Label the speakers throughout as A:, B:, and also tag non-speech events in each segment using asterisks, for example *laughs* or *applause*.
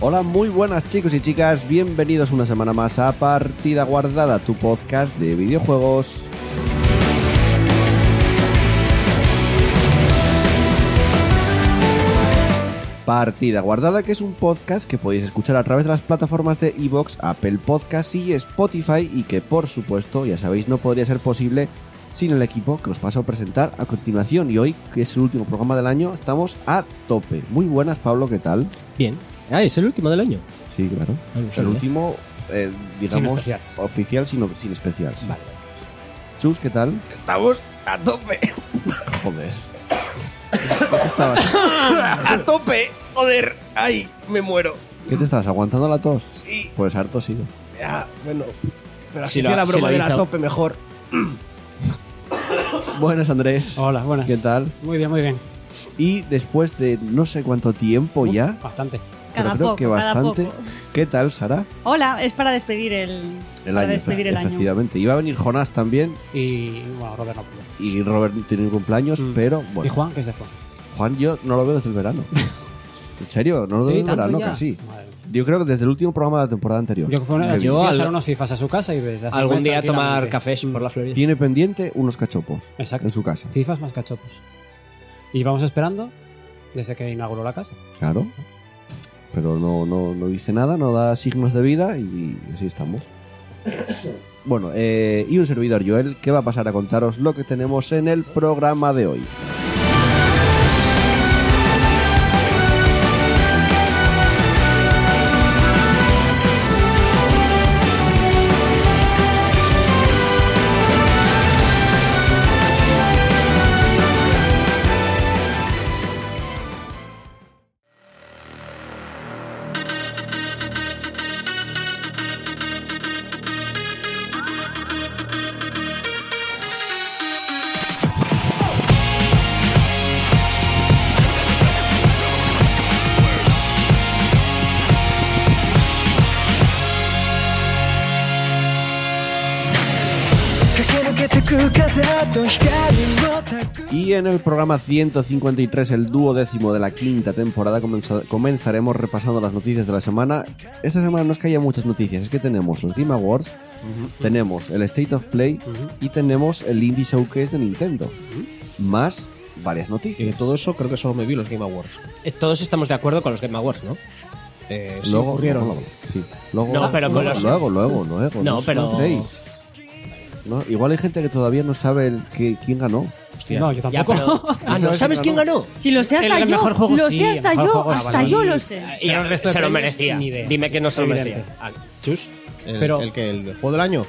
A: Hola, muy buenas chicos y chicas, bienvenidos una semana más a Partida Guardada, tu podcast de videojuegos. Partida Guardada, que es un podcast que podéis escuchar a través de las plataformas de Evox, Apple Podcast y Spotify y que por supuesto, ya sabéis, no podría ser posible sin el equipo que os paso a presentar a continuación. Y hoy, que es el último programa del año, estamos a tope. Muy buenas, Pablo, ¿qué tal?
B: Bien. Ah, es el último del año.
A: Sí, claro.
B: Ah, no
A: el
B: sabía.
A: último, eh, digamos,
B: Sin especiales.
A: oficial, sino sin especial. sí.
B: Vale.
A: Chus, ¿qué tal?
C: Estamos a tope.
A: Joder. ¿Qué te estabas,
C: A tope. Joder. Ay, me muero.
A: qué te estabas, aguantando la tos?
C: Sí.
A: Pues harto sido.
C: Ya, bueno. Pero así
B: Si lo-
C: que la
B: si
C: broma
B: lo
C: del a
B: hizo-
C: tope mejor.
A: *coughs* Buenas, Andrés.
D: Hola, buenas.
A: ¿Qué tal?
D: Muy bien, muy bien.
A: Y después de no sé cuánto tiempo ya,
D: Bastante.
A: pero
E: Cada
A: creo
E: poco,
A: que
E: cada
A: bastante.
E: poco.
A: ¿Qué tal, Sara?
E: Hola, es para despedir el, para despedir el año.
A: efectivamente. Iba a venir Jonás también
D: Y bueno, Robert no pudo.
A: y Robert tiene cumpleaños,
D: Mm.
A: pero bueno.
D: Y Juan, que es de Juan.
A: Juan, yo no lo veo desde el
D: *laughs*
A: verano. ¿En serio? No lo veo desde el verano, casi.
D: Madre mía.
A: Yo creo que desde el último programa de la temporada anterior.
D: Yo que fue una,
A: Que
B: Yo
D: fui a
B: al-
D: echar unos fifas a su casa y desde hace un
B: Algún
D: mes
B: día tomar
D: tranquilamente.
B: cafés por la Florida.
A: Tiene pendiente unos cachopos
D: Exacto.
A: en su casa.
D: Fifas más cachopos. Y vamos esperando desde que inauguró la casa.
A: Claro. Pero no, no, no dice nada, no da signos de vida y así estamos. Bueno, eh, y un servidor Joel que va a pasar a contaros lo que tenemos en el programa de hoy. Y en el programa 153, el duodécimo de la quinta temporada, comenza- comenzaremos repasando las noticias de la semana. Esta semana no es que haya muchas noticias, es que tenemos los Game Awards, tenemos el State of Play y tenemos el Indie Showcase de Nintendo. Más varias
C: Y de
A: noticias.
C: todo eso, creo que solo me vi los Game Awards.
B: Es- Todos estamos de acuerdo con los Game Awards, ¿no?
C: Eh, sí
A: luego,
C: ocurrieron.
A: luego, luego, sí. Luego-
B: No, pero con los-
A: luego, luego, luego,
B: No,
A: os
B: pero-
A: lancéis. No, igual hay gente que todavía no sabe el que- quién ganó.
C: Hostia.
D: No, yo
B: Ya,
D: tampoco.
B: pero... Ah, ¿no
D: *laughs*
B: sabes quién ganó?
E: Si lo sé hasta
D: El- el
E: yo,
D: mejor juego
E: lo
D: sí,
E: sé
D: el
E: hasta
D: mejor
E: yo,
D: juego, ah,
E: hasta
D: vale.
E: yo lo sé.
B: Y
D: Pero el resto de
B: se lo
D: premios,
B: merecía.
D: ni idea.
B: Dime que no se lo
D: Evidente.
B: merecía. Ah, ¿Chus?
C: El,
D: Pero-
C: el que el juego del año.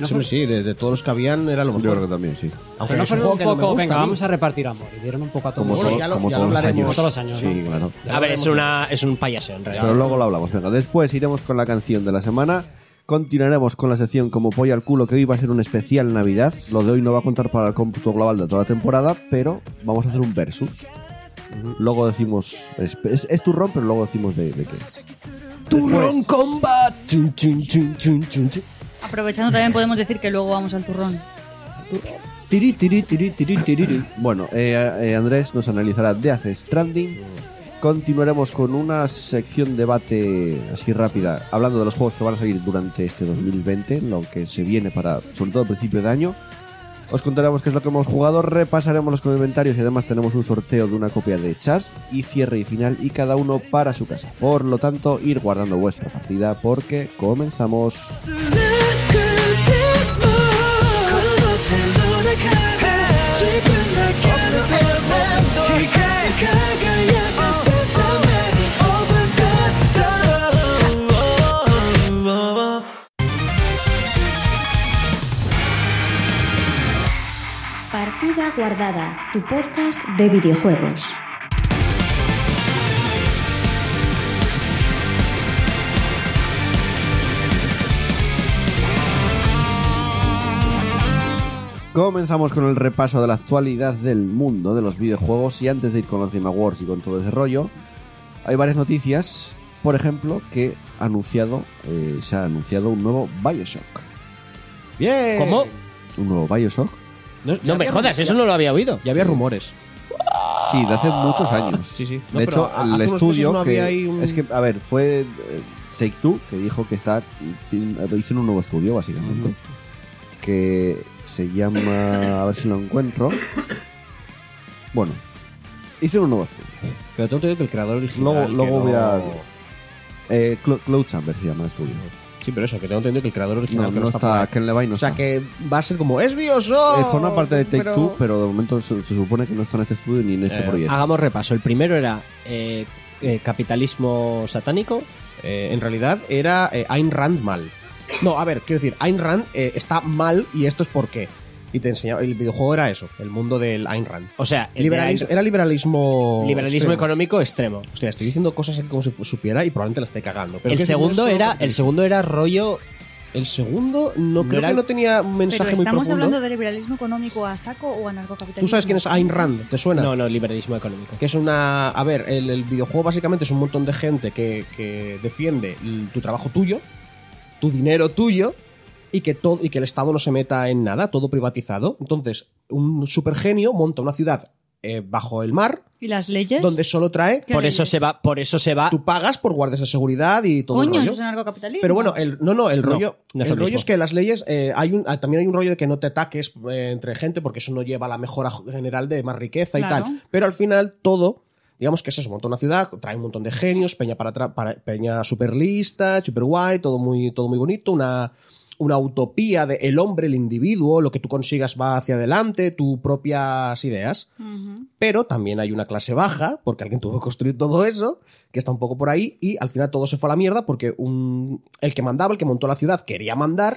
D: No
C: sí,
D: fue-
C: sí, de, de todos los que habían era lo
A: Yo creo
C: mejor.
A: que también, sí.
C: Aunque
D: Pero no
C: es un
D: fueron
C: juego
D: un
C: que no me
D: poco,
C: gusta
D: venga,
C: a mí.
D: vamos a repartir amor. Y dieron un poco a todo
A: Como,
D: el
A: todos-
D: mundo.
C: ya lo-
A: como
C: ya lo
A: todos los
C: hablaremos.
A: años.
C: Como
D: todos los años,
A: Sí,
D: ¿no?
A: claro.
D: Ya
B: A ver, es,
D: hablaremos
B: una, es un payaso, en realidad.
A: Pero luego lo hablamos. Venga, después iremos con la canción de la semana. Continuaremos con la sección como pollo al culo, que hoy va a ser un especial Navidad. Lo de hoy no va a contar para el cómputo global de toda la temporada, pero vamos a hacer un versus. Luego decimos. Es, es- es turrón, pero luego decimos de, de qué es.
B: Turrón Combat. Chun, chun, chun, chun, chun, chun.
E: Aprovechando también podemos decir que luego vamos al turrón.
A: Tiri, tiri, tiri, tiri, tiri. Bueno, eh, eh, Andrés nos analizará Death Stranding. Continuaremos con una sección debate así rápida, hablando de los juegos que van a salir durante este 2020, lo que se viene para, sobre todo, principio de año. Os contaremos qué es lo que hemos jugado, repasaremos los comentarios y además tenemos un sorteo de una copia de Chas y cierre y final y cada uno para su casa. Por lo tanto, ir guardando vuestra partida porque comenzamos.
F: Partida Guardada, tu podcast de videojuegos.
A: Comenzamos con el repaso de la actualidad del mundo de los videojuegos y antes de ir con los Game Awards y con todo ese rollo, hay varias noticias. Por ejemplo, que ha anunciado, eh, se ha anunciado un nuevo Bioshock.
E: Eh.
C: Bien. ¿Cómo?
A: ¿Un nuevo Bioshock?
G: No,
C: No me jodas, eso no lo había oído.
G: Ya había rumores.
A: Sí, de hace muchos años.
G: Sí, sí. No,
A: de
G: pero
A: hecho,
G: a-
A: el
G: hace unos
A: estudio
G: meses no
A: que
G: había ahí un-
A: es que a ver fue eh, Take Two que dijo que está tiene- hicieron un nuevo estudio básicamente que se llama a ver si lo encuentro. Bueno, hicieron un nuevo estudio.
G: Pero tengo entendido que el creador original.
A: Luego-
G: que
A: luego
G: no-
A: voy a- Eh, Clo- Cloud Chamber se llama el estudio.
G: Sí, pero eso, que tengo entendido que el creador
A: No,
G: original.
A: no,
G: que
A: está,
G: por ahí.
A: Ken Levine no
G: O sea,
A: está.
G: que va a ser como. ¡Es
A: Eh,
G: Bioshock!
A: forma parte de Take
G: pero-
A: Two, pero de momento se, se supone que no está en este estudio ni en este
G: Eh,
A: proyecto.
C: Hagamos repaso. El primero era eh, eh, capitalismo satánico.
G: Eh, en realidad era eh, Ayn Rand mal. No, a ver, quiero decir, Ayn Rand eh, está mal y esto es por qué. Y te enseñaba, el videojuego era eso, el mundo del Ayn Rand.
C: O sea, el
G: Liberalismo,
C: de-
G: era liberalismo.
C: liberalismo
G: extremo.
C: económico extremo.
G: Hostia, estoy diciendo cosas como si fu- supiera y probablemente la esté cagando. pero
C: El
G: es que
C: segundo,
G: eso-
C: era, el segundo era rollo.
G: El segundo, no,
C: No
G: creo
C: era-
G: que no tenía un
E: Pero
G: mensaje muy
E: estamos
G: profundo.
E: hablando de liberalismo económico a saco o anarcocapitalismo.
G: ¿Tú sabes quién es Ayn Rand? ¿Te suena?
C: No, no, liberalismo económico.
G: Que es una. A ver, el, el videojuego básicamente es un montón de gente que, que defiende l- tu trabajo tuyo, tu dinero tuyo, y que, todo, y que el Estado no se meta en nada, todo privatizado. Entonces, un supergenio monta una ciudad eh, bajo el mar,
E: ¿Y las leyes?
G: donde solo trae.
E: ¿Qué
C: Por
E: leyes?
C: eso se va, por eso se va.
G: Tú pagas por guardias de seguridad y todo el
E: Coño,
G: rollo.
E: eso es anarcocapitalismo.
G: Pero bueno, eh, el, no, no, el
C: No,
G: rollo,
C: no es lo
G: el rollo
C: mismo.
G: es que las leyes, eh, hay un, ah, también hay un rollo de que no te ataques eh, entre gente porque eso no lleva a la mejora general de más riqueza
E: Claro.
G: y tal. Pero al final todo, digamos que es eso, monta una ciudad, trae un montón de genios, peña para, atrás- para- peña super lista, super guay, todo muy, todo muy bonito, una, una utopía de el hombre, el individuo, lo que tú consigas va hacia adelante, tus propias ideas.
E: Ujú.
G: Pero también hay una clase baja, porque alguien tuvo que construir todo eso, que está un poco por ahí, y al final todo se fue a la mierda porque un- el que mandaba, el que montó la ciudad, quería mandar,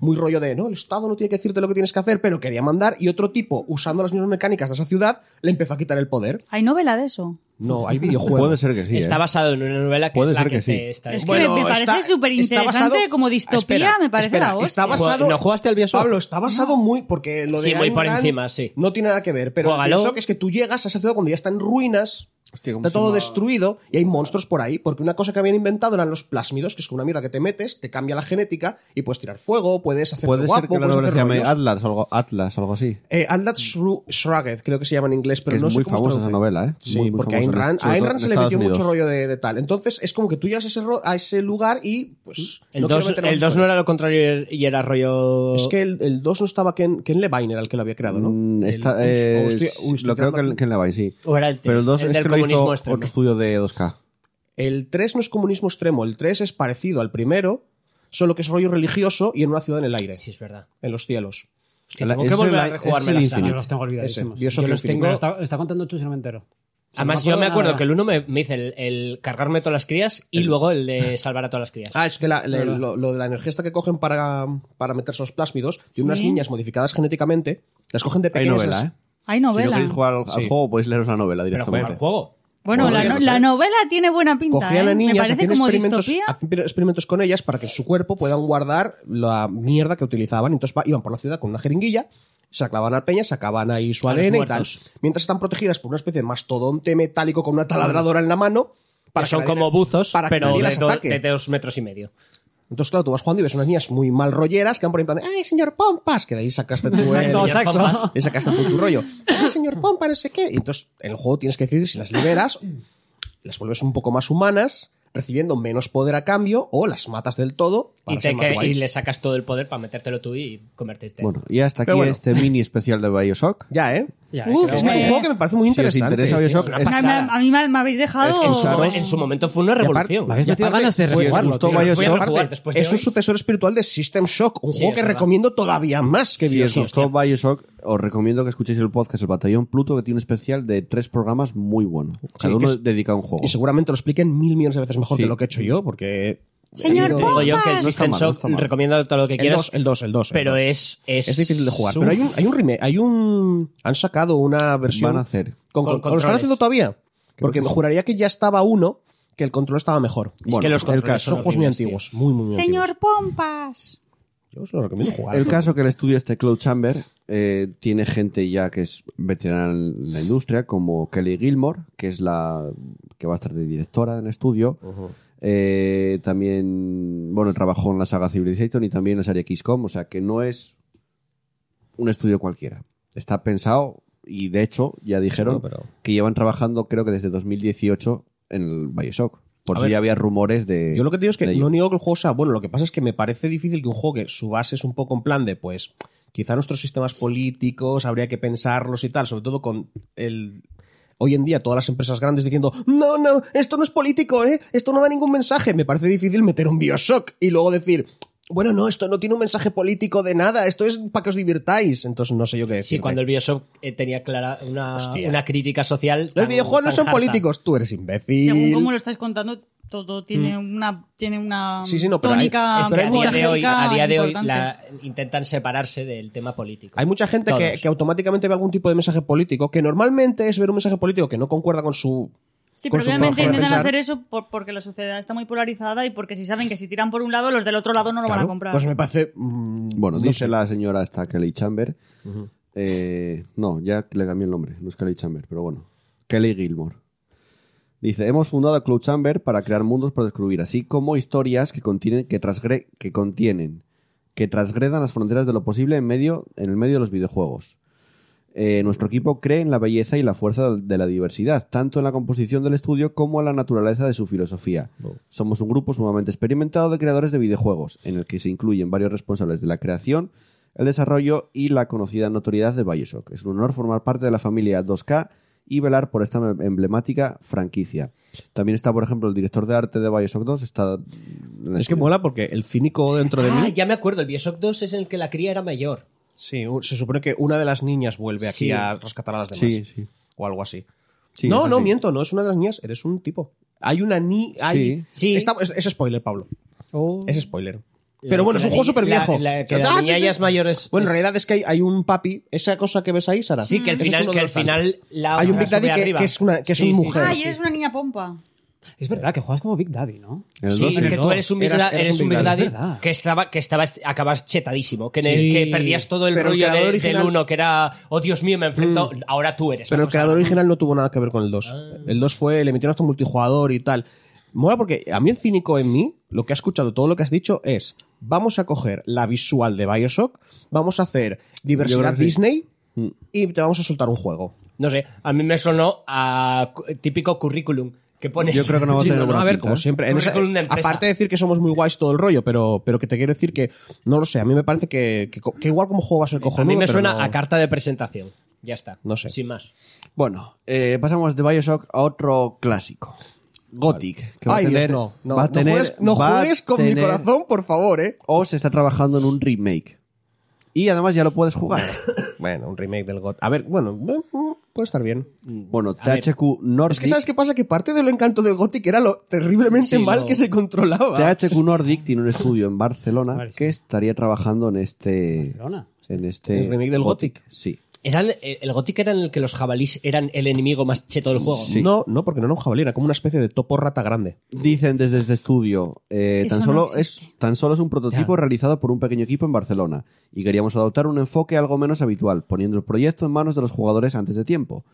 G: muy rollo de, no, el Estado no tiene que decirte lo que tienes que hacer, pero quería mandar, y otro tipo, usando las mismas mecánicas de esa ciudad, le empezó a quitar el poder.
E: Hay novela de eso.
G: No, hay
A: Puede
G: videojuegos.
A: ser que sí.
C: está
A: eh.
C: basado en una novela que
A: Puede
C: es la
A: ser
C: que,
A: que sí.
C: te está
E: Es que
C: diciendo.
E: me- me parece
G: está-
E: superinteresante
G: está basado-
E: como distopía, me parece
G: espera,
E: la hostia.
G: Está basado,
C: ¿No jugaste al Bioshock?
G: Pablo, está basado muy. Porque lo de.
C: Sí, muy
G: Ayn
C: por
G: Rand
C: encima, sí.
G: No tiene nada que ver, pero el
C: Juégalo.
G: Bioshock es que tú llegas a esa ciudad cuando ya está en ruinas.
A: Hostia, ¿cómo
G: Está
A: se
G: todo
A: llama?
G: destruido y hay monstruos por ahí, porque una cosa que habían inventado eran los plásmidos, que es una mierda que te metes, te cambia la genética y puedes tirar fuego, puedes hacer
A: Puede ser
G: guapo,
A: que la
G: puedes
A: novela se
G: hacer
A: llame
G: rollos.
A: Atlas o algo, Atlas, o algo así.
G: Eh, Atlas Shru- Shrugged, creo que se llama en inglés, pero
A: Mm. Que es
G: no sé
A: muy
G: cómo se
A: famosa
G: traduce.
A: esa novela, ¿eh?
G: Sí,
A: Muy, muy
G: porque a
A: famosa
G: Ayn
A: en-
G: Rand,
A: sobre
G: a Ayn
A: todo
G: Rand
A: en
G: se le metió
A: Estados
G: mucho
A: Unidos.
G: rollo de, de tal. Entonces es como que tú llegas a ese, ro- a ese lugar y pues.
C: Mm. El
G: no quiero
C: 2
G: meter más
C: no,
G: historia.
C: era lo contrario y era- y era rollo.
G: Es que el- el 2 no estaba Ken, Ken Levine, era el que lo había creado, ¿no?
A: Mm,
G: El-
A: está,
G: uy,
A: eh,
G: oh, estoy- uy, estoy
A: lo creo
G: tirando
A: que en,
G: aquí.
A: que en la vais, sí.
C: O era el
A: Pero el
C: tres,
A: 2
C: el
A: es
C: del
A: que lo hizo
C: comunismo este, extremo.
A: otro estudio de 2K.
G: El 3 no es comunismo extremo, el 3 es parecido al primero, solo que es rollo religioso y en una ciudad en el aire,
C: Sí, es verdad.
G: en los cielos.
C: Hostia,
A: El-
C: tengo que
A: ese
C: volver
A: la-
C: a rejugarme
A: ese
C: la
A: Infinite.
D: Yo
C: saga.
D: los tengo olvidadísimo.
G: Ese, Bioshock
D: yo los
G: Infinite.
D: tengo, está, está contando tú si no me entero. O sea,
C: Además, yo me acuerdo
D: nada.
C: que el uno me, me hice el, el cargarme todas las crías y luego el de salvar a todas las crías.
G: Ah, es que la- la-
D: Verdad.
G: lo, lo de la energía esta que cogen para, para meterse los plásmidos, de
E: Sí.
G: unas niñas modificadas genéticamente, las cogen de
A: Hay
G: pequeñas.
A: novela,
G: las-
A: ¿eh?
E: Hay
A: Si no
E: novela.
A: queréis jugar al, al
G: Sí.
A: juego, podéis leeros la novela
C: Pero juega al
A: directamente.
C: juego.
E: Bueno, la,
G: Podríamos,
E: no- la
G: ¿eh?
E: novela tiene buena pinta.
G: Cogían a
E: ¿eh? Me
G: niñas,
E: parece
G: hacían
E: como
G: experimentos,
E: distopía.
G: hacían experimentos con ellas para que en su cuerpo puedan guardar la mierda que utilizaban. Entonces va- iban por la ciudad con una jeringuilla, se clavaban al peña, sacaban ahí su
C: A los
G: ADN y tal.
C: muertos.
G: Mientras están protegidas por una especie de mastodonte metálico con una taladradora en la mano.
C: que son
G: nadie-
C: como buzos,
G: para que
C: pero
G: nadie
C: de,
G: las
C: do-
G: ataque.
C: de dos metros y medio.
G: Entonces, claro, tú vas jugando y ves unas niñas muy mal rolleras que van por ahí en plan de, ¡ay, señor Pompas! Que de ahí este sacaste tú el-
D: Exacto,
C: Señor Pampas.
D: exacto.
G: Le sacaste por tu rollo. ¡Ay, señor Pompa, no sé qué! Y entonces, en el juego tienes que decidir si las liberas, las vuelves un poco más humanas, recibiendo menos poder a cambio, o las matas del todo para
C: Y, te
G: ser más
C: que-
G: guay.
C: y le sacas todo el poder para metértelo tú y convertirte.
A: Bueno, y hasta aquí
G: Pero bueno.
A: este mini especial de Bioshock.
G: Ya, ¿eh?
D: Ya, creo
E: Uf,
G: Es
D: que-
G: que es un
E: Eh,
G: juego que me parece muy
A: Si os
G: interesante.
A: interesa Bioshock,
C: una
A: es-
E: Me- me- a mí me, me habéis dejado.
C: Es que en su, momen- en su momento fue una
G: aparte-
C: revolución.
D: Me habéis
G: Y
D: metido
G: aparte,
D: ganas
G: pues,
D: de
G: si os
D: rejugarlo.
A: gustó
D: tío.
C: Los
A: Bioshock-
C: voy a rejugar después de
G: es un
C: hoy.
G: sucesor espiritual de System Shock, un
C: Sí,
G: juego
C: es
G: que
C: verdad.
G: recomiendo todavía más que
A: Si os
G: Bioshock.
A: gustó Bioshock, os recomiendo que escuchéis el podcast El Batallón Pluto, que tiene un especial de tres programas muy bueno. Cada
G: que
A: uno
G: es-
A: dedica a un juego.
G: Y seguramente lo expliquen mil millones de veces mejor
A: Sí.
G: que lo que he hecho yo, porque
E: Señor
B: Pero-
C: Digo yo que
E: Pompas.
C: el
A: No está mal,
C: System
A: no
C: Shock
A: está mal.
C: recomiendo todo lo que
B: El
C: quieras,
B: 2, el 2, el 2.
C: pero es, es.
B: Es difícil de jugar. Pero hay un, hay un remake, hay un... Han sacado una versión...
A: Van a hacer.
C: Con
B: Con, con- ¿Lo están
C: controles.
B: haciendo todavía? Porque me juraría que ya estaba uno, que el control estaba mejor.
C: Es que los
A: el
C: controles
A: caso-
B: Son juegos muy
C: horribles, tío.
B: antiguos, muy, muy, muy
E: Señor Pompas.
B: antiguos. Yo os lo recomiendo jugar.
A: El caso que el estudio este Cloud Chamber eh, tiene gente ya que es veterana en la industria, como Kelly Gilmore, que es la que va a estar de directora en el estudio. Eh, también, bueno, trabajó en la saga Civilization y también en la serie XCOM, o sea que no es un estudio cualquiera. Está pensado y de hecho ya dijeron
B: Seguro, pero-
A: que llevan trabajando creo que desde 2018 en el Bioshock. Por
B: A
A: eso
B: ver,
A: ya había rumores de...
B: Yo lo que te digo es que
A: de
B: no
A: ello.
B: niego que el juego sea bueno. Lo que pasa es que me parece difícil que un juego que su base es un poco en plan de, pues, quizá nuestros sistemas políticos habría que pensarlos y tal, sobre todo con el. Hoy en día todas las empresas grandes diciendo, no, no, esto no es político, ¿eh? esto no da ningún mensaje. Me parece difícil meter un Bioshock y luego decir, bueno, no, esto no tiene un mensaje político de nada, esto es para que os divirtáis. Entonces no sé yo qué decir.
C: Sí, cuando el Bioshock eh, tenía clara una,
B: Hostia.
C: una crítica social.
B: Los
C: tan-
B: videojuegos no
C: tan
B: son
C: harta.
B: políticos, tú eres
E: Según
B: imbécil.
E: como lo estáis contando, todo tiene una tiene una
B: Mm. Sí, sí, no, Ah, pero hay-
E: tónica
C: Es que a día de hoy,
E: ideológica
C: a día de hoy
E: importante.
C: la- intentan separarse del tema político.
B: Hay mucha gente que,
C: Todos.
B: que automáticamente ve algún tipo de mensaje político, que normalmente es ver un mensaje político que no concuerda con su.
E: Sí,
B: con
E: pero
B: su forma
E: obviamente
B: de
E: intentan
B: pensar.
E: hacer eso por- porque la sociedad está muy polarizada y porque si saben que si tiran por un lado, los del otro lado no lo van a
B: Claro,
E: comprar.
B: Pues me parece. mm,
A: Bueno,
B: no
A: dice
B: sé.
A: la señora esta Kelly Chamber. Eh, no, ya le cambié el nombre. No es Kelly Chamber, pero bueno. Kelly Gilmore. Dice, hemos fundado Cloud Chamber para crear mundos por descubrir, así como historias que contienen, que, transgre- que contienen, que transgredan las fronteras de lo posible en medio, en el medio de los videojuegos. Eh, nuestro equipo cree en la belleza y la fuerza de la diversidad, tanto en la composición del estudio como en la naturaleza de su filosofía. Somos un grupo sumamente experimentado de creadores de videojuegos, en el que se incluyen varios responsables de la creación, el desarrollo y la conocida notoriedad de Bioshock. Es un honor formar parte de la familia 2K y velar por esta emblemática franquicia. También está, por ejemplo, el director de arte de Bioshock 2, está...
B: Es que mola porque el cínico dentro de
C: Ah,
B: mí.
C: ya me acuerdo, el Bioshock 2 es en el que la cría era mayor.
B: Sí, u- se supone que una de las niñas vuelve aquí
C: Sí.
B: a rescatar a las demás.
A: Sí, sí.
B: O algo así.
A: Sí,
B: no,
A: es
B: no,
A: así.
B: miento, no es una de las niñas, eres un tipo. Hay una ni. Hay...
A: Sí.
C: Sí.
B: Está- es, es spoiler, Pablo.
D: Oh.
B: Es spoiler.
C: La
B: Pero bueno, es
C: que la
B: un juego
C: ni-
B: súper viejo.
C: la- la que la niña ya es mayor es-
B: Bueno, en
C: es-
B: realidad es que hay, hay un papi, esa cosa que ves ahí, Sara.
C: Sí, que al
B: Ah. Eso es
C: final,
B: uno
C: que
B: de
C: al
B: los fans.
C: final la
B: Hay un
C: otra
B: Big Daddy
C: sube
B: que-
C: arriba.
B: que es una- que es un mujer.
E: Ay,
C: sí.
E: eres una niña pompa.
D: Es verdad que juegas como Big Daddy, ¿no?
A: El
C: Sí,
A: 2 y el
C: que tú eres un Big,
B: Eras-
C: Da-
B: eras
C: eres
B: un
C: un
B: Big
C: Big
D: Daddy.
C: Daddy
D: Es verdad.
C: que estaba que estabas acabas chetadísimo, que, en el
D: Sí.
C: que perdías todo el
B: Pero el
C: rollo
B: creador
C: de-
B: original- Mm.
C: del uno que era oh Dios mío, me enfrento, ahora tú eres.
B: Pero
C: la
B: el
C: cosa.
B: creador original no tuvo nada que ver Ah. con el 2. El 2 fue, le metieron hasta un multijugador y tal. Mola porque a mí el cínico en mí, lo que ha escuchado, todo lo que has dicho es, vamos a coger la visual de Bioshock, vamos a hacer
A: Yo
B: diversidad
A: creo que sí.
B: Disney y te vamos a soltar un juego.
C: No sé, a mí me sonó a cu- típico currículum que pones.
A: Yo creo que no va a
C: *laughs* Sí,
A: tener buena
B: a ver,
A: pinta,
B: como
A: ¿eh?
B: siempre, en esa-
C: Currículum de empresa.
B: aparte de decir que somos muy guays todo el rollo, pero, pero que te quiero decir que, no lo sé, a mí me parece que, que, co- que igual como juego va a ser cojonudo.
C: A mí me
B: pero
C: suena
B: no-
C: a carta de presentación. Ya está.
B: No sé.
C: Sin más.
A: Bueno, eh, pasamos de Bioshock a otro clásico. Gothic. Que va
B: Ay,
A: a
B: Dios,
A: tener,
B: no, no,
A: va a
B: no
A: tener-
B: juegues, no
A: va a
B: juegues con mi
A: tener-
B: corazón, por favor, eh.
A: O se está trabajando en un remake. Y además ya lo puedes jugar.
B: *laughs* Bueno, un remake del GOT. A ver, bueno, eh, puede estar bien.
A: bueno,
C: A ver.
A: THQ Nordic.
B: Es que ¿sabes qué pasa? Que parte del encanto del Gothic era lo terriblemente
C: Sí,
B: mal
C: lo-
B: que se controlaba.
A: THQ Nordic tiene un estudio en Barcelona
D: Vale, sí.
A: que estaría trabajando en este.
D: Barcelona.
A: En este.
B: El remake del Gothic.
A: Sí.
C: Eran, eh, el, el Gothic era en el que los jabalís eran el enemigo más cheto del juego.
A: Sí.
B: No, no, porque no era un jabalí, era como una especie de topo rata grande.
A: Dicen desde este estudio, eh,
E: Eso
A: tan,
E: no
A: solo es,
E: existe.
A: tan solo es un prototipo realizado por un pequeño equipo en Barcelona y queríamos adoptar un enfoque algo menos habitual, poniendo el proyecto en manos de los jugadores antes de tiempo.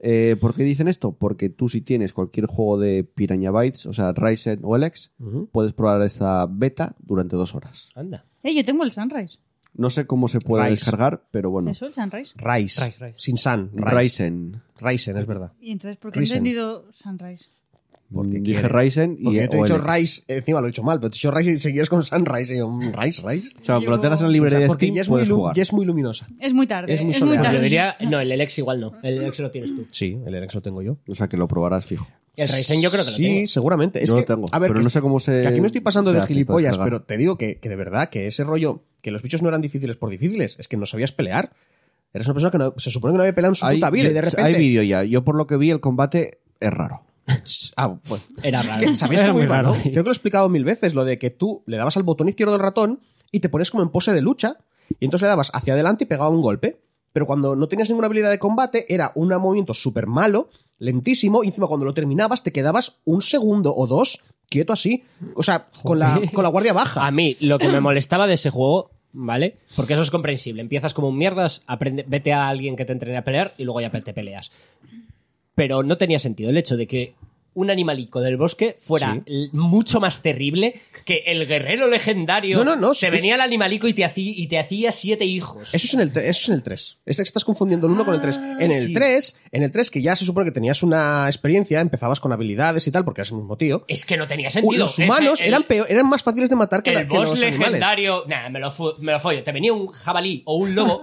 A: Eh, ¿Por qué dicen esto? Porque tú si tienes cualquier juego de Piranha Bytes, o sea, Ryzen o Elex, puedes probar esta beta durante dos horas.
C: Anda.
E: Eh, yo tengo el Sunrise.
A: No sé cómo se puede
B: Rise.
A: descargar, pero
B: Mm.
A: bueno.
E: ¿Eso, el Sunrise?
B: Rice.
D: Rice, Rice.
B: Sin san. Rice.
A: Ryzen.
B: Ryzen, es verdad.
E: Y entonces, ¿por qué he
B: Risen.
E: entendido Sunrise?
A: Dije
B: quieres.
A: Ryzen y
B: Porque yo te he
A: o
B: dicho
A: Elex.
B: Rice, encima lo he dicho mal, pero te he dicho Rice y seguías con San Rice. Y yo, mm, Rice, Rice.
A: O sea, aunque lo tengas en la
B: O
A: librería
B: sea,
A: de
B: porque
A: Steam,
B: ya es, muy
A: puedes
B: lu-
A: jugar.
B: ya es muy luminosa.
E: Es muy tarde.
B: Es muy soleado.
C: Yo
E: tarde.
C: diría, no, el Elex igual no. El Elex lo tienes tú.
B: Sí, el Elex lo tengo yo.
A: O sea, que lo probarás fijo.
C: El Ryzen yo creo que lo
B: sí,
C: tengo.
B: seguramente. Es
A: Yo
B: que,
A: lo tengo,
B: a ver,
A: pero
B: que-
A: no sé cómo se-
B: que aquí me estoy pasando
A: se
B: de
A: hace para
B: gilipollas,
A: descargar.
B: pero te digo que, que de verdad, que ese rollo, que los bichos no eran difíciles por difíciles, es que no sabías pelear. Eres una persona que no- se supone que no había peleado en su puta vida y de repente.
A: hay vídeo ya. Yo por lo que vi, el combate es raro.
B: Ah, bueno.
C: Era
B: Es
C: raro.
B: que, ¿eh? ¿sabéis
D: Era
B: cómo
D: muy
B: iba,
D: raro,
B: no?
D: sí.
B: Creo que lo he explicado mil veces, lo de que tú le dabas al botón izquierdo del ratón y te pones como en pose de lucha, y entonces le dabas hacia adelante y pegaba un golpe. Pero cuando no tenías ninguna habilidad de combate, era un movimiento súper malo, lentísimo, y encima cuando lo terminabas te quedabas un segundo o dos quieto así. O sea, con la, con la guardia baja.
D: Ah,
C: A mí, lo que me molestaba de ese juego, ¿vale? Porque eso es comprensible. Empiezas como un mierdas, aprende, vete a alguien que te entrene a pelear y luego ya pe- te peleas. Pero no tenía sentido el hecho de que un animalico del bosque fuera l- mucho más terrible que el guerrero legendario.
B: No, no, no,
C: Te
B: es-
C: venía el animalico y te hacía, y te hacía siete hijos.
B: Eso es en el, tre- eso es en el 3. Este estás confundiendo el 1 con el 3.
D: Ah,
B: En el 3, en el 3 que ya se supone que tenías una experiencia, empezabas con habilidades y tal, porque eras el mismo tío.
C: Es que no tenía sentido.
B: los humanos
C: Ese- el-
B: eran, peor- eran más fáciles de matar que, la-
C: el
B: Eh, que
C: boss
B: los animales.
C: legendario. Nah, me lo, fu- me lo follo. Te venía un jabalí o un lobo.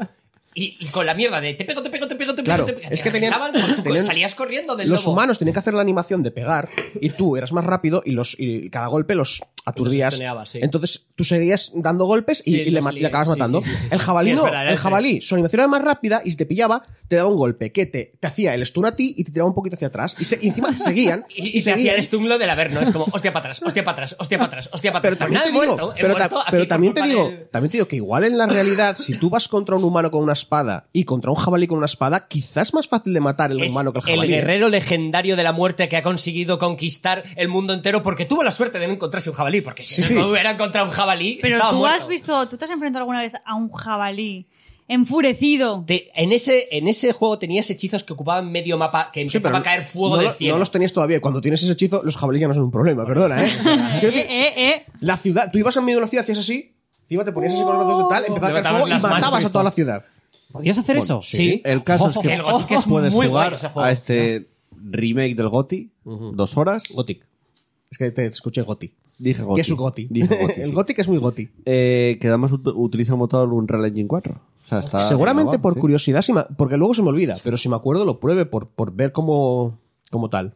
C: Y, y con la mierda de te pego, te pego, te pego, te pego,
B: Claro,
C: te pego.
B: es
C: te
B: que tenían-
C: arreglaban con tu-
B: tenían-
C: salías corriendo del
B: los
C: lobo.
B: humanos tenían que hacer la animación de pegar y tú eras más rápido y los y cada golpe los aturdías.
C: estoneabas, sí.
B: Entonces tú seguías dando golpes y,
C: Sí,
B: y le,
C: los
B: ma- le
C: lié,
B: acabas
C: sí,
B: matando.
C: sí, sí, sí, sí.
B: El jabalí
C: Sí, es
B: no,
C: verdad, era
B: el
C: el
B: jabalí, su animación era más rápida y si te pillaba te daba un golpe que te, te hacía el stun a ti y te tiraba un poquito hacia atrás y, se- y
C: *laughs*
B: encima seguían
C: Y, y
B: y,
C: te hacía
B: seguían.
C: el stumlo del averno. Es como, hostia para atrás, hostia para atrás, hostia para atrás, hostia para
B: Pero
C: atrás.
B: también
C: Nada,
B: te
C: he
B: digo,
C: muerto, he
B: pero, ta-
C: muerto aquí
B: pero
C: por
B: también te
C: culpa
B: digo,
C: del-
B: también te digo que igual en la realidad, si tú vas contra un humano con una espada y contra un jabalí con una espada, quizás es más fácil de matar el
C: Es
B: humano que el
C: el
B: jabalí. ¿eh?
C: guerrero legendario de la muerte que ha conseguido conquistar el mundo entero porque tuvo la suerte de no encontrarse un jabalí. Porque si
B: Sí,
C: no
B: sí.
C: hubiera encontrado un jabalí,
E: Pero
C: estaba
E: tú
C: muerto.
E: has visto, tú te has enfrentado alguna vez a un jabalí enfurecido.
C: Te- en, ese, en ese juego tenías hechizos que ocupaban medio mapa, que
B: Sí,
C: empezaba
B: pero
C: a caer fuego
B: no,
C: del
B: lo-
C: cielo.
B: No los tenías todavía. Cuando tienes ese hechizo, los jabalíes ya no son un problema, perdona, ¿eh?
C: *laughs*
B: Quiero decir,
E: Eh, eh, eh.
B: la ciudad, tú ibas en medio de la ciudad, hacías así, encima te ponías así con los brazos de
C: Oh.
B: tal, empezaba a caer
C: Levantabas
B: fuego y
C: las manos,
B: matabas a
C: Cristo.
B: toda la ciudad.
D: ¿Podías hacer eso?
C: Sí.
A: El caso es
C: Que
A: que
C: el Gothic es
A: puedes
C: muy guay
A: jugar
C: ese juego.
A: a este remake del Goti, dos horas.
B: Gothic. Es que te escuché Gothic.
A: Dije Goti.
B: Que es un Gothic.
A: Dije
B: *laughs*
A: Goti,
B: el
A: sí.
B: Gothic es muy Gothic.
A: Eh, que además ut- utiliza el motor Unreal Engine 4. O sea, está
B: Seguramente
A: grabado,
B: por
A: sí.
B: curiosidad, si me- porque luego se me olvida, pero si me acuerdo lo pruebe por, por ver cómo, cómo tal.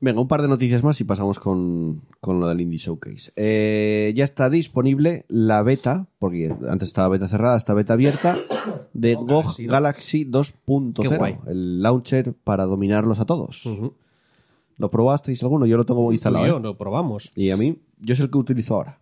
A: Venga, un par de noticias más y pasamos con, con lo del Indie Showcase. Eh, ya está disponible la beta, porque antes estaba beta cerrada, está beta abierta, de GOG Galaxy
B: Qué guay.
A: 2.0, el launcher para dominarlos a todos. ¿Lo probasteis alguno? Yo lo tengo instalado.
B: Tú y yo
A: ¿eh?
B: lo probamos.
A: Y a mí, yo es el que utilizo ahora.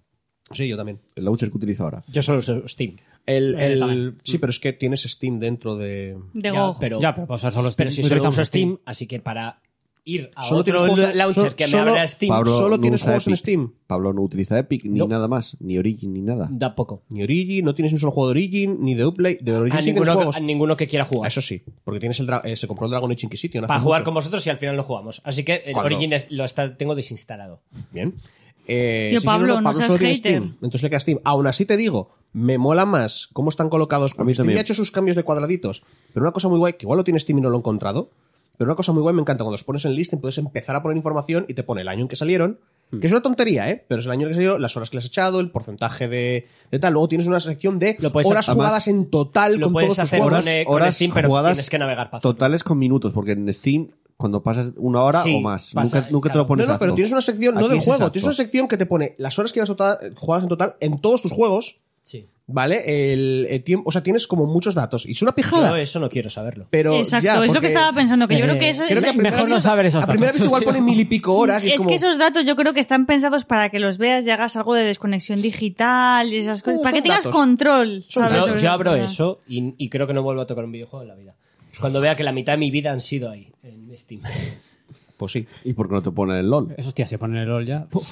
B: Sí, yo también.
A: El launcher que utilizo ahora.
C: Yo solo uso Steam.
B: El,
C: Eh,
B: el-
C: también.
B: sí, pero es que tienes Steam dentro de...
C: Ya,
E: De gojo.
C: pero,
D: Ya, pero para usar solo Steam.
C: pero si solo
D: Utilizamos
C: uso Steam, así que para ir a
B: Solo
C: otro
B: tienes juegos-
C: launcher
B: solo-
C: que me
B: solo-
C: abra Steam,
A: Pablo
B: Solo
A: no
B: tienes
A: usa
B: juegos en
A: Epic.
B: Steam.
A: Pablo no utiliza Epic ni
C: No.
A: nada más, ni Origin ni nada.
C: da poco.
B: Ni Origin, no tienes un solo juego de Origin, ni de Uplay, de Origin
C: A
B: sí tienes
C: ninguno,
B: juegos.
C: que- a ninguno que quiera
B: Ah,
C: jugar.
B: Eso sí, porque tienes el dra- eh, se compró el Dragon Age Inquisition. hace
C: para jugar
B: mucho.
C: con vosotros y al final lo jugamos. Así que el
B: Cuando-
C: Origin es- lo está, tengo desinstalado.
B: Bien. Eh,
E: Tío, Pablo, no seas
B: solo tiene
E: hater.
B: Steam, entonces le queda Steam. Aún así te digo, me mola más cómo están colocados.
A: A mí
B: porque Steam
A: también.
B: ya ha hecho sus cambios de cuadraditos. Pero una cosa muy guay, que igual lo tiene Steam y no lo he encontrado. Pero una cosa muy guay me encanta cuando los pones en list, puedes empezar a poner información y te pone el año en que salieron.
C: Hmm.
B: Que es una tontería, ¿eh? Pero es el año en que salieron, las horas que le has echado, el porcentaje de, de tal. Luego tienes una sección de
C: Lo puedes
B: horas
C: hacer-
B: jugadas en total
C: lo
B: con
C: puedes
B: todos tus
C: hacer
B: juegos.
C: con, eh, con Steam, pero tienes que navegar para hacerlo.
A: Totales con minutos, porque en Steam, cuando pasas una hora
C: Sí,
A: o más,
C: pasa,
A: nunca, nunca te lo
C: claro.
A: pones
B: No, no, pero
A: exacto.
B: tienes una sección, no
A: Aquí
B: del
A: es
B: juego,
A: exacto.
B: tienes una sección que te pone las horas que llevas total- jugadas en total en todos tus juegos,
C: Sí.
B: ¿vale? El, tiempo, o sea, tienes como muchos datos. Y es una pijada.
C: Yo eso no quiero saberlo.
B: Pero
E: Exacto,
B: ya,
E: es lo
B: porque Eh,
E: que estaba pensando, que yo creo que eso
B: creo que a
D: Mejor
B: primera
D: no
B: vista-
D: saber esos
B: A primera
D: datos,
B: vista igual
D: sí.
B: pone mil y pico horas y es,
E: es
B: como...
E: que esos datos yo creo que están pensados para que los veas y hagas algo de desconexión digital y esas cosas.
B: No,
E: para que
B: son
E: tengas
B: datos.
E: control.
B: Son
E: ¿sabes?
B: datos.
C: Yo,
E: Sobre-
C: yo abro eso y, y creo que no vuelvo a tocar un videojuego en la vida. Cuando vea que la mitad de mi vida han sido ahí, en Steam. *laughs*
B: Pues sí.
A: ¿Y por qué no te ponen el LOL?
D: Eso, hostia, se pone el LOL ya. Puf.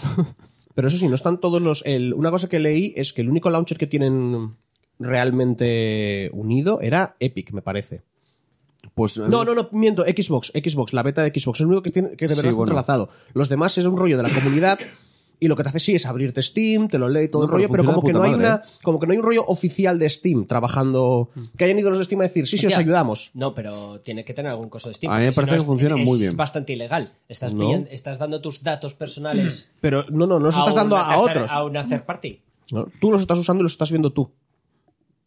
B: Pero eso sí, no están todos los... el- una cosa que leí es que el único launcher que tienen realmente unido era Epic, me parece.
A: Pues
B: No, no, no, miento, Xbox, Xbox, la beta de Xbox, es el único que, tiene, que de
A: Sí,
B: verdad está
A: bueno.
B: entrelazado. Los demás es un rollo de la comunidad y lo que te hace sí es abrirte Steam, te lo lee
A: No,
B: todo el
A: pero
B: rollo,
A: funciona
B: pero como que
A: de
B: no
A: puta
B: hay
A: madre, ¿eh?
B: una, como que no hay un rollo oficial de Steam trabajando, que hayan ido los de Steam a decir, sí, sí, os
C: Hostia,
B: ayudamos.
C: No, pero tiene que tener algún coso de Steam.
A: A mí me
C: porque si
A: parece
C: no
A: que
C: es-
A: funciona
C: es
A: muy bien.
C: bastante ilegal. Estás,
A: No.
C: pillando- estás dando tus datos personales.
B: Pero no, no, no los
C: a
B: estás dando
C: una
B: a, a
C: tercer-
B: otros.
C: A una third party.
B: ¿no? Tú los estás usando y los estás viendo tú.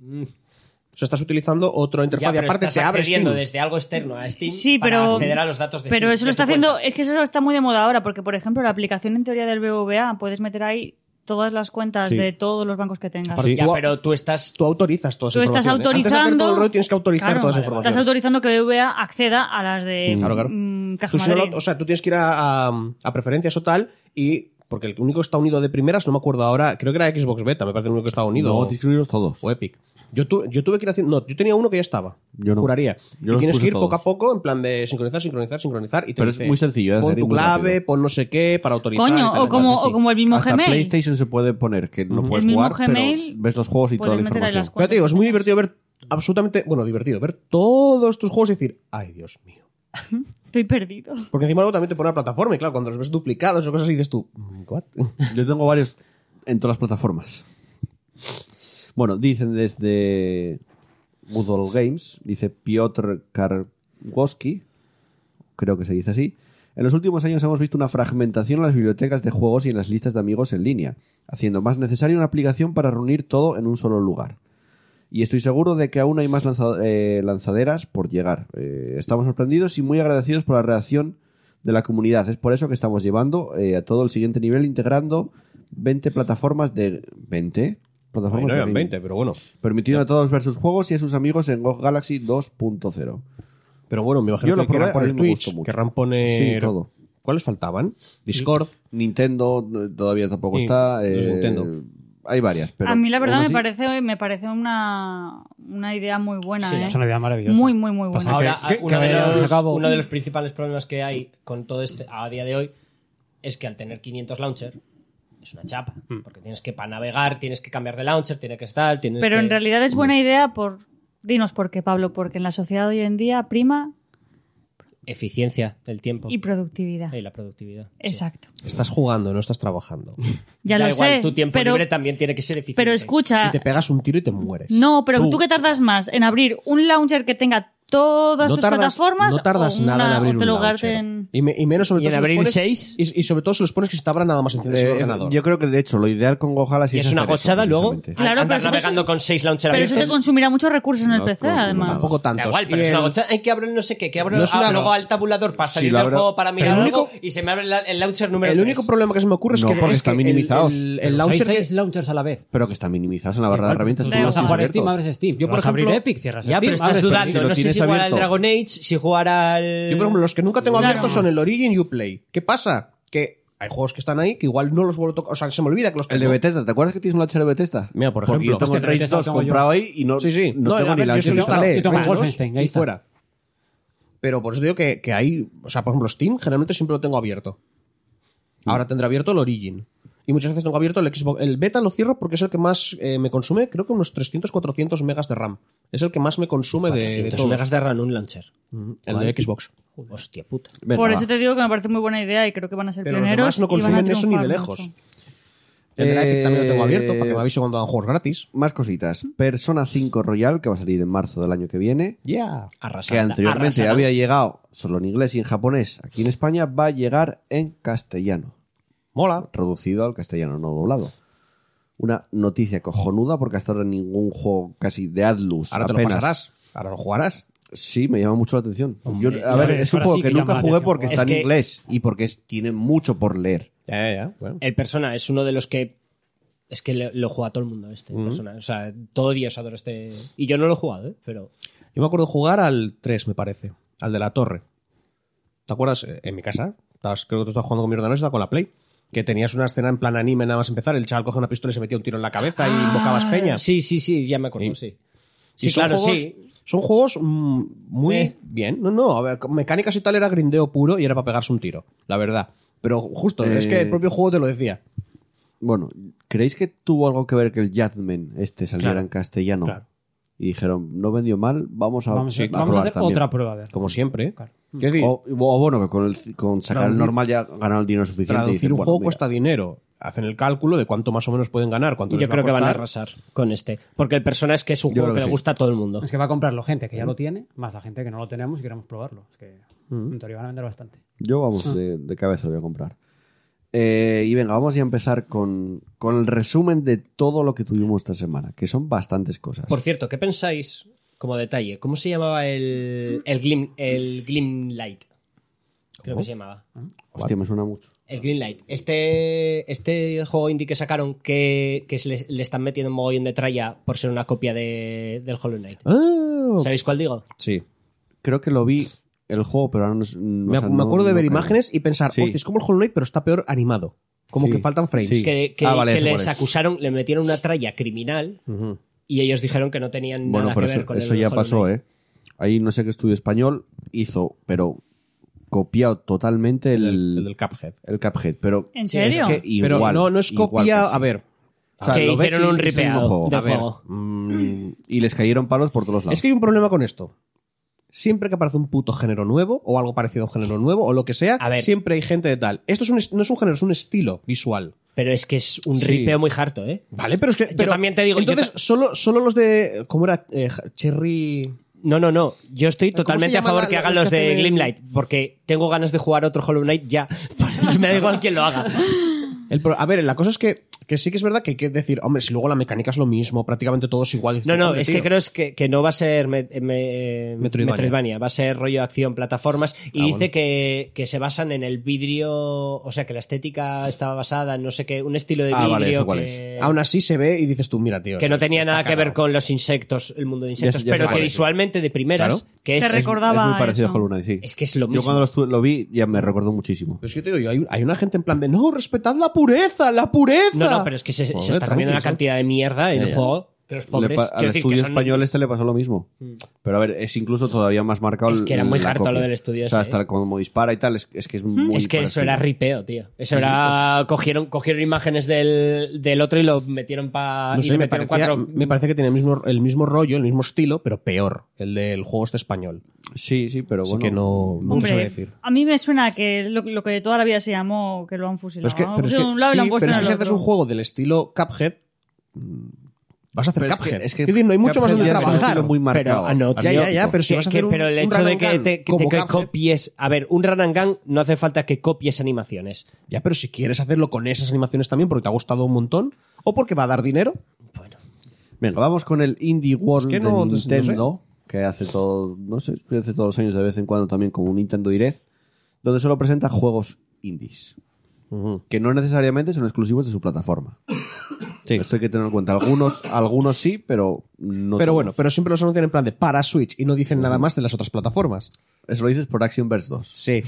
B: O sea, estás utilizando otra
C: Mm. Ya,
B: interfaz y
C: pero
B: aparte
C: estás
B: te abre
C: accediendo
B: Steam.
C: desde algo externo a Steam
E: Sí,
C: para
E: pero.
C: acceder a los datos de
E: pero
C: Steam
E: eso
C: de
E: lo está
C: tu
E: haciendo.
C: cuenta.
E: Es que eso está muy de moda ahora, porque por ejemplo, la aplicación en teoría del BBVA puedes meter ahí todas las cuentas
A: Sí.
E: de todos los bancos que tengas.
A: Sí.
C: Ya,
B: Tú-
C: pero tú estás.
B: Tú autorizas todas
E: Tú
B: esas
E: estás
B: informaciones. ¿eh? Antes de hacer
E: autorizando.
B: todo el rollo tienes que autorizar
E: Claro,
B: toda esa
E: vale, vale.
B: información.
E: Estás autorizando que BBVA acceda a las de
B: Claro, claro.
E: mm, Caja
B: Tú si no
E: Madrid.
B: lo- o sea, tú tienes que ir a, a- a preferencias o tal y. Porque el único que está unido de primeras, no me acuerdo ahora, creo que era Xbox Beta, me parece el único que estaba unido.
A: No,
B: o-
A: tienes que unirlos todos.
B: o Epic. Yo, tu- yo tuve que ir haciendo. No, yo tenía uno que ya estaba.
A: Yo no.
B: Juraría.
A: Yo
B: y
A: los
B: tienes
A: puse
B: que ir
A: todos.
B: poco a poco, en plan de sincronizar, sincronizar, sincronizar. Y te
A: Pero es
B: dice,
A: muy sencillo, ¿eh?
B: Pon
A: Hacer
B: tu
A: muy
B: clave,
A: rápido.
B: pon no sé qué, para autorizar. y
E: Coño,
B: tal,
E: o
B: y
E: como,
B: tal, sí.
E: o como el mismo
A: Hasta
E: Gmail.
A: PlayStation se puede poner que no puedes
E: El mismo
A: jugar,
E: Gmail,
A: pero ves los juegos y toda la
E: puedes meter ahí
A: información.
E: las
B: Pero ya
E: cuentas.
B: te digo, es muy divertido ver absolutamente. Bueno, divertido, ver todos tus juegos y decir, ay, Dios mío.
E: Estoy perdido.
B: Porque encima luego también te pone la plataforma y claro, cuando los ves duplicados o cosas así, dices tú, "Mm, ¿what?
A: Yo tengo varios en todas las plataformas. Bueno, dicen desde Google Games, dice Piotr Karwoski, creo que se dice así. En los últimos años hemos visto una fragmentación en las bibliotecas de juegos y en las listas de amigos en línea, haciendo más necesaria una aplicación para reunir todo en un solo lugar. Y estoy seguro de que aún hay más lanza- eh, lanzaderas por llegar. Eh, estamos sorprendidos y muy agradecidos por la reacción de la comunidad. Es por eso que estamos llevando eh, a todo el siguiente nivel, integrando 20 plataformas de... ¿20? Plataformas
B: Ay, no
A: de
B: eran
A: gaming.
B: 20, pero bueno.
A: Permitiendo a todos ver sus juegos y a sus amigos en GOG Galaxy 2.0.
B: Pero bueno, me imagino
A: Yo lo
B: que querrán
A: probé, a mí
B: poner
A: me gustó
B: Twitch,
A: mucho.
B: querrán poner.
A: Sí, todo.
B: ¿Cuáles faltaban? Discord.
A: Nintendo eh, todavía tampoco
B: Sí,
A: está.
B: los
A: eh,
B: Nintendo.
A: Hay varias, pero...
E: a mí la verdad
A: aún
E: me
A: así-
E: parece, me parece una, una idea muy buena.
C: Sí,
E: ¿eh?
D: es una idea maravillosa.
E: Muy, muy, muy buena.
D: Pasa que-
C: Ahora,
D: que-
C: uno,
D: que
C: de
D: se
C: los,
D: acabó.
C: uno de los principales problemas que hay con todo este a día de hoy es que al tener 500 launcher es una chapa.
E: Hmm.
C: Porque tienes que para navegar, tienes que cambiar de launcher, tienes que estar, tienes
E: Pero
C: que-
E: en realidad es buena idea por... Dinos por qué, Pablo, porque en la sociedad de hoy en día prima
C: Eficiencia del tiempo.
E: y productividad.
C: Y la productividad. sí.
E: Exacto.
B: Estás jugando, no estás trabajando.
E: Ya
C: da
E: lo
C: igual,
E: sé.
C: tu tiempo
E: pero,
C: libre también tiene que ser eficiente.
E: pero escucha,
B: Y te pegas un tiro y te mueres.
E: Ah. no, pero tú. que tardas más en abrir un launcher que tenga todas
B: no
E: tus
B: tardas,
E: plataformas
B: no tardas
E: o
B: nada en
E: una-
B: abrir
E: o
B: un
E: te lo
B: launcher.
E: guarden-
B: y, me- y menos sobre
C: ¿Y
B: todo
C: en
B: si los
C: abrir
B: pones-
C: seis?
B: y, y sobre todo si los pones que se te abran nada más enciendes el
A: Eh,
B: ordenador
A: yo creo que de hecho lo ideal con GOG Galaxy
C: Y es una
A: hacer eso,
C: gochada luego
A: precisamente.
E: Claro,
C: andar
E: pero eso te-
C: navegando con seis launcher
E: Pero eso te
C: abiertos.
E: consumirá muchos recursos en el
A: No,
E: PC,
A: consumo
E: además.
A: nada.
B: pues, tampoco tantos
C: Da igual, pero
B: Y
C: es una
B: el-
C: gochada. Hay que abrir no sé qué, que abro
B: No es una-
C: ah, luego al tabulador para
A: Sí,
C: salir
A: lo
C: del
A: abro-
C: juego, para mirar
B: el
C: algo
B: único-
C: y se me abre la- el launcher número
B: el
C: tres.
B: único problema que se me ocurre es
A: No,
B: que
A: porque
B: es
A: están
B: que el-
A: minimizados.
B: el, el
D: Pero hay
B: launcher que-
D: seis launchers a la vez.
A: Pero que está minimizado en la barra de
D: Igual,
A: herramientas.
D: tú
A: tú lo
D: vas a
A: tienes
D: jugar a
B: este
A: abierto.
D: Steam, abres Steam.
B: Yo, por
D: vas a abrir
B: ejemplo-
D: Epic, cierras
C: Ya,
D: Steam,
C: pero estás
D: abres
C: dudando.
A: si lo
C: no sé
A: tienes
C: si jugar
A: abierto.
C: al Dragon Age, si jugar al.
B: yo por ejemplo los que nunca tengo
E: Claro.
B: abiertos son el Origin y Uplay ¿qué pasa? que hay juegos que están ahí que igual no los vuelvo a tocar o sea se me olvida que los
A: El
B: tengo
A: de Bethesda, ¿te acuerdas que tienes un launcher de Bethesda?
B: Mira, por
A: Porque
B: ejemplo.
A: yo tengo
D: Hostia,
A: el Rage
D: Bethesda
A: 2
D: tengo yo.
A: comprado ahí y no,
B: sí, sí
A: no, tengo ni
B: a ver, yo es que
A: launcher
B: lo
D: instalado.
A: instalado.
B: instalé
D: Yo tengo
B: Rage
D: el
B: 2
D: Wolfenstein, ahí
B: y
D: está.
B: fuera pero por eso digo que, que hay o sea por ejemplo Steam generalmente siempre lo tengo abierto ahora tendré abierto el Origin y muchas veces tengo abierto el Xbox el beta lo cierro porque es el que más eh, me consume creo que unos 300 400 megas de RAM es el que más me consume de- de,
C: 400
B: todo
C: megas de RAM en un launcher.
B: el de Xbox
C: Hostia puta.
A: Venga,
E: Por
A: va.
E: eso te digo que me parece muy buena idea y creo que van a ser
B: Pero los
E: pioneros.
B: demás no
E: y van a
B: consumen eso ni de
E: triunfar
B: lejos.
E: mucho.
B: El de la Epic también lo tengo abierto
A: Eh,
B: para que me avise cuando dan juegos gratis.
A: Más cositas. Persona 5 Royal, que va a salir en marzo del año que viene.
B: Yeah.
A: que
C: Arrasada.
A: anteriormente
C: arrasada.
A: había llegado solo en inglés y en japonés, aquí en España va a llegar en castellano,
B: Mola.
A: traducido al castellano no doblado. Una noticia cojonuda porque hasta ahora ningún juego casi de Atlus
B: Ahora te lo
A: apenas-
B: pasarás. Ahora lo jugarás.
A: Sí, me llama mucho la atención. Yo- a
D: ya
A: ver,
D: ves,
A: es un
D: ahora
A: juego
D: sí
A: que
D: que llama
A: nunca
D: la
A: jugué
D: atención,
A: porque
D: guau.
A: está
C: Es
A: en
C: que-
A: inglés y porque es- tiene mucho por leer.
B: Ya, ya, ya. Bueno.
C: El Persona es uno de los que. Es que le- lo juega todo el mundo este. Persona. O sea, todo Dios adora este. Y yo no lo he jugado, ¿eh? Pero.
B: Yo me acuerdo jugar al 3, me parece. Al de la torre. ¿Te acuerdas? Eh, En mi casa. estabas- creo que tú estabas jugando con mi ordenador y estaba con la Play. Que tenías una escena en plan anime nada más empezar. El chaval coge una pistola y se metía un tiro en la cabeza y invocabas peña.
C: Sí, sí, sí, ya me acuerdo, sí.
B: Y
C: Sí,
B: son
C: claro,
B: juegos-
C: sí.
B: Son juegos mm, muy
C: Eh.
B: bien. No, no, a ver, con mecánicas y tal era grindeo puro y era para pegarse un tiro, la verdad. Pero justo, es
A: Eh.
B: que el propio juego te lo decía.
A: Bueno, ¿creéis que tuvo algo que ver que el Jadman este saliera
D: Claro,
A: en castellano?
D: claro.
A: Y dijeron, no vendió mal, vamos a,
D: Vamos, a-
A: a
D: vamos a
A: probar
D: hacer
A: también.
D: otra prueba. a ver.
B: Como siempre. ¿eh?
D: Claro.
B: Quiero decir,
A: O, o bueno, que con, el- con sacar el
B: Traducir-
A: normal ya ganaron el dinero suficiente. y
B: traducir
A: dicen,
B: un
A: bueno,
B: juego
A: mira.
B: cuesta dinero. Hacen el cálculo de cuánto más o menos pueden ganar. Cuánto
C: Yo
B: les va
C: creo que van a
B: costar.
C: arrasar con este. Porque el Persona es que es un
A: Yo
C: juego
A: creo
C: que,
A: que
C: le
A: sí.
C: gusta a todo el mundo.
D: Es que va a comprarlo gente que ya lo tiene, más la gente que no lo tenemos y queremos probarlo. Es que en teoría van a vender bastante.
A: Yo, vamos, de, de cabeza lo voy a comprar. Eh, y venga, vamos ya a empezar con, con el resumen de todo lo que tuvimos esta semana, que son bastantes cosas.
C: Por cierto, ¿qué pensáis como detalle? ¿Cómo se llamaba el, el, glim, el Glim Light? creo que se llamaba.
A: Hostia, me suena mucho.
C: El Greenlight. Este, este juego indie que sacaron que, que se les- le, están metiendo un mogollón de tralla por ser una copia de, del Hollow Knight.
A: Ah,
C: ¿Sabéis cuál digo?
B: Sí.
A: Creo que lo vi el juego, pero ahora no es- mm,
B: Me,
A: o sea,
B: me
A: no-
B: acuerdo de
A: no
B: ver
A: creo.
B: imágenes y pensar,
A: Sí.
B: hostia, es como el Hollow Knight, pero está peor animado. Como
A: Sí.
B: que faltan frames.
A: Sí.
C: Que, que-
A: Ah, vale,
C: que
A: sé cuál
C: les
A: es.
C: acusaron, le metieron una tralla criminal y ellos dijeron que no tenían
A: Bueno,
C: nada que
A: pero
C: ver
A: eso,
C: con el
A: eso ya
C: Hollow
A: pasó,
C: Knight.
A: ¿eh? Ahí no sé qué estudio español hizo, pero copiado totalmente el,
B: El, el del Cuphead.
A: el Cuphead. Pero
E: ¿En
A: Sí, es
E: serio?
A: que
B: Pero
A: igual,
B: no, no es
A: igual
B: copia.
A: que sí.
B: A ver.
A: O sea,
C: que
A: lo ves
C: hicieron
A: y
C: un
A: es el mismo
C: ripeado
A: juego.
C: del
A: A ver,
C: juego.
A: mm, y les cayeron palos por todos lados.
B: Es que hay un problema con esto. Siempre que aparece un puto género nuevo, o algo parecido a un género nuevo, o lo que sea,
C: A ver.
B: siempre hay gente de tal. Esto es un, est- no es un género, es un estilo visual.
C: Pero es que es un
B: Sí.
C: ripeo muy harto, ¿eh?
B: Vale, pero es que.
C: Yo
B: pero-
C: también te digo, yo
B: Entonces,
C: ta-
B: solo, solo los de. ¿Cómo era? Eh, Cherry.
C: No, no, no. Yo estoy
B: ¿Cómo se
C: totalmente a
B: llama
C: favor
B: la-
C: que
B: la-
C: hagan
B: los
C: los
B: que
C: de
B: hacen el-
C: Glimlight, porque tengo ganas de jugar otro Hollow Knight ya. *laughs* Por eso me da igual quién lo haga.
B: El pro- a ver, la cosa es que, que sí que es verdad que hay que decir, hombre, si luego la mecánica es lo mismo, prácticamente todo es igual.
C: No, no,
B: Hombre,
C: es
B: tío.
C: que creo es que, que no va a ser me- me-
B: Metroidvania.
C: Metroidvania. va a ser rollo acción, plataformas. Y
A: Ah,
C: dice que, que se basan en el vidrio, o sea, que la estética estaba basada en no sé qué, un estilo de
A: Ah,
C: vidrio
A: vale, eso cuál Ah,
C: que,
B: Aún así se ve y dices tú, mira, tío.
C: que
B: eso
C: no
B: está-
C: tenía
B: está
C: nada que ver
B: cagado.
C: con los insectos, el mundo de
A: sé-
C: insectos,
A: ya sé
C: pero
A: cuál
C: que
A: es.
C: visualmente de primeras,
B: Claro.
C: que es,
E: Te
C: es-
A: es
E: recordaba
A: muy parecido
E: eso.
A: a Hollow Knight, sí.
C: es que es lo
A: Yo cuando
C: mismo.
A: lo, estu- lo vi ya me recordó muchísimo.
B: Pero es que te digo, yo, hay, hay una gente en plan de, no, respetad la pureza, la pureza.
C: No, no, pero es que se, se
B: Joder,
C: está comiendo
B: tranqui,
C: una
B: eso.
C: cantidad de mierda en
A: Ya,
C: el
A: ya.
C: juego que los pobres.
A: Le pa-
C: quiero
A: al
C: decir
A: estudio
C: que son- Mm.
A: español este le pasó lo mismo. Pero a ver, es incluso todavía más marcado.
C: Es que era
A: el-
C: muy
A: la
C: harto
A: copia.
C: lo del estudio
A: O sea,
C: ese,
A: hasta
C: ¿eh? Mm.
A: como dispara y tal, es, es que es muy.
C: es que eso
A: parecido.
C: era ripeo, tío. Eso era. cogieron, cogieron imágenes del, del otro y lo metieron para.
A: Ah,
B: No sé, me,
C: metieron
B: parecía-
C: cuatro.
B: me parece que tiene el mismo, el mismo rollo, el mismo estilo, pero peor. El del juego este español.
A: Sí, sí, pero
B: Así
A: bueno.
B: que no, no
E: Hombre,
B: sé decir.
E: a mí me suena que lo, lo que toda la vida se llamó que lo han
B: Pero
E: fusilado.
B: es que,
E: ¿no? Lo han
B: pero es
E: puesto
B: que-
E: de un lado y
B: sí,
E: lo han puesto
B: pero es
E: en
B: que
E: el
B: si haces
E: otro.
B: un juego del estilo Cuphead, mm, vas a hacer
A: Pero es que-
B: Cuphead.
A: es que
B: Quiero decir, no hay mucho más
A: Cuphead
B: donde
A: ya es un
B: trabajar.
A: estilo muy marcado.
C: Pero, ah, no,
B: Ya,
C: tío,
B: ya, ya, pero si
C: que-
B: vas a
C: que-
B: hacer un-
C: pero el
B: un
C: hecho
B: run
C: de
B: and
C: que,
B: gun
C: te- que-
B: como ¿eh?
C: que
B: Cuphead.
C: copies. A ver, un run and gun no hace falta que copies animaciones.
B: Ya, pero si quieres hacerlo con esas animaciones también porque te ha gustado un montón o porque va a dar dinero,
C: Bueno.
A: Venga, vamos con el Indie World
B: Es que no-
A: de
B: no sé.
A: Nintendo, que hace todo, no sé, hace todos los años de vez en cuando también como un Nintendo Direct, donde solo presenta juegos indies, que no necesariamente son exclusivos de su
B: *coughs*
A: plataforma. Esto hay que tener en cuenta. Algunos, algunos sí, pero no. Mm.
B: pero
A: todos.
B: bueno, pero siempre los anuncian en plan de para Switch y no dicen nada más de las otras plataformas.
A: Eso lo dices por Action Verse 2.
B: Sí.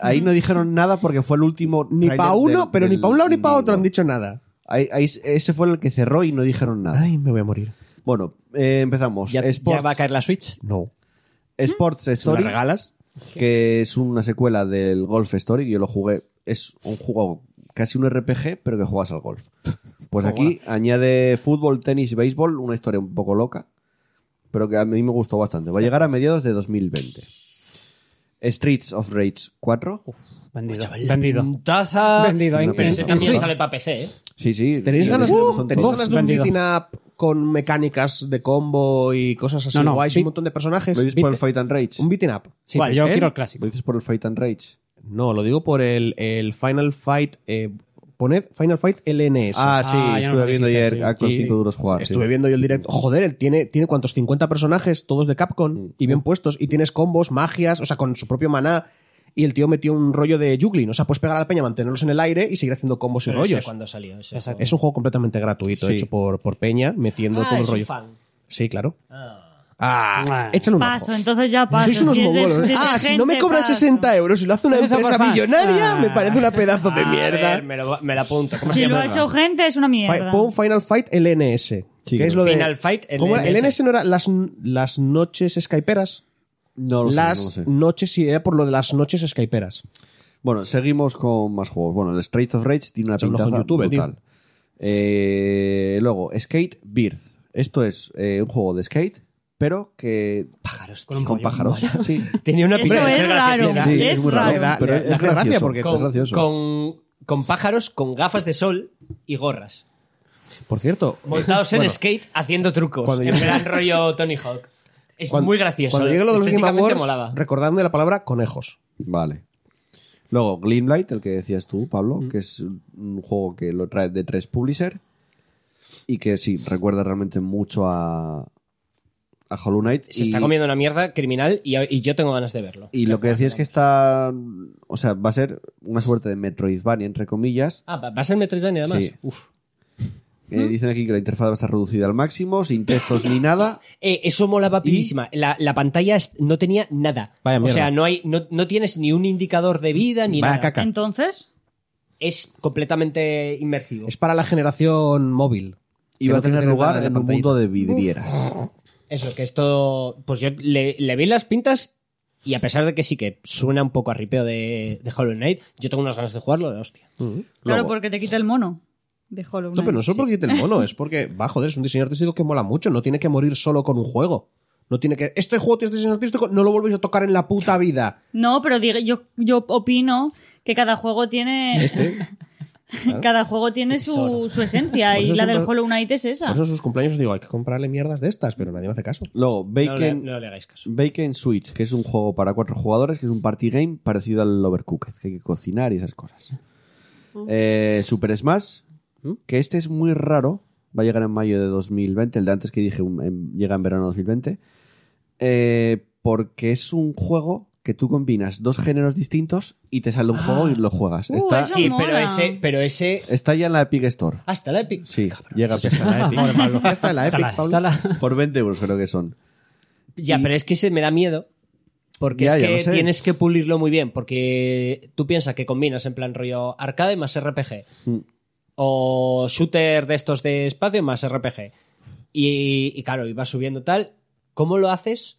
A: Ahí no dijeron nada porque fue el último.
B: Ni
A: tráiler
B: para uno,
A: del-
B: pero ni
A: del
B: para un lado ni para
A: Indie
B: otro han
A: World.
B: dicho nada.
A: Ahí- ahí- ese fue el que cerró y no dijeron nada.
B: Ay, me voy a morir.
A: Bueno, eh, empezamos.
C: Ya,
A: Sports,
C: ya va a caer la Switch.
B: Pues No.
A: Sports
B: ¿Mm? ¿Se me
A: Story.
B: la regalas?
A: que es una secuela del Golf Story. Yo lo jugué, es un juego casi un RPG, pero que juegas al golf. Pues aquí añade fútbol, tenis y béisbol, una historia un poco loca, pero que a mí me gustó bastante. Va a llegar a mediados de 2020. Streets of Rage 4.
D: Vendido.
C: Chaval, la
D: vendido.
C: pintaza.
D: Vendido en-
C: Pero
D: en-
C: ese
D: en
C: también
D: Switch.
C: sale para PC, ¿eh?
A: Sí, sí.
B: ¿Tenéis
A: Y-
B: ganas de,
A: son
B: ¿tenéis
A: todos.
B: ganas de un
D: Vendido.
B: beating up con mecánicas de combo y cosas así
D: No, no,
B: guays,
D: sí.
B: un montón de personajes?
A: ¿Lo dices por el
D: Viste.
A: Fight and Rage?
B: Un beating up.
D: Sí,
C: ¿Cuál?
D: pero yo
C: ¿Eh?
D: quiero el
A: ¿Lo
D: clásico.
A: dices por el Fight and Rage?
B: No, lo digo por el, el Final Fight. eh, poned Final Fight LNS.
A: Ah, sí,
D: Ah, ya nos
A: estuve
D: lo
A: viendo
D: dijiste,
A: ayer
D: sí.
A: a con
B: Sí.
A: 5 duros jugar. sí.
B: Estuve viendo yo el directo. Joder, él tiene, tiene cuantos 50 personajes, todos de Capcom
D: Mm.
B: y bien puestos. Y tienes combos, magias, o sea, con su propio maná. Y el tío metió un rollo de juggling. O sea, puedes pegar a la peña, mantenerlos en el aire y seguir haciendo combos y
C: Pero No sé
B: rollos.
C: cuándo salió. ese
D: Exacto.
C: juego.
B: Es un juego completamente gratuito,
A: Sí.
B: hecho por, por Peña, metiendo
C: Ah,
B: todo el
C: es un
B: rollo.
C: fan.
B: Sí, claro. Ah,
D: Ah.
B: échale un
E: Paso,
B: ojo.
E: entonces ya paso.
B: Sois unos
E: Si es de-
B: mongolos.
E: si es de
B: ah, si no me
E: gente,
B: cobran
E: paso.
B: 60 euros y lo hace una
D: Eso por
B: empresa
D: fan.
B: millonaria,
D: Ah.
B: me parece una pedazo de
C: A
B: mierda.
C: ver, me, lo, me la apunto. ¿Cómo se
E: *laughs* Si lo
C: llama?
E: ha hecho gente, es una
B: Fi-
E: mierda.
B: Pon Final Fight LNS. que es lo de,
C: Final Fight
B: ¿Cómo era?
C: LNS.
B: LNS no era las, las noches skyperas.
A: No lo sé,
B: las
A: no lo sé.
B: noches, sí, era por lo de las noches skyperas.
A: Bueno, seguimos con más juegos. Bueno, el Straight of Rage tiene una
B: Echa un ojo en
A: pintaza
B: YouTube,
A: brutal.
B: tío.
A: Eh, luego, Skate Birth. Esto es eh, un juego de skate, pero que
C: Pájaros,
A: con,
C: tío.
A: pájaros. *laughs* Sí.
C: Tenía una
E: Eso
C: pinta de
E: es
C: ser
E: raro.
C: graciosera.
A: Sí,
E: Es
A: muy
E: raro.
A: raro,
B: Le da-
A: pero
B: le-
A: es
B: le hace gracia
A: gracioso.
B: porque-
A: es
C: con,
A: gracioso.
C: con, con pájaros, con gafas de sol y gorras.
B: Por cierto,
C: Montados en
B: bueno,
C: skate haciendo trucos.
B: cuando
C: En
B: llegue-
C: plan rollo Tony Hawk. Es
B: cuando-
C: muy gracioso.
B: Cuando llegue lo de los Game
C: Estéticamente
B: Awards,
C: molaba.
B: recordadme la palabra conejos.
A: Vale. Luego, Glimlight, el que decías tú, Pablo,
B: Mm.
A: que es un juego que lo trae de 3 Publisher y que sí, recuerda realmente mucho a, a a Hollow Knight.
C: Se
A: y,
C: está comiendo una mierda criminal y, y yo tengo ganas de verlo.
A: y lo que decía es que está. O sea, va a ser una suerte de Metroidvania, entre comillas.
C: Ah, va va a ser Metroidvania además.
A: Sí.
C: Uf.
A: Eh, dicen aquí que la interfaz va a estar reducida al máximo, sin textos ni nada.
C: Eh, eso molaba pilísima. La, la pantalla es- no tenía nada.
B: Vaya
C: o
B: mierda.
C: sea, no, hay, no, no tienes ni un indicador de vida ni
B: Vaya
C: nada.
B: caca.
E: Entonces,
C: Es completamente inmersivo.
B: Es para la generación móvil.
A: Y
B: Que
A: va a
B: no tiene
A: tener
B: que ver
A: lugar
B: nada de
A: en
B: la
A: un
B: pantalla.
A: mundo de vidrieras.
C: Eso, que esto. Pues yo le, le vi las pintas y a pesar de que sí que suena un poco a ripeo de, de Hollow Knight, yo tengo unas ganas de jugarlo de hostia.
E: claro,
A: Luego.
E: porque te quita el mono de Hollow
B: No,
E: Knight.
B: pero no solo porque quita el mono, es porque, va, joder, es un diseño artístico que mola mucho. No tiene que morir solo con un juego. No tiene que. Este juego tiene este diseño artístico, no lo volvéis a tocar en la puta vida.
E: No, pero diga- yo, yo opino que cada juego tiene. *laughs*
B: Este.
E: Cada juego tiene su, su esencia
B: Por
E: y
B: eso
E: la del
B: siempre-
E: Hollow Knight es esa.
B: Por eso en sus cumpleaños os digo, hay que comprarle mierdas de estas, pero nadie me hace caso.
A: Luego,
C: No le,
A: Bacon,
C: no le hagáis caso.
A: Bacon Switch, que es un juego para cuatro jugadores, que es un party game parecido al Overcooked, que hay que cocinar y esas cosas. Eh, Super Smash, que este es muy raro, va a llegar en mayo de 2020, el de antes que dije un- en- llega en verano de 2020, eh, porque es un juego que tú combinas dos géneros distintos y te sale un juego y lo juegas.
E: Uh,
A: está,
E: eso-
C: Sí,
E: mola.
C: pero ese, pero ese.
A: está ya en la Epic Store.
C: Hasta la Epic.
A: Sí,
C: *laughs*
A: llega a la Epic.
B: Ya está la
D: Está
B: Epic,
D: la-
B: Pablo.
D: está la-
A: por 20 euros creo que son.
C: Ya, pero es que ese me da miedo. Porque
A: Ya,
C: es
A: ya lo
C: que
A: sé.
C: tienes que pulirlo muy bien. Porque tú piensas que combinas en plan rollo arcade más RPG.
A: Hmm.
C: O shooter de estos de espacio más RPG. Y, y claro, y vas subiendo tal. ¿Cómo lo haces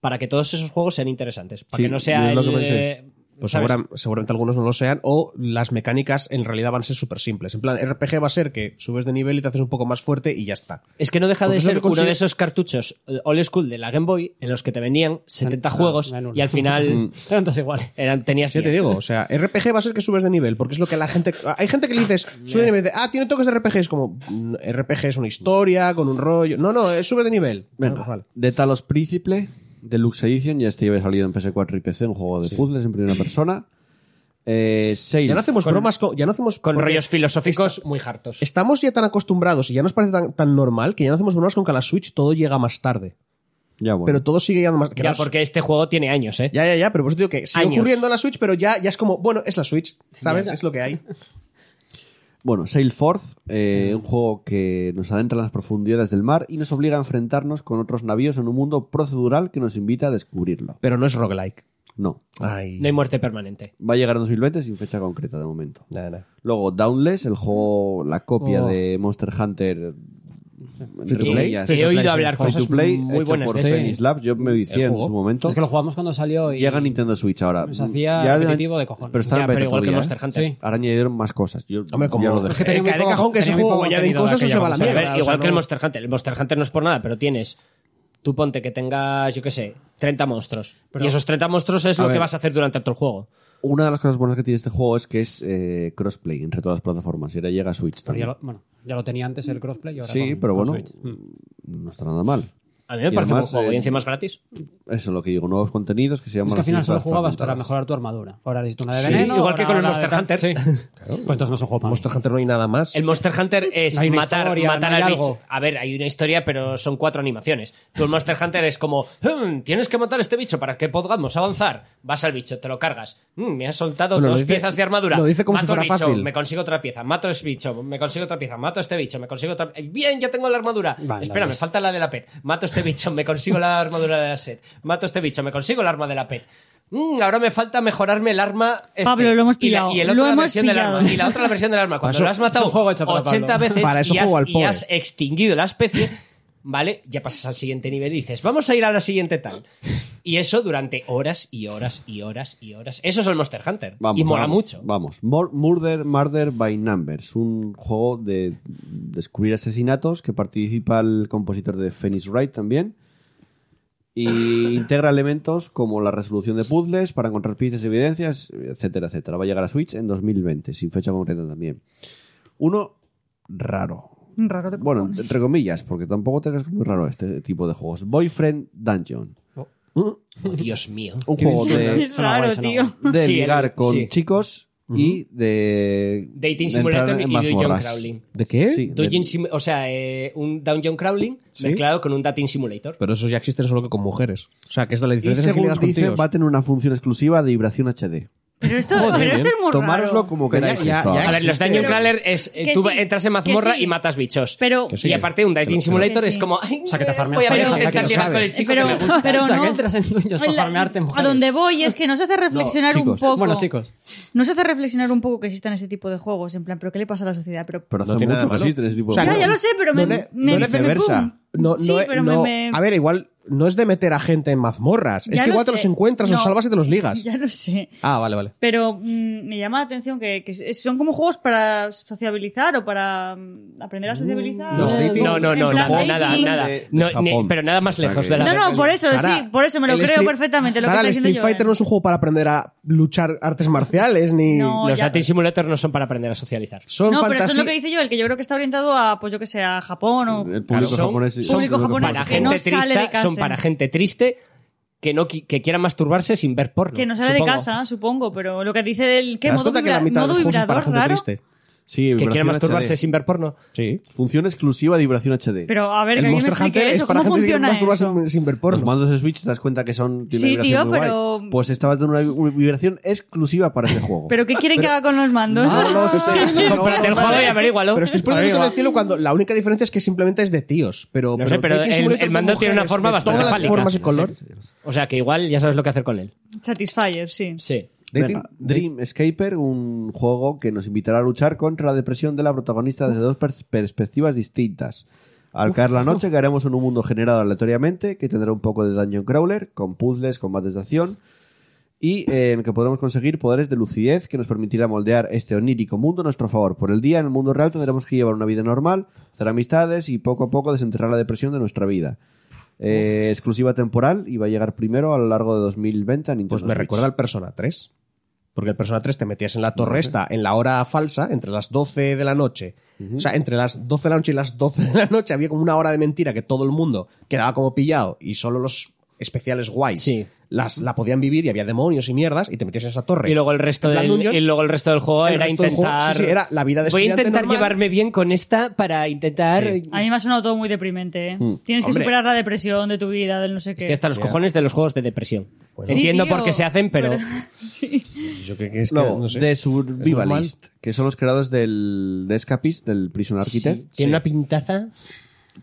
C: para que todos esos juegos sean interesantes? Para
A: Sí,
C: que no sea
A: es lo que
C: el,
A: pensé.
C: eh,
B: Pues
C: ¿sabes?
B: segura- seguramente algunos no lo sean, o las mecánicas en realidad van a ser súper simples. En plan, RPG va a ser que subes de nivel y te haces un poco más fuerte y ya está.
C: Es que no deja
B: Porque
C: de
B: es lo
C: ser
B: que consigue-
C: uno de esos cartuchos eh, old school de la Game Boy en los que te venían 70
D: Ah,
C: juegos
D: menudo.
C: y al
B: *laughs*
C: final
D: Eran todos iguales.
C: eran, tenías
B: Ya Mm. te
C: 10.
B: digo, o sea, RPG va a ser que subes de nivel, porque es lo que la gente. Hay gente que le dices, sube de nivel, dice, ah, tiene toques de RPG, es como, mm, RPG es una historia, con un rollo. No, no, eh, sube de nivel.
A: Venga,
B: Ah, vale.
A: de Talos Príncipe, Deluxe Edition, ya este lleva salido en PS4 y PC, un juego de puzzles en primera
B: *clears throat*
A: persona. Eh, Sail.
B: Ya no hacemos bromas con. Ya no hacemos
C: Con
B: porque
C: rollos filosóficos muy hartos.
B: Estamos ya tan acostumbrados y ya nos parece tan, tan normal que ya no hacemos bromas con que a la Switch todo llega más tarde.
A: Ya, bueno.
B: Pero todo sigue llegando más que
C: Ya,
B: no es-
C: porque este juego tiene años, ¿eh?
B: Ya, ya, ya, pero por eso digo que sigue
C: Años.
B: ocurriendo en la Switch, pero ya, ya es como, bueno, es la Switch, ¿sabes? Es lo que hay.
A: Bueno, Sail Forth, eh, un juego que nos adentra en las profundidades del mar y nos obliga a enfrentarnos con otros navíos en un mundo procedural que nos invita a descubrirlo.
B: Pero no es roguelike.
A: No.
B: Ay.
C: No hay muerte permanente.
A: Va a llegar en 2020 sin fecha concreta de momento.
B: Nah, nah.
A: Luego, Downless, el juego, la copia
D: Oh.
A: de Monster Hunter. entre
C: Y-
A: comillas,
C: he oído
D: Free to
C: hablar
A: Free
C: cosas
A: to play,
C: muy
A: hecho
C: buenas
A: por
C: de este.
A: Phoenix Labs. Yo me vicié en
B: jugó.
A: su momento.
D: Es que lo jugamos cuando salió y.
A: Llega Nintendo Switch ahora. Mm,
D: Nos hacía repetitivo de cojones.
A: Pero está
C: Ya,
A: en
C: pero
A: beta
C: igual que
A: todavía,
C: Monster
A: ¿eh?
C: Hunter.
D: Sí.
A: Ahora añadieron más cosas. Yo
B: Hombre, como.
A: ya lo dejé.
D: Es que
B: eh,
D: tenía muy
B: cae de
D: poco-
B: cajón que ese
D: tenía muy
B: juego
D: poco
B: añaden
D: contenido de
B: cosas o se
D: aquella
B: va a la
C: Pero a
B: mierda.
C: ver,
B: o sea,
C: igual que
B: no-
C: el Monster Hunter. El Monster Hunter no es por nada, pero tienes. Tú ponte que tengas, yo qué sé, 30 monstruos. y esos 30 monstruos es
A: A
C: lo
A: ver.
C: que vas a hacer durante todo el juego.
A: Una de las cosas buenas que tiene este juego es que es eh, crossplay entre todas las plataformas. Y ahora llega a Switch
D: Pero ya
A: también.
D: lo, bueno, ya lo tenía antes el crossplay y ahora.
A: Sí,
D: con-
A: pero
D: con
A: bueno,
D: Switch. Mm.
A: no está nada mal.
C: A mí me
A: Y
C: parece un buen
A: además,
C: juego.
A: eh,
C: Y encima es gratis.
A: Eso es lo que digo, nuevos contenidos que se llaman
D: Es que al
A: las
D: final solo
A: islas
D: jugabas para
A: fragmentadas.
D: mejorar tu armadura. Ahora necesito una de
C: Sí,
D: veneno.
C: igual que
D: ahora
C: con el
D: una
C: Monster
D: de tal.
C: Hunter.
D: Sí. Pues entonces no es un juego para mí.
B: Monster Hunter no hay nada más.
C: El Monster Hunter es
D: No hay una
C: matar,
D: historia,
C: matar
D: no hay
C: al
D: algo.
C: bicho. A ver, hay una historia, pero son cuatro animaciones. Tú el Monster Hunter es como, "Hmm, tienes que matar a este bicho para que podamos avanzar. Vas al bicho, te lo cargas. "Hmm, me has soltado
B: Pero lo
C: dos
B: dice-
C: piezas de armadura.
B: lo dice como
C: mato
B: si fuera
C: al bicho,
B: fácil.
C: me consigo otra pieza, mato a este bicho, me consigo otra pieza, mato a este bicho, me consigo otra. Bien, ya tengo la armadura.
D: Vale,
C: Espera,
D: la
C: me
D: ves.
C: falta la de la pet. Mato a este bicho, me consigo la armadura de la set. Mato a este bicho, me consigo el arma de la pet. "Mm, ahora me falta mejorarme el arma. este".
E: Pablo, lo hemos
C: Y la-
E: pillado.
C: Y, el otro
E: Lo
C: la
E: hemos
C: versión del
E: pillado.
C: arma. Y la otra la versión del arma. Cuando
B: Para eso-
C: lo has matado
D: es un juego hecho para
C: 80
D: Pablo.
C: veces
B: Para eso
C: y, has,
B: juego al
C: y
B: pobre.
C: has extinguido la especie, ¿vale? Ya pasas al siguiente nivel y dices, vamos a ir a la siguiente tal. Y eso durante horas y horas y horas y horas. Eso es el Monster Hunter.
A: Vamos,
C: y mola
A: vamos,
C: mucho.
A: Vamos, Mor- Murder, Murder by Numbers, un juego de descubrir asesinatos que participa el compositor de Phoenix Wright también.
C: *laughs*
A: Y integra elementos como la resolución de puzzles para encontrar pistas y evidencias, etcétera, etcétera. Va a llegar a Switch en 2020, sin fecha concreta también. Uno raro.
E: Raro de
A: Bueno,
E: cojones.
A: entre comillas, porque tampoco te creas que es muy raro este tipo de juegos. Boyfriend Dungeon.
C: Dios mío.
A: Un juego de,
E: es raro, tío.
A: de
C: Sí,
A: ligar
C: el-
A: con
C: sí.
A: chicos y de.
C: Dating
A: de
C: Simulator
A: entrar en
C: y Dungeon
A: mazmorras.
C: Crawling.
B: ¿De qué?
A: Sí, de-
C: Dungeon Sim- o sea, eh, un Dungeon Crawling mezclado con un Dating Simulator.
B: Pero esos ya existen solo que con mujeres. O sea, que es de la
A: y
B: diferencia que
A: según
B: ligas con
A: dice,
B: tíos.
A: va a tener una función exclusiva de vibración HD.
E: Pero esto, pero esto es muy
A: Tomároslo
E: raro.
A: como
B: Pero
A: queráis.
B: ya-
A: esto
B: ya-
A: ahora.
C: A ver, los
B: existe.
C: Dungeon
E: Pero-
C: Crawler es. eh,
E: que
C: tú
E: sí,
C: entras en
E: que
C: mazmorra
E: sí.
C: y matas bichos.
E: Pero-
B: Que sí,
C: y
B: que
C: aparte, un Dating Simulator
E: que
C: es
E: sí.
C: como. Ay, eh,
D: O sea, que te farmeas
C: voy a
D: cosas,
C: ver,
D: o sea, que
C: intentar
D: no
C: llegar con
B: sabes.
C: el chico
E: Pero,
C: que me gusta.
E: pero
D: O sea,
E: no.
D: que entras en dueños para
E: La-
D: farmearte
E: a
D: mujeres.
E: donde voy es que nos hace reflexionar un
A: chicos.
E: poco.
D: Bueno, chicos.
E: Nos hace reflexionar un poco que existan ese tipo de juegos. En plan, ¿pero qué le pasa a la sociedad? Pero,
A: Pero hace
B: No tiene
A: mucho
B: nada
A: que
B: malo.
A: existen ese tipo
B: O sea,
A: de
E: Claro, Ah, ya
A: juegos.
E: lo sé, pero me.
B: No le-
E: me-
A: no le viceversa.
E: pum.
B: No, no,
E: sí,
B: eh,
E: pero
B: no-
E: me, me-
B: A ver, igual no es de meter a gente en mazmorras. es
E: Ya
B: que
E: lo
B: igual te los
E: sé.
B: encuentras,
E: No.
B: los salvas y te los ligas.
E: *laughs* Ya lo sé.
B: Ah, vale, vale.
E: Pero mm, me llama la atención que, que son como juegos para sociabilizar o para mm, aprender a sociabilizar.
B: Los
E: o-
B: dating-
C: No, no,
E: en
C: no,
E: plan
C: no,
E: dating.
C: nada, nada.
A: de- de
C: No, ni-
A: Japón.
C: pero nada más
A: O sea,
C: lejos
A: que-
C: de la
E: No, no, por eso,
B: Sara,
E: sí, por eso me lo
B: el
E: creo
B: Street-
E: perfectamente. Lo
B: Sara,
E: que
B: el
E: está diciendo
B: Street
E: yo,
B: Fighter
E: eh.
B: no es un juego para aprender a luchar artes marciales ni.
E: No,
C: Los
E: ya.
C: Dating Simulator no son para aprender a socializar.
B: Son
E: no, pero eso es
B: fantasía. Eh,
E: lo que dice yo, el que yo creo que está orientado a, pues yo que sé, a Japón o...
A: El público
C: Claro, son-
A: japonés.
C: son
A: yo creo que
E: público japonés
A: pasa
C: para
E: que
C: gente
E: no
A: poco.
C: triste,
E: sale de casa.
C: son para gente triste que no qui- que quiera masturbarse sin ver porno.
E: Que no sale
C: supongo.
E: de casa, supongo, pero lo que dice del...
B: ¿Te
E: ¿Qué
B: das
E: modo,
B: cuenta que la
E: vibra-
B: mitad de
E: modo
B: los juegos es para
E: vibrador
B: gente
E: raro?
B: triste?
A: Sí,
C: Que quiera
A: vibración
C: masturbarse
A: HD.
C: sin ver porno.
B: Sí.
A: Función exclusiva de vibración HD.
E: Pero ah, a ver,
B: El
E: que alguien me
B: Monster
E: explique
B: Hunter es
E: eso,
B: para
E: ¿cómo
B: gente que
E: funciona
B: masturba
E: eso?
B: sin, sin ver
A: Por los
B: porno.
A: mandos de Switch te das cuenta que son tiene
E: Sí,
A: vibración
E: tío,
A: muy guay.
E: pero-
A: Pues estabas dando una una vibración exclusiva para ese juego.
E: ¿Pero qué quieren que haga con los mandos? *laughs*
C: Cómprate el juego y averígualo.
B: Pero estoy poniendo en el cielo cuando la única diferencia es que simplemente es de tíos. Pero,
C: No sé, pero
B: Dating
C: el-
B: Simulator
C: el
B: con
C: mando tiene una
B: mujeres
C: forma
B: de
C: bastante
B: Todas las
C: fálica.
B: formas y color.
C: O sea, que igual ya sabes lo que hacer con él.
E: Satisfyer, sí.
C: Sí.
A: Venga, Dream Escaper, un juego que nos invitará a luchar contra la depresión de la protagonista desde dos pers- perspectivas distintas. Al caer la noche caeremos en un mundo generado aleatoriamente que tendrá un poco de Dungeon Crawler, con puzzles, combates de acción y eh, en el que podremos conseguir poderes de lucidez que nos permitirá moldear este onírico mundo a nuestro favor. Por el día, en el mundo real tendremos que llevar una vida normal, hacer amistades y poco a poco desenterrar la depresión de nuestra vida. Eh, exclusiva temporal y va a llegar primero a lo largo de 2020 a Nintendo
B: Pues me
A: Switch.
B: recuerda al Persona 3. Porque el Persona 3 te metías en la torre esta en la hora falsa, entre las 12 de la noche. O sea, entre las 12 de la noche y las 12 de la noche había como una hora de mentira que todo el mundo quedaba como pillado y solo los especiales guays
C: Sí.
B: las, la podían vivir y había demonios y mierdas y te metías en esa torre.
C: Y luego el resto
B: En plan
C: del,
B: dungeon,
C: y luego el resto del juego
B: el
C: era
B: resto del juego,
C: intentar.
B: sí, sí, era la vida de
C: Voy a
B: estudiante
C: intentar
B: normal.
C: llevarme bien con esta para intentar.
B: Sí.
E: A mí me ha sonado todo muy deprimente, ¿eh?
C: Mm.
E: Tienes que
B: Hombre.
E: superar la depresión de tu vida, del no sé qué.
C: Estoy hasta los cojones de los juegos de depresión.
B: Bueno.
C: Entiendo
E: Sí, tío,
C: por qué se hacen, pero.
B: Yo creo que es que,
A: Luego,
B: no sé.
A: The
B: Es normal.
A: Survivalist, que son los creadores del, de Escapist, del Prison Architect,
C: Tiene una pintaza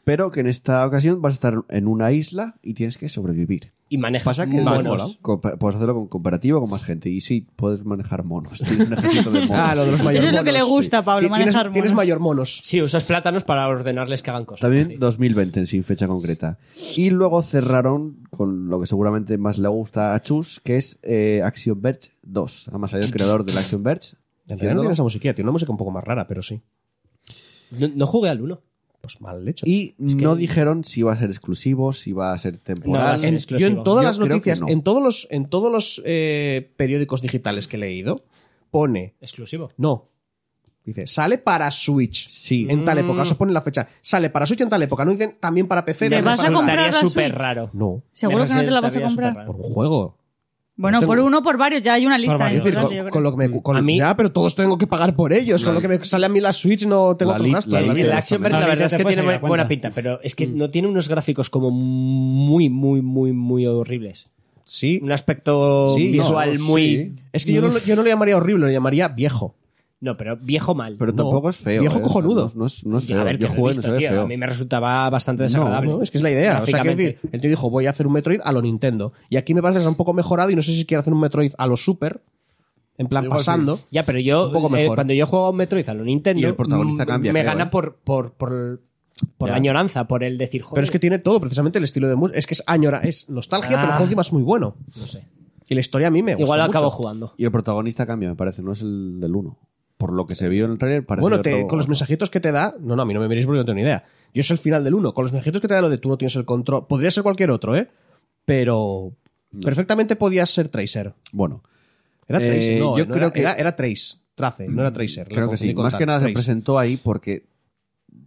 A: pero que en esta ocasión vas a estar en una isla y tienes que sobrevivir.
C: y maneja.
A: Pasa que
C: monos.
A: monos, compa- puedes hacerlo con cooperativo con más gente y sí, puedes manejar monos. Tienes un ejército
B: *laughs*
A: de monos.
B: Ah, lo de los mayores
E: Eso es lo que le gusta, Pablo,
B: tienes,
E: manejar
B: tienes
E: monos.
B: mayor monos.
C: Sí, usas plátanos para ordenarles que hagan cosas.
A: También
C: Sí.
A: 2020, sin fecha concreta. Y luego cerraron con lo que seguramente más le gusta a Chus, que es eh, Action Verge 2. Además, salió el creador del Action Verge.
B: En realidad no tiene esa musiquilla, tiene una música un poco más rara, pero sí.
C: No, no jugué al uno.
B: Pues mal hecho.
A: Y no dijeron si iba a ser exclusivo, si iba a ser temporal.
C: No, va a ser
B: en- yo
C: exclusivo.
B: en todas
A: Yo
B: las
A: creo que
B: noticias,
A: no.
B: en todos los, en todos los eh, periódicos digitales que he leído, pone
C: Exclusivo.
B: no. Dice, sale para Switch.
A: Sí.
B: En tal época. O
E: Mm.
B: sea, pone la fecha. Sale para Switch en tal época. No dicen también para PC.
E: ¿Te
B: también
E: vas a
B: para tal.
E: comprar
C: Estaría
E: la
C: súper
E: Switch?
C: raro.
B: No.
E: *laughs* Seguro
C: Me
E: que no te la vas a
C: resultaría
E: comprar.
C: súper
B: Por un juego.
E: Bueno,
B: Tengo-
E: por uno o por varios, ya hay una lista ¿eh?
C: varios.
B: Es decir,
E: importante, yo
B: con,
E: creo.
B: con lo que me. con-
C: A mí-
B: Ya, pero todos tengo que pagar por ellos. Con lo que me sale a mí la Switch no tengo
A: La
B: otros
A: li-
B: gastos
A: la
B: en la Mm.
A: li-
B: vida.
C: El
A: la
C: Action
D: Exactamente.
C: Verge, la
D: No,
C: verdad
D: ya
C: es
D: te
C: que
D: puedes
C: tiene
D: ir a
C: buena,
D: cuenta.
C: buena pinta, pero es que no tiene unos gráficos como muy, muy, muy, muy horribles.
B: Sí.
C: Un aspecto
B: Sí,
C: visual
B: no,
C: muy.
B: sí. Es que yo no, lo- yo no lo llamaría horrible, lo llamaría viejo.
C: No, pero viejo mal.
A: Pero tampoco es feo.
B: Viejo
A: ¿eh? O sea,
B: cojonudo.
A: No, no es, no es
C: Ya,
A: feo.
C: a ver, que
A: yo
C: lo he
A: jugué,
C: visto,
A: no se ve
C: tío,
A: feo.
C: A mí me resultaba bastante desagradable.
B: No, Ah, es que es la idea. O sea, quiero
C: Gráficamente.
B: decir, el tío dijo, voy a hacer un Metroid a lo Nintendo. Y aquí me parece que está un poco mejorado y no sé si quiere hacer un Metroid a lo Super, en plan pasando.
C: Ya, pero yo,
B: Un poco
C: eh,
B: mejor.
C: cuando yo juego a un Metroid a lo Nintendo,
A: Y el protagonista
C: mm,
A: cambia,
C: me
A: creo,
C: gana
A: ¿eh?
C: por, por, por, por la añoranza, por el decir, joder.
B: Pero es que tiene todo, precisamente el estilo de música. Es que es añora, es nostalgia,
C: Ah.
B: pero el juego encima es muy bueno.
C: sé.
B: Y la historia a mí me gusta
C: Igual acabo
B: mucho.
C: jugando.
A: Y el protagonista cambia, me parece, no es el del 1. Por lo que se vio en el trailer, parece
B: Bueno,
A: otro-
B: te- con los mensajitos que te da, no, no, a mí no me miréis porque no tengo ni idea. Yo es el final del uno. Con los mensajitos que te da lo de tú no tienes el control, podría ser cualquier otro, ¿eh? Pero perfectamente podías ser Tracer.
A: Bueno,
B: Era
A: Eh,
B: Trace, no,
A: yo
B: no
A: creo
B: era,
A: que- Mm,
B: era, era Trace, Trace, no era Tracer. lo
A: creo que
B: confundí
A: sí.
B: con
A: Más
B: tal,
A: que nada se
B: Trace.
A: presentó ahí porque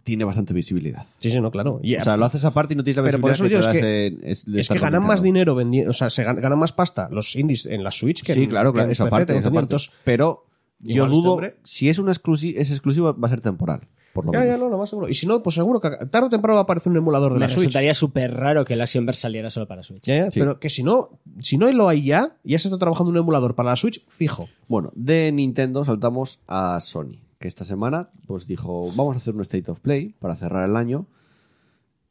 A: tiene bastante visibilidad.
B: Sí, sí, no, claro. Y-
A: O sea, lo haces aparte y no tienes la
B: Pero por
A: visibilidad
B: eso yo
A: que
B: es
A: te
B: que-
A: das en- es-
B: Es que
A: estar
B: ganan
A: comunicando.
B: más dinero vendiendo, o sea, se gan- ganan, más pasta los indies en la Switch que
A: Sí,
B: en-
A: claro,
B: que
A: claro,
B: en
A: esa
B: PC,
A: parte,
B: tengo
A: esa parte.
B: entendido. Entonces,
A: Pero Yo
H: Igual este
A: dudo,
H: hombre-
A: si es, una exclusi- es exclusivo, va a ser temporal, por lo
B: Ya, ya,
A: menos.
B: no, lo más seguro. Y si no, pues seguro que tarde o temprano va a aparecer un emulador de
C: Me
B: la Switch.
C: resultaría súper raro que el Action Verse saliera solo para Switch.
B: Ya, ya,
A: Sí.
B: Pero que si no, si no lo hay ya, ya se está trabajando un emulador para la Switch fijo.
A: Bueno, de Nintendo saltamos a Sony, que esta semana pues dijo, vamos a hacer un State of Play para cerrar el año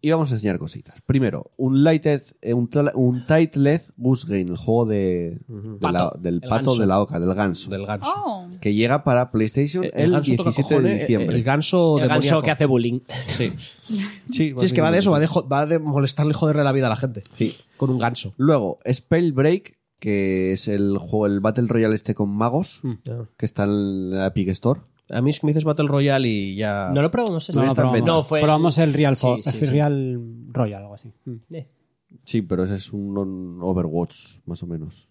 A: y vamos a enseñar cositas. Primero, un Lighted, eh, un, tla- un Titled Goose Game, el juego de, de la-
C: Pato,
A: del
C: el
A: pato
C: ganso.
A: de la oca, del ganso,
B: Del ganso.
E: Oh,
A: que llega para PlayStation Eh, el,
B: Eh, ganso toca
A: 17 de
B: cojones, eh,
A: diciembre.
B: El ganso
C: El ganso
B: demoníaco.
C: que hace bullying.
B: Sí.
A: Sí,
B: Sí, es que va de eso, va de, jo- va de molestarle y joderle la vida a la gente.
A: Sí.
B: Con un ganso.
A: Luego, Spell Break, que es el juego, el Battle Royale este con magos,
B: Mm.
A: que está en la Epic Store.
B: A mí es que me dices Battle Royale y ya.
C: *laughs* No lo probamos este.
D: No,
A: Está
D: no,
A: en
D: probamos,
A: beta.
C: No, fue-
D: probamos el Real,
C: Sí,
D: Fo-
C: sí,
D: el
C: sí.
D: Real Royal, algo así. Mm.
C: Eh,
A: Sí, pero ese es un un Overwatch, más o menos.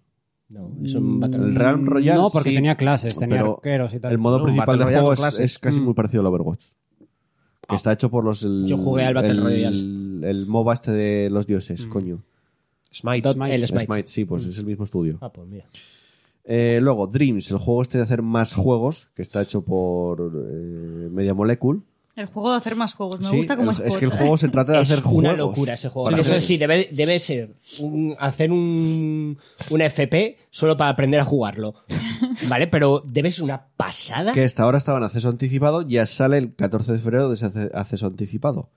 C: No, es un Battle
A: El
C: Royale.
A: Real Royale.
D: Mm, No, porque
A: sí,
D: tenía clases, tenía
A: pero
D: arqueros y tal.
A: El modo
B: No,
A: principal
B: Battle
A: del
B: Royale
A: juego
B: con
A: es,
B: clases.
A: es Ah. casi muy parecido al Overwatch. Que está hecho por los. el-
C: Yo jugué al Battle
A: el-
C: Royale.
A: El MOBA este de los
D: Mm.
A: dioses, coño.
B: Smite.
C: Dot- Ah, El Smite.
A: Smite, sí, pues es el mismo estudio.
C: Ah, pues mira.
A: Eh, luego, Dreams, el juego este de hacer más juegos, que está hecho por eh, Media Molecule.
E: el juego de hacer más juegos.
D: Pues
E: Me
A: Sí,
E: gusta cómo
A: el-
E: es.
A: Es que el juego se trata de
C: *laughs* es
A: hacer
C: una
A: juegos.
C: locura ese juego.
A: Para
C: Eso
A: hacer-
C: sí, debe, debe ser un- hacer un, un FP solo para aprender a *laughs* jugarlo. ¿Vale? Pero debe ser una pasada.
A: que hasta ahora estaba en acceso anticipado, ya sale el 14 de febrero de ese ace- acceso anticipado.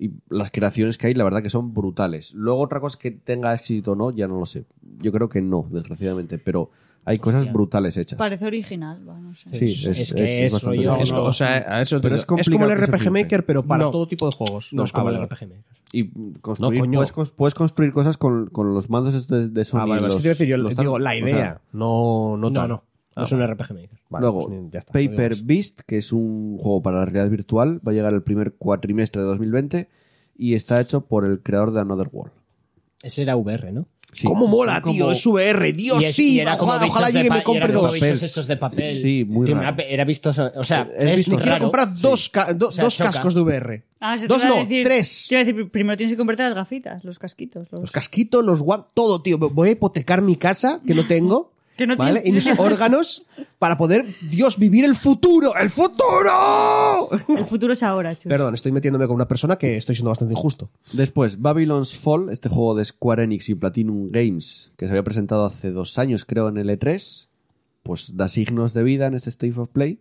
A: Y las creaciones que hay, la verdad que son brutales. Luego otra cosa que tenga éxito o no, ya no lo sé. Yo creo que no, desgraciadamente, pero hay cosas brutales hechas.
E: *laughs* Parece original, va, no sé.
A: Sí,
C: Es-
A: es,
C: es que
A: es
C: es
A: bastante
C: rollo-
A: original.
B: Es, co- o sea, a eso te
A: Pero
B: digo.
A: es
B: es, como
A: complicado
B: el
A: que se
B: RPG
A: filtre.
B: Maker, pero para
C: No.
B: todo tipo de juegos.
C: no es como
B: Ah,
C: el
B: vale.
C: RPG Maker.
A: Y construir,
B: No, coño.
A: puedes, cons- puedes construir cosas con, con los mandos estos de Sony.
B: Ah, vale, vale.
A: los-
B: es que te iba a decir, yo
A: los
B: les
A: tal-
B: digo, la
A: o sea,
B: idea. no, no,
C: No,
B: tal.
C: no.
B: Ah,
C: no es un RPG Maker.
B: vale,
A: Luego,
B: pues ya está, no digo
A: Paper
B: más.
A: Beast, que es un juego para la realidad virtual, va a llegar el primer cuatrimestre de 2020 y está hecho por el creador de Another World.
C: Ese era VR, ¿no?
A: Sí.
B: ¿Cómo mola,
A: Son
B: tío?
A: como-
B: Es VR, Dios,
C: Y es-
B: sí.
C: y era como
B: ojalá
C: bichos
B: ojalá
C: de
B: llegue y
C: pa-
B: me compre
C: era como
B: dos.
A: papel.
C: bichos hechos de papel.
A: Sí, muy
C: Tiene
A: raro.
C: una pe- Era vistoso. O sea,
A: Es
C: es
A: visto
B: Me quiero
C: raro.
B: comprar dos, ca- do-
C: O sea,
B: dos
C: choca.
B: cascos de VR.
E: Ah, se te
B: dos
E: iba a
B: no,
E: decir-
B: tres.
E: Te iba a decir, primero tienes que comprarte las gafitas, los casquitos. Los...
B: Los casquitos, los guantes, todo, tío. Voy a hipotecar mi casa, que no tengo,
E: *laughs* Que no
B: ¿vale? Y
E: tienes.
B: mis órganos para poder, Dios, vivir el futuro. ¡El
E: *laughs*
B: futuro!
E: El futuro es ahora, chulo.
B: Perdón, estoy metiéndome con una persona que estoy siendo bastante injusto.
A: Después, Babylon's Fall, este juego de Square Enix y Platinum Games, que se había presentado hace dos años, creo, en el E3, pues da signos de vida en este State of Play.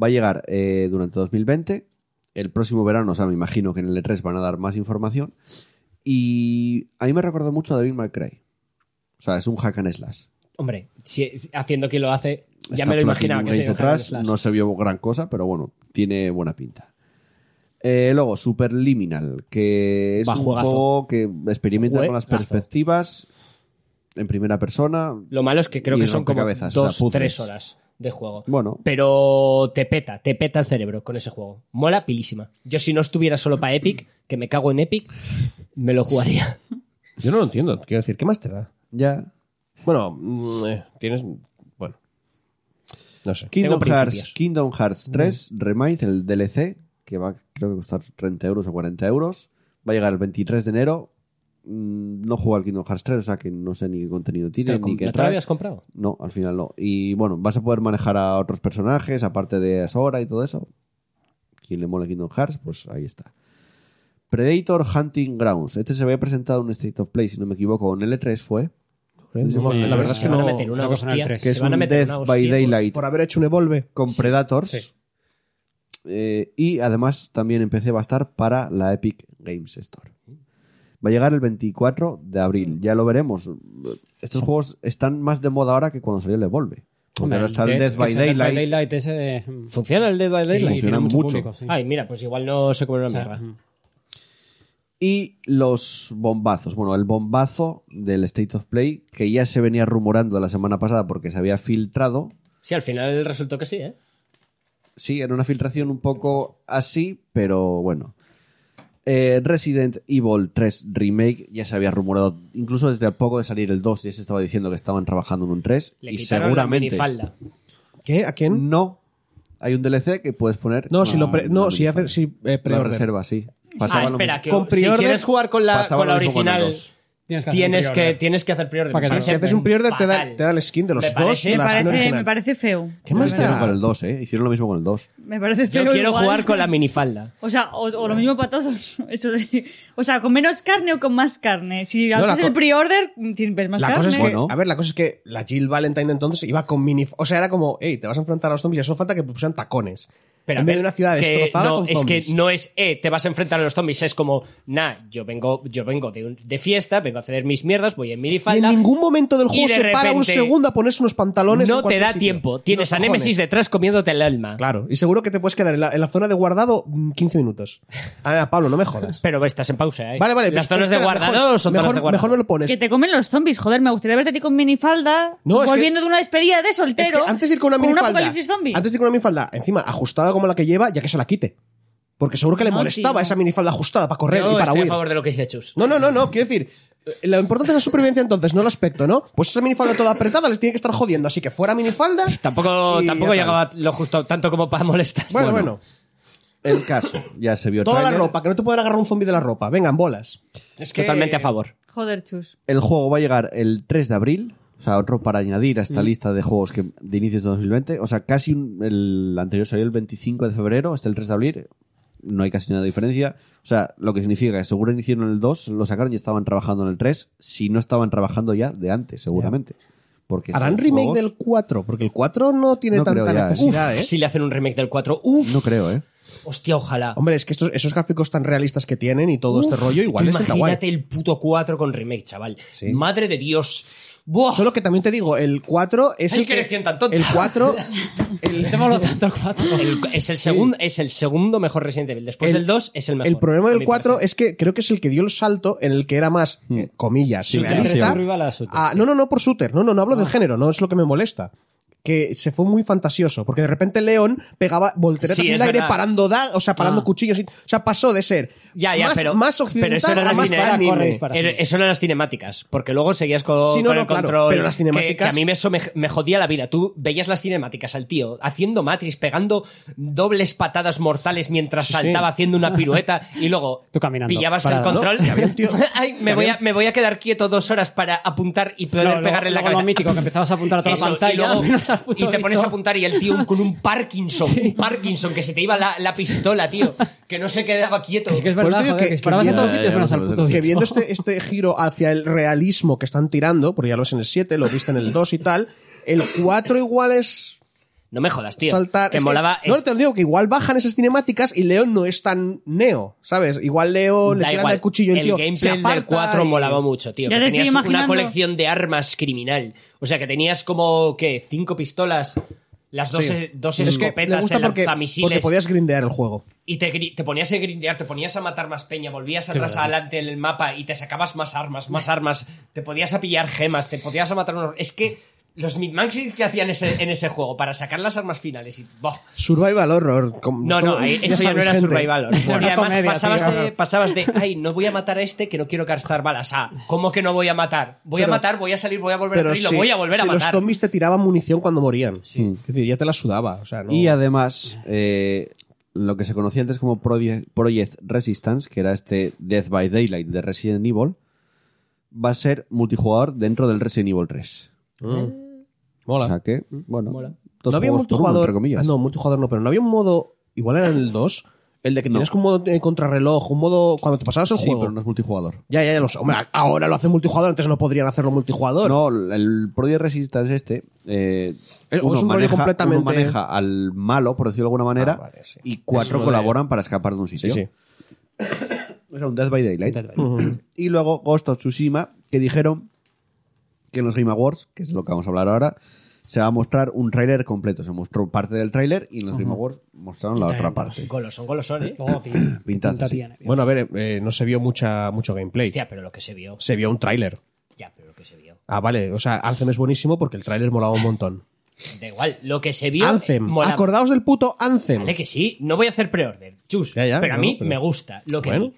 A: Va a llegar eh, durante 2020. El próximo verano, o sea, me imagino que en el E3 van a dar más información. Y a mí me recuerda mucho a David McCray. O sea, es un hack and slash.
C: Hombre, si, haciendo quien lo hace, ya
A: Está
C: me
A: Platinum
C: lo imaginaba que
A: Games
C: sería un hack and
A: detrás,
C: slash.
A: No se vio gran cosa, pero bueno, tiene buena pinta. Eh, luego, Superliminal, que es
C: Va,
A: un
C: juegazo.
A: juego que experimenta con las
C: Juegazo.
A: perspectivas en primera persona.
C: Lo malo es que creo
A: Y
C: que son como
A: rompecabezas, o sea,
C: dos,
A: puzzles.
C: tres horas de juego.
A: Bueno.
C: Pero te peta, te peta el cerebro con ese juego. Mola pilísima. Yo si no estuviera solo para Epic, que me cago en Epic, me lo
A: *laughs*
C: jugaría.
B: Yo no lo entiendo. Quiero decir, ¿qué más te da?
A: Ya.
B: Bueno, mm, eh, tienes. Bueno. No sé.
A: Kingdom Hearts,
C: principios.
A: Kingdom Hearts 3, Remake, el DLC, que va creo que costar 30 euros o 40 euros. Va a llegar el 23 de enero. Mm, No juego al Kingdom Hearts 3, o sea que no sé ni qué contenido tiene,
C: ¿Pero
A: ni
C: com-
A: qué
C: ¿No te lo
A: trae.
C: habías comprado?
A: No, al final no. Y bueno, vas a poder manejar a otros personajes, aparte de Asora y todo eso. Quien le mole Kingdom Hearts, pues ahí está. Predator Hunting Grounds. Este se había presentado en un State of Play, si no me equivoco, en L3 fue.
B: la verdad es
D: sí,
C: se
B: que
C: van a
B: no.
C: meter una
D: creo que son el
C: hostia.
D: tres.
A: Que
C: se
A: es
C: van a
A: un
C: meter
A: Death
C: una
A: by
C: hostia, por-
A: Daylight
B: Por haber hecho un Evolve.
A: con Predators.
D: sí.
A: Eh, y además también empecé a estar para la Epic Games Store. Va a llegar el 24 de abril, ya lo veremos. Estos juegos están más de moda ahora que cuando salió el Evolve. Porque
D: Hombre,
A: ahora está
D: el
A: el
D: de-
A: Death by
D: ese Death
A: Daylight.
D: ese, mm,
C: ¿Funciona el Dead by
D: sí,
C: Daylight?
D: tiene
A: mucho.
D: público, sí.
C: Ay, mira, pues igual no se come una
D: O sea,
C: mierda.
D: mm.
A: Y los bombazos. Bueno, el bombazo del State of Play, que ya se venía rumorando la semana pasada porque se había filtrado.
C: Sí, al final resultó que sí, ¿eh?
A: Sí, era una filtración un poco así, pero bueno. Eh, Resident Evil 3 Remake ya se había rumorado, incluso desde al poco de salir el 2, ya se estaba diciendo que estaban trabajando en un 3.
C: Le
A: y
C: quitaron
A: seguramente.
C: la minifalda.
B: ¿Qué? ¿A quién?
A: No. Hay un DLC que puedes poner.
B: No, si lo pre- no,
A: una
B: si hace-
A: minifalda.
B: si, eh,
A: Una
B: preorden.
A: reserva, sí.
C: Ah,
A: Pasaba lo
C: espera,
A: mismo-
C: que
B: Con
C: si
B: pre-order
C: quieres jugar con la,
A: pasaba
C: con la
A: lo mismo con el
C: original,
A: dos.
D: Tienes que, hacer un
C: Tienes que,
D: pre-order.
C: tienes que hacer prior
D: Para que
C: Me
D: te lo
C: parece
D: sepas.
B: Si haces un priorder, te da,
C: fatal.
B: te da el skin de los
C: Me
B: dos.
C: parece-
E: Me
B: la skin
E: parece,
B: original.
E: me parece feo.
B: ¿Qué más
A: Hicieron
B: da?
A: para el 2, ¿eh? Hicieron lo mismo con el 2.
E: Me parece
C: Yo
E: feo.
C: quiero
E: igual.
C: jugar con la minifalda.
E: O sea, o, o lo mismo para todos. *laughs* Eso de, o sea, con menos carne o con más carne. Si
B: No, la
E: haces
B: co-
E: el pre-order, tienes más
B: La
E: carne.
B: cosa es que,
A: Bueno.
B: a ver, la cosa es que la Jill Valentine entonces iba con mini. O sea, era como, hey, te vas a enfrentar a los zombies y solo falta que pusieran tacones.
C: Pero a
B: en medio de
C: ver,
B: una ciudad
C: que
B: destrozada
C: no,
B: con
C: es que
B: zombies.
C: no es eh, te vas a enfrentar a los zombies, es como, nah, yo vengo, yo vengo de, un- de fiesta, vengo a hacer mis mierdas, voy en
B: Y en
C: minifalda.
B: ningún momento del
C: Y
B: juego
C: de
B: se para un
C: repente
B: segundo a ponerse unos pantalones. en
C: no te
B: cualquier
C: da
B: sitio.
C: tiempo. Tienes
B: Los
C: a
B: cojones.
C: Nemesis detrás comiéndote el alma.
B: Claro, y seguro que te puedes quedar en la, en la zona de guardado mm, 15 minutos. A ver, Pablo, no
C: *laughs*
B: me jodas.
C: Pero estás en pausa, ¿eh?
B: Vale, vale.
C: Las
B: pero
C: zonas de
B: espera,
C: guardado
B: mejor,
C: son
B: mejor,
C: zonas de guardado.
B: mejor me lo pones.
E: Que te comen los zombies, joder, me gustaría verte a ti con minifalda,
B: No, es
E: volviendo
B: que-
E: de una despedida de
B: Es que
E: soltero.
B: antes de ir con una
E: un
B: minifalda,
E: apocalipsis zombie.
B: antes de ir con una minifalda, encima ajustada como la que lleva, ya que se la quite. Porque seguro que le
E: No,
B: molestaba
E: tío.
B: esa minifalda ajustada para correr
C: Yo
B: y para
C: estoy
B: huir.
C: a favor de lo que dice Chus.
B: No, no, no, no, quiero decir, eh, lo importante es la supervivencia entonces, no el aspecto, ¿no? Pues esa minifalda toda apretada les tiene que estar jodiendo, así que fuera minifalda.
C: Tampoco,
B: y
C: tampoco
B: ya tal.
C: llegaba lo justo tanto como para molestar.
B: Bueno, bueno.
A: El caso, ya se vio el
B: Toda la
A: tráiler.
B: ropa, que no te pueden agarrar un zombie de la ropa. Vengan, bolas. Es que-
C: Totalmente a favor.
E: Joder, chus.
A: El juego va a llegar el 3 de abril, o sea, otro para añadir a
B: Mm.
A: esta lista de juegos que de inicios de 2020. O sea, casi un- el anterior salió el 25 de febrero, hasta el 3 de abril. No hay casi nada de diferencia. O sea, lo que significa que seguro iniciaron el 2, lo sacaron y estaban trabajando en el 3, si no estaban trabajando ya de antes, seguramente. Porque este
B: Harán
A: estos
B: remake
A: juegos-
B: del 4, porque el 4 no tiene
A: No
B: tanta
A: creo ya, ¿eh?
C: Uf,
B: necesidad, ¿eh?
C: si le hacen un remake del 4, uf.
A: No creo, ¿eh?
C: Hostia, ojalá.
B: Hombre, es que estos, esos gráficos tan realistas que tienen y todo este
C: Uf,
B: rollo, igual
C: tú
B: es guay.
C: Imagínate el puto 4 con remake, chaval. Madre de Dios. Buah.
B: Solo que también te digo, el 4 es
C: Oh. Ay,
B: el
C: qué elección tan tonta. Este
B: El 4
C: *laughs*
D: Le hemos dado tanto al 4.
C: El- es, el segundo, es el segundo mejor Resident Evil. Después del 2 es el mejor.
B: El problema
C: a
B: del
C: mi
B: 4
C: parecer.
B: es que creo que es el que dio el salto en el que era más, eh, comillas,
C: Shooter.
D: *laughs*
C: Ah.
B: realista.
D: Shooter. Rival a shooter,
B: Ah, no, no, no por shooter. No, no, no hablo del género, no es lo que me molesta. Que se fue muy fantasioso, porque de repente León pegaba volteretas
C: Sí,
B: en
C: es
B: el aire
C: verdad.
B: parando, da, o sea, parando
C: Ah.
B: cuchillos. y- o sea, pasó de ser
C: Ya, ya,
B: más,
C: pero-
B: más
C: pero
B: occidental
C: eso era
B: a
C: las
B: más
C: cineras,
B: anime.
D: corres para-
C: Era- eso eran las cinemáticas, porque luego seguías con,
B: Sí, no,
C: con
B: no,
C: el
B: claro,
C: control.
B: pero las
C: que- Que,
B: cinemáticas-
C: a mí me, eso me, me jodía la vida. Tú veías las cinemáticas al tío haciendo Matrix, pegando dobles patadas mortales mientras
B: Sí.
C: saltaba haciendo una pirueta y luego
D: *laughs* Tú caminando,
C: pillabas el
D: parado, ¿no?
C: control.
B: Y había un tío-
C: *laughs* Ay, me, voy a, me voy a quedar quieto dos horas para apuntar y poder
D: No, luego-
C: pegarle en la
D: luego lo
C: cabeza.
D: mítico, que empezabas a apuntar a toda la
C: Eso,
D: pantalla,
C: y, luego-
D: *laughs* menos al puto
C: y te pones
D: bicho.
C: a apuntar y el tío un- con
D: *laughs*
C: un Parkinson, un Parkinson que se te iba la, la pistola, tío, que no se quedaba quieto.
D: Es que es
B: Pues
D: verdad,
B: digo
D: joder,
B: que-
D: que disparabas
B: que
D: a todos
A: viendo-
D: sitios menos al
A: que
D: puto
B: que
D: bicho.
B: viendo este, este giro hacia el realismo que están tirando, porque ya lo ves en el 7, lo viste en el 2 y tal, el 4 igual es
C: No me jodas, tío.
B: saltar.
C: que
B: es que-
C: molaba.
B: no
C: es-
B: te lo digo, que igual bajan esas cinemáticas y Leo no es tan neo, ¿sabes? Igual Leo le
C: da
B: tiran
C: igual.
B: el cuchillo y el,
C: el
B: tío se
C: gameplay del
B: aparta
C: 4
B: y-
C: molaba mucho, tío.
E: Ya
C: que
E: le estoy
C: tenías una
E: imaginando.
C: colección de armas criminal. O sea, que tenías como, ¿qué? Cinco pistolas, las dos, e-
B: Sí.
C: dos
B: Es que me
C: escopetas,
B: gusta
C: el
B: porque,
C: lanzamisiles,
B: porque podías grindear el juego.
C: Y te, gri- te ponías a grindear, te ponías a matar más peña, volvías atrás
D: verdad.
C: adelante en el mapa y te sacabas más armas, más armas, te podías a pillar gemas, te podías a matar unos... Es que los mid-maxis que hacían ese- en ese juego para sacar las armas finales y... ¡Buah!
B: Survival horror. con
C: No, no,
B: todo-
C: ahí-
B: ya
C: eso ya no
B: sabes,
C: era
B: gente. *laughs*
C: survival horror.
D: Era
C: Y
D: una
C: además
D: comedia,
C: pasabas,
D: tío.
C: de, pasabas de, ay, no voy a matar a este que no quiero gastar balas. Ah, ¿cómo que no voy a matar? Voy
B: Pero-
C: a matar, voy a salir, voy a volver a
B: Pero
C: salir, lo
B: sí,
C: voy a volver a
B: sí,
C: matar.
B: Los zombies te tiraban munición cuando morían. Es decir, ya te la sudaba. O sea, no-
A: Y además, eh, lo que se conocía antes como Proye- Project Resistance, que era este Death by Daylight de Resident Evil, va a ser multijugador dentro del Resident Evil 3.
B: Mola.
A: O sea que, bueno, dos
B: no había
A: juegos por uno,
B: multijugador.
A: entre comillas.
B: Ah, no, multijugador no, pero no había un modo. Igual era en el 2. El de que tenías como un modo eh, contrarreloj, un modo. Cuando te pasabas el
A: sí,
B: juego.
A: pero no es multijugador.
B: Ya, ya, ya lo sé. Hombre, ahora lo hacen multijugador, antes no podrían hacerlo multijugador.
A: No, el Project Resistance este eh,
B: Es-
A: uno
B: es un rollo
A: maneja,
B: completamente-
A: uno maneja al malo, por decirlo de alguna manera,
B: Ah, vale, sí.
A: y
B: Es uno
A: cuatro
B: de-
A: colaboran para escapar de un
B: Sí,
A: sitio.
B: sí.
A: O sea, un Death by Daylight.
D: Death by Daylight.
A: Y luego Ghost of Tsushima, que dijeron que en los Game Awards, que es lo que vamos a hablar ahora, se va a mostrar un tráiler completo. Se mostró parte del tráiler y en los Game Awards mostraron la otra parte.
C: Golosón, golosón, ¿eh?
D: Oh, tío, qué
A: Pintaza,
D: pinta
A: sí.
D: tiene, tío.
B: Bueno, a ver, eh, no se vio mucha, mucho
C: *clears throat*
B: gameplay.
C: Hostia, pero lo que se vio.
B: Se vio un tráiler.
C: Ya, pero lo que se vio.
B: Ah, vale. O sea, Anthem es buenísimo porque el tráiler molaba un montón.
C: Da igual, lo que se vio...
B: Anthem.
C: eh, molaba.
B: Acordaos del puto Anthem.
C: Vale que sí, no voy a hacer pre-order, chus.
B: Ya, ya,
C: pero a
B: no,
C: mí
B: pero-
C: me gusta lo que
B: Bueno.
C: vi.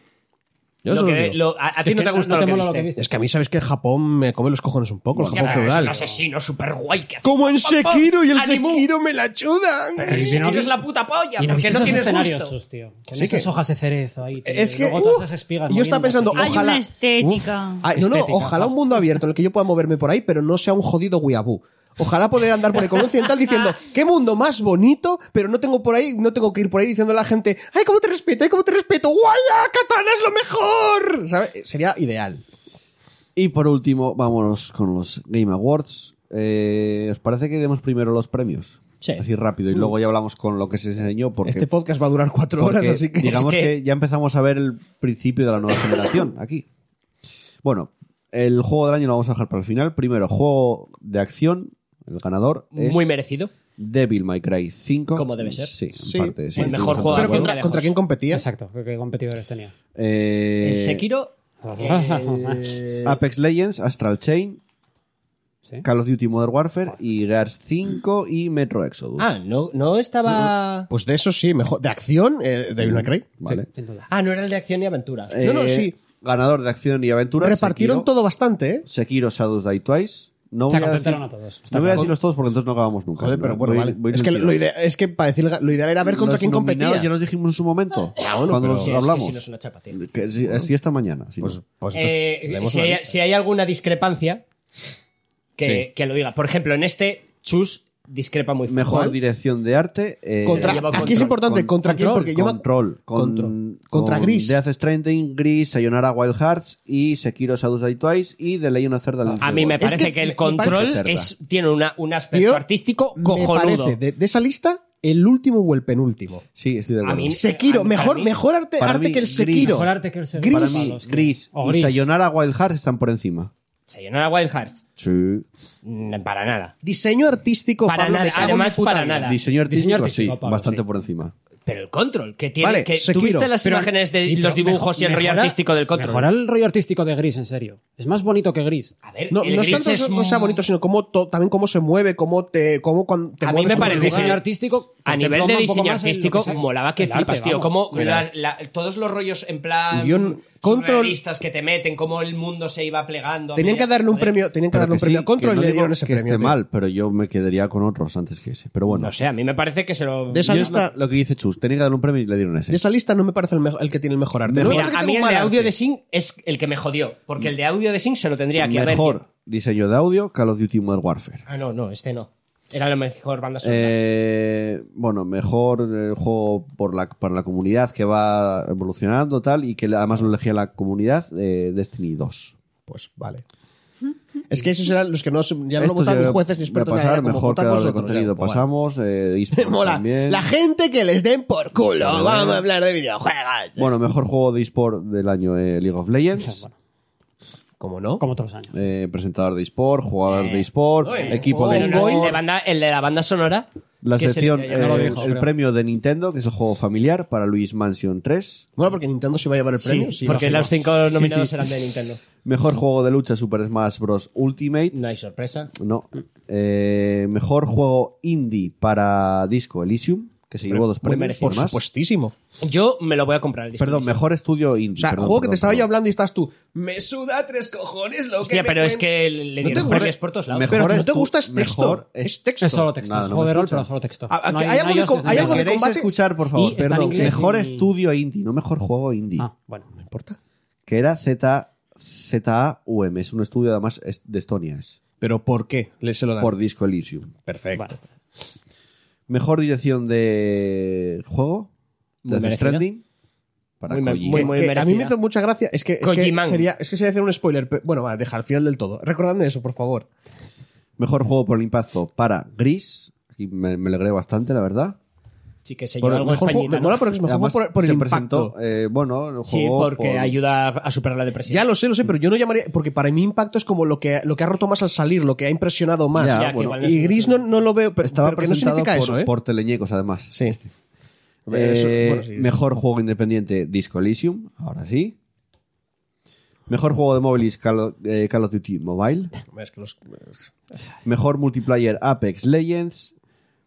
B: Yo
C: Lo
B: solo
C: que-
B: digo.
C: lo- a, a ti
D: Es
C: no
D: que
C: te ha
D: no-
C: gustado
D: no te
C: lo, que
D: mola lo
C: viste.
D: que viste.
B: Es que a mí, ¿sabes que Japón me come los cojones un poco, el
C: Ya,
B: Japón
C: pero Es
B: feudal.
C: un asesino súper guay que hace.
B: Como en
C: ¡Pam, pam!
B: Sekiro y el
C: ¡Animu!
B: Sekiro me la chudan.
C: *laughs*
D: Sí,
C: Si
D: sí, no
C: tienes
D: vi-
C: la puta polla,
D: Y
C: porque
D: no viste
C: no
D: esos
C: tienes
D: escenarios,
C: gusto.
D: esos, tío. Con
B: Sí
D: esas
B: que-
D: hojas de cerezo ahí. tío,
B: Es
D: y
B: que
D: luego todas
B: uh,
D: esas espigas
B: yo estaba
D: moviéndose,
B: pensando,
D: tío.
E: Hay
B: ojalá.
E: una estética.
B: Uf, ay, no, no,
D: Estética,
B: ojalá un mundo abierto en el que yo pueda moverme por ahí, pero no sea un jodido weaboo. Ojalá poder andar por el con occidental
E: *laughs*
B: diciendo, qué mundo más bonito, pero no tengo por ahí, no tengo que ir por ahí diciendo a la gente, ay, cómo te respeto, ay, cómo te respeto, guaya, Katana es lo mejor. ¿Sabes? Eh, Sería ideal.
A: Y por último, vámonos con los Game Awards. Eh, ¿Os parece que demos primero los premios?
C: Sí.
A: Así rápido, y
D: Mm.
A: luego ya hablamos con lo que se enseñó. Porque,
B: Este podcast va a durar cuatro
A: porque
B: horas, así que... *laughs*
A: Digamos
C: Es
A: que...
C: que-
A: ya empezamos a ver el principio de la nueva generación aquí. Bueno, el juego del año lo vamos a dejar para el final. Primero, juego de acción. El ganador es
C: Muy merecido.
A: Devil May Cry 5.
C: Como debe ser.
A: Sí, en
B: Sí.
A: parte, sí,
C: El
A: estoy
C: mejor
A: bastante de
C: juego de
B: pero
A: acuerdo.
C: acción.
B: contra,
C: lejos.
B: ¿contra quién competía?
D: Exacto, ¿qué qué competidores tenía?
A: Eh,
C: El Sekiro.
B: eh,
C: el-
A: Apex Legends, Astral Chain,
D: ¿Sí?
A: Call of Duty Modern Warfare y Gears 5 y Metro Exodus.
C: *laughs* Ah, no, no estaba.
B: Pues de eso sí, mejor. De acción, eh, Devil May Cry.
A: Vale.
D: Sí, sin duda.
C: Ah, no era el de acción y aventura.
A: Eh,
B: No, no, sí.
A: Ganador de acción y aventura.
B: Repartieron
A: Sekiro,
B: todo bastante, ¿eh?
A: Sekiro Shadows Die Twice. No
D: Se
A: voy, a decir,
D: contentaron a todos. Está
A: no voy a
D: claro.
A: decirlos todos porque entonces Pues no acabamos nunca.
B: Joder,
A: sino
B: pero bueno,
A: voy-
B: vale.
A: voy
B: es, que
A: metidos.
B: lo idea- es que para decir lo ideal era ver contra
A: Los
B: quién
A: nominados
B: competía. Ah,
A: Ya los dijimos en su momento. cuando
B: pero-
A: los
C: Sí, es que
A: hablamos.
C: si no es una chapa, tío.
A: Que sí, sí, esta mañana. si no.
B: Pues
C: Eh,
B: entonces, leemos
C: si,
B: la
C: hay,
B: lista.
C: si hay alguna discrepancia, que, que lo diga. Por ejemplo, en este, Chus discrepa muy fuerte.
A: Mejor dirección de arte. eh,
B: Contra-
C: Se la lleva
B: aquí es
C: control,
B: importante
A: con-
B: contra quién,
D: control,
B: porque yo me-
A: Control. Con,
B: Control. Contra
A: con
B: Gris.
A: Death Stranding, Gris, Sayonara Wild Hearts y Sekiro Shadows Die Twice y The Legend of Zelda. Link's
C: A mí me
A: Awakening.
C: parece
B: que
C: que,
B: me- me
C: el control
A: parece cerda.
C: es, tiene una- un aspecto
B: Tío,
C: artístico
B: Me
C: cojonudo.
B: parece, de, de esa lista, el último o el penúltimo.
A: Sí, estoy de
C: A
A: acuerdo.
C: mí-
B: Sekiro,
C: a mí-
B: mejor,
C: eh, para mí-
B: mejor arte,
A: para
B: arte
A: mí,
B: que el
A: Gris.
B: Sekiro.
D: Mejor arte que el Sekiro.
A: Para
B: Gris.
A: mí,
D: Palos,
A: Gris
D: O
A: y
D: gris.
A: Sayonara Wild Hearts están por encima.
C: Sayonara Wild Hearts.
A: Sí.
C: Mm, Para nada.
B: Diseño artístico,
C: Para
B: Pablo, me
C: nada,
B: cago en
C: además,
B: mi puta
C: para
B: vida.
C: nada.
A: Diseño artístico,
D: Diseño artístico,
A: sí,
D: Pablo,
A: bastante
D: sí.
A: por encima.
C: Pero el control, que tiene.
B: Vale,
C: que,
B: Sekiro.
C: ¿Tuviste las
D: Pero-
C: imágenes de
D: sí,
C: los
D: pero
C: dibujos y el
D: mejora-
C: rollo artístico del control?
D: Mejora el rollo artístico de Gris, en serio. Es más bonito que Gris.
C: A ver,
B: No,
C: el mm,
B: no es
C: gris
B: tanto
C: es
B: eso, no sea
C: un-
B: bonito, sino cómo to- también cómo se mueve, cómo te, cómo cuan- te
C: A mí
B: mueves
C: me
B: por
C: parece
B: el
D: El
C: que
B: lugar.
D: diseño
C: sí.
D: artístico.
C: A nivel
D: contempla
C: de
D: un poco
C: diseño
D: más en lo
C: artístico,
D: que es
C: molaba que
D: el arte,
C: flipas, tío.
D: vamos.
C: Como la- la- todos los rollos en plan.
B: Yo n- Control-
C: surrealistas que te meten, cómo el mundo se iba plegando. a
B: Tenían
C: medida-
B: que darle un
C: Joder.
B: premio, tenían que
A: Pero
B: darle un
A: que
B: premio
A: sí,
B: a Control
A: que
B: y
A: no
B: le
A: digo
B: dieron ese
A: que
B: premio.
A: esté
B: tío.
A: mal, pero yo me quedaría con otros antes que ese. Pero bueno,
C: No sé, a mí me parece que se lo.
B: De esa
A: Yo
B: lista,
A: es lo que dice Chus, tenía que darle un premio y le dieron ese.
B: de esa lista no me parece el, mejo- el que tiene el mejor arte. No me
C: Mira,
B: parece que
C: a mí
B: tenga un
C: el de
B: mal
C: audio
B: arte.
C: de Sync es el que me jodió. Porque el de audio de Sync se lo tendría que haber.
A: Mejor diseño de audio, Call of Duty Modern Warfare.
C: Ah, no, no, este no. Era la mejor banda sonora.
A: Eh, bueno, mejor eh, juego por la, para la comunidad que va evolucionando tal y que además lo elegía la comunidad eh, Destiny 2.
B: Pues vale. Es que esos eran los que no se- ya no lo
A: Estos
B: votaban
A: ya
B: ni jueces ni
A: va a
B: expertos. nada,
A: pasar
B: era como
A: mejor
B: votar
A: creador de
B: vosotros,
A: contenido.
B: ya, pues, vale. *laughs*
A: Pasamos, eh,
B: Me
A: eSport
B: mola.
A: también.
B: La gente que les den por culo. Vamos a hablar de videojuegos.
A: Bueno, mejor juego de eSport del año eh, League of Legends.
B: como no.
D: Como otros años.
A: Eh, presentador de eSport, jugador de eSport,
B: Oye,
A: equipo
B: oh,
A: de
C: Pero no, el, de
A: eSport.
C: banda, el de la banda sonora.
A: La
C: que es el-
A: sección,
C: ya no lo
A: eh,
D: dijo,
A: el
D: creo.
A: premio de Nintendo, que es el juego familiar para Luis Mansion 3.
B: Bueno, porque Nintendo se va a llevar el premio.
C: Sí, porque
B: imagino.
C: los cinco nominados eran de Nintendo.
A: Mejor juego de lucha Super Smash Bros. Ultimate.
C: No hay sorpresa.
A: No. Eh, mejor juego indie para disco Elysium, que se llevó dos
B: Muy
A: premios
B: Por
A: por más.
B: supuestísimo.
C: Yo me lo voy a comprar el disco.
A: Perdón, mejor estudio indie.
B: O sea,
A: perdón,
B: juego que
A: perdón,
B: te estaba yo
A: perdón.
B: hablando y estás tú. Me suda tres cojones lo
C: Hostia,
B: que. me
C: pero es
B: cuen-".
C: que le
B: No te
C: dieron
B: gusta-
C: premios por todos lados.
A: mejor
B: Pero que no te
A: estu-
B: gusta es texto.
A: mejor
B: es,
A: es-
B: texto.
D: Es solo texto.
A: Nada,
D: es
A: no
D: juego
A: me
D: de rol,
A: escuchan.
D: pero solo texto.
B: Ah, ah,
D: No
B: que hay algo de
D: iOS,
B: com-
D: no
B: hay
D: nada.
B: algo de-
A: ¿Queréis
B: combates?
A: escuchar, por
D: Y
A: favor?
D: está en
A: Perdón,
D: inglés
A: mejor
D: y-
A: estudio indie, no mejor juego indie.
D: Ah, bueno.
B: No importa.
A: Que era Z, ZAUM. Es un estudio, además, es de Estonia. es,
B: Pero ¿por qué le se lo dan?
A: por disco Elysium.
B: Perfecto.
D: Bueno.
A: Mejor dirección de juego.
C: Muy
A: Death
C: merecida.
A: Stranding. Para
C: Muy me-
A: Kojima.
C: muy-
B: Que a mí me
C: merecida.
B: hizo mucha gracia. Es que, es que
C: Kojiman.
B: sería, es que sería hacer un spoiler. pero- bueno, va, deja al final del todo. Recordadme eso, por favor.
A: Mejor juego por el impacto para Gris. Aquí me, me alegré bastante, la verdad.
C: Sí, que se
B: Por
C: lleva
B: el
C: algo
B: mejor juego-
C: españita.
B: me mola porque es mejor
A: Además,
B: juego por, por el
A: se
B: impacto.
A: presentó, eh, bueno, el
C: Sí,
A: juego
C: porque
A: por-
C: ayuda a superar la depresión.
B: Ya lo sé, lo sé, pero yo no llamaría. Porque para mí impacto es como lo que, lo que ha roto más al salir, lo que ha impresionado más.
A: Ya,
C: Ya, que bueno. igual no es
B: y Gris no, no lo veo, pero,
A: Estaba
B: pero que no
A: presentado
B: significa
A: por,
B: eso, ¿eh?
A: por teleñecos, además.
B: Sí.
A: Eh,
B: Eso- bueno, sí, sí.
A: Mejor juego independiente Disco Elysium, ahora sí. Mejor juego de móviles Call, of- eh, Call of Duty Mobile.
B: Es que los- pues,
A: Mejor multiplayer Apex Legends.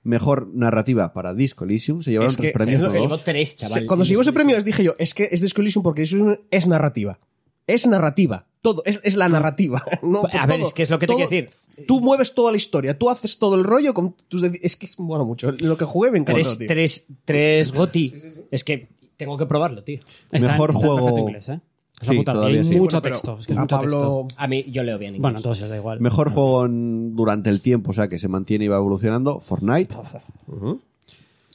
A: Mejor narrativa para Disco Elysium. Se llevaron
B: Es
A: tres
B: que
A: premios
B: es lo
A: los
B: que
A: dos.
C: Llevó tres, chaval.
B: Se- Cuando se llevó ese premio les dije yo, es que es Disco Elysium porque Disco Elysium es narrativa. Es narrativa. Todo, es, es la narrativa. *laughs* No,
C: A ver,
B: todo,
C: es que es lo que te
B: todo-
C: quiero decir.
B: Tú mueves toda la historia, tú haces todo el rollo con tus dedi- Es que es bueno mucho. Lo que jugué me encantó,
C: Tres,
B: tío.
C: tres, tres goti. Es que tengo que probarlo, tío.
D: Está,
A: Mejor
D: está en
A: juego-
D: perfecto inglés, ¿eh? Es
A: Sí,
D: una putada,
A: todavía
D: hay
A: sí.
D: mucho
B: Bueno, pero
D: texto. Es que es
B: a
D: mucho
B: Pablo-
D: texto.
C: A mí, yo leo bien inglés.
D: Bueno, entonces da igual.
A: Mejor juego en- durante el tiempo, o sea, que se mantiene y va evolucionando. Fortnite.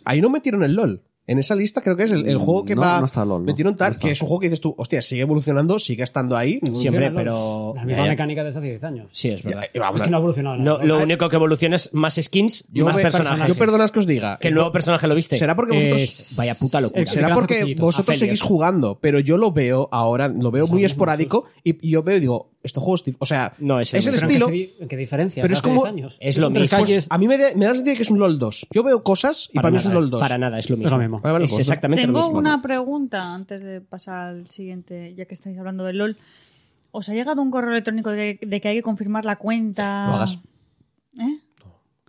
B: Ahí no metieron el LOL. En esa lista creo que es el, el juego que
A: No,
B: va.
A: no está LOL, no.
B: Metieron tal,
A: No está.
B: que es un juego que dices tú, hostia, sigue evolucionando, sigue estando ahí.
C: Siempre,
D: Funciona,
C: pero.
D: ¿no? La misma
B: Ya, ya.
D: mecánica de hace 10 años.
C: Sí, es verdad.
B: Eh, vamos
D: Es
B: a-
D: que no ha evolucionado.
C: No,
D: nada.
C: lo único que evoluciona es más skins,
B: yo,
C: más
B: ve-
C: personajes.
B: yo perdonas que os diga.
C: Que el nuevo personaje lo viste.
B: Será porque
D: Es-
B: vosotros.
C: Vaya puta locura.
D: el-
B: Será
D: Te lanza
B: porque
D: cuchillito.
B: vosotros
C: Afelia.
B: seguís jugando, pero yo lo veo ahora, lo veo muy esporádico y, y yo veo y digo, este juego es, dif- o sea,
C: No, es el mismo.
B: el
D: Pero en
B: estilo.
D: qué se di- ¿Qué diferencia?
B: Pero es
D: Hace
B: como- pues,
D: 10 años.
C: es lo
D: Son tres
C: mismo.
D: calles-
B: A mí me, da- me da la sensación que es un LOL 2. Yo veo cosas y para, mí es un
C: nada,
B: LOL 2.
C: Para nada, es lo mismo.
D: Es lo mismo.
B: Vale, vale,
C: es
B: pues,
C: exactamente lo
E: Tengo
C: mismo.
E: una pregunta antes de pasar al siguiente, ya que estáis hablando del LOL. ¿Os ha llegado un correo electrónico de, de que hay que confirmar la cuenta?
B: No hagas.
E: ¿Eh?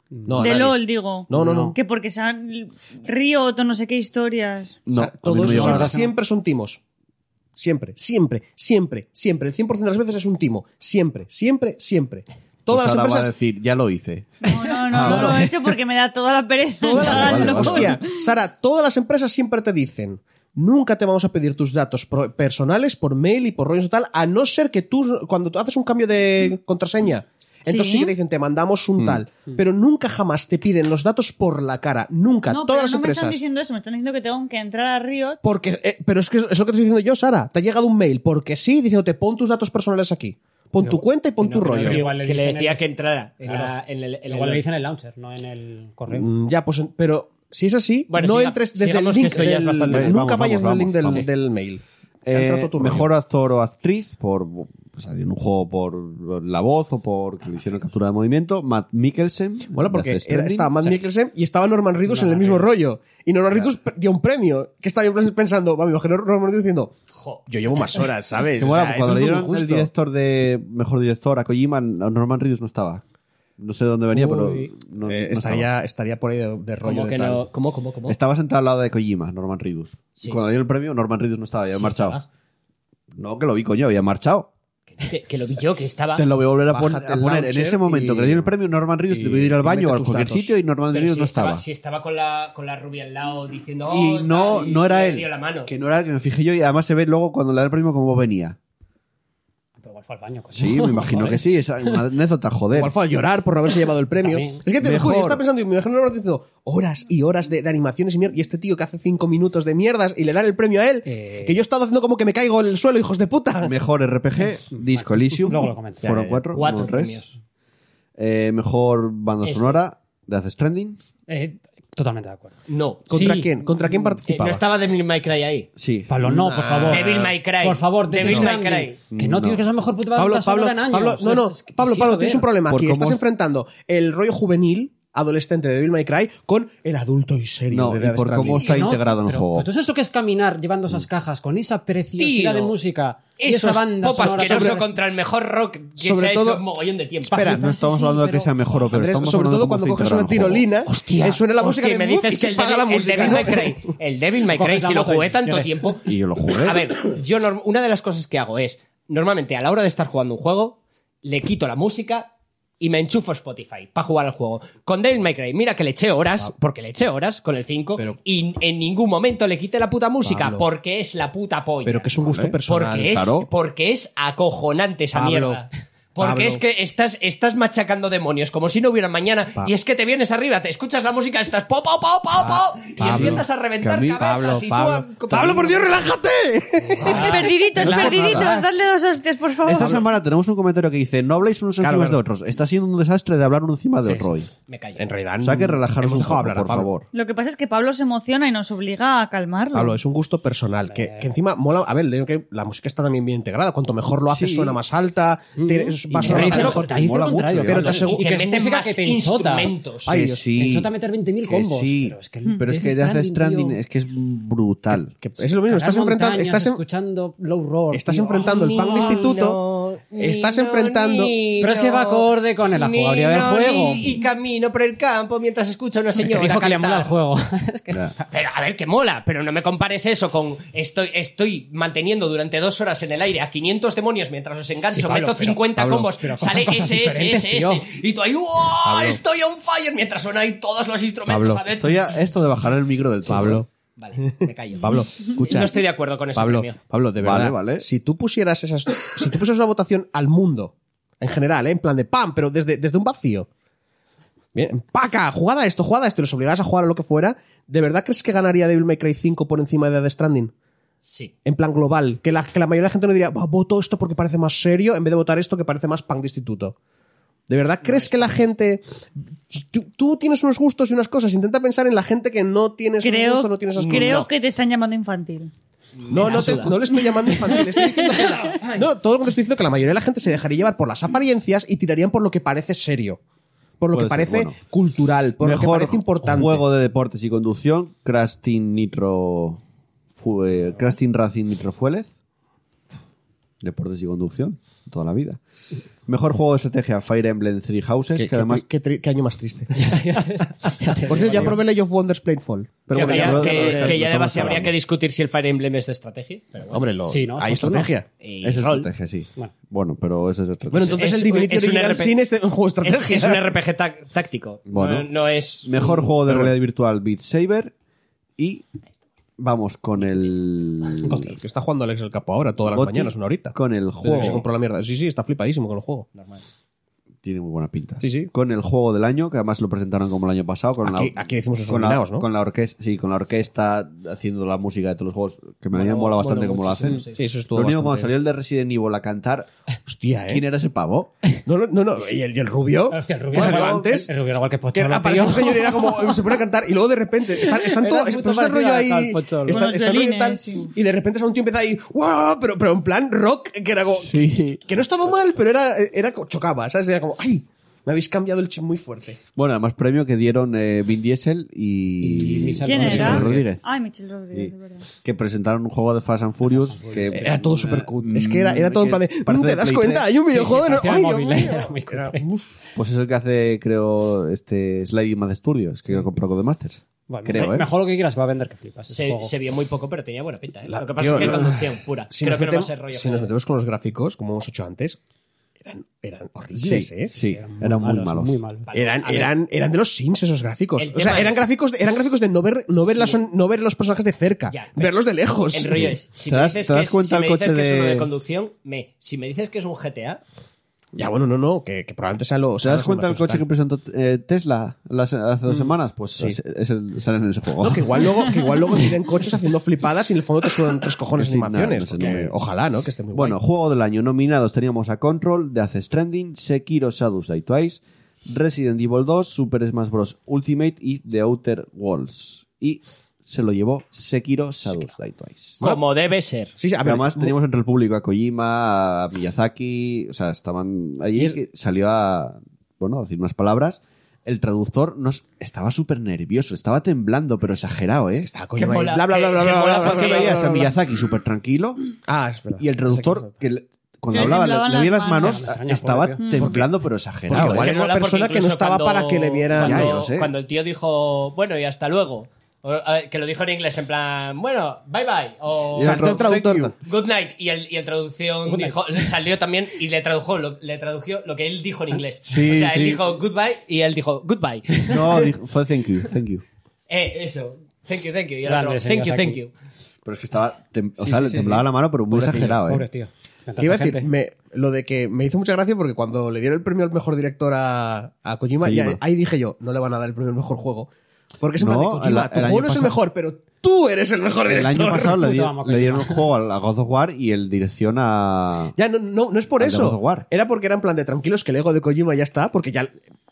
B: No,
E: de
B: nadie.
E: LOL, digo.
B: No, no, no.
E: Que porque se han. Río, no sé qué historias.
B: O sea,
A: No, a mí no
B: todo
A: me
B: eso
A: llegó
B: son-
A: nada.
B: siempre son timos. Siempre, siempre, siempre, siempre. El 100% de las veces es un timo. Siempre, siempre, siempre. Todas
A: Pues
B: las
A: ahora va a
B: empresas.
A: decir, ya lo hice.
E: No, no,
B: Ah,
E: no, no lo he hecho porque me da toda la pereza.
B: Todas *laughs* las,
A: Vale, vale.
B: Hostia, Sara, todas las empresas siempre te dicen. Nunca te vamos a pedir tus datos pro- personales por mail y por rollos y tal, a no ser que tú, cuando tú haces un cambio de contraseña, entonces
E: Sí.
B: sí que te dicen, te mandamos
A: Mm.
B: un tal. Pero nunca jamás te piden los datos por la cara, nunca.
E: No,
B: todas
E: pero
B: las
E: no me
B: empresas.
E: están diciendo eso, me están diciendo que tengo que entrar
B: *laughs*
E: a Riot.
B: Porque, eh, pero es que es lo que te estoy diciendo yo, Sara. Te ha llegado un mail porque sí, diciéndote pon tus datos personales aquí. Pon tu cuenta y pon tu
D: pero
B: rollo.
D: digo-
C: Igual
D: Igual le
C: que le
D: dicen
C: decía
D: el-
C: que entrara en,
D: Claro.
C: la- en el, en el-
D: Igual lo dicen en el launcher, no en el correo.
B: Mm, ya, pues, en- pero si es así,
C: Bueno,
B: no
C: siga-
B: entres desde el
C: sigamos, que
B: link.
C: esto ya es
B: del-
C: bastante-
B: nunca
A: Vamos,
B: vayas
A: vamos,
B: del link del,
A: vamos.
B: del mail.
A: Eh,
B: Entra tu rollo.
A: mejor actor o actriz por o sea, en un juego por la voz o por que le hicieron captura de movimiento Matt Mikkelsen
B: Bueno,
A: de
B: porque
A: Death
B: era,
A: Stranding.
B: estaba Matt Mikkelsen y estaba Norman Reedus en el mismo rollo. Y Norman Reedus pe- dio un premio. Que estaba yo pensando, va, me imagino Norman Reedus diciendo, "Jo, yo llevo más horas, ¿sabes?
A: *laughs* Que mola,
B: O sea,
A: cuando
B: esto
A: le
B: es muy
A: dieron el
B: injusto".
A: director de mejor director a Kojima Norman Reedus no estaba no sé de dónde venía pero
D: Uy.
A: no- no
B: Eh,
A: estaba.
B: estaría, estaría por ahí de, de rollo.
C: ¿Cómo
B: de
C: que
B: tal.
C: no? ¿Cómo, cómo, cómo?
A: Estaba sentado al lado de Kojima Norman Reedus
C: Sí.
A: y cuando le dio el premio Norman Reedus no estaba había
C: Sí,
A: marchado
C: estaba.
A: no que lo vi coño había marchado
C: Que, que lo vi yo, que estaba.
A: te lo voy a volver a, pon-
B: Bájate
A: a
B: el
A: poner en
B: launcher
A: ese momento
B: Ah, y-
A: que le dio el premio Norman Reedus
B: y-
A: tuve que ir
B: y
A: al baño o
B: mete
A: a
B: tus
A: cualquier
B: datos.
A: sitio y Norman
C: pero
A: Reedus
C: si
A: no estaba
C: Si estaba con la, con la rubia al lado diciendo.
A: y
C: "Oh,
A: no,
C: tal", y
A: no era
C: le
A: él.
C: dio la mano.
A: Que no era el que me fijé yo y además se ve luego cuando le da el premio cómo venía.
D: Pero igual fue al baño. coño.
A: Sí, me imagino
D: *laughs* Joder.
A: que sí. Es una anécdota, joder.
B: Igual fue a llorar por no haberse llevado el premio.
D: También.
B: Es que te lo juro, yo
A: Mejor.
B: estaba pensando y me imagino Norman Reedus diciendo horas y horas de, de animaciones y mierda. Y este tío que hace cinco minutos de mierdas y le dan el premio a él,
D: Eh.
B: que yo he estado haciendo como que me caigo en el suelo, hijos de puta.
A: Mejor RPG, Disco Elysium.
D: Luego lo comento.
A: Fueron
B: Ya, ya, ya.
A: cuatro,
C: Cuatro
A: no, tres.
C: premios.
A: Eh, mejor banda
C: Ese.
A: sonora, Death Stranding.
D: Eh, totalmente de acuerdo.
C: No.
B: ¿Contra
D: Sí.
B: quién? ¿Contra quién
C: Eh, no
B: participaba?
C: estaba Devil May Cry ahí.
A: Sí.
D: Pablo, no, por favor.
C: Devil May Cry.
D: Por favor,
C: Devil
D: Death
C: May
D: Stranding.
C: Cry.
D: Que no, tío,
A: No.
D: que es la mejor puta
B: Pablo,
D: banda
B: Pablo,
D: sonora en años.
B: Pablo, no,
D: Es-
B: no,
D: es que-
B: Pablo,
D: sí,
B: Pablo,
D: joder.
B: tienes un problema
A: Por
B: aquí.
A: cómo
B: Estás
A: es-
B: enfrentando el rollo juvenil, adolescente de Devil May Cry, con el adulto y serio
A: No,
B: de
A: y
B: Death
A: por cómo
B: Stranding.
A: está
D: No,
A: integrado en el
D: pero-
A: juego.
D: pero Entonces, eso que es caminar llevando esas cajas con esa preciosidad
C: Tío,
D: de música y
C: Eso
D: esa
C: es
D: banda
C: pop
D: sonora
C: asqueroso
D: sobre-
C: contra el mejor rock que
B: sobre
C: se ha
B: todo-
C: hecho un mogollón de tiempo.
B: Espera,
A: no estamos
D: sí,
A: hablando de que
D: pero-
A: sea mejor o peor.
B: Andrés,
A: estamos
B: sobre
A: hablando
B: todo
A: de cómo
B: cuando
A: está
B: coges una
A: integrado en el
B: tirolina, eh, suena la música
C: Hostia,
B: de
C: me
B: Muf y
C: dices
B: se
C: el
B: paga
C: Devil,
B: la
C: el
B: música.
C: Devil
B: ¿no?
C: May Cry. El Devil May Cry,
D: Coges la
C: si lo
D: moto y-
C: jugué tanto
D: lloré.
C: tiempo.
A: Y yo lo jugué.
C: A ver, yo norm- una de las cosas que hago es, normalmente a la hora de estar jugando un juego, le quito la música y me enchufo Spotify para jugar al juego. Con Devil May Cry, mira que le eché horas, porque le eché horas con el 5,
B: Pero-
C: y en ningún momento le quité la puta música,
B: Pablo.
C: porque es la puta polla.
B: Pero que es un gusto
A: Vale.
B: personal.
C: Porque es,
A: claro.
C: porque es acojonante esa
B: Pablo,
C: mierda. Porque
B: Pablo.
C: es que estás, estás machacando demonios como si no hubiera mañana. Y es que te vienes arriba, te escuchas la música, estás po, po, po, po, po, y
B: Pablo,
C: empiezas a reventar
A: que a mí-
C: cabezas.
B: Pablo,
C: y tú a-
B: Pablo, Pablo, por Dios, relájate.
E: *laughs* perdiditos,
D: Claro,
E: perdiditos,
D: claro.
E: dadle dos hostias, por favor.
A: Esta semana tenemos un comentario que dice: No habléis unos encima
B: Claro,
A: de
B: claro.
A: otros. Está siendo un desastre de hablar uno encima de
D: Sí,
A: otro
D: sí.
A: hoy.
C: Me callo.
B: En realidad,
A: O sea, que
B: no-
A: relajaros
B: hemos
A: un
B: dejado
A: poco,
B: hablar a
A: por
B: Pablo.
A: favor.
E: Lo que pasa es que Pablo se emociona y nos obliga a calmarlo.
B: Pablo, es un gusto personal, que, que encima mola, a ver, digo que la música está también bien integrada, cuanto mejor lo haces
A: Sí.
B: suena más alta, tiene- es- va a
D: Pero
B: sonar
D: dice lo-
B: mejor.
D: te dice
A: mola
D: lo
A: mucho,
D: contrario,
A: yo
B: Pero te
D: Pablo.
B: aseguro-
D: Y que es música que te enchota.
C: instrumentos.
B: Ay,
A: Que
B: Dios.
A: sí.
D: Te enchota a meter 20.000
A: que
D: combos.
A: sí.
D: Pero es que,
A: Pero es que
D: Death
A: Death Stranding
D: tío.
A: es que es brutal.
B: Que es lo mismo,
D: Cagar
B: estás enfrentando,
D: montañas,
B: estás en-
D: escuchando Low Roar.
B: estás
D: tío.
B: enfrentando el pan de instituto Estás enfrentando-
D: Pero es que va acorde con la jugabilidad del juego.
C: Y camino por el campo mientras escucho a una
D: Que
C: señora
D: dijo que le
C: cantar.
D: mola el juego. Es que-
A: Ya.
C: Pero a ver, que mola, pero no me compares eso con estoy, estoy manteniendo durante dos horas en el aire a 500 demonios mientras os engancho,
D: Sí, Pablo,
C: meto
D: pero-
C: 50
D: Pablo,
C: combos,
D: pero cosas-
C: sale
D: cosas
C: ese, ese,
D: diferentes,
C: ese,
D: tío.
C: y tú ahí, ¡wow! Estoy on fire mientras suena ahí todos los instrumentos. *laughs*
A: Pablo,
C: a ver,
A: estoy a esto de bajar el micro del Pablo.
C: Vale, me
B: *laughs*
C: callo.
A: Pablo, escucha.
C: no estoy de acuerdo con ese
A: Pablo,
C: premio.
A: Pablo, de verdad.
B: Vale, vale. Si tú pusieras esas, si tú pusieras una votación al mundo, en general, ¿eh? en plan de pam, pero desde, desde un vacío. Bien, paca, jugada esto, jugada esto, y los obligarás a jugar a lo que fuera. ¿De verdad crees que ganaría Devil May Cry 5 por encima de The Stranding?
C: Sí.
B: En plan global, que la, que la mayoría de la gente no diría, "Buah, voto esto porque parece más serio, en vez de votar esto que parece más punk de instituto. ¿De verdad crees que la gente... Tú, tú tienes unos gustos y unas cosas, intenta pensar en la gente que no tiene esos
E: Creo,
B: gustos, no tiene esas cosas.
E: creo
B: No.
E: que te están llamando infantil.
B: No, no, te- no le estoy llamando infantil. Estoy diciendo
C: *laughs*
B: que la- no, todo lo que te estoy diciendo que la mayoría de la gente se dejaría llevar por las apariencias y tirarían por lo que parece serio. Por lo
A: Puede ser,
B: que parece
A: bueno.
B: cultural, por lo que parece importante.
A: juego de deportes y conducción, Crash Team Nitro... Fue, Crash Team Racing Nitro Fuelez. Deportes y conducción, toda la vida. Mejor juego de estrategia, Fire Emblem Three Houses,
B: ¿Qué,
A: que
B: qué
A: además...
B: tri- qué tri- qué año más triste.
D: Ya te-
B: *laughs*
D: ya te-
B: Por cierto, ya probé Ley of Wonders Plainfall. Pero
C: Que
B: bueno,
C: habría-
B: ya-
C: que,
B: ya- ya-
C: que ya de
A: estamos
C: base habría
A: hablando.
C: que discutir si el Fire Emblem es de estrategia. Pero bueno.
B: Hombre, lo,
D: Sí, ¿no?
B: hay
D: Pues no.
B: estrategia.
C: Y
A: Esa es
C: rol.
A: estrategia, sí. Bueno,
D: Bueno.
A: pero esa es estrategia.
B: Bueno, entonces
C: Eh, Es
B: el Divinity
C: un- es un
B: Original
C: RP.
B: Sin es de- un juego de
C: Es,
B: estrategia.
C: es un
B: *laughs*
C: RPG tá- táctico.
A: Bueno.
C: no, no es.
A: Mejor juego de
C: Pero bueno.
A: realidad virtual, Beat Saber. Y vamos con el...
B: El que está jugando Alex el Capo ahora, todas las
A: Goti
B: mañanas, una horita.
A: Con el
B: Desde que
A: juego...
B: se compró la mierda. Sí, sí, está flipadísimo con el juego.
A: Tiene muy buena pinta.
B: Sí, sí.
A: Con el juego del año, que además lo presentaron como el año pasado. Con
B: Aquí-
A: la,
B: aquí decimos esos
A: con la,
B: nominados, ¿no?
A: Con la orquesta, sí, con la orquesta haciendo la música de todos los juegos, que me
C: Bueno,
A: mola bastante
C: bueno,
A: como lo
C: muchísimo,
A: hacen.
C: sí.
B: Sí, eso estuvo
A: Lo único, cuando
B: bastante-
A: salió el de Resident Evil a cantar,
B: Hostia, *laughs* ¿eh?
A: ¿quién era ese pavo?
B: No, no, no, no. ¿Y, el, y el rubio.
D: Hostia, el
B: Que
D: rubio
B: salió
D: era igual-
B: antes.
D: el rubio era igual que
B: que
D: Pocholo,
B: aparece
D: tío.
B: un señor y era como se pone a cantar y luego de repente están, están
D: Era
B: todos
D: muy
B: pero está el rollo ahí
D: parecido al Pocholo.
B: está,
E: Con
B: está
E: los
B: el rollo
E: violines,
B: tal,
E: sí.
B: y de repente sale un tío y empieza ahí ¡guau! pero, pero en plan rock que era como que no estaba mal pero era, era co- chocaba ¿sabes? era como ¡ay! me habéis cambiado el chip muy fuerte
A: Bueno, además premio que dieron eh, Vin Diesel y...
D: Y Michelle
E: ¿Quién
D: Rodríguez.
E: era?
A: Rodríguez.
E: Ay, Michel Rodríguez,
A: Sí.
E: de verdad.
A: que presentaron un juego de Fast and Furious que
B: era todo super cute es que era, era todo en plan de
A: Mm, que
B: "Mm,
A: parece
B: ¿te das
A: Play
B: cuenta?
A: 3".
B: hay un
D: Sí, sí,
B: videojuego de no-
D: parecía
B: ¡ay, Dios
D: móvil,
B: mío!
D: era muy
B: Era-
D: cutre.
B: uf.
A: Pues es el que hace, creo, este Slide Math Studios, que compró Codemasters.
D: Bueno,
A: creo,
D: me-
A: ¿eh?
D: Mejor lo que quieras, que va a vender que flipas. ese
C: Se,
D: juego.
C: se vio muy poco, pero tenía buena pinta. ¿eh?
B: Este La-
C: Lo que pasa
B: yo-
C: es que
B: la-
C: conducción pura.
B: si,
C: Creo
B: nos
C: que no va a
B: metemos,
C: ser rollo.
B: si nos
C: juego.
B: metemos con los gráficos como hemos hecho antes eran, eran
A: Sí,
B: horribles ¿eh?
A: sí,
D: Eran
A: eran muy malos.
D: Muy malos.
C: Vale,
B: Eran,
C: a ver.
B: eran, eran de los Sims esos gráficos.
C: El
B: O sea,
C: tema
B: eran
C: es-
B: gráficos, de- eran gráficos de no ver, no ver, las- no ver los personajes de cerca,
C: Ya, pero-
B: verlos de lejos.
C: El rollo es, si
A: ¿Te
C: me
A: das-
C: dices
A: te
C: que
A: das
C: es-
A: cuenta
C: si
A: el
C: me dices
A: coche
C: que es uno de
A: de-
C: conducción, me. Si me dices que es un GTA,
B: *laughs* Ya, bueno, no, no, que, que probablemente sea lo.
A: ¿Te das cuenta el coche que presentó eh, Tesla las- hace dos semanas? Pues
B: Mm, Sí.
A: es, es el, salen en ese juego.
B: No,
A: *laughs*
B: que igual luego, que igual luego tienen coches haciendo flipadas y en el fondo te suenan tres cojones
A: Sí, sí,
B: animaciones.
A: no, no sé,
B: porque-
A: no me-
B: Ojalá, ¿no? Que esté muy
A: bueno,
B: guay.
A: juego del año nominados teníamos a Control, Death Stranding, Sekiro Shadows Die Twice, Resident Evil 2, Super Smash Bros. Ultimate y The Outer Worlds. Y se lo llevó Sekiro Shadows Die Twice.
C: como debe ser.
B: Sí, sí, a ver,
A: además
B: mo-
A: teníamos entre el público a Kojima, a Miyazaki, o sea, estaban allí. que salió a, bueno, a decir unas palabras. El traductor nos, estaba súper nervioso, estaba temblando, pero exagerado, ¿eh?
B: Está, coño,
C: Qué
B: ahí,
C: mola,
B: bla, bla, bla,
C: qué-
B: bla,
C: qué
B: bla,
C: mola,
B: bla, bla,
A: Es
C: porque
A: que
B: bla, bla,
A: veías
B: bla,
A: a
B: bla.
A: Miyazaki súper tranquilo
B: Ah, es verdad.
A: y el traductor, que le- cuando
E: Que le
A: hablaba, le,
E: temblaban
A: le veía
E: las
A: las manos,
D: manos. Me extraña,
A: estaba
D: pobre
A: temblando, pero
B: Porque
A: exagerado.
B: igual
A: ¿eh?
C: Que
B: era una
C: mola porque
B: persona que no
C: incluso
B: estaba
C: cuando-
B: para que le vieran.
A: Ya, yo
C: Cuando,
A: lo sé.
C: cuando el tío dijo, bueno, y hasta luego. o, eh, que lo dijo en inglés, en plan, bueno, bye bye. O
A: Y
B: Saltó el
A: otro, "Thank
B: traductor.
A: you".
C: Good night. Y el, y el traducción dijo, salió también y le tradujo, lo, le tradujo lo que él dijo en inglés.
A: Sí,
C: o sea, él
A: sí.
C: dijo goodbye y él dijo goodbye.
A: No, dijo- fue thank you, thank you.
C: eh, eso. Thank you, thank you. Y el
D: Grande,
C: otro,
D: señor
C: thank you,
D: Taki.
C: thank you.
A: Pero es que estaba, tem- o
B: Sí,
A: sea,
B: sí,
A: le
B: sí,
A: temblaba
B: sí.
A: la mano, pero muy
B: Pobrecillo,
A: exagerado,
D: Pobre
A: ¿eh?
D: tío.
B: Te iba a decir, me- lo de que me hizo mucha gracia porque cuando le dieron el premio al mejor director a, a Kojima,
A: Kojima.
B: ya- ahí dije yo, no le van a dar el premio al mejor juego. Porque es en
A: No,
B: plan de Kojima,
A: el-
B: tu
A: el
B: juego
A: año
B: no es el
A: pasado-
B: mejor, pero tú eres el mejor
A: El
B: director.
A: año pasado le,
D: Puta
A: di-
D: vamos,
A: le
D: que
A: dieron
D: no.
A: el juego a, a God of War y el dirección a...
B: *laughs* Ya, no, no, no es por
A: Al de God
B: eso.
A: of War.
B: Era porque era en plan de tranquilos que el ego de Kojima ya está, porque ya.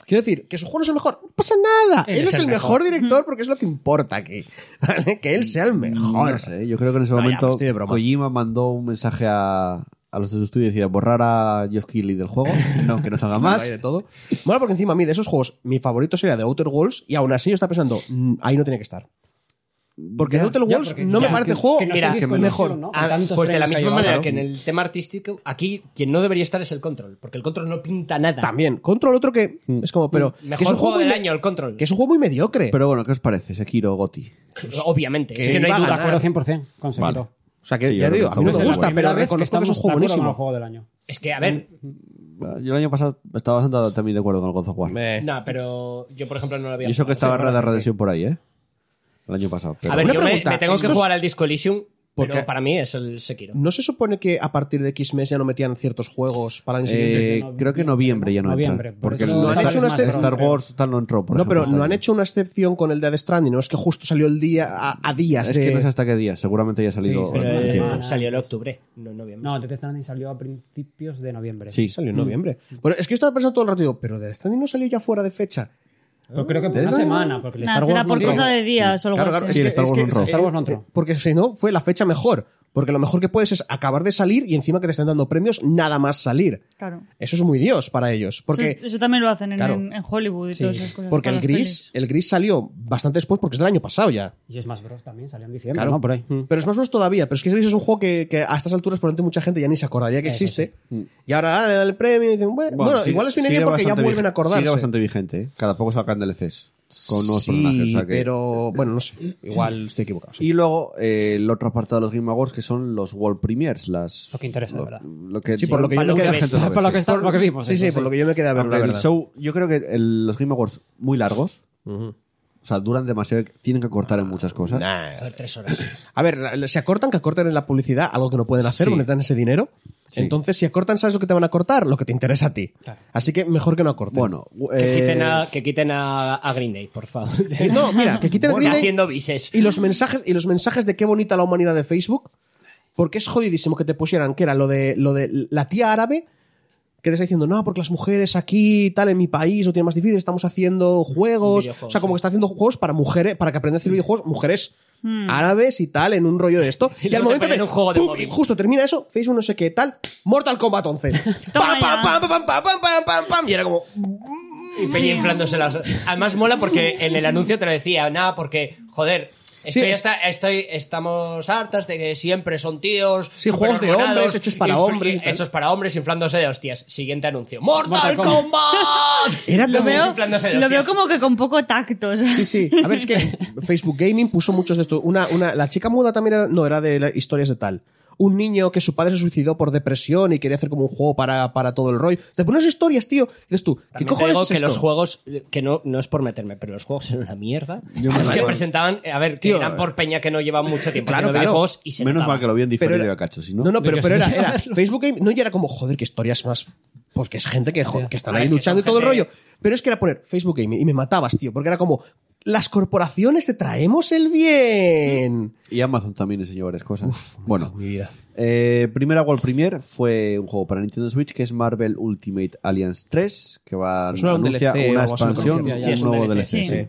B: Quiero decir, que su juego no es el mejor. No pasa nada. Él, es el mejor. director *laughs* porque es lo que importa aquí. ¿vale? Que él sea el mejor.
A: No sé, eh, yo creo que en ese
B: No, ya,
A: momento
B: pues estoy de broma.
A: Kojima mandó un mensaje a, a los de su estudio y decía borrar a Geoff Keighley del
B: *laughs*
A: juego, no, que no salga
B: Bueno,
A: más.
B: hay de todo. Bueno, porque encima a mí de esos juegos, mi favorito sería The Outer Worlds y aún así yo estaba pensando, "Mm, ahí no tiene que estar. Porque Total Walls
D: porque-
B: no me
D: ya,
B: parece
D: que-
B: juego
D: que no
C: mira,
D: estoy
C: que
D: discutiendo,
B: mejor.
D: ¿no? Con
C: Ah,
D: tantos
C: pues de la
D: premios
C: misma
D: ahí
C: manera
D: llevados.
C: que en el tema artístico, aquí quien no debería estar es el control, porque el control no pinta nada.
B: también. Control otro que es como, pero.
C: Mm, Mejor
B: que es un
C: juego del
B: muy me-
C: año, el Control.
B: Que es un juego muy mediocre.
A: Pero bueno, ¿qué os parece? Sekiro Goti.
C: Obviamente, es que no
B: iba a
C: hay
D: De
C: duda.
B: ganar.
D: acuerdo 100% con Sekiro.
A: Vale.
B: o sea, que
A: Sí, yo
B: ya
A: creo que
B: digo, a mí no
A: tampoco
B: me
D: Es
A: es
D: la
B: gusta,
D: primera
B: pero
D: vez que
B: reconozco que es un
D: estamos
B: juego
D: de acuerdo con el
B: buenísimo.
D: juego del año.
C: Es que, a ver,
A: Yo el año pasado estaba bastante también de acuerdo con el God of War.
B: Me-
C: no, pero yo, por ejemplo, no lo había
A: Y eso que
C: jugado.
A: estaba Red Dead Redemption por ahí, ¿eh? El año pasado. pero-
C: A ver,
B: Una
C: yo me,
B: pregunta,
C: me tengo que
B: estos-
C: jugar al Disco Elysium,
B: Porque-
C: pero para mí es el Sekiro.
B: ¿No se supone que a partir de X mes ya no metían ciertos juegos para el año siguiente?
A: Eh, creo que noviembre ya no
D: Noviembre,
A: entra.
D: por
A: Porque
D: eso
A: el
B: no han
A: Star,
B: hecho una
A: Star
B: excepción,
D: creo.
A: Wars tal no entró. Por
B: No,
A: ejemplo,
B: pero no
A: este
B: han
A: año.
B: hecho una excepción con el Dead Stranding, no es que justo salió el día a, a días
A: Es
B: de...
A: que no sé hasta qué día. Seguramente ya ha salido.
D: Sí,
C: Pero
D: Bueno,
C: eh,
A: antes de
D: sí.
A: tiempo.
C: salió en octubre, no en noviembre.
D: No, Death Stranding salió a principios de noviembre.
A: Sí.
B: Salió en noviembre. Bueno, es que yo estaba pensando todo el rato, digo, pero Dead Stranding no salió ya fuora de fecha.
D: Pero creo que por
A: ¿Death
D: una
A: Stranding?
D: semana, porque el
E: Nada,
D: Star Wars
E: será por
D: no
E: cosa
D: llegó.
E: de días o algo
B: Claro, claro,
E: así.
B: es
A: Sí, el
B: que,
A: Star
B: es
A: Wars
B: que-
A: no entró.
B: es-
D: Star Wars no
B: eh,
D: entró.
B: Porque si no, fue la fecha mejor. Porque lo mejor que puedes es acabar de salir y encima que te estén dando premios nada más salir.
E: Claro.
B: Eso es muy Dios para ellos. Porque...
E: Eso, eso también lo hacen en,
B: Claro.
E: en- en Hollywood y todas esas cosas.
B: Porque el
E: para las
B: gris,
E: pelis.
B: el gris salió bastante después porque es del año pasado ya.
D: Y Smash Bros. también salió en diciembre,
B: Claro.
D: ¿no? Por ahí.
A: Mm.
B: Pero es más menos todavía. Pero es que gris es un juego que, que a estas alturas probablemente mucha gente ya ni se acordaría que existe. Y ahora ah, le dan el premio y dicen, bueno, bueno,
A: sigue-
B: igual les viene
A: sigue
B: bien porque ya
A: bastante
B: vuelven
A: vig-
B: a acordarse.
A: Sigue bastante vigente. ¿eh? Cada poco sacan DLCs con nuevos
B: sí,
A: personajes. o sea que-
B: pero bueno, no sé. Igual estoy equivocado. sí.
A: Y luego eh, el otro apartado de los Game Awards que son los World Premiers. Las...
D: Lo que interesa, de
A: lo-
D: verdad.
A: Lo que,
B: Sí, por lo que
A: *laughs*
B: yo
C: para
B: me
C: lo
B: quedé
C: que
B: a
C: ves,
B: gente
A: Entonces,
D: *laughs* Por lo que,
A: sí.
D: está, lo que vimos.
B: Sí, sí, por lo que yo me quedé a ver, la
A: Aunque el
B: verdad.
A: show, yo creo que el- los Game Awards muy largos. O sea, duran demasiado. Tienen que cortar en muchas cosas.
B: Nah.
C: Joder, tres horas.
B: A ver, la- se acortan, que acorten en la publicidad, algo que no pueden hacer,
A: Sí.
B: porque necesitan ese dinero.
A: Sí.
B: Entonces, si acortan, ¿sabes lo que te van a cortar? Lo que te interesa a ti. Así que mejor que no acorten.
A: Bueno,
C: Que
A: eh,
C: quiten, a, que quiten a, a Green Day, por favor.
B: Que no, mira, que
C: *laughs*
B: quiten el
C: Porque
B: Green Day-
C: haciendo bises.
B: Y los mensajes, y los mensajes de qué bonita la humanidad de Facebook, porque es jodidísimo que te pusieran, que era lo de, lo de la tía árabe, que te está diciendo, no, porque las mujeres aquí, tal, en mi país, lo tienen más difícil, estamos haciendo juegos.
C: Videojuegos, Mm.
B: O sea, como que está haciendo juegos para mujeres, para que aprendan a hacer videojuegos mujeres
E: Mm.
B: árabes y tal, en un rollo de esto.
C: *laughs* Y
B: Y, al
C: luego te
B: momento
C: ponen
B: de.
C: un juego de
B: pum,
C: móvil.
B: y justo termina eso, Facebook no sé qué, tal, Mortal Kombat 11.
E: *laughs* Toma
B: pam, pam,
E: ya.
B: pam, pam, pam, pam, pam, pam, pam, y era como.
C: Y Peña inflándose las. Además, mola porque en el anuncio te lo decía, nada, porque, joder. Estoy,
B: Sí, es-
C: hasta- estoy, estamos hartas de que siempre son tíos.
B: Sí, juegos de
C: superordenados,
B: hombres, hechos para
C: infl-
B: hombres y tal.
C: Hechos para hombres, inflándose de hostias. Siguiente anuncio: ¡Mortal
D: Mortal Kombat.
C: Kombat!
B: Era
C: *laughs* Los
E: Lo
B: como-
C: niños
E: veo,
C: inflándose de
E: lo veo
C: hostias.
E: como que con poco tacto. o sea.
B: Sí, sí. A ver, es que Facebook Gaming puso muchos de estos. Una, una, la chica muda también era, no, era de la- historias de tal. Un niño que su padre se suicidó por depresión y quería hacer como un juego para, para todo el rollo. Te pones historias, tío. Y dices tú, ¿qué
C: También te
B: cojones
C: digo
B: es
C: que
B: esto?
C: los juegos, eh, que no, no es por meterme, pero los juegos eran una mierda.
A: Yo me
C: los que
A: acuerdo.
C: presentaban, eh, a ver, que
B: Tío,
C: eran por peña que no llevan mucho tiempo
B: Claro,
C: haciendo
B: claro.
C: videojuegos y se
A: menos
C: notaba.
A: mal que lo vi en
B: Pero
A: diferido
B: era-
A: de cacho, si no.
B: No, no, pero,
D: Yo
B: pero
D: sé
B: era,
C: *laughs*
D: que
B: era
D: llamarlo.
B: Facebook Gaming. No, ya era como, joder, qué historias más. Pues que es gente que, jo- que están
C: A
B: ahí
C: ver, que
B: luchando y
C: son
B: todo el
C: gente-
B: rollo. Pero es que era poner Facebook Gaming y me matabas, tío. Porque era como, las corporaciones te traemos el bien.
A: Y Amazon también enseñó varias cosas. bueno,
B: mi vida.
A: eh, primera World Premiere fue un juego para Nintendo Switch que es Marvel Ultimate Alliance 3, que va
B: Suena a un
A: anuncia
B: DLC o
A: una
B: algo así,
A: expansión,
D: hostia, ya.
A: un
D: Sí,
A: nuevo
C: es un
A: DLC. sí.
C: DLC,
B: sí.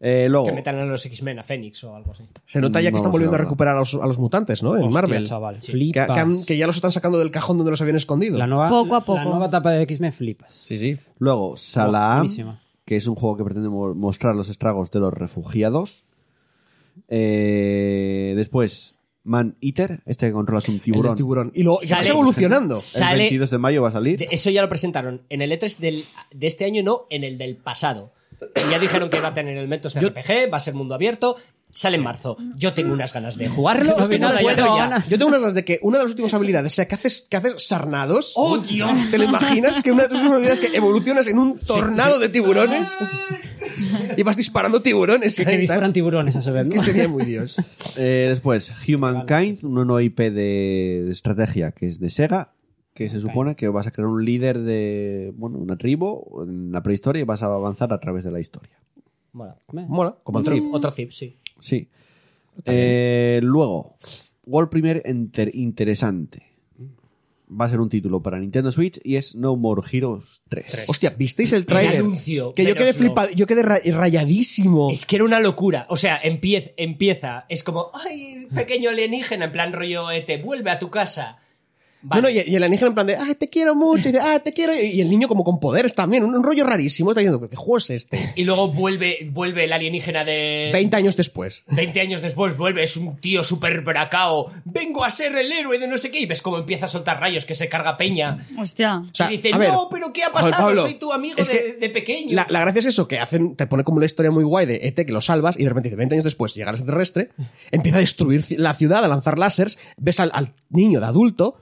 A: Eh, luego,
C: Que metan a los X-Men, a Fénix o algo así.
B: Se nota ya que
A: No
B: están
A: lo sé,
B: volviendo
A: la
B: a
A: verdad.
B: recuperar a los, a los mutantes, ¿no? En
D: Hostia,
B: Marvel.
D: chaval,
B: Que, que han-
D: flipas.
B: que ya los están sacando del cajón donde los habían escondido.
D: La nueva,
E: Poco a poco.
D: La nueva etapa de X-Men flipas.
B: Sí, sí.
A: luego Salaam,
D: buenísima.
A: que es un juego que pretende mo- mostrar los estragos de los refugiados. Eh, después, Man Eater, este que controlas un
B: El del
A: tiburón.
B: tiburón. Y luego y que vas
C: Sale-
D: *laughs*
B: evolucionando.
A: El
C: Sale-
A: 22 de mayo va a salir.
C: De- Eso ya lo presentaron en el E3 del- de este año, no, en el del pasado. Y ya dijeron que va a tener elementos de RPG, va a ser mundo abierto, sale en marzo. Yo tengo unas ganas de
B: *laughs*
C: jugarlo,
D: No,
C: que no
D: no,
C: puedo
D: no,
C: ya.
D: Ana.
B: Yo tengo unas ganas de que una de las últimas habilidades sea que haces, que haces sarnados. ¡Oh, Dios! ¿Te lo imaginas? Que una de tus últimas habilidades es que evolucionas en un tornado de
D: *laughs*
B: tiburones y vas disparando tiburones.
D: Que
B: ahí,
D: disparan
B: tal.
D: tiburones a
B: ¿eh?
D: saber,
B: Es
D: ¿no?
B: que sería muy Dios.
A: Eh, después, Humankind, una nueva IP de, de estrategia que es de Sega, que se supone que vas a crear un líder de bueno, una tribu en la prehistoria y vas a avanzar a través de la historia.
C: Mola.
B: *laughs* Mola, como el
C: Otro,
B: trip.
C: otro zip, sí.
A: Sí. Eh, luego, World Premier interesante. Va a ser un título para Nintendo Switch y es No More Heroes 3.
B: Hostia, ¿visteis el tráiler?
C: anuncio,
B: Que yo
C: pero
B: quedé
C: no.
B: flipado, yo quedé ra- rayadísimo.
C: Es que era una locura. O sea, empieza, eh, empieza es como, ay, pequeño alienígena, en plan rollo ET, vuelve a tu casa. Vale.
B: No, no, y, y el alienígena en plan de, ah, te quiero mucho, y dice, ah, te quiero. Y, y el niño como con poderes también, un, un rollo rarísimo, está diciendo, ¿qué juego es este?
C: Y luego vuelve, vuelve el alienígena de...
B: 20 años después.
C: 20 años después vuelve, es un tío súper bracao. Vengo a ser el héroe de no sé qué. Y ves cómo empieza a soltar rayos, que se carga peña.
E: Hostia.
B: O sea,
C: y dice,
B: a ver,
C: no, pero ¿qué ha
B: Joder,
C: pasado?
B: Pablo,
C: Soy tu amigo
B: es
C: de,
B: que
C: de pequeño.
B: La, la gracia es eso, que hacen, te pone como una historia muy guay de ET que lo salvas y de repente dice 20 años después llega el extraterrestre, empieza a destruir ci- la ciudad, a lanzar láseres, ves al, al niño de adulto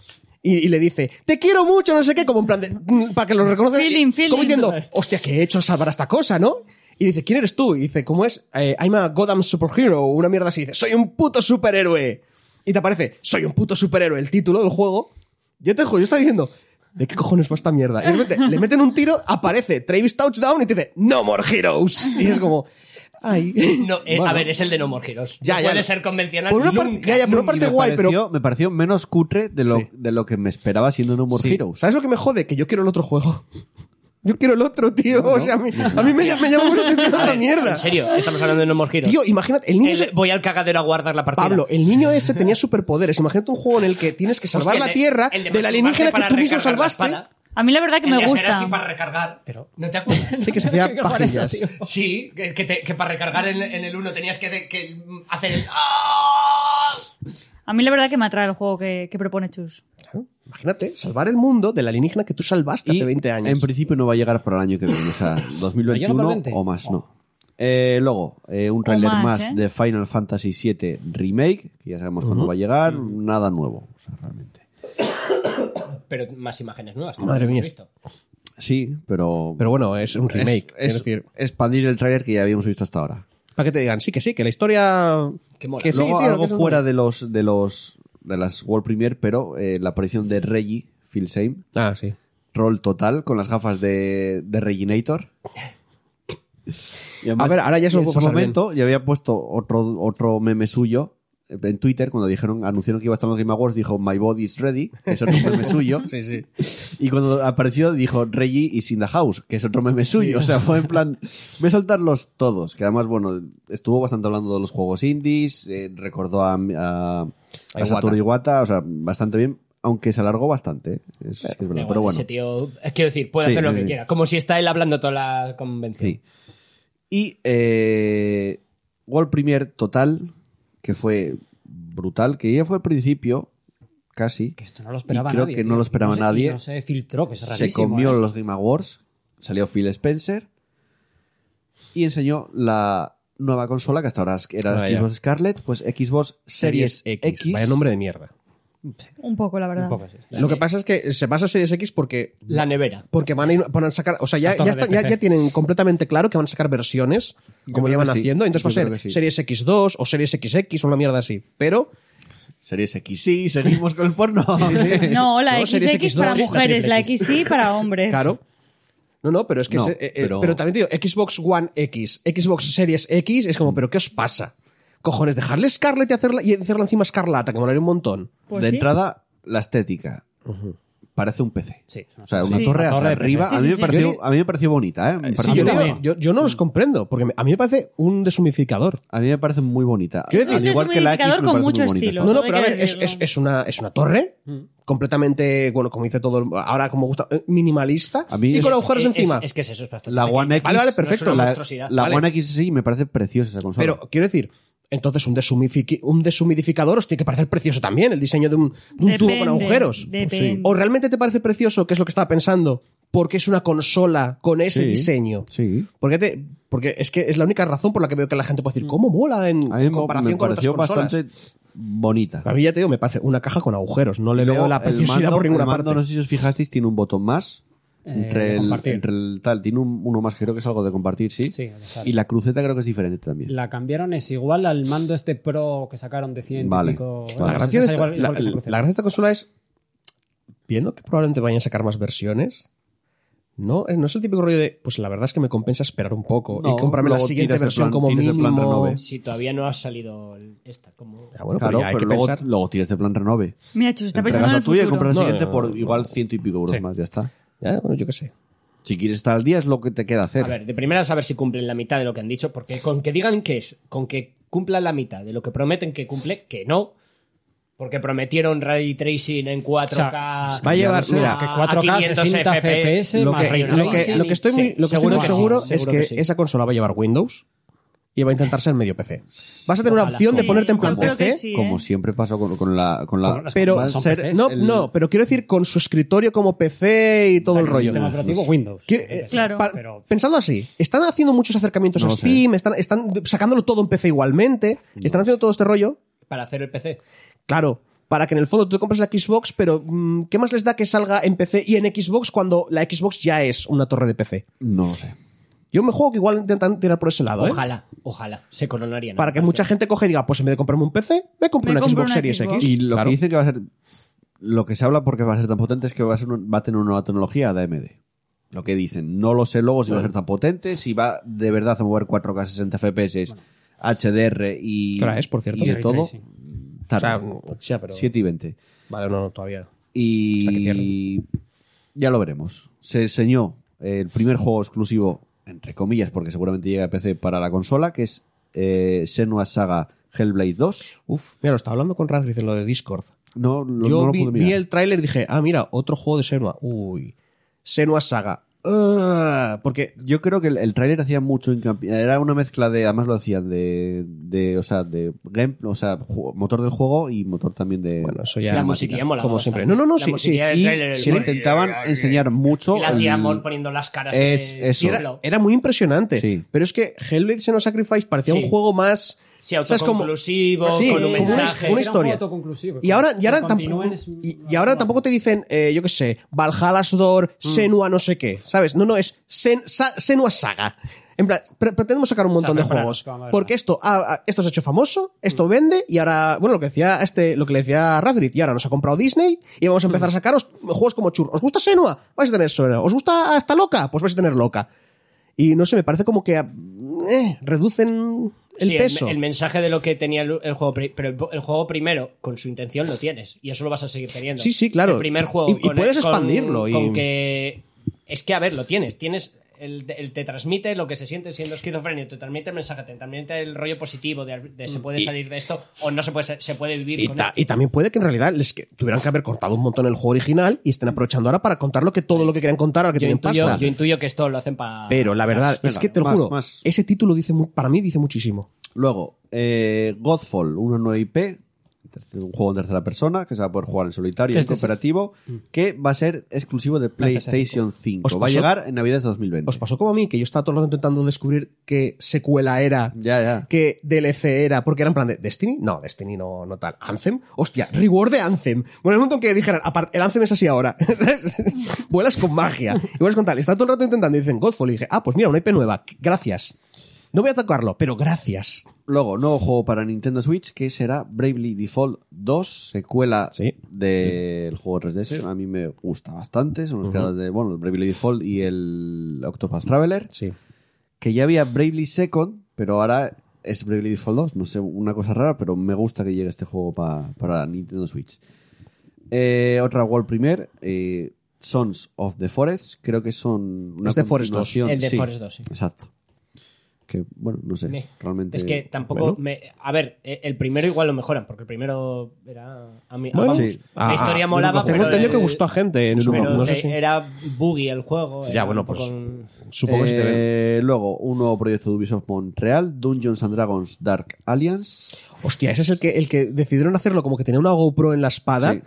B: y, y le dice, te quiero mucho, no sé qué, como en plan de, mm, para que lo reconozca. y-
E: Feeling, feeling.
B: Como diciendo, hostia, ¿qué he hecho al salvar a esta cosa, no? Y dice, ¿quién eres tú? Y dice, ¿cómo es? Eh, I'm a goddamn superhero, una mierda así. Y dice, soy un puto superhéroe. Y te aparece, soy un puto superhéroe, el título del juego. Yo te juro, yo estaba diciendo, ¿de qué cojones va esta mierda? Y de repente le meten un tiro, aparece Travis Touchdown y te dice, no more heroes. Y es como, ay.
C: No, eh,
B: Bueno.
C: A ver, es el de No More Heroes.
B: Ya,
C: No
B: ya,
C: puede
B: no.
C: ser convencional.
B: Por una parte-
C: nunca.
B: ya, ya, por una parte
A: me,
B: guay,
A: pareció,
B: pero-
A: me pareció menos cutre de lo,
B: Sí.
A: de lo que me esperaba siendo No More
B: Sí.
A: Heroes.
B: ¿Sabes lo que me jode? Que yo quiero el otro juego. *laughs* Yo quiero el otro, tío. O sea, a mí, a mí me, me llama mucho la atención
C: A
B: otra
C: ver,
B: mierda.
C: En serio, estamos hablando de No More Heroes.
B: Tío, imagínate, el niño
C: El-
B: se-
C: voy al cagadero a guardar la partida.
B: Pablo, el niño ese tenía superpoderes. Imagínate un juego en el que tienes que salvar
C: Hostia,
B: la
C: el de-
B: Tierra
C: el de
B: del alienígena
C: masturbarte
B: que tú
C: para
B: mismo
C: recargar la
B: salvaste.
C: espada.
E: A mí la verdad que
C: El de
E: me
C: hacer
E: gusta.
C: así para recargar.
D: Pero-
C: ¿No te acuerdas?
B: *laughs* Sí,
C: *laughs*
B: que se hacía
D: Qué cojones,
B: pajillas.
D: tío.
C: Sí, que, que te- que para recargar en, en el 1 tenías que, de- que hacer el... ¡Ah!
E: A mí la verdad que me atrae el juego que, que propone Chus.
B: Claro. Imagínate, salvar el mundo del alienígena que tú salvaste hace 20 años.
A: En principio no va a llegar para el año que viene, o
B: *coughs*
A: sea, 2021
D: 20?
A: o más,
B: Oh.
A: no. Eh, luego, eh, un tráiler
E: más,
A: más,
E: ¿eh?
A: de Final Fantasy VII Remake, que ya sabemos cuándo va a llegar, nada nuevo, o sea, realmente.
C: Pero más imágenes nuevas. que
B: Madre
C: no hemos
B: mía.
C: visto.
A: Sí, pero...
B: Pero bueno, es un remake.
A: Es,
B: Es, decir,
A: expandir el tráiler que ya habíamos visto hasta ahora.
B: para que te digan, sí, que sí, que la historia.
C: Que mola.
B: Que sí,
A: Luego
B: tío, que
A: algo
B: eso-
A: fuera de los de los de las World Premiere, pero eh, la aparición de Reggie, Phil Same,
B: Ah, sí.
A: troll total, con las gafas de, de Reginator. Y
B: A ver, ahora ya se lo
A: en
B: puedo
A: su
B: pasar
A: momento ya había puesto otro, otro meme suyo eh, en Twitter cuando dijeron anunciaron que iba a estar en los Game Awards dijo My Body is Ready que es otro
B: *laughs*
A: meme suyo
B: Sí, sí.
A: y cuando apareció dijo Reggie is in the house que es otro meme suyo o sea fue en plan voy a soltarlos todos que además bueno estuvo bastante hablando de los juegos indies eh, recordó a, a, a
B: Iwata.
A: Satoru Iwata o sea bastante bien aunque se alargó bastante eh. Es- es verdad,
C: Da igual,
A: pero bueno
C: Ese tío, eh, quiero decir, puede
A: Sí,
C: hacer lo
A: sí,
C: que
A: sí.
C: quiera. Como si está él hablando toda la convención.
A: Sí. Y eh, World Premiere total, que fue brutal, que ya fue al principio, casi.
D: Que esto no lo esperaba
A: Y creo
D: nadie.
A: que no
D: tío.
A: lo
D: Y
A: esperaba
D: se- y
A: nadie.
D: No se filtró, que es
A: Se
D: rarísimo.
A: comió
D: ¿eh?
A: los Game Awards, salió Phil Spencer y enseñó la nueva consola que hasta ahora era
B: Vaya.
A: Xbox Scarlett, pues Xbox Series, X.
B: Vaya nombre de mierda.
E: Un poco, la verdad.
D: Un poco así.
B: Lo que pasa es que se pasa a Series X porque
C: La nevera.
B: Porque van a, ir, van a sacar, o sea, ya,
D: La torre
B: ya, están-
D: de
B: ya-
D: PC.
B: ya tienen completamente claro que van a sacar versiones, como
A: creo
B: ya van
A: que sí.
B: haciendo,
A: E
B: entonces
A: Yo
B: va a
A: creo
B: ser
A: que sí.
B: Series X2 o Series XX o una mierda así. Pero,
A: Series X, sí, seguimos con el porno.
B: *laughs*
E: No, la
B: No,
E: XX
B: Series X2,
E: para
B: la
E: mujeres, la XY para hombres.
B: claro. No, no, pero es que.
A: No,
B: se- eh, eh,
A: pero-
B: pero... también te digo, Xbox One X, Xbox Series X, es
A: Mm.
B: como, ¿pero qué os pasa? Cojones, dejarle Scarlett y hacerla, y hacerla encima escarlata, que molaría un montón.
E: Pues
A: de
E: sí.
A: entrada, la estética. Parece un PC.
D: Sí, es una
A: o sea, una
E: Sí.
A: torre
D: Una torre
A: hacia
D: de PC.
A: arriba.
E: Sí,
A: a, mí
E: sí,
A: me
E: sí.
A: pareció,
B: Yo-
A: a mí me pareció bonita, ¿eh? Me
B: Eh, sí,
A: pareció
B: yo,
A: bonita.
B: digo, yo- yo no
A: mm.
B: los comprendo, porque me- a mí me parece un deshumidificador.
A: A mí me parece muy bonita.
B: Quiero decir-
A: Al igual
E: Es un
A: que la X, me
E: identificador
A: parece
E: con
A: muy
E: mucho
A: bonita.
E: estilo.
B: No, no,
E: Todo hay
B: pero a
E: que
B: ver, es, es,
E: decirlo. Mm.
B: es una, es una torre completamente, bueno, como dice todo, el- ahora como gusta, eh, minimalista
A: A mí
B: y
A: es-
B: con
A: es-
B: agujeros
C: Eh, es,
B: encima.
C: Es, es que es eso, es bastante.
A: La One X.
B: Vale, vale,
C: No
B: perfecto.
C: es una
A: La,
C: monstruosidad.
A: la
B: Vale.
A: One X sí me parece preciosa esa consola.
B: Pero quiero decir, entonces un, deshumifiqui- un deshumidificador os tiene que parecer precioso también, el diseño de un, de un tubo con
E: Depende,
B: agujeros. Pues
E: depende.
B: ¿O realmente te parece precioso, que es lo que estaba pensando, porque es una consola con ese
A: Sí,
B: diseño?
A: sí.
B: Porque, te- porque es que es la única razón por la que veo que la gente puede
E: Mm.
B: decir, ¿cómo mola en
A: a mí me-
B: comparación
A: me
B: con otras
A: pareció
B: consolas?
A: bastante bonita.
B: Para mí ya te digo, me parece una caja con agujeros, no le
A: Luego,
B: veo la
A: el
B: preciosidad
A: mando-
B: por ninguna
A: el mando,
B: parte.
A: No sé si os fijasteis, tiene un botón más.
D: Eh,
A: Entre, el,
D: compartir.
A: entre el tal, tiene un- uno más, creo que es algo de compartir, sí.
D: Sí, de tal.
A: y la cruceta creo que es diferente también.
D: La cambiaron, es igual al mando este pro que sacaron de 100
A: Vale.
D: y pico.
A: La
D: euros.
B: la gracia, de
D: Es
B: esta,
D: igual-
B: la-
D: igual que esa cruceta.
B: la gracia de esta consola es, viendo que probablemente vayan a sacar más versiones, no, eh, no es el típico rollo de, pues la verdad es que me compensa esperar un poco
A: No,
B: y comprarme la
A: luego
B: siguiente
A: tiras de
B: versión
A: plan-
B: como
A: tiras de plan
B: mínimo.
A: renove.
C: Si todavía no ha salido el- esta, como.
B: Ah, bueno,
A: claro,
B: pero ya hay
A: pero
B: que
A: luego,
B: pensar.
A: luego tienes de plan renove.
E: Mira, Chus, está pensando
A: Entregas
E: en
A: la
E: el
A: tuya y
E: futuro.
A: compras la
B: No,
A: siguiente
B: no,
A: por
B: no.
A: igual ciento y pico euros
D: Sí.
A: más, ya está.
B: Ya, bueno, yo qué sé.
A: Si quieres estar al día es lo que te queda hacer.
C: A ver, de primera saber si cumplen la mitad de lo que han dicho, porque con que digan que es, con que cumplan la mitad de lo que prometen que cumple, que no, Porque prometieron ray tracing en 4K.
D: O sea,
B: va a llevar-
C: Ah,
B: mira,
D: que 4K, 60 FPS,
B: Lo
D: más
B: que,
D: ray
B: lo, que,
D: tracing.
B: lo que estoy muy, lo que estoy
C: seguro
B: muy
C: que sí,
B: seguro es
C: seguro
B: que,
C: que sí.
B: esa consola va a llevar Windows y va a intentar ser medio PC. Vas a tener una opción de
E: Sí,
B: ponerte en
E: yo
B: plan
E: creo que
B: PC.
E: sí, ¿eh?
A: Como siempre pasó con, con la. Con la
D: Con las
B: Pero
A: va a
D: son
A: ser
D: PCs.
B: No,
A: el-
B: no, pero quiero decir con su escritorio como PC y todo
D: O sea,
B: el
D: que
B: rollo.
D: sistema operativo Windows.
B: Que, eh,
E: Claro.
B: pa-
D: Pero-
B: Pensando así, están haciendo muchos acercamientos
A: No
B: a
A: lo sé.
B: Steam, están, están sacándolo todo en PC igualmente, están haciendo todo este rollo,
C: Para hacer el PC.
B: claro, para que en el fondo tú te compres la Xbox, pero mm, ¿qué más les da que salga en PC y en Xbox cuando la Xbox ya es una torre de PC?
A: No lo sé.
B: Yo me juego que igual intentan tirar por ese lado, ¿eh?
C: Ojalá, ojalá. Se coronarían.
B: Para que mucha gente coge y diga, pues en vez de comprarme un PC, me compro
E: Me
B: una
E: compro
B: Xbox
E: una
B: Series
E: Xbox.
B: X.
A: Y lo
B: Pues, Claro.
A: que dicen que va a ser. Lo que se habla porque va a ser tan potente es que va a, ser un- va a tener una nueva tecnología de AMD. Lo que dicen. No lo sé luego si va a ser tan potente, si va de verdad a mover 4K 60 FPS, HDR y.
B: ¿Qué hora es, por cierto?
A: Y de
D: Ray
A: todo.
D: tracing.
B: O sea,
A: Tarde.
B: mm, sí, pero...
A: 7 y 20.
B: Vale, no, no, todavía. Hasta que
A: Y
B: cierren.
A: ya lo veremos. Se enseñó el primer juego exclusivo, entre comillas, porque seguramente llega a PC para la consola, que es eh, Senua Saga Hellblade 2.
B: Uf, mira, lo estaba hablando con Radriz en lo de Discord.
A: No, lo-
B: Yo
A: no lo
B: vi,
A: pude
B: vi
A: mirar.
B: el tráiler y dije, ah, mira, otro juego de Senua. Uy, Senua Saga. Ah, porque
A: Yo creo que el, el tráiler hacía mucho hincapié- Era una mezcla de, además lo hacían, de, de o sea, de game, o sea, ju- motor del juego y motor también de...
B: bueno, eso ya
C: La musiquilla mola.
B: como siempre. No, no, no, sí, sí.
A: y se le
C: Y
A: intentaban enseñar mucho...
C: la
A: el-
C: tía Mon poniendo las caras.
A: Es-
C: de-
A: eso.
B: Sí, era, era muy impresionante.
A: Sí.
B: Pero es que Hellblade Senua Sacrifice parecía
C: Sí.
B: un juego más.
C: Sí,
B: ¿sabes? Como-
C: autoconclusivo,
B: Sí,
C: con un
B: como
C: mensaje.
B: una
D: Era un
B: historia.
D: juego autoconclusivo.
B: Y ahora, y ahora,
D: pues Que
B: tampoco,
D: continúen es-
B: y, y ahora tampoco te dicen, eh, yo qué sé, Valhalla Sdor,
D: Mm.
B: Senua no sé qué, ¿sabes? No, no, es Sen- Sa- Senua Saga. En plan, pre- pretendemos sacar un montón de
D: preparar,
B: juegos.
D: vamos a Mm. ver.
B: Porque esto, ah, ah, esto se ha hecho famoso, esto vende, y ahora, bueno, lo que decía este, lo que le decía Radrid, y ahora nos ha comprado Disney, y vamos a empezar a
D: Mm.
B: sacaros juegos como Chur. ¿Os gusta Senua? Vais a tener Senua. ¿Os gusta hasta loca? Pues vais a tener loca. Y no sé, me parece como que ah, eh, reducen el
C: Sí,
B: peso.
C: El, mensaje de lo que tenía el, el juego, pri- pero el, el juego primero, con su intención, lo tienes. Y eso lo vas a seguir teniendo.
B: Sí, sí, claro.
C: El primer juego. e-,
B: Y- y puedes expandirlo y-
C: con que. Es que, a ver, lo tienes. Tienes. El, el- te transmite lo que se siente siendo esquizofrenio, te transmite el mensaje, te transmite el rollo positivo de, de se puede salir de esto o no se puede, sa- se puede vivir
B: Y,
C: con
B: ta-
C: esto.
B: y también puede que en realidad les que- tuvieran que haber cortado un montón el juego original y estén aprovechando ahora para contar lo que todo lo que querían contar ahora que
C: yo,
B: tienen
C: intuyo,
B: pasta.
C: yo intuyo Ah, que esto lo hacen para.
B: Pero la verdad
A: Venga,
B: es que te lo
A: más,
B: juro,
A: más.
B: ese título dice mu- para mí dice muchísimo.
A: Luego, eh, Godfall, una nueva IP, tercer- un juego en tercera persona que se va a poder jugar en solitario y en
D: Este sí.
A: cooperativo,
B: Mm.
A: que va a ser exclusivo de PlayStation 5.
B: ¿Os
A: Va a
B: pasó?
A: llegar en Navidades 2020.
B: Os pasó como a mí que yo estaba todo el rato intentando descubrir qué secuela era,
A: Ya, ya.
B: qué DLC era, porque era en plan de Destiny, no, Destiny no, no tal, Anthem, hostia, reward de Anthem. Bueno, en un momento en que dijeran, apar- el Anthem es así ahora, *laughs* vuelas con magia, y vuelas con tal, estaba todo el rato intentando y dicen Godfall y dije, ah, pues mira, una IP nueva, gracias. No voy a tocarlo, pero gracias.
A: Luego, nuevo juego para Nintendo Switch que será Bravely Default 2, secuela
B: Sí.
A: del juego 3DS. A mí me gusta bastante. Son los creadores de, bueno, el Bravely Default y el Octopath Traveler.
B: Sí.
A: que ya había Bravely Second, pero ahora es Bravely Default 2. No sé, una cosa rara, pero me gusta que llegue este juego pa- para Nintendo Switch. Eh, otra World Premier, eh, Sons of the Forest. Creo que son una
B: Es de Forest
A: continuación-
C: El de
A: sí,
C: Forest 2, sí.
A: Exacto. Que, bueno, no sé,
C: Me-
A: realmente...
C: Es que tampoco.
A: Bueno.
C: me- a ver, eh, el primero igual lo mejoran, porque el primero era. A mí,
A: Bueno,
C: vamos,
A: sí.
C: La historia molaba,
B: Ah, Tengo
C: pero.
B: entendido
C: el- pues
B: que gustó a gente en su
C: pero
B: momento, no sé
C: te-
B: si-
C: Era buggy el juego.
B: Ya,
C: era
B: bueno,
C: un poco
B: pues,
C: un-
B: Supongo que sí te ven.
A: Eh, Luego, un nuevo proyecto de Ubisoft Montreal, Dungeons and Dragons Dark Alliance.
B: Hostia, ese es el que, el que decidieron hacerlo como que tenía una GoPro en la espada.
A: Sí.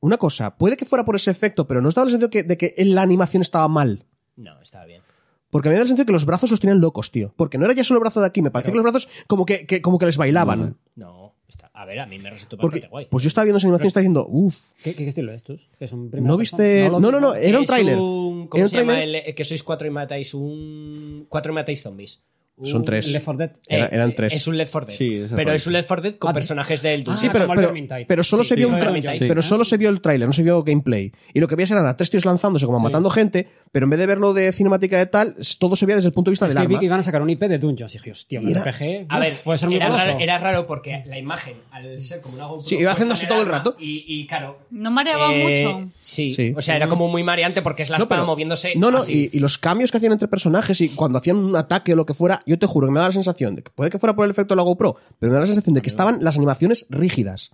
B: Una cosa, puede que fuera por ese efecto, pero no os daba el sentido que- de que la animación estaba mal.
C: No, estaba bien.
B: Porque a mí me da el sentido que los brazos los tenían locos, tío. Porque no era ya solo el brazo de aquí, me parecía que los brazos como que, que- como que les bailaban.
C: No, está- a ver, a mí me resultó bastante
B: Porque,
C: guay.
B: pues yo estaba viendo esa animación y estaba diciendo, uff,
D: ¿Qué, qué estilo es estos? ¿Que son primera
B: ¿no
D: persona?
B: viste?
D: lo
B: No, no, no,
D: vi.
B: era un
C: Es
B: tráiler.
C: un-
B: Era
C: ¿Cómo
B: un
C: se llama?
B: tráiler.
C: el- eh, que sois cuatro y matáis un. Cuatro y matáis zombies.
B: Son
C: Un-
B: tres.
D: Left 4 Dead.
C: eh,
B: Era- eran
C: eh,
B: tres.
C: Es un Left 4 Dead.
A: Sí, esa
C: pero
A: parte.
C: es un Left 4 Dead con
D: Ah,
C: personajes del
D: Ah,
B: Sí,
C: Dungeon.
B: pero,
D: como el
B: pero,
D: Vermintide.
B: pero solo
C: Sí,
B: se
C: sí,
B: vio
C: como
B: un
C: el
B: tra-
C: Vermintide.
B: pero solo se vio el tráiler, no se vio gameplay. Y lo que veías eran a tres tíos lanzándose como matando gente, pero en vez de verlo de cinemática de tal, todo se veía desde el punto de vista
D: Es
B: del
D: que vi
B: arma.
D: que iban a sacar un IP de Dungeons. Y dije, hostia, un
B: Era-
D: RPG.
C: A
D: uf,
C: ver,
D: puede ser muy
C: era,
D: grosso.
C: raro, era raro porque la imagen, al ser como una GoPro,
B: Sí, iba haciendo así
C: puesta en
B: todo el
C: arma
B: rato.
C: Y, y, claro.
E: No mareaba
C: Eh,
E: mucho.
C: Sí,
B: Sí. Mm.
C: o sea, era como muy mareante porque es la espada moviéndose.
B: No, no,
C: así.
B: y, y los cambios que hacían entre personajes y cuando hacían un ataque o lo que fuera, yo te juro que me daba la sensación de que puede que fuera por el efecto de la GoPro, pero me daba la sensación de que estaban las animaciones rígidas.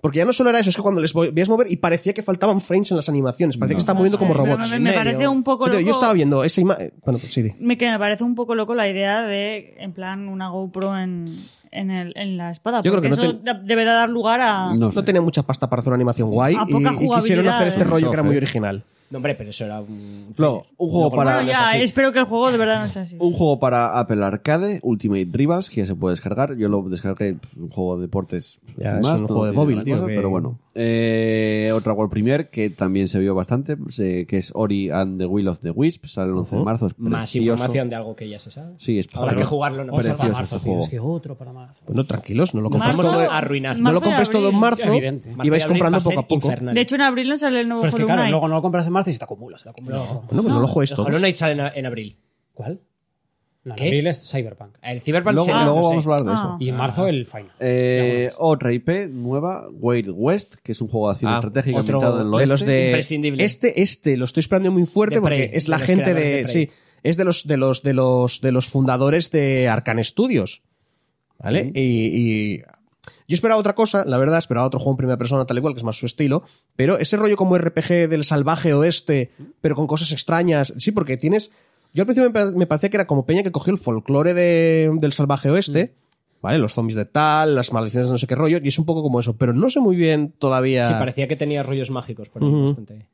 B: Porque ya no solo era eso, es que cuando les vo- veías mover y parecía que faltaban frames en las animaciones, parecía que estaban moviendo como
E: Pero
B: robots.
E: Me, me
C: En
E: parece
C: medio.
E: un poco loco.
B: Yo, yo estaba viendo esa imagen. Bueno, pues sí, di.
E: Me, que me parece un poco loco la idea de, en plan, una GoPro en, en, el- en la espada.
B: Yo creo que
E: porque
B: no
E: eso da- debe de dar lugar a.
A: No sé.
B: No tenía mucha pasta para hacer una animación guay
E: A
B: y,
E: poca
B: y quisieron hacer
E: jugabilidad,
B: este
E: ¿eh?
B: rollo que era
A: Soft,
B: muy
A: eh.
B: original.
C: No, hombre, pero eso era un.
A: Luego, un juego
C: Luego,
A: para
E: Bueno, ya, espero que el juego de verdad no sea así.
A: Un juego para Apple Arcade, Ultimate Rivals, que ya se puede descargar. Yo lo descargué, pues, un juego de deportes.
B: Ya,
A: sin
B: es un
A: no
B: juego de
A: tiene
B: móvil,
A: gran
B: tío,
A: cosa,
B: que-
A: Pero bueno. Eh, otra World Premiere que también se vio bastante, pues, eh, que es Ori and the Will of the Wisp. Sale el 11 de marzo. es
C: Más
A: precioso.
C: información de algo que ya se sabe.
A: Sí, es
C: Habrá
A: joder,
C: que jugarlo, no
D: Otro
C: pasa
A: Precioso
D: para
C: nada.
D: marzo,
A: este
D: tío.
A: juego.
D: Es que otro para marzo.
B: Bueno, tranquilos, no lo compras
C: vamos
B: todo.
C: a arruinar.
B: No lo
E: Marzo y
B: compres todo en
E: abril.
B: marzo
D: Evidente.
B: y
C: Marzo
B: vais
C: abril
B: comprando
C: va a ser
B: poco a poco.
C: infernal.
E: De hecho, en abril no sale el nuevo
D: Pero es que
E: Hollow
D: claro,
E: Knight.
D: luego no lo compras en marzo y se te acumula. Se te acumula.
B: Bueno, pues no lo juegues
C: El
B: todo.
C: Hollow Knight sale en, en abril.
D: ¿Cuál? No, en
C: ¿Qué?
D: abril es Cyberpunk.
C: El Cyberpunk
A: Luego,
C: será,
A: luego
C: no sé.
A: vamos a hablar de eso.
E: Ah.
D: Y en marzo el Final.
A: Eh, otra IP nueva, Wild West, que es un juego de acción
B: Ah,
A: estratégica
C: otro
A: ambientado en el
B: de
A: oeste.
B: los de
C: Imprescindible.
B: este este lo estoy esperando muy fuerte
C: De
B: porque
C: Prey,
B: es
C: de
B: la
C: los
B: gente
C: creadores
B: de,
C: de Prey.
B: sí es de los de los de los de los fundadores de Arcan Studios vale y, y yo esperaba otra cosa la verdad esperaba otro juego en primera persona tal y cual que es más su estilo pero ese rollo como RPG del salvaje oeste pero con cosas extrañas sí porque tienes yo al principio me, pa- me parecía que era como Peña que cogió el folclore de- del salvaje oeste ¿Vale? Los zombies de tal, las maldiciones de no sé qué rollo, y es un poco como eso, pero no sé muy bien todavía.
C: Sí, parecía que tenía rollos mágicos por ahí, bastante.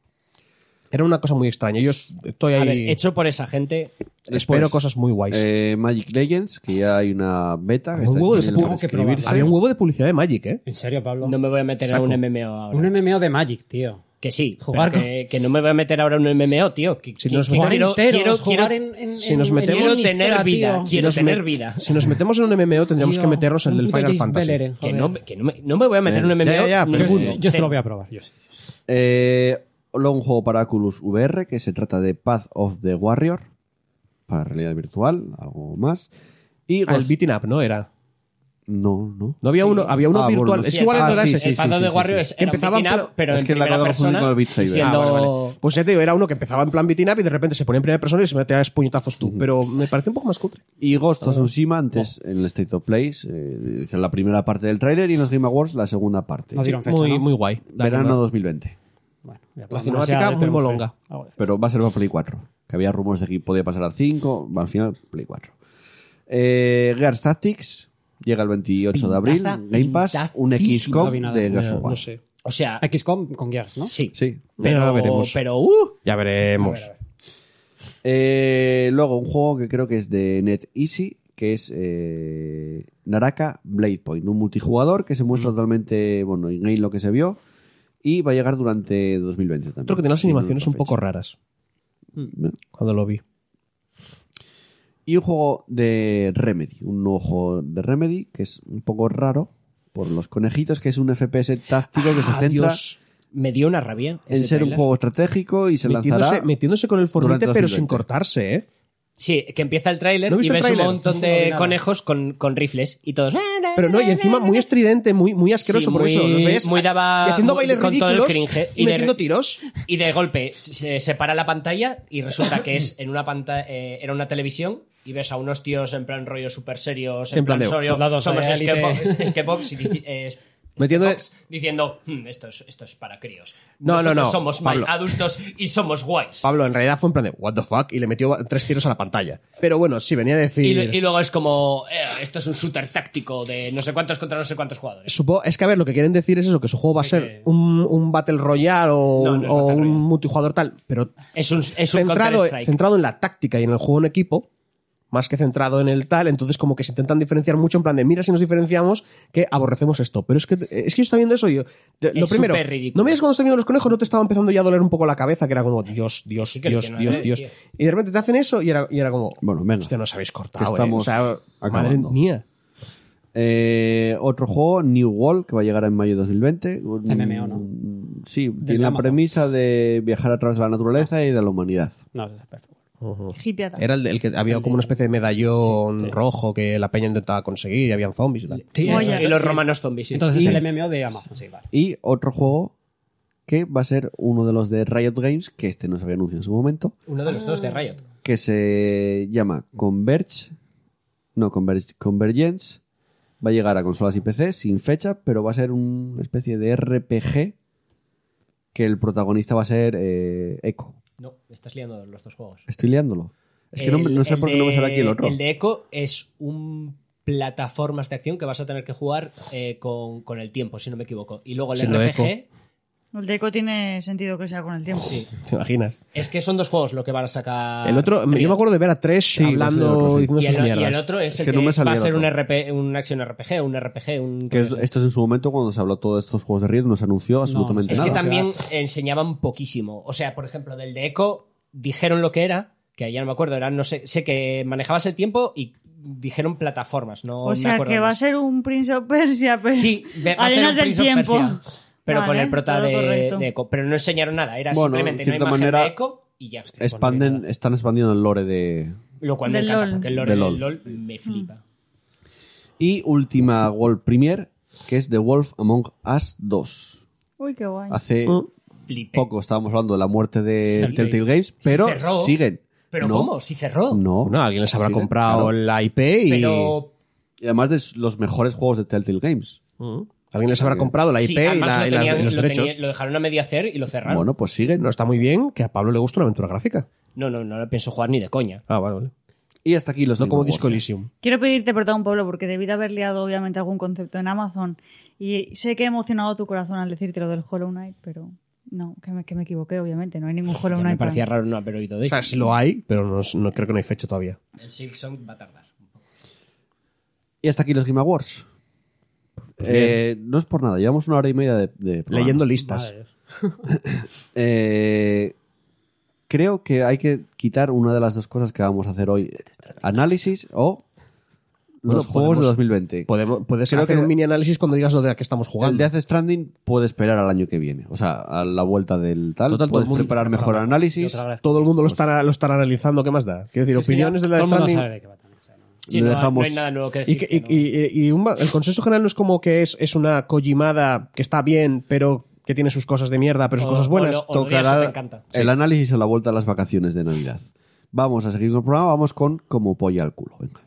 B: Era una cosa muy extraña. Yo estoy
C: A
B: ahí.
C: ver, hecho por esa gente.
B: espero
A: Después,
B: cosas muy guays.
A: Eh, Magic Legends, que ya hay una beta. que
B: Un
A: está
B: huevo
A: disponible
B: de
D: ese
A: para
D: juego que probar.
A: inscribirse.
B: Había un huevo de publicidad de Magic, ¿eh?
D: ¿En serio, Pablo?
C: No me voy a meter
B: Saco.
C: a un MMO ahora.
D: Un MMO de Magic, tío.
C: Que sí,
D: Jugar
C: jugar
D: con-
C: que, que no me voy a meter ahora en un MMO, tío. Que,
B: Si
C: que-
B: nos
C: que
B: jugar
C: quiero, quiero,
D: enteros, jugar
C: quiero-
D: en- en-
B: si nos
D: en- en
B: metemos-
C: quiero
D: Monistera,
C: tener vida.
D: tío.
C: Quiero
B: nos
C: tener
B: me-
C: vida.
B: Si nos metemos en un MMO, tendríamos
D: Tío,
B: que meternos en
D: un
B: el del
D: puto
B: Final
D: James
B: Fantasy.
D: Beleren,
C: Que
D: joder.
C: no, que no me, no me voy a meter en un MMO.
B: Ya, ya, ya,
C: ni un
B: pero es-
D: Yo,
C: segundo.
D: yo esto
C: Cero.
D: lo voy a probar, yo sí.
A: Eh, luego un juego para Oculus VR que se trata de Path of the Warrior para realidad virtual, algo más. Y
B: Ah, el
A: Ghost-
B: beating up, ¿no era.
A: no, no.
B: No había uno, había uno
A: Ah, bueno,
B: virtual.
A: no
B: es
A: sé.
B: que igual
A: Ah,
B: no era
A: sí,
B: ese.
C: El Path of the Warrior es era
B: Que
C: un
B: empezaba en
C: beating up,
B: pla-
C: pero
A: es
C: en
A: que la
C: primera
A: acabo de confundir
C: persona,
A: con el Beat Saber.
B: Ah,
C: siendo
B: vale, vale. Pues ya te digo, era uno que empezaba en plan beating up y de repente se ponía en primera persona y se metía puñetazos tú. Pero me parece un poco más cutre.
A: Y Ghost
B: Ah,
A: of Tsushima antes en el State of Place, eh, hizo la primera parte del tráiler y en los Game Awards la segunda parte.
D: No dieron fecha,
B: muy,
D: ¿no?
B: muy guay. La
A: Verano
B: verdad.
A: 2020.
D: Bueno, pues, voy a
B: La
D: probar.
B: cinemática
D: Demasiado de
B: muy
D: Tenfe.
B: molonga.
C: Ah,
D: Algo de-
A: Pero va a ser para Play 4. Que había rumores de que podía pasar a 5, al final Play 4. Eh, Gears Tactics llega el 28 de abril.
C: Pintaza,
A: Game Pass, un
C: pintacísima.
A: XCOM
D: No vi nada,
A: de Gears
B: Ya,
A: of War.
B: No sé.
C: O sea,
D: Ah, XCOM con Gears, ¿no?
C: sí.
A: Sí.
C: Pero,
B: Ya veremos.
C: pero, uh,
B: Ya veremos.
A: Eh, luego, un juego que creo que es de NetEasy, que es eh, Naraka Blade Point, un multijugador que se
B: Mm.
A: muestra totalmente, bueno, en game lo que se vio, y va a llegar durante 2020 también.
B: Creo que tiene las
A: Sin
B: animaciones un
A: fecha.
B: poco raras. Cuando lo vi.
A: Y un juego de Remedy, un nuevo juego de Remedy, que es un poco raro por los conejitos, que es un FPS táctico que se
B: Ah,
A: centra
B: Dios.
C: me dio una rabia.
A: en
C: ese
A: ser un
C: tráiler.
A: juego estratégico y se
B: metiéndose,
A: lanzará...
B: metiéndose con el
A: durante
B: Fortnite, pero
A: 2020.
B: sin cortarse, ¿eh?
C: Sí, que empieza el tráiler
B: ¿No
C: y
B: viste el
C: ves
B: tráiler?
C: un montón
D: No vi
C: de
D: nada.
C: conejos con, con rifles y todos. "Ah,
B: Pero no, y encima muy estridente, muy, muy asqueroso
C: Sí,
B: por
C: muy-
B: eso. Los veías
C: muy daba-
B: y haciendo
C: muy-
B: bailes
C: con todo el
B: ridículos
C: cringe.
B: y,
C: Y de-
B: metiendo tiros.
C: Y de golpe se separa la pantalla y resulta que es en una pantalla era una televisión y ves a unos tíos en plan rollo super serios, en,
B: En plan
C: plan,
B: de
C: rollo,
D: soldados
C: somos
D: de élite".
C: escape- escapebox y dici- eh, es-
B: Metiendo-
C: escapebox diciendo, "Hmm, esto es, esto es para críos.
B: No, no, no,
C: Nosotros Somos mal
B: Pablo.
C: adultos y somos guays.
B: Pablo, en realidad fue en plan de what the fuck y le metió tres tiros a la pantalla. Pero bueno, sí, venía a decir.
C: Y, lu- y luego es como, "Eh, esto es un shooter táctico de no sé cuántos contra no sé cuántos jugadores.
B: Supo- es que a ver, lo que quieren decir es eso, que su juego va a ser un, un Battle Royale o,
C: No, no es
B: o
C: Battle
B: un
C: Royale.
B: multijugador tal, pero
C: Es un, es un
B: centrado,
C: Counter-Strike.
B: centrado en la táctica y en el juego en equipo, más que centrado en el tal, entonces como que se intentan diferenciar mucho en plan de mira si nos diferenciamos que aborrecemos esto. Pero es que es que yo estaba viendo eso y yo, te- lo primero,
C: súper ridículo.
B: no me digas cuando estaba viendo los conejos, no te estaba empezando ya a doler un poco la cabeza, que era como Dios, Dios,
C: Sí que lo
B: Dios,
C: tiene,
B: Dios,
C: eh,
B: Dios.
C: tío.
B: Y de repente te hacen eso y era, y era como
A: Bueno, venga.
B: hostia, nos habéis cortado.
A: Que
B: eh".
A: estamos
B: O sea, madre
A: acabando.
B: mía.
A: Eh, otro juego, New World, que va a llegar en mayo de 2020. Un-
D: MMO, ¿no?
A: Sí, tiene la
D: Amazon.
A: premisa de viajar a través de la naturaleza y de la humanidad.
D: No, es perfecto.
E: Hippieata.
B: Era el, de- el que había como una especie de medallón rojo que la peña intentaba conseguir y habían zombies y tal.
D: Sí,
C: Y los-
D: eso,
E: Oye.
C: y los
D: sí.
C: romanos zombies. sí.
D: Entonces es el MMO de Amazon, sí, vale.
A: Y otro juego que va a ser uno de los de Riot Games, que este no se había anunciado en su momento,
C: Uno de los dos de Riot.
A: que se llama Converge. No, Converge, Convergence. Va a llegar a consolas y PC sin fecha, pero va a ser una especie de RPG que el protagonista va a ser eh, Echo.
C: No, me estás liando los dos juegos.
A: Estoy liándolo. Es que no, me-
C: El-
A: no sé
C: el
A: por qué no me sale
C: de-
A: aquí el otro.
C: El de Echo es un plataformas de acción que vas a tener que jugar eh, con, con el tiempo, si no me equivoco. Y luego el
B: Sí, lo
C: RPG.
E: El deco tiene sentido que sea con el tiempo.
C: Sí.
B: ¿Te imaginas?
C: Es que son dos juegos lo que van a sacar.
B: El otro, yo me acuerdo de ver a tres
A: Sí, me acuerdo,
B: hablando,
A: sí.
C: Ah,
B: diciendo
C: y el, y
B: sus
C: el
B: mierdas.
C: otro es,
A: Es
C: el
A: que
C: que,
A: no me salía
C: va a
A: el
C: ser un,
A: otro.
C: RP, un Action RPG, un RPG, un.
A: Que es- esto es en su momento cuando se habló todo de estos juegos de Riot, no se anunció absolutamente
C: Es que
A: nada.
C: también enseñaban poquísimo. O sea, por ejemplo, del de Echo dijeron lo que era, que ya no me acuerdo, era, no sé, sé que manejabas el tiempo y dijeron plataformas, no
E: O
C: me
E: sea
C: acuerdo
E: que va a
C: más.
E: ser un Prince of Persia, pero *laughs*
C: Sí, ve- va a ser
E: Arenas
C: un
E: del
C: Prince of
E: tiempo.
C: Persia, pero con
E: Vale,
C: el prota
E: todo
C: de,
E: correcto.
C: de Echo. Pero no enseñaron nada, era
A: Bueno,
C: simplemente
A: en
C: una
A: cierta
C: imagen
A: manera-
C: de Echo y ya.
A: Expanden, están expandiendo el lore de.
C: Lo cual me
E: Del
C: encanta,
E: LOL. Mm.
C: porque el lore
A: De
C: del
A: LOL.
C: LOL me flipa.
A: Y última World Premiere, que es The Wolf Among Us 2.
E: Uy, qué guay.
A: Hace
C: Flipé.
A: poco estábamos hablando de la muerte de
C: Sí.
A: Telltale Games, pero
C: Se cerró.
A: siguen.
C: ¿Pero
A: No,
C: cómo? Si cerró.
A: No.
B: Bueno, alguien les habrá
A: Siguen,
B: comprado
A: claro.
B: la IP y.
C: Pero
A: Y además de los mejores juegos de Telltale Games.
B: Mm. Alguien les habrá comprado la IP
C: sí,
B: y,
C: además
B: la-
C: lo,
B: y las- y
C: tenían-
B: los
C: lo
B: derechos.
C: tenían- lo dejaron a medio hacer y lo cerraron.
A: Bueno, pues siguen.
B: No está muy bien que a Pablo le guste una aventura gráfica.
C: No, no, no lo pienso jugar ni de coña.
B: Ah, vale, vale.
A: Y hasta aquí los
B: No
A: Game
B: como
A: Awards. ¿eh?
B: Disco Elysium.
E: Quiero pedirte perdón, Pablo, porque debí de haber liado obviamente algún concepto en Amazon. Y sé que he emocionado tu corazón al decirte lo del Hollow Knight, pero no, que me, que me equivoqué, obviamente. No hay ningún Hollow
C: Ya
E: Knight.
C: me parecía
E: para
C: raro no haber oído de
B: O
C: ello.
B: sea, sí lo hay, pero no, no creo que no hay fecha todavía.
C: El Silksong va a tardar.
A: Y hasta aquí los Game Awards. Eh, no es por nada, llevamos una hora y media de, de programa.
B: Pues Leyendo listas.
D: Madre Dios.
A: Eh, creo que hay que quitar una de las dos cosas que vamos a hacer hoy: análisis o
B: Bueno,
A: los juegos
B: podemos-
A: de 2020.
B: Podemos, puedes
A: Creo
B: hacer
A: que-
B: un mini análisis cuando digas lo de a qué estamos
A: El
B: jugando.
A: Death Stranding puede esperar al año que viene, o sea, a la vuelta del tal.
B: Total, todo
A: puedes
B: el mundo
A: preparar
B: prepara
A: mejor
B: mejor.
A: análisis.
D: otra vez.
B: Todo el mundo lo estará, lo estará analizando. ¿Qué más da? Quiero decir,
D: Sí, es que
B: opiniones
D: ya
B: de la
D: Todo el mundo
B: Stranding.
D: sabe de qué va también, o sea, ¿no?
C: Sí,
A: Le
C: no,
A: dejamos-
C: no hay nada nuevo que
B: Y,
C: decir.
B: que-
C: que
B: y-
C: no.
B: y- y un ba- el consenso general no es como que es, es una Kojimada que está bien, pero que tiene sus cosas de mierda, pero sus
C: O-
B: cosas buenas.
C: o lo odias o te encanta.
A: el análisis a la vuelta de las vacaciones de Navidad. Vamos a seguir con el programa, vamos con como polla al culo. Venga.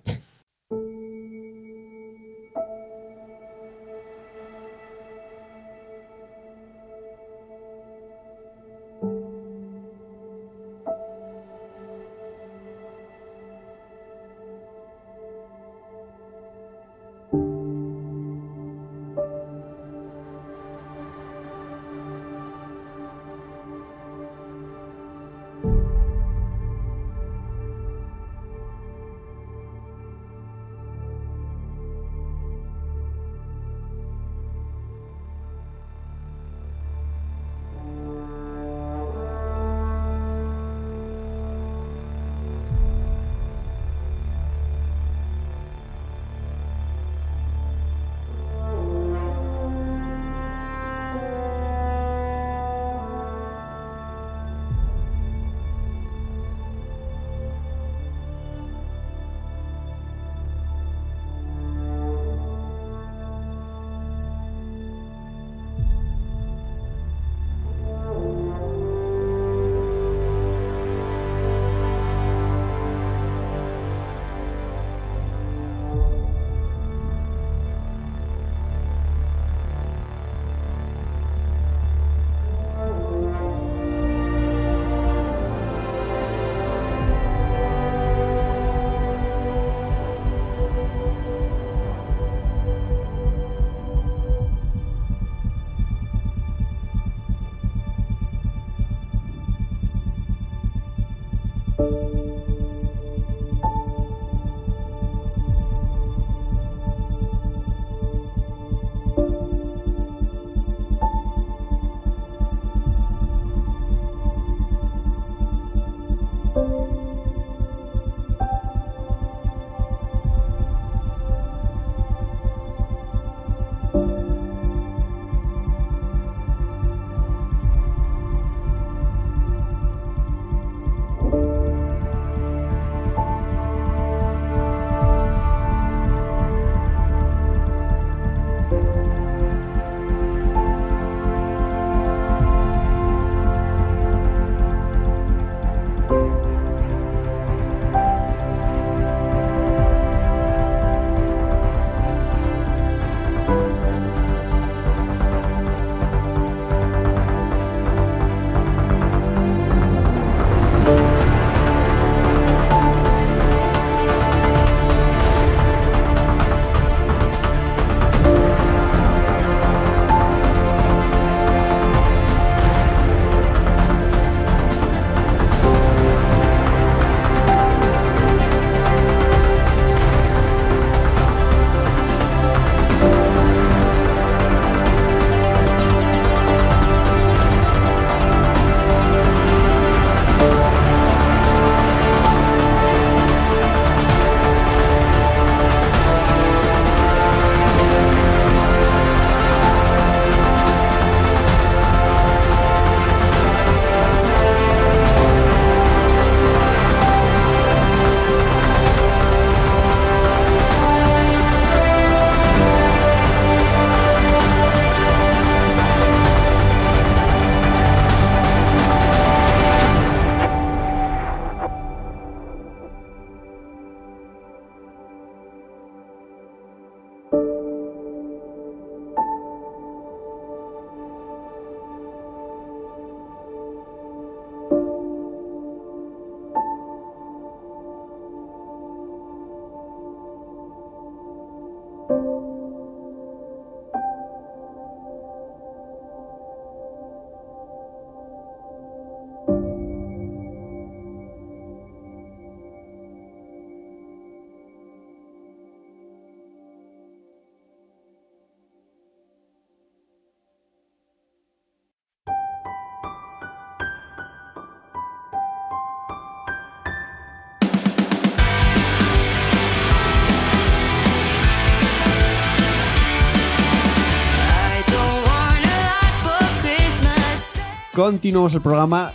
A: Continuamos el programa,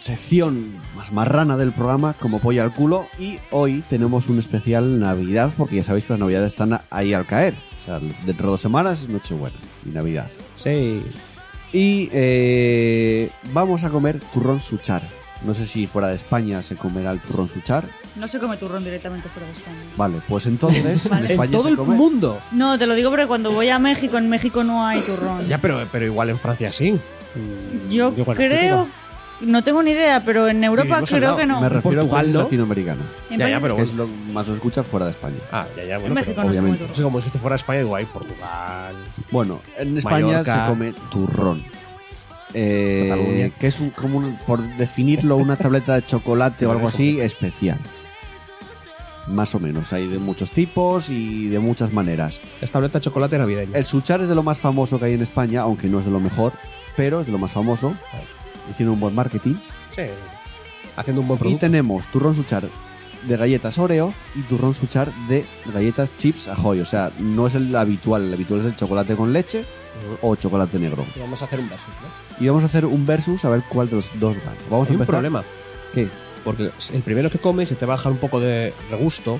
A: sección más marrana del programa, como polla al culo. Y hoy tenemos un especial Navidad, porque ya sabéis que las Navidades están ahí al caer. O sea, dentro de dos semanas es Nochebuena y Navidad.
B: Sí.
A: Y eh, vamos a comer turrón suchar. No sé si fuera de España se comerá el turrón suchar.
E: No se come turrón directamente fuera de España.
A: Vale, pues
B: *laughs*
A: entonces en
E: Vale.
A: España
B: En todo
A: se
B: el
A: come.
B: mundo.
E: No, te lo digo porque cuando voy a México, en México no hay turrón.
B: Ya, pero, pero igual en Francia sí.
E: Yo
D: Yo conozco
E: creo. No tengo ni idea, pero en Europa
B: Vivimos al
E: creo
B: lado.
E: que no.
A: Me refiero
B: Portugal,
A: a países
B: ¿no?
A: latinoamericanos.
B: Ya,
E: En
B: ya,
E: países-
B: pero
A: Que
B: bueno.
A: es lo que más se escucha fuera de España.
B: Ah, ya, ya,
E: en
B: bueno. pero-
E: México no se come
A: obviamente.
E: turrón.
B: Sí, como dijiste fuera de España, igual Portugal.
A: Bueno, en España
B: Mallorca.
A: se come turrón. Eh,
B: Cataluña.
A: que es un, como un- por definirlo una tableta de chocolate o algo así especial. Más o menos, hay de muchos tipos y de muchas maneras.
B: Es tableta de chocolate navideña.
A: El suchar es de lo más famoso que hay en España, aunque no es de lo mejor, pero es de lo más famoso. Hicieron un buen marketing.
B: Sí. Haciendo un buen
A: Y
B: producto.
A: tenemos turrón suchar de galletas Oreo y turrón suchar de galletas chips Ahoy. O sea, no es el habitual. El habitual es el chocolate con leche o chocolate negro.
C: Y vamos a hacer un versus, ¿no?
A: Y vamos a hacer un versus a ver cuál de los dos gana. Vamos a
B: Hay un
A: empezar.
B: problema.
A: ¿Qué?
B: Porque el primero que comes se te baja un poco de regusto.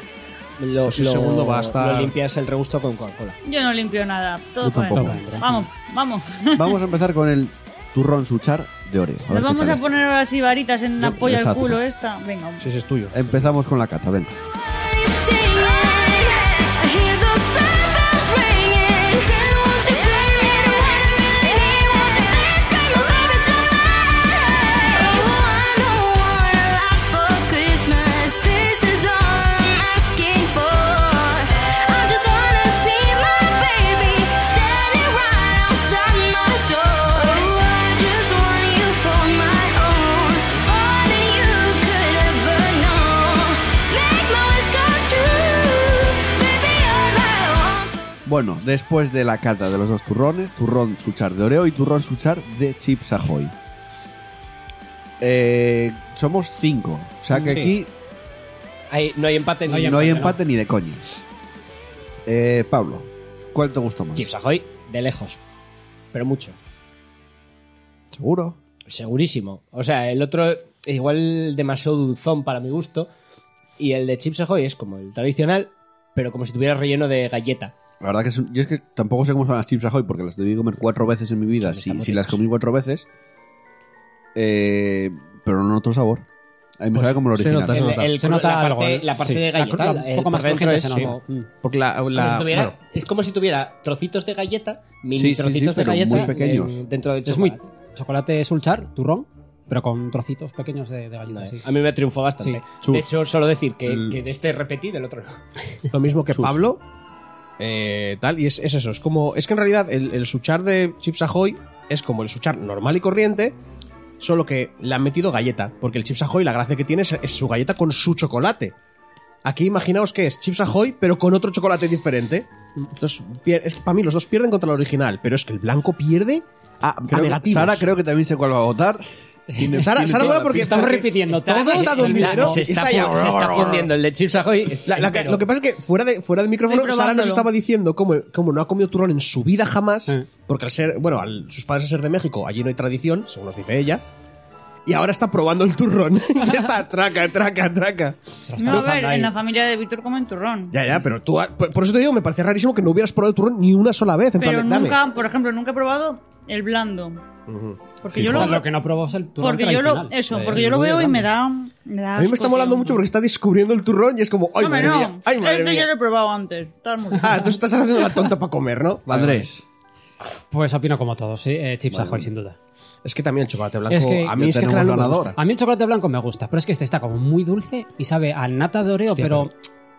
C: Lo,
B: Pues el segundo va a estar-
C: lo limpias el regusto con Coca-Cola.
E: Yo no limpio nada. Todo
A: Yo
E: para
A: tampoco.
E: adentro. Vamos, vamos.
A: *laughs* Vamos a empezar con el turrón suchar de Oreo. A ver
E: Nos
A: qué
E: vamos
A: tal
E: a
A: está.
E: poner ahora sí varitas en la
A: Yo-
E: polla al
A: exacto.
E: culo esta. Venga, hombre.
B: Si ese es tuyo.
A: Empezamos con la cata, venga. Bueno, después de la cata de los dos turrones, turrón suchar de Oreo y turrón suchar de chips Ahoy. Eh, somos cinco. O sea que
B: Sí.
A: aquí
C: Ahí no hay empate
D: No hay
C: ni
A: no hay
D: empate,
A: empate ni de coña. Eh, Pablo, ¿cuál te gustó más?
C: Chips Ahoy, de lejos. Pero mucho.
A: Seguro.
C: Segurísimo. O sea, el otro igual demasiado dulzón para mi gusto. Y el de Chips Ahoy es como el tradicional, pero como si tuviera relleno de galleta.
A: La verdad que es un- yo es que tampoco sé cómo son las chips Ahoy porque las debí comer cuatro veces en mi vida.
C: Son
A: Si,
C: muy
A: si las
C: ricas.
A: comí cuatro veces, eh, pero no otro sabor. A mí me
B: Pues
A: sabe como el
B: se
A: original.
B: nota, se
C: El-
B: nota.
C: el-
D: Se nota
C: la
D: algo.
C: parte,
D: ¿eh?
C: la parte
D: Sí.
C: de galleta,
D: La-
C: la-
D: un
C: el
D: poco
C: por
D: más
C: dentro
D: crujiente
C: es,
D: se
C: sí.
D: nota. Mm.
B: Porque la.
C: Como
B: la
C: si tuviera-
B: bueno,
C: Es como si tuviera trocitos de galleta, mini
A: Sí, sí, sí,
C: trocitos de
A: pero muy
C: galleta
A: pequeños.
C: en- dentro del
D: Es muy
C: chocolate.
D: chocolate sulchar, turrón, pero con trocitos pequeños de, de galleta.
C: No,
D: sí.
C: A mí me triunfó bastante.
D: Sí.
A: Chus.
C: De hecho, solo decir que, que de este repetí, del otro no.
B: lo mismo que Pablo. eh, tal, y es, es eso. Es como. Es que en realidad el, el suchar de Chips Ahoy es como el suchar normal y corriente. Solo que le han metido galleta. Porque el Chips Ahoy, la gracia que tiene es, es su galleta con su chocolate. Aquí imaginaos que es Chips Ahoy, pero con otro chocolate diferente. Entonces, pier- es que para mí los dos pierden contra el original, pero es que el blanco pierde a, a
A: Ah, Creo que-
B: negativos.
A: Sara
B: *laughs*
A: creo que también sé cuál va a votar. Tiene-
B: Sara,
A: tiene toda
B: Sara mola
A: la
B: porque
A: pinta.
D: Estamos
B: porque
D: repitiendo.
B: Estamos
D: Todo
B: hasta
D: está-
B: 2000,
D: está-
B: ¿no?
C: se,
B: Está
C: está,
B: ya-
C: fu- se está fundiendo el de Chips Ahoy.
B: La- la que-
C: entero.
B: lo que pasa es que fuera de, fuera del micrófono,
E: Estoy
B: Sara nos
E: probándolo.
B: estaba diciendo cómo, cómo no ha comido turrón en su vida jamás,
D: Eh.
B: porque al ser, bueno, al- sus padres al ser de México, allí no hay tradición, según nos dice ella, y ahora está probando el turrón. *laughs* ya está, traca, traca, traca.
E: No, a ver, en la familia de Víctor comen turrón.
B: Ya, ya, pero tú, ha- por por eso te digo, me parece rarísimo que no hubieras probado el turrón ni una sola vez. En
E: Pero
B: plan de, dame.
E: nunca, por ejemplo, nunca he probado el blando. Porque yo
D: O sea,
E: lo,
D: lo que no probó es el turrón
E: porque yo lo,
D: tradicional.
E: eso,
B: Eh,
E: porque yo lo
B: muy
E: veo y
B: grande.
E: me da, me da
B: A mí me está
E: asco,
B: molando
E: tío.
B: mucho porque está descubriendo el turrón y es como, ay,
E: Hombre,
B: madre mía,
E: no,
B: ay, madre
E: este
B: mía.
E: ya lo he probado antes. Estás muy
B: Ah, tú estás haciendo la tonta para comer, ¿no? Vale,
A: Andrés,
D: Pues opino como todos, sí. eh, chips Ahoy, sin duda.
B: vale. Es que también el chocolate blanco,
D: Es que-
B: a mí
A: Ya
B: es que en
A: tenemos
B: general no me
A: ganador.
B: gusta.
D: A mí el chocolate blanco me gusta, pero es que este está como muy dulce y sabe a nata de Oreo,
B: Hostia,
D: pero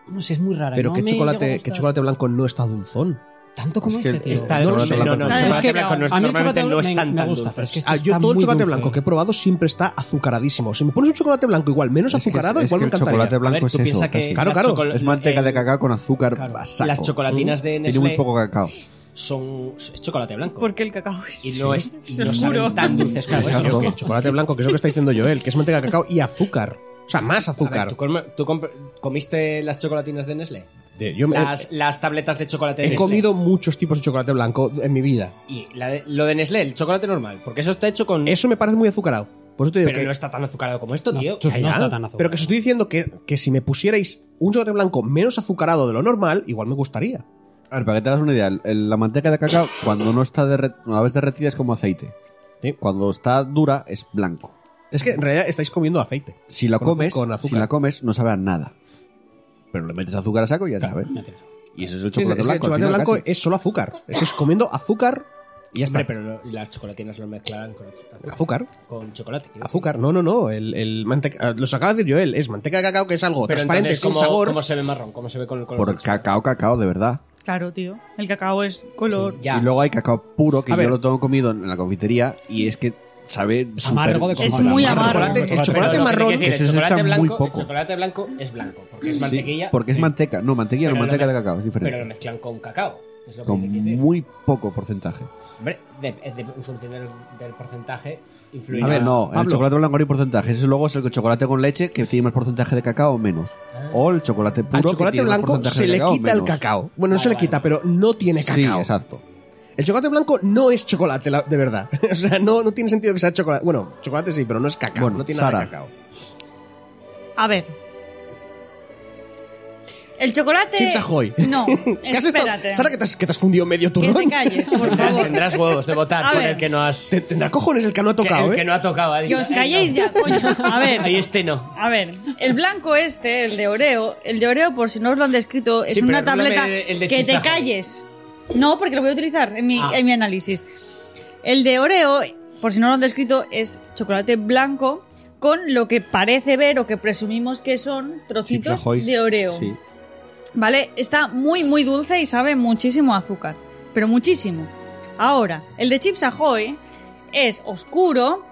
D: no sé, es muy rara.
B: Pero
D: no
B: que
D: me llega a
B: chocolate,
D: gustar
B: que chocolate blanco no está dulzón.
D: Tanto como
A: Es que
D: este, tío.
C: Está-
A: El
C: no,
A: chocolate
C: no,
A: blanco
C: no,
A: no
C: el
A: está.
C: chocolate blanco no es-
D: a mí el
C: normalmente
D: chocolate
C: no es
D: me-
C: tan
D: me
C: dulce.
D: gusta, pero es que este
B: Ah, yo
D: está
B: todo el
D: muy
B: chocolate
D: dulce.
B: blanco que he probado siempre está azucaradísimo. Si me pones un chocolate blanco igual, menos
A: Es que es-
B: azucarado,
A: es
B: igual
A: que el
B: me encantaría.
A: chocolate
C: A
A: blanco
C: ver,
A: es
C: tú
A: eso.
C: piensa que
A: casi.
B: Claro,
C: las
B: claro.
C: chocol-
A: Es manteca de
C: eh,
A: cacao con azúcar.
C: claro.
A: a saco.
C: Las chocolatinas de
A: Tiene muy
C: Nestlé
A: poco cacao.
C: son es chocolate blanco.
E: Porque el cacao es.
C: y no es y
E: se
C: no
E: os
C: saben
E: juro.
C: tan dulces como
A: Exacto.
C: eso.
B: Claro, que el chocolate blanco, que es lo que está diciendo Joel, que es manteca de cacao y azúcar. O sea, más
C: A ver,
B: azúcar.
C: ¿tú, com- tú comp- comiste las chocolatinas de Nestlé?
B: de- yo me-
C: Las, las tabletas de chocolate de
B: he
C: Nestlé.
B: comido muchos tipos de chocolate blanco en mi vida.
C: Y la de- lo de Nestlé, el chocolate normal, porque eso está hecho con...
B: Eso me parece muy azucarado. Por eso te digo
C: pero
B: que
C: no está tan azucarado como esto,
D: No,
C: tío.
D: chus-
B: Ya,
D: no
B: ya.
D: está tan azucarado.
B: Pero que os estoy diciendo que, que si me pusierais un chocolate blanco menos azucarado de lo normal, igual me gustaría.
A: A ver, para que te hagas una idea, el- el- la manteca de caca, cuando no está derretida, una vez derretida es como aceite.
B: Sí.
A: Cuando está dura, es blanco.
B: Es que en realidad estáis comiendo aceite.
A: Si la
B: Con azu-
A: comes,
B: con azúcar.
A: si la comes, no sabe a nada. Pero le metes azúcar a saco y ya sabe.
D: Ya tienes.
A: Y eso es el
B: Sí, es-
A: chocolate
B: es
A: blanco.
B: que el
A: al
B: chocolate
A: final,
B: blanco
A: casi.
B: es solo azúcar. Es que es comiendo azúcar y ya está.
C: Hombre, pero lo- y las chocolatinas lo mezclan con azúcar.
B: Azúcar.
C: Con chocolate, tío.
B: Azúcar, no, no, no. El, el manteca- ah, Lo acaba de decir Joel, es manteca de cacao que es algo
C: Pero
B: transparente,
C: entonces,
B: sin
C: ¿cómo-
B: sabor.
C: ¿Cómo se ve marrón? ¿Cómo se ve con el color?
A: Por
C: rosa?
A: cacao, cacao, de verdad.
E: Claro, tío. El cacao es color.
C: Ya.
A: Y luego hay cacao puro, que
B: A
A: yo
B: ver.
A: lo tengo comido en la confitería, y es que sabe súper...
D: Amargo de
A: súper
E: Es muy
B: El
E: amargo.
B: chocolate, el
D: Pero
B: chocolate
C: Pero lo que
B: marrón.
C: quiere decir,
A: que se
C: el chocolate
A: echan muy
C: blanco,
A: poco.
C: El chocolate blanco es blanco, porque es
A: Sí,
C: mantequilla.
A: porque es
C: Sí.
A: manteca. No, mantequilla no,
C: Pero lo
A: manteca de
C: mez-
A: cacao, es
C: Pero lo
A: diferente.
C: mezclan con cacao. Es lo que
A: Con
C: quiere decir.
A: muy poco porcentaje.
C: Hombre, de- es de- en función del, del porcentaje, influye.
A: A ver, no, el
B: Pablo.
A: chocolate blanco no hay porcentaje. Ese luego es el chocolate con leche que tiene más porcentaje de cacao o menos. O el chocolate puro.
B: Al
A: que
B: chocolate
A: tiene más
B: blanco
A: porcentaje
B: se
A: de
B: le
A: cacao o
B: quita el
A: menos.
B: cacao. Bueno, no
C: Vale,
B: se le
C: vale.
B: quita, pero no tiene
A: Sí,
B: cacao.
A: exacto.
B: El chocolate blanco no es chocolate, la- de verdad. *laughs* O sea, no, no tiene sentido que sea chocolate. Bueno, chocolate sí, pero no es cacao.
A: Bueno,
B: no tiene nada de
A: Sara.
B: cacao.
E: A ver. El chocolate.
B: Chips Ahoy.
E: No,
B: *laughs* ¿Qué has estado-
E: espérate.
B: Sara, que te, has, que te has fundido medio
E: Que
B: turrón.
E: te calles,
B: *laughs*
E: por favor.
C: Tendrás huevos de votar
E: A
C: por
E: ver.
C: el que no has.
B: Te- Tendrá cojones el que no ha tocado,
C: que, el
B: ¿eh?
C: que no ha tocado. ha
E: Que
C: dicho,
E: os
C: "Ay, no".
E: calléis ya, coño. A
C: Ahí
E: ver.
C: este no.
E: A ver, el blanco este, el de Oreo, el de Oreo, por si no os lo han descrito, es
C: Sí, pero
E: una
C: háblame
E: tableta
C: de- el de
E: que
C: Chips
E: te
C: Ahoy.
E: calles. No, porque lo voy a utilizar en mi,
C: Ah.
E: en mi análisis. El de Oreo, por si no lo han descrito, es chocolate blanco con lo que parece ver o que presumimos que son
A: Chips
E: trocitos
A: Ahoy.
E: de Oreo.
A: Sí.
E: ¿Vale? Está muy, muy dulce y sabe muchísimo a azúcar. Pero muchísimo. Ahora, el de Chips Ahoy es oscuro,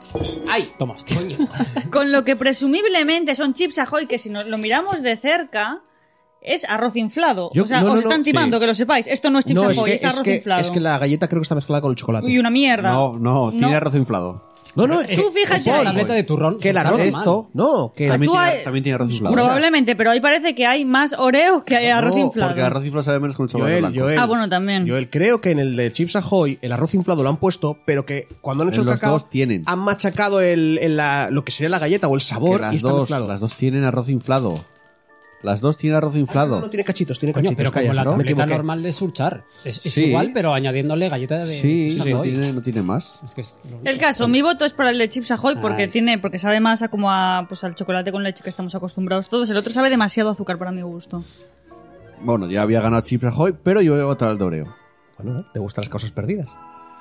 C: ¡Ay!
D: Toma, este. hostia.
C: Coño.
E: con lo que presumiblemente son Chips Ahoy, que si nos lo miramos de cerca, es arroz inflado.
B: Yo-
E: o sea,
B: no, no,
E: os
B: no,
E: están timando,
B: sí.
E: que lo sepáis. Esto no es Chips
B: No, es
E: Ahoy,
B: que,
E: es, arroz
B: es, que,
E: inflado.
B: es que la galleta creo que está mezclada con el chocolate.
E: Y una mierda.
A: No, no, tiene arroz inflado.
B: No, no,
E: Tú fíjate.
D: La
E: ahí.
D: tableta de turrón.
B: que el
D: está
B: arroz
D: normal.
A: esto-
B: No, que
A: También
E: Tú
A: tiene,
E: hay-
A: también tiene arroz inflado.
E: Probablemente, pero ahí parece que hay más Oreo que hay arroz
B: No,
E: inflado.
A: Porque el arroz inflado sabe menos con el chocolate
B: Joel,
A: blanco.
B: Joel.
E: Ah, bueno, también.
B: Joel, creo que en el de Chips Ahoy el arroz inflado lo han puesto, pero que cuando han hecho
A: En
B: el
A: los
B: cacao
A: dos tienen.
B: han machacado el, el la- lo que sería la galleta o el
A: Que
B: sabor y
A: las,
B: está
A: dos,
B: mezclado.
A: las dos tienen arroz inflado. Las dos tienen arroz
B: no, no,
A: inflado.
B: tiene cachitos, tiene
D: Coño,
B: cachitos.
D: pero como
B: calla,
D: la
B: ¿no? Me
D: tableta
B: equivoqué.
D: normal de surchar. Es, es
A: Sí.
D: igual, pero añadiéndole galletas de.
A: Sí,
D: chips
A: no,
D: ahoy.
A: tiene, no tiene más.
D: Es que es-
E: El caso, mi voto es para el de Chips Ahoy porque
D: Ay.
E: tiene, porque sabe más a como a, pues al chocolate con leche que estamos acostumbrados todos. El otro sabe demasiado azúcar para mi gusto.
A: Bueno, ya había ganado Chips Ahoy, pero yo voy a votar al Doreo.
B: Bueno, ¿eh? te gustan las cosas perdidas.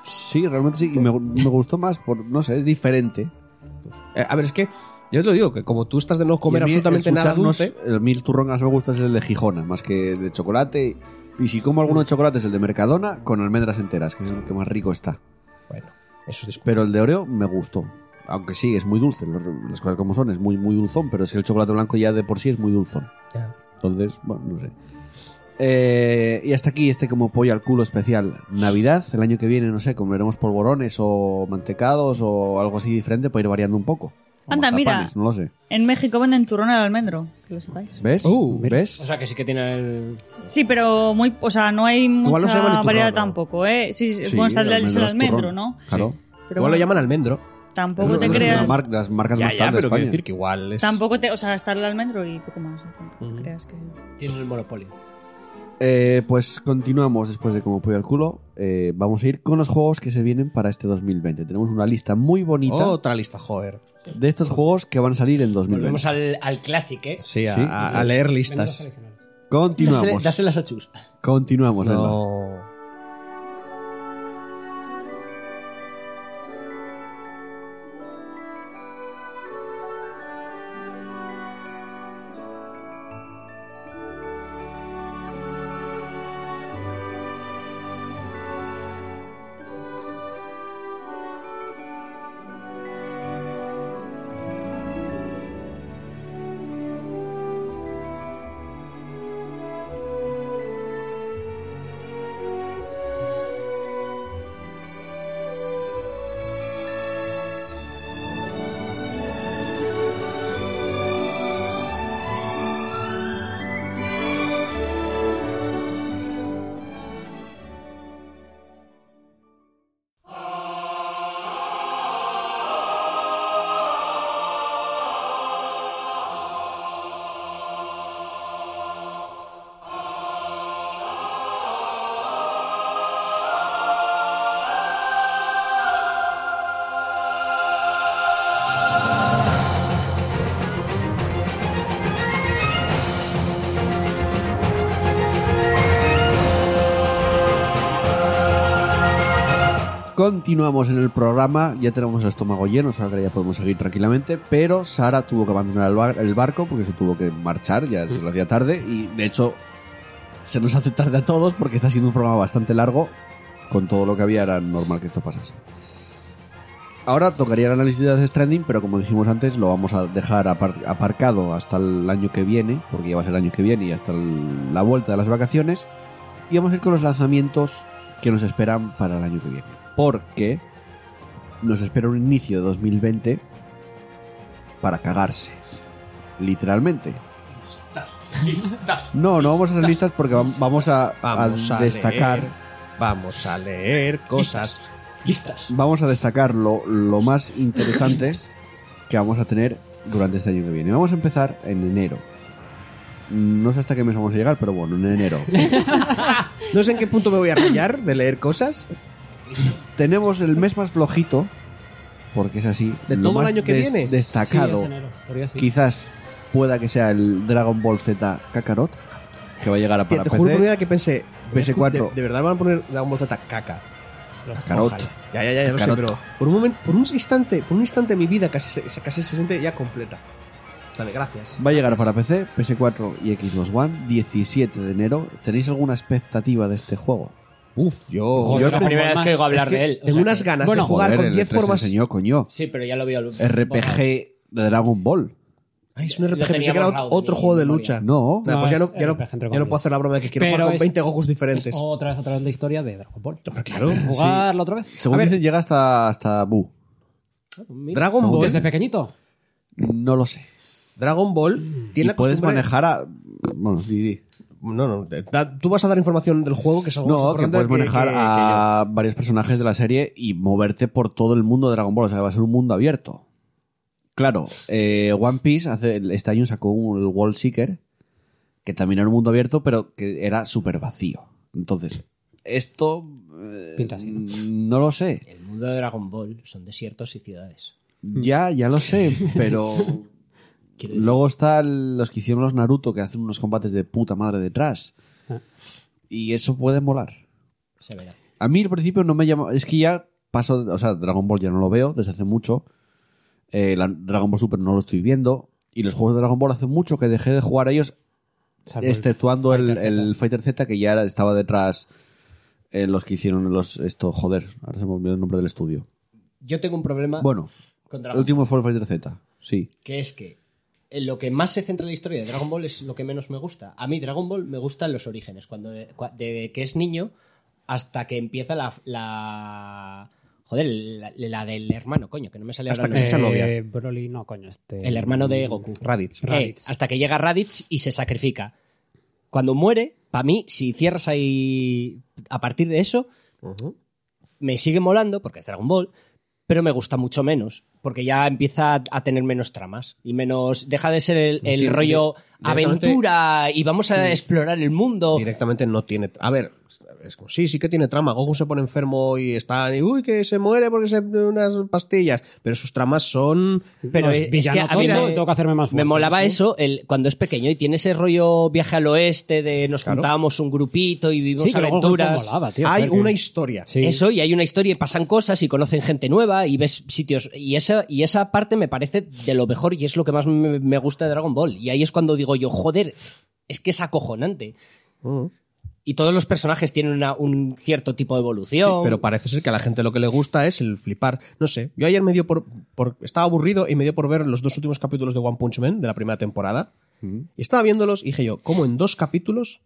A: Sí, realmente sí. Y me, me gustó más, por, no sé, es diferente.
B: Eh, a ver, es que yo te lo digo, que como tú estás de no
A: Y
B: comer
A: a mí el
B: absolutamente nada
A: Suchar no es-
B: dulce,
A: el mil turrongas me gusta es el de Gijona, más que el de chocolate. Y si como alguno de chocolate es el de Mercadona, con almendras enteras, que es el que más rico está.
B: bueno, eso es disculpa.
A: Pero el de Oreo me gustó. Aunque sí, es muy dulce, lo- las cosas como son, es muy, muy dulzón, pero es que el chocolate blanco ya de por sí es muy dulzón.
B: Ya.
A: Entonces, bueno, no sé. Eh, y hasta aquí este como pollo al culo especial Navidad. El año que viene, no sé, comeremos polvorones o mantecados o algo así diferente para ir variando un poco. O
E: Anda, mira.
A: mazapanes, No lo sé.
E: En México venden turrón al almendro, que lo sepáis.
A: ¿Ves?
D: Uh, mira.
A: ¿Ves?
C: O sea, que sí que tiene el.
E: Sí, pero muy, o sea, no hay
B: Igual no se
E: mucha
B: llama ni turrón,
E: variedad
B: ¿no?
E: tampoco, ¿eh? Sí, sí,
A: Sí,
E: bueno, está el, del-
A: almendras
E: el almendro,
A: turrón.
E: ¿no?
A: Claro.
E: Pero
B: Igual lo
E: bueno,
B: llaman almendro.
E: tampoco
A: No,
E: te
A: no es
E: creas.
A: una mar- las marcas
B: Ya,
A: más
B: ya,
A: grandes de
B: pero quiero
A: España.
B: decir que igual es...
E: Tampoco te, o sea, está el almendro y poco más. o sea, Tampoco
B: Ujú.
E: creas que.
C: Tiene el monopolio.
A: Eh, pues continuamos después de como pollo al culo. Eh, vamos a ir con los juegos que se vienen para este 2020. Tenemos una lista muy bonita
B: Otra lista, joder.
A: de estos juegos que van a salir en 2020.
C: Volvemos al, al clásico, ¿eh?
B: Sí, a,
A: Sí.
B: a- a leer listas.
A: Continuamos.
C: Dáselas a Chus.
A: Continuamos. Elba.
B: No.
A: Continuamos en el programa, ya tenemos el estómago lleno, o sea que ya podemos seguir tranquilamente, pero Sara tuvo que abandonar el, bar- el barco porque se tuvo que marchar, ya se lo hacía tarde, y de hecho se nos hace tarde a todos porque está siendo un programa bastante largo, con todo lo que había era normal que esto pasase. Ahora tocaría el análisis de Death Stranding, pero como dijimos antes, lo vamos a dejar apar- aparcado hasta el año que viene, porque ya va a ser el año que viene y hasta el- la vuelta de las vacaciones. Y vamos a ir con los lanzamientos que nos esperan para el año que viene. Porque nos espera un inicio de 2020 para cagarse. Literalmente. No, no vamos a hacer listas porque vam- vamos a, a
B: Vamos a,
A: destacar.
B: leer, vamos a leer cosas.
C: Listas.
A: Vamos a destacar lo, lo más interesante que vamos a tener durante este año que viene. Vamos a empezar en enero. No sé hasta qué mes vamos a llegar, pero bueno, en
B: *laughs*
A: enero.
B: No sé en qué punto me voy a rayar de leer cosas.
A: Tenemos el mes más flojito, porque es así.
B: ¿De
A: lo
B: todo el
A: más
B: año que
A: des-
B: viene?
A: Destacado.
D: Sí, es enero, podría ser.
A: Quizás pueda que sea el Dragon Ball Z Kakarot, que va a llegar a
B: Hostia,
A: para
B: te juro por
A: PC.
B: primera que pensé.
A: PS4.
B: De, de verdad van a poner Dragon Ball Z caca.
A: Kakarot.
B: Ojalá. Ya, ya, ya, ya lo sé,
A: Kakarot.
B: pero por un momento, por un instante, por un instante de mi vida casi, se- casi se siente ya completa. Vale, gracias.
A: Va a llegar para PC, PS4 y Xbox One 17 de enero. ¿Tenéis alguna expectativa de este juego?
B: Uf, yo.
C: Joder,
D: yo
C: es la
D: tengo
C: primera vez
D: más-
C: que oigo hablar de él. o
B: Tengo
C: sea
B: unas
C: que-
B: ganas
D: Bueno,
B: de jugar
A: Joder,
B: con
A: el
B: 10
A: E3
B: formas.
A: enseñó, coño.
C: Sí, pero ya lo vi al
A: RPG de Dragon Ball.
B: Ay, es un
C: Lo
B: RPG, pensé
C: tenía
B: que era
C: borrado de
B: otro
C: mi
B: juego de
C: memoria.
B: lucha.
A: No,
B: Nah,
D: No,
B: pues ya
D: es
B: no, ya no-
D: RPG, entre
B: ya no
D: comillas.
B: puedo hacer la broma de que quiero
D: Pero
B: jugar con
D: es-
B: 20 Gokus diferentes.
D: Es otra vez, otra vez la historia de Dragon Ball.
B: claro.
D: ¿Jugarlo otra vez?
A: según
B: A ver.
A: dicen llega hasta, hasta Bu.
D: Mira,
B: Dragon Ball,
D: ¿Desde pequeñito?
A: No lo sé.
B: Dragon Ball tiene
A: Y
B: la
A: puedes
B: costumbre-
A: manejar a... Bueno, di, di.
B: No, no, te- da- tú vas a dar información del juego que es algo más
A: No, que
B: importante
A: puedes manejar
B: que- que
A: a varios personajes de la serie y moverte por todo el mundo de Dragon Ball. O sea, que va a ser un mundo abierto. Claro, eh, One Piece hace, este año sacó un el World Seeker, que también era un mundo abierto, pero que era súper vacío. Entonces, esto... eh,
D: Pinta así.
A: no lo sé.
C: El mundo de Dragon Ball son desiertos y ciudades.
A: Ya, ya lo sé, pero.
D: *laughs*
C: Quiero decir-
A: Luego están los que hicieron los Naruto, que hacen unos combates de puta madre detrás.
D: Ah.
A: Y eso puede molar.
C: Se verá.
A: A mí al principio no me llama. Es que ya paso. O sea, Dragon Ball ya no lo veo desde hace mucho. Eh, la- Dragon Ball Super no lo estoy viendo. Y los juegos de Dragon Ball hace mucho que dejé de jugar a ellos,
D: Salvo el
A: exceptuando el,
D: Fighter Z.
A: el Fighter Z, que ya era- estaba detrás. eh, los que hicieron los. Esto, joder, ahora se me olvidó el nombre del estudio.
C: Yo tengo un problema
A: Bueno,
C: con
A: el
C: Dragon Ball.
A: último fue el Fighter Z, sí.
C: que es que eh, lo que más se centra en la historia de Dragon Ball es lo que menos me gusta. A mí Dragon Ball me gustan los orígenes, cuando cua- de que es niño hasta que empieza la... la- joder, la, la del hermano, coño, que no me sale
B: Hasta
C: ahora
B: que
C: los-
D: Eh,
B: Echa novia.
D: Broly, no, coño. Este...
C: El hermano de Goku.
B: Eh, Raditz.
C: Eh,
D: Raditz.
C: hasta que llega Raditz y se sacrifica. Cuando muere, para mí, si cierras ahí a partir de eso, me sigue molando porque es Dragon Ball, pero me gusta mucho menos. Porque ya empieza a- a tener menos tramas y menos. Deja de ser el, el
B: Directamente-
C: rollo
B: directamente-
C: aventura y vamos a explorar el mundo.
B: *laughs* Directamente no tiene. A ver, es como, sí, sí que tiene trama. Goku se pone enfermo y está. Y, uy, que se muere porque se unas pastillas. Pero sus tramas son.
C: Pero
D: No, es
C: es, es que
D: villano
C: a mí
D: tonto,
C: me,
D: tengo que hacerme más
C: me
D: fuerte,
C: molaba
D: ¿sí?
C: eso el, cuando es pequeño y tiene ese rollo viaje al oeste de nos juntábamos un grupito y vivimos
D: Sí, que luego el grupo
C: aventuras.
D: molaba, tío,
B: Hay
D: joder, que-
B: una historia.
D: Sí.
C: Eso, y hay una historia y pasan cosas y conocen gente nueva y ves sitios. Y esa, y esa parte me parece de lo mejor y es lo que más me, me gusta de Dragon Ball. Y ahí es cuando digo yo, joder, es que es acojonante.
A: Mm.
C: Y todos los personajes tienen una- un cierto tipo de
B: Sí,
C: evolución.
B: pero parece ser que a la gente lo que le gusta es el flipar. No sé, yo ayer me dio por, por- Estaba aburrido y me dio por ver los dos últimos capítulos de One Punch Man de la primera temporada. Y estaba viéndolos y dije yo, ¿cómo en dos capítulos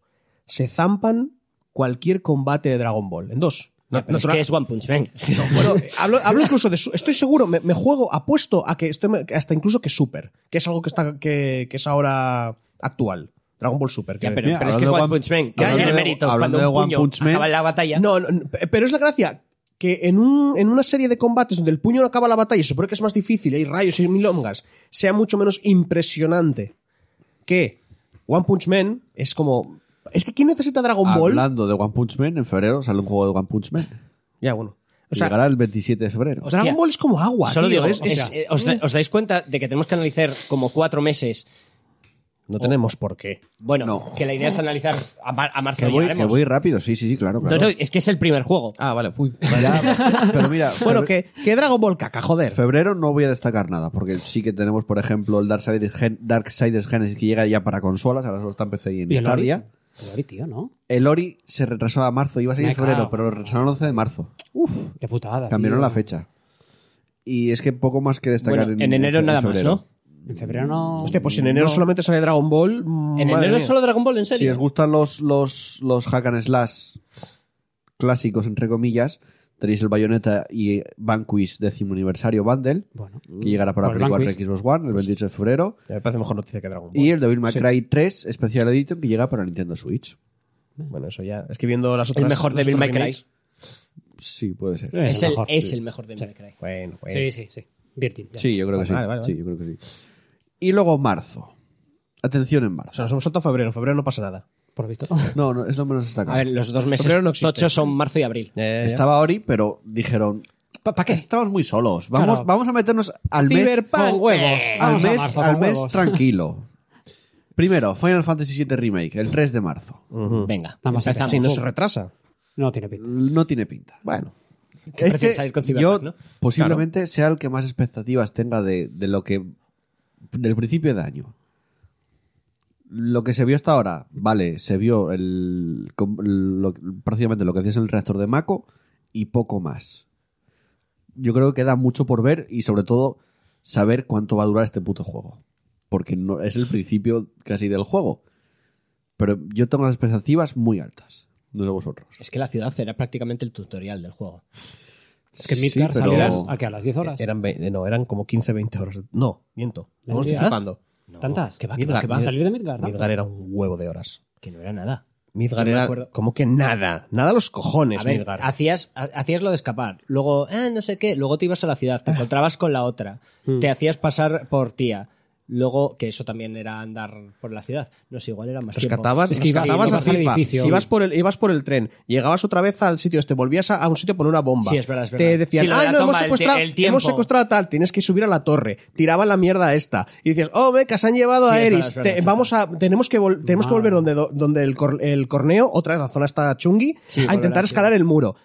B: se zampan cualquier combate de Dragon Ball? En dos.
C: Ya, pero es
B: Natural-
C: que es One
A: *laughs*
C: Punch Man.
B: No, bueno, eh, hablo, hablo incluso de. su- estoy seguro, me, me juego, apuesto a que estoy, me- hasta incluso que Super, que es algo que, está, que, que es ahora actual. Dragon Ball Super.
C: Ya,
B: quiero
C: pero,
B: decir.
A: Mira,
C: pero es que es
A: hablando de One-
C: One Punch Man. Que
A: hablando
C: tiene
A: de-
C: mérito.
A: hablando
C: Cuando
A: de
C: un
A: One
C: puño
A: Punch Man-
C: acaba la batalla.
B: No, no, no, pero es la gracia que en, un- en una serie de combates donde el puño no acaba la batalla, supone que es más difícil, hay rayos y milongas, sea mucho menos impresionante que One Punch Man es como. Es que ¿quién necesita Dragon Ball?
A: Hablando de One Punch Man, en febrero sale un juego de One Punch Man.
B: Ya, bueno. O
A: Y
B: sea,
A: llegará el 27 de febrero.
C: Hostia,
B: Dragon Ball es como agua.
C: Solo
B: tío,
C: digo,
B: es- es-
C: es- eh, os, da- os dais cuenta de que tenemos que analizar como cuatro meses
B: No tenemos por
C: *laughs*
B: qué.
C: Bueno, que la idea es analizar a, mar- a marzo
A: Que voy, que
C: llegaremos.
A: voy rápido, sí, sí, sí, claro,
C: No,
A: claro.
C: no, es que es el primer juego.
B: Ah, vale. uy.
A: Ya, pero mira,
B: Bueno,
A: febre-
B: que, que Dragon Ball caca, joder.
A: febrero no voy a destacar nada, porque sí que tenemos, por ejemplo, el Darksiders, Gen- Darksiders Genesis que llega ya para consolas, ahora solo está en PC y en
D: ¿Y el Ori?
A: Stadia.
D: El Ori, tío, ¿no?
A: El Ori se retrasó a marzo, iba a salir
D: Me
A: en febrero,
D: cago.
A: pero lo retrasaron al 11 de marzo.
D: Qué putada.
A: Cambiaron
D: tío.
A: la fecha. Y es que poco más que destacar
C: Bueno, en,
A: en
C: enero
A: en
C: nada más,
A: febrero.
C: ¿no?
D: En febrero no.
B: Hostia, pues si en enero solamente sale Dragon Ball. mm,
C: En
B: madre
C: enero
B: mía.
C: solo Dragon Ball, en
A: Si
C: serio.
A: os gustan los, los, los hack and slash clásicos, entre comillas, tenéis el Bayonetta y Vanquish décimo aniversario bundle,
D: Bueno.
A: que llegará para
D: Por el
A: Play 4 y
D: Vanquish.
A: Xbox One el 28 de febrero.
B: Me parece mejor noticia que Dragon Ball.
A: Y el Devil May Cry 3 Special Edition que llega para Nintendo Switch.
B: Bueno, eso ya. Es que viendo las otras.
C: El mejor
B: los
C: Devil
B: otros
C: May Cry.
B: remakes-
A: Sí, puede ser.
D: Es,
C: Es el,
D: Eh, mejor.
C: es el mejor Devil May Cry.
B: Bueno, bueno.
D: Sí, sí, sí. Virgin. ya.
A: Sí, yo creo que sí.
B: Vale, vale, vale.
A: Sí, yo creo que sí. Y luego marzo. Atención en
B: O
A: marzo.
B: sea, nos hemos saltado febrero. Febrero no pasa nada.
D: Por lo visto. *laughs*
A: No, no, es lo menos destacado.
C: A ver, los dos meses
B: Febrero no existe.
C: tochos son marzo y abril.
B: Eh,
A: Estaba Ori, pero dijeron,
D: ¿Para qué?
A: estamos muy solos. Vamos,
D: Claro.
A: vamos a meternos al mes,
D: Con huevos.
A: al
D: Vamos a
A: mes,
D: marzo
A: al
D: con
A: mes
D: huevos.
A: tranquilo. Primero, Final Fantasy VII Remake, el 3 de marzo.
C: Venga,
D: Vamos a
C: empezamos.
B: Si no se retrasa.
D: No tiene pinta.
A: No tiene pinta.
B: Bueno.
C: Que prefieren salir con Cyberpunk,
A: Este, yo
C: ¿no?
A: posiblemente sea el que más expectativas tenga de, de lo que del principio de año. Lo que se vio hasta ahora, vale, se vio el, com- lo- prácticamente lo que hacías en el reactor de Mako y poco más. Yo creo que queda mucho por ver y sobre todo saber cuánto va a durar este puto juego. Porque no, es el principio casi del juego. Pero yo tengo las expectativas muy altas. No sé vosotros.
C: Es que la ciudad era prácticamente el tutorial del juego.
D: Es que
A: Sí,
D: Midgar
A: pero-
D: salías a que a las 10 horas.
B: Eran, ve- no, eran como 15, 20 horas. de- No, miento.
D: ¿La
B: No estoy
D: entidad?
B: flipando.
C: Ah,
D: ¿Tantas?
C: que va, que va, que va.
D: ¿A salir de Midgar? tanto?
B: Midgar era un huevo de horas.
C: Que no era nada.
B: Midgar
C: me
B: era
C: acuerdo.
B: como que nada. Nada a los cojones,
C: A ver,
B: Midgar.
C: hacías, ha- hacías lo de escapar. Luego, ah, no sé qué. Luego te ibas a la ciudad, te encontrabas con la otra. Te hacías pasar por tía. Luego, que eso también era andar por la ciudad. No sé, igual era más tiempo.
B: Rescatabas,
D: Es que ibas-
B: rescatabas
D: ibas
B: a
D: al
B: Tifa.
D: edificio.
B: Ibas por, el, ibas por el tren, llegabas otra vez al sitio este, volvías a, a un sitio por una bomba.
C: Sí, es verdad, es
B: Te
C: verdad.
B: decían,
C: Sí, lo de
B: ah,
C: la
B: no, hemos
C: tumba, el
B: secuestrado,
C: tie- el tiempo".
B: hemos secuestrado a tal, tienes que subir a la torre. Tiraban la mierda a esta. Y dices, oh, beca, se han llevado
C: Sí,
B: a
C: es verdad,
B: Eris.
C: es verdad,
B: Te-
C: es
B: vamos a, tenemos que, vol- tenemos que volver donde, do- donde el, cor- el corneo, otra vez la zona está chungi,
C: Sí,
B: a
C: volver
B: intentar
C: a-
B: escalar el muro.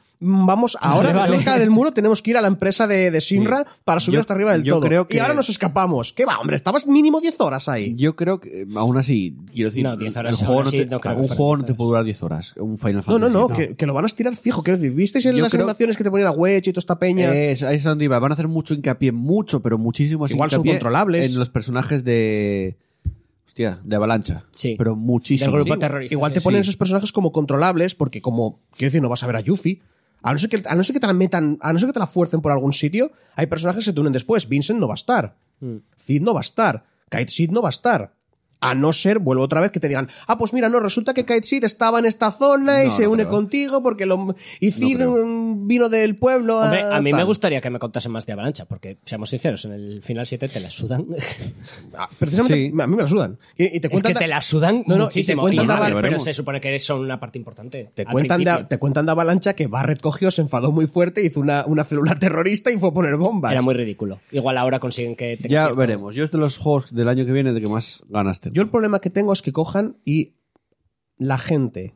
C: *laughs*
B: Mm, Vamos, ahora
D: Vale,
B: después de
D: vale.
B: escalar el muro tenemos que ir a la empresa de, de Sinra para subir
A: Yo-
B: hasta arriba del
A: yo
B: todo.
A: creo
B: Y
A: que-
B: ahora nos escapamos. ¿Qué va, hombre? Estabas mínimo 10 horas ahí.
A: Yo creo que, eh, aún así, quiero decir,
C: No, 10 horas,
A: el juego
C: aún
A: no
C: así
A: te,
C: no creo que
A: un
C: fueran
A: juego
C: 10
A: no te
C: horas.
A: puede durar 10 horas. Un Final
B: No,
A: Fantasy.
B: no, no,
A: VII.
B: Que, que lo van a estirar fijo. Quiero decir, ¿visteis en
A: Yo
B: las
A: creo-
B: animaciones que te ponían a Wedge y toda esta peña?
A: Eh, es- ahí es donde iba. Van a hacer mucho hincapié, mucho, pero muchísimo
B: Igual son
A: hincapié
B: controlables.
A: En los personajes de. Hostia, de Avalancha.
C: Sí.
A: Pero muchísimo.
C: Del grupo
A: Sí.
C: terrorista.
B: Igual te
C: sí.
B: ponen esos personajes como controlables, porque como, quiero decir, no vas a ver a Yuffie. A no ser que, a no ser que te la metan, a no ser que te la fuercen por algún sitio, hay personajes que se te unen después. Vincent no va a estar.
C: Mm.
B: Cid no va a estar. Kite Sid no va a estar. A no ser, vuelvo otra vez, que te digan, ah, pues mira, no, resulta que Kite Sid estaba en esta zona y
A: No,
B: se
A: no
B: une
A: creo.
B: contigo porque lo, y Cid
A: creo.
B: mm, vino del pueblo a...
C: Hombre, a mí me
B: tal".
C: gustaría que me contasen más de Avalancha, porque, seamos sinceros, en el final 7 te la sudan. *laughs*
B: Ah, Precisamente,
A: Sí.
B: a mí me la sudan. Y, y te
C: es
B: cuentan
C: que te la sudan
B: No, no, y te
C: muchísimo.
B: cuentan
C: Y
B: de
C: vale,
B: Avalancha.
C: pero se supone que son una parte importante.
B: Te
C: al
B: cuentan, de,
C: principio.
B: te cuentan de Avalancha que Barret cogió, se enfadó muy fuerte, hizo una, una célula *laughs* terrorista y fue a poner bombas.
C: Era muy ridículo. Igual ahora consiguen que... tenga
A: Ya
C: cierto-
A: veremos. Yo es de los juegos del año que viene de que más ganas tengo.
B: Yo el problema que tengo es que cojan y la gente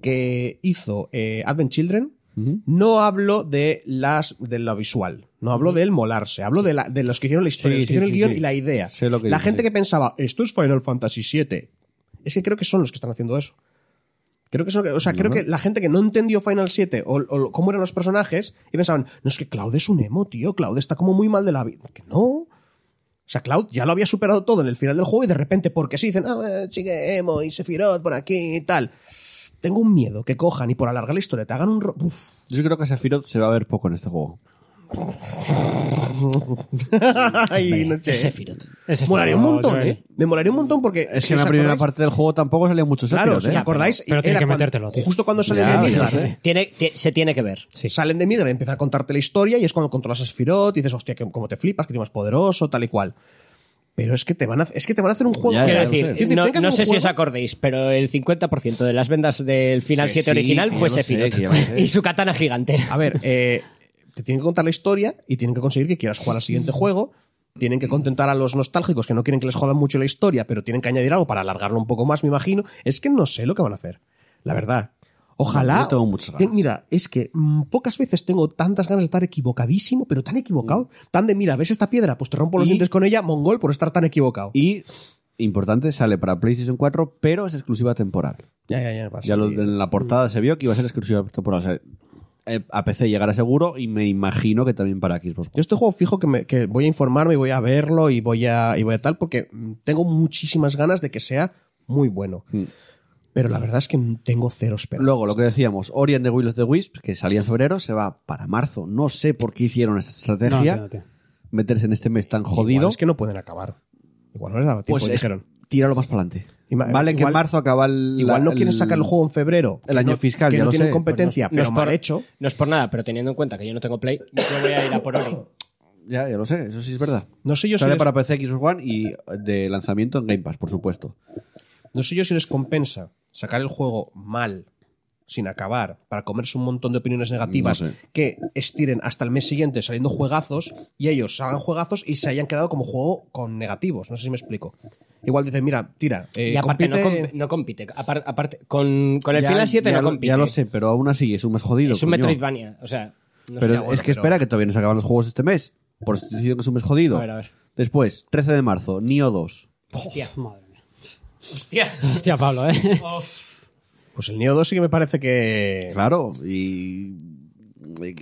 B: que hizo eh, Advent Children, no hablo de las de lo visual, no hablo del molarse, hablo de, la- de los que hicieron la historia,
A: Sí,
B: los que
A: sí,
B: hicieron
A: sí,
B: el guión
A: sí.
B: y la idea.
A: Sé lo que
B: la
A: dices,
B: gente
A: sí.
B: que pensaba, esto es Final Fantasy VII, es que creo que son los que están haciendo eso. Creo que, son- o sea, creo que la gente que no entendió Final 7 o, o cómo eran los personajes y pensaban, no es que Cloud es un emo, tío, Cloud está como muy mal de la vida. Que no. O sea, Cloud ya lo había superado todo en el final del juego y de repente, porque sí, dicen, ah, eh, sigue Emo y Sephiroth por aquí y tal. Tengo un miedo que cojan y por alargar la historia te hagan un... ro- Uf. *laughs*
A: Yo creo que a Sephiroth se va a ver poco en este juego.
B: Ay,
C: Hombre,
B: noche.
C: es Sephiroth.
D: Ese es
B: Molaría un
D: todo,
B: montón,
D: Joel.
B: ¿eh? Me molaría un montón porque...
A: Es
B: si
A: que en
B: os
A: la primera
B: acordáis-
A: parte del juego tampoco salía mucho Sephiroth,
B: Claro, si
A: ¿eh?
B: os acordáis...
D: pero tiene
B: era
D: que
B: cuando-
D: metértelo, tío.
B: Justo cuando sale
A: Ya,
B: de
A: ya
B: Midgar. ¿eh?
A: sé.
C: Tiene, tie- se tiene que ver.
D: Sí.
B: Salen de Midgar y empiezan a contarte la historia y es cuando controlas a Sephiroth y dices, hostia, que, como te flipas, que eres más poderoso, tal y cual. Pero es que te van a, es que te van a hacer un juego...
A: Ya,
B: Quiero
A: ya,
C: Quiero
A: lo
B: decir,
A: sé.
C: decir,
B: quiero decir,
C: no,
B: tienen ¿eh? que hacer
C: no
B: un
C: sé si
B: juego-
C: os acordéis, pero el 50% de las vendas del Final
A: Que
C: 7
A: sí,
C: original
A: que
C: fue
A: yo lo sé,
C: Sephiroth.
A: que ya me sé.
C: *laughs* Y su katana gigante.
A: *laughs* Mm.
B: A ver, eh, te tienen que contar la historia y tienen que conseguir que quieras jugar al siguiente juego. Tienen que contentar a los nostálgicos que no quieren que les jodan mucho la historia, pero tienen que añadir algo para alargarlo un poco más, me imagino. Es que no sé lo que van a hacer. La verdad. Ojalá.
A: Yo tengo muchas ganas.
B: Mira, es que mm, pocas veces tengo tantas ganas de estar equivocadísimo, pero tan equivocado. Tan de, mira, ¿ves esta piedra? Pues te rompo los
A: Mm. Y-
B: dientes con ella, mongol, por estar tan equivocado.
A: Y, importante, sale para PlayStation 4, pero es exclusiva temporal.
B: ya, ya, ya. pasa.
A: Ya lo- en la portada se vio que iba a ser exclusiva temporal. O sea, eh, a PC llegará seguro y me imagino que también para Xbox.
B: Yo este juego fijo que, me- que voy a informarme y voy a verlo y voy a, y voy a tal porque mm, tengo muchísimas ganas de que sea muy bueno.
A: Mm.
B: Pero la verdad es que tengo cero esperanza.
A: Luego, lo que decíamos, Ori and the Will of the Wisps, que salía en febrero, se va para marzo. No sé por qué hicieron esa
D: No,
A: estrategia.
D: tío, no, tío.
A: Meterse en este mes tan
B: Igual
A: jodido.
B: es que no pueden acabar. Igual no les daba tiempo,
A: pues es-
B: dijeron.
A: tíralo más para adelante.
B: Ima-
A: Vale que en
B: igual-
A: marzo acaba el.
B: Igual no
A: la-
B: quieren sacar el juego en febrero.
A: el
B: que
A: año
B: no-
A: fiscal,
B: Que
A: ya
B: no
A: lo
B: tienen
A: sé.
B: competencia,
C: No es
B: pero mal
C: por-
B: hecho.
C: No es por nada, pero teniendo en cuenta que yo no tengo Play, yo voy a ir a por Ori.
A: Ya, ya lo sé, eso sí es verdad.
B: No sé yo si
A: Sale
B: les-
A: para PC, Xbox One y de lanzamiento en Game Pass, por supuesto.
B: No sé yo si les compensa sacar el juego mal, sin acabar, para comerse un montón de opiniones negativas
A: No sé.
B: que estiren hasta el mes siguiente saliendo juegazos y ellos salgan juegazos y se hayan quedado como juego con negativos. No sé si me explico. Igual dicen, mira, tira. eh,
C: y aparte no,
B: compite-
C: comp- no compite. Apar- aparte, con, con el
A: Ya-
C: Final 7
A: ya
C: no
A: lo-
C: compite. eh.
A: Ya lo sé, pero aún así es un mes jodido.
C: Es un
A: coño.
C: Metroidvania. O sea, no
A: pero
C: sé.
A: es,
B: bueno,
A: es que
B: pero-
A: espera que todavía no se acaban los juegos este mes. Por eso te diciendo que es un mes jodido.
C: A ver, a ver.
A: Después, 13 de marzo, Nio 2.
C: Hostia.
D: Madre mía.
C: Hostia.
D: Hostia, Pablo, ¿eh?
B: Pues el Neo 2 sí que me parece que.
A: Claro, y.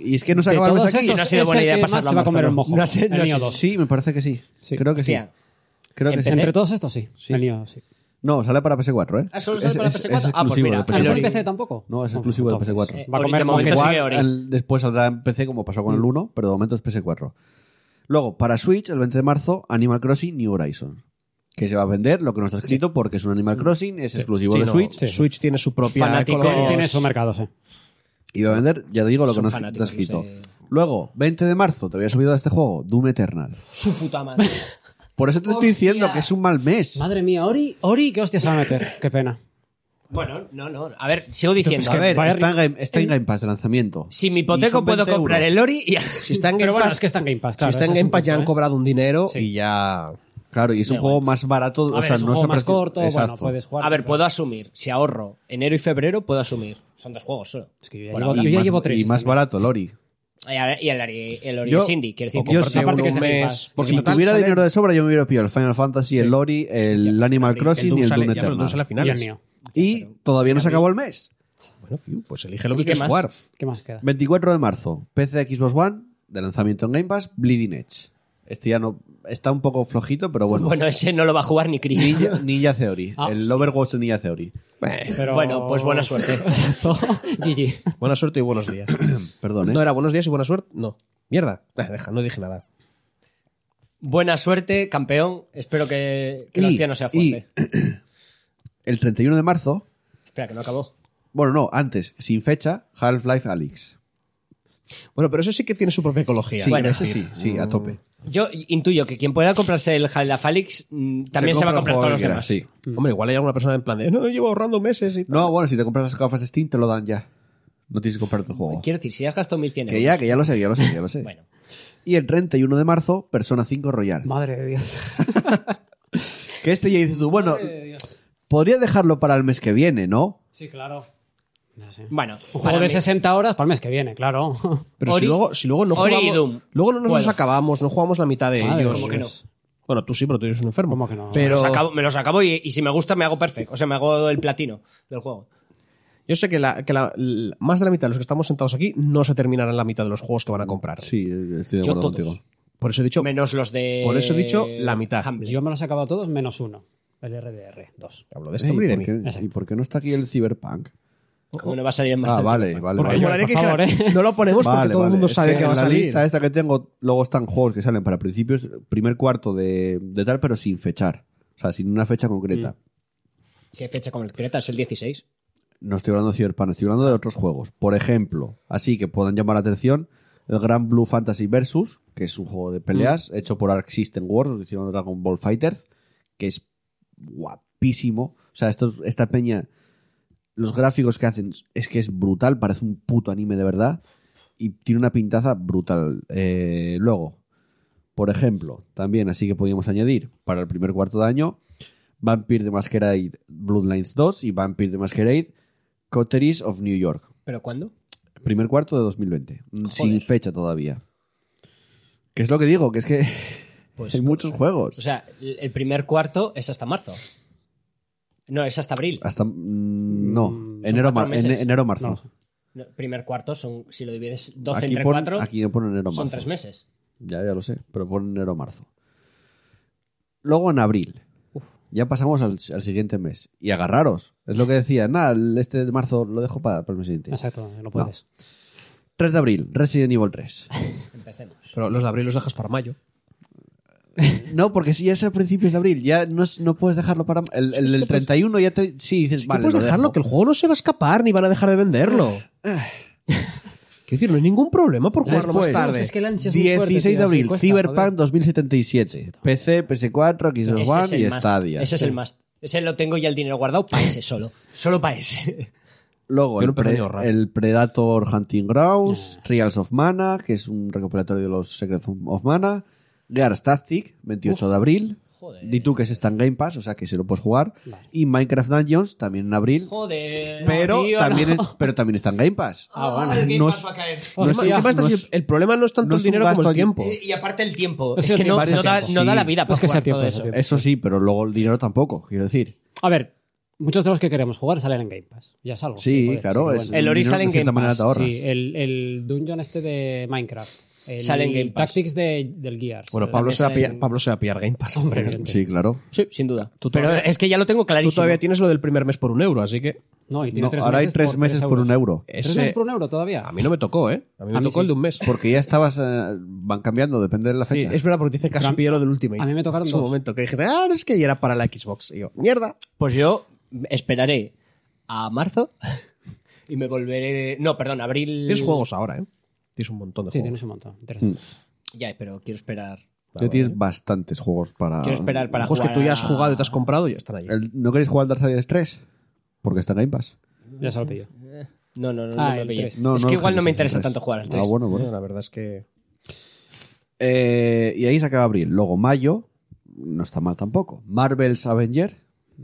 A: Y es que no se
D: De
A: acaban los
D: todos
A: aquí.
D: esos,
C: no ha sido
D: es
C: buena
D: el
C: idea
D: que más
C: pasarlo
D: se
C: a
D: va a comer el
C: Barcelona.
D: mojo.
C: No sé,
D: el
C: no
D: Nio
C: sé.
D: 2.
A: Sí, me parece que sí.
D: Sí.
A: Creo que
C: Hostia.
A: sí. Creo que sí.
C: Empecé-
D: Entre todos estos, sí. El Nio, sí.
A: No, sale para PS4, ¿eh?
C: Ah, solo sale para PS4. Ah, pues
A: exclusivo
C: mira,
A: de
D: Ah, ¿No
C: el
D: sale
C: Ori.
D: en PC tampoco?
A: No, es exclusivo de
D: Entonces,
A: PS4.
D: Va a
C: Ori,
D: comer
C: de momento
D: moqueta.
A: Igual,
C: sigue Ori.
A: al- después saldrá en PC como pasó con el 1, pero de momento es PS4. Luego, para Switch, el 20 de marzo, Animal Crossing New Horizons. Que se va a vender, lo que no está escrito, porque es un Animal Crossing, es exclusivo
B: Sí,
A: de
B: no,
A: Switch.
D: Mm. Sí.
B: Switch tiene su propia.
C: Fanático.
B: ecolo-
D: Tiene su mercado, sí.
A: Y va a vender, ya digo, lo que
C: Son
A: no está
C: fanáticos,
A: escrito.
C: no sé.
A: Luego, 20 de marzo, te había subido a este juego, Doom Eternal.
C: Su puta madre.
A: Por eso te estoy diciendo que es un mal mes.
D: Madre mía, Ori, Ori, qué hostia se va a meter. Qué pena.
C: bueno, no, no. A ver, sigo diciendo.
A: Es que, a ver,
D: Vaya-
A: está en Game, está en Game Pass de lanzamiento.
C: si
A: Y son
C: mi hipoteco puedo
A: 20
C: comprar
A: euros.
C: el Ori y... *laughs*
B: Si está en Game
D: Pero bueno,
B: Pass-
D: es que está en Game Pass.
B: si
D: Claro,
B: está en
D: ese es
B: Game
D: un
B: Pass ya
D: punto,
B: han
D: ¿eh?
B: cobrado un dinero y ya.
A: Claro, y es un juego más barato,
D: A
A: o
D: ver,
A: sea,
D: es un
A: no
D: juego
A: es
D: más
A: aprecio-
D: corto, bueno,
A: Exacto.
D: puedes jugar.
C: A ver, puedo asumir. Si ahorro enero y febrero, puedo asumir. Son dos juegos solo.
D: Es que yo ya
C: Por
D: llevo-
C: ahora.
D: yo ya
A: más-
D: llevo tres.
A: Y más
D: este mes.
A: barato, Lori.
C: Y a ver, y el, Ori- el Ori
A: Yo-
C: es indie. Quiero decir,
A: yo
C: compras-
D: sé, aparte que
B: un
D: es de Game
B: mes-
D: Pass.
B: Porque
A: si
B: total
A: tuviera
B: sale-
A: dinero de sobra, yo me hubiera pillado el Final Fantasy, el Lori, el Animal
C: el
A: Crossing
B: Doom
A: y el
B: sale-
A: Doom
B: ya,
C: Ah,
B: pero el Doom
A: Eternal.
B: sale a
D: Y
B: finales.
D: el Nio.
A: Y todavía no se acabó el mes.
B: Bueno, fiu, pues elige lo
C: ¿Y
B: que
C: qué
B: quieras
C: más?
B: jugar.
D: ¿Qué más
A: *laughs*
D: queda?
A: 24 de marzo, PC Xbox One, de lanzamiento en Game Pass, Bleeding Edge. Este ya no. Está un poco flojito, pero bueno.
C: Bueno, ese no lo va a jugar ni Chris.
A: Ninja, Ninja Theory.
D: Ah,
A: el Overwatch de Ninja Theory.
D: Pero-
C: Bueno, pues buena suerte.
D: *laughs* Exacto. GG.
B: Buena suerte y buenos
A: *coughs*
B: días.
A: Perdón, ¿eh?
B: No era buenos días y buena suerte. No. Mierda. Nah, deja, no dije nada.
C: Buena suerte, campeón. Espero que, que
A: Y-
C: la hostia no sea fuerte.
A: El 31 de marzo,
C: Espera, que no acabó.
A: bueno, no, antes, sin fecha, Half-Life Alyx.
B: Bueno, pero eso sí que tiene su propia ecología.
A: Sí,
C: Bueno,
A: ese sí, sí, a tope.
C: Yo intuyo que quien pueda comprarse el Halda Falix mm, también se, va a
A: compra
C: comprar
A: el
C: todos los
A: juego
C: demás.
A: que quiera, sí.
B: Hombre, igual hay alguna persona en plan de no, llevo ahorrando meses y tal.
A: Mm. No, bueno, si te compras las gafas de Steam, te lo dan ya. No tienes que comprarte el juego.
C: Quiero decir, si has gastado 1.100 euros.
A: Que ya, que ya lo sé, ya lo sé, ya lo sé.
C: Bueno,
A: Y el 31 de marzo, Persona 5 Royal.
D: Madre de Dios.
A: Que este ya dices tú, bueno, podría dejarlo para el mes que viene, ¿no?
D: Sí, claro. Ya sé.
C: bueno. para
D: Un juego de
C: mí-
D: 60 horas para el mes que viene, claro. *laughs*
B: Pero si
C: Ori-
B: luego, si luego no
C: Ori y
B: jugamos.
C: Doom.
B: Luego no nos
C: Puedo.
B: acabamos, no jugamos la mitad de
D: Madre,
B: ellos.
D: ¿cómo que
C: no?
B: Bueno, tú sí, pero tú eres un enfermo.
D: ¿Cómo que no?
C: me
B: Pero
C: los acabo, me los acabo y, y si me gusta me hago perfect. O sea, me hago el platino del juego.
B: yo sé que, la, que la- l- más de la mitad de los que estamos sentados aquí no se terminarán la mitad de los juegos que van a comprar.
A: Sí, estoy de
C: Yo
A: acuerdo
C: todos.
A: contigo.
B: Por eso he dicho,
C: Menos los de...
B: Por eso he dicho la mitad.
C: Humble.
D: Yo me los he acabado todos menos uno. El RDR 2.
B: hablo de esto,
A: Ey,
B: hombre, y de
A: ¿por
B: mí.
A: qué- este ¿Y
D: Exacto.
A: por qué no está aquí el Cyberpunk?
C: ¿Cómo no va a salir en
A: Ah,
C: Master
A: vale,
C: Chief?
A: vale.
B: Porque
A: vale.
D: yo-
B: molaría
D: por
B: que
D: favor,
B: dijera-
D: ¿eh?
B: no lo ponemos porque
A: Vale,
B: todo el
A: vale.
B: mundo
A: Es
B: sabe que, va a
A: en la
B: salir.
A: lista esta que tengo, luego están juegos que salen para principios, primer cuarto de, de tal, pero sin fechar. O sea, sin una fecha concreta.
C: Si hay fecha concreta, es el 16.
A: No estoy hablando de Cyberpunk, estoy hablando de otros juegos. Por ejemplo, así que puedan llamar la atención, el Gran Blue Fantasy Versus, que es un juego de peleas hecho por Arc System Wars, los que hicieron Dragon Ball Fighters, que es guapísimo. O sea, estos- esta peña, los gráficos que hacen es que es brutal, parece un puto anime de verdad y tiene una pintaza brutal. Eh, luego, Por ejemplo, también así que podíamos añadir para el primer cuarto de año Vampire the Masquerade Bloodlines 2 y Vampire the Masquerade Coteries of New York.
C: ¿Pero cuándo?
A: Primer cuarto de 2020. Mm, Sin fecha todavía. ¿Qué es lo que digo? Que es que *laughs*
C: Pues-
A: hay muchos juegos.
C: O sea, el el primer cuarto es hasta marzo. No, es hasta abril.
A: Hasta. mm, No,
C: son
A: enero,
C: cuatro
A: mar-
C: meses.
A: ene- enero marzo.
C: No,
D: No.
C: primer cuarto son, si lo divides 12
A: Aquí
C: entre
A: pon-
C: 4,
A: aquí no pone enero marzo.
C: son 3 meses.
A: Ya, ya lo sé, pero por enero marzo. Luego en abril. Ya pasamos al, al siguiente mes. Y agarraros. Es lo que decía. Nada, el- este de marzo lo dejo para, para el mes siguiente.
D: Exacto, no puedes.
A: 3 de abril, Resident Evil 3.
C: Empecemos.
B: Pero los de abril los dejas para mayo.
A: No, porque si ya es a principios de abril, ya no, es- no puedes dejarlo para. El, el, del 31 ya te. Sí, dices,
B: Es que
A: vale.
B: puedes
A: lo
B: dejarlo,
A: dejo.
B: que el juego no se va a escapar ni van a dejar de venderlo. Quiero decir, no hay ningún problema por jugarlo
A: Después,
B: más tarde.
D: Es que el ansia es muy
A: 16
D: fuerte,
A: de
D: tío,
A: abril,
D: sí, cuesta,
A: Cyberpunk
D: joder.
A: 2077. PC, PS4, Xbox
C: Ese es
A: One
C: el
A: y
C: must.
A: Stadia.
C: Ese es el must. Ese lo tengo ya el dinero guardado para ese solo. Solo para
A: *laughs*
C: ese.
A: Luego,
B: Yo
A: el,
B: no empecé
A: pre-
B: ni a ahorrar.
A: el Predator Hunting Grounds, Reals of Mana, que es un recuperatorio de los Secrets of Mana, Gears Tactic, 28 de abril,
C: Joder.
A: D2 que se está en Game Pass, o sea que se lo puedes jugar, y Minecraft Dungeons, también en abril,
C: Joder.
A: *laughs*
C: no,
A: pero,
C: tío,
A: también
C: *laughs* no.
A: es- pero también está en Game Pass.
C: Ah, bueno. El Game
A: No
C: Pass
A: es-
C: va a caer.
B: El tema- el
D: Hostia,
B: tema está
A: no
B: si
A: es-
B: el problema no es tanto
A: no
B: el
A: es un
B: dinero como
A: gasto
B: el
A: allí.
B: tiempo.
C: Y aparte el tiempo.
D: Es
C: Es, que
D: el
C: no,
D: tiempo,
C: no
D: es
C: da,
A: el
C: no da
A: tiempo.
C: la vida
D: Es
C: para
D: que es el
C: jugar
D: tiempo,
C: todo
D: es el
C: eso.
D: tiempo.
A: Eso sí, pero luego el dinero tampoco, quiero decir.
D: A ver, muchos de los que queremos jugar salen en Game Pass. Ya es algo.
A: Sí,
D: joder,
A: claro,
D: pero
A: es-
D: bueno.
C: El Ori
A: dinero
C: sale en
A: de cierta
C: Game
A: manera
C: Pass.
A: te ahorra. ahorras.
D: Sí, el, el dungeon este de Minecraft. El
C: Sale en Game Pass.
D: Tactics de, del Gears.
B: Bueno, Pablo se, va a
D: También
B: pillar, Pablo se va a pillar Game Pass.
D: sale en-
B: Hombre,
D: Hombre,
A: Sí, claro.
C: Sí, sin duda. Pero es que ya lo tengo
B: tú
C: clarísimo.
B: todavía tienes lo del primer mes por un euro, así que
D: No, y tiene
A: No,
D: tres
A: ahora hay
D: meses
A: tres meses por un euro.
D: euros. ¿Tres
B: Ese-
D: meses por un euro todavía?
B: a mí no me tocó, ¿eh? A mí me
D: A mí
B: tocó el
D: sí.
B: de un mes.
A: Porque ya estabas. eh, van cambiando, depende de la
B: Sí,
A: fecha.
B: es verdad, porque dice casi
D: Pero a-
B: pillé lo del Ultimate.
D: a mí me tocaron
B: En su
D: dos.
B: momento que dije, ah, es que ya era para la Xbox. Y yo, mierda.
C: Pues yo esperaré a marzo *laughs* y me volveré. No, perdón, abril.
B: Tienes juegos ahora, ¿eh? Tienes un montón de
D: Sí,
B: juegos.
D: tienes un montón. Interesante.
A: Mm.
C: Ya, pero quiero esperar.
A: ya tienes bastantes juegos para.
C: ¿eh? Quiero esperar para
B: juegos
C: jugar.
B: que tú ya has
C: a-
B: jugado y te has comprado ya están ahí.
A: El- ¿No queréis jugar al Darksiders 3? Porque está en Game Pass.
D: Ya se lo pillo.
C: No, no, no,
D: Ah,
C: no lo
D: el
C: pillé.
D: tres.
A: No,
C: es
A: no
C: que
A: el
C: igual no me
A: Genesis
C: interesa
A: 3.
C: tanto jugar al
A: Ah,
C: 3.
A: bueno, bueno.
B: Bueno, la verdad es que
A: Eh, y ahí se acaba abril. Luego mayo, no está mal tampoco. Marvel's Avenger,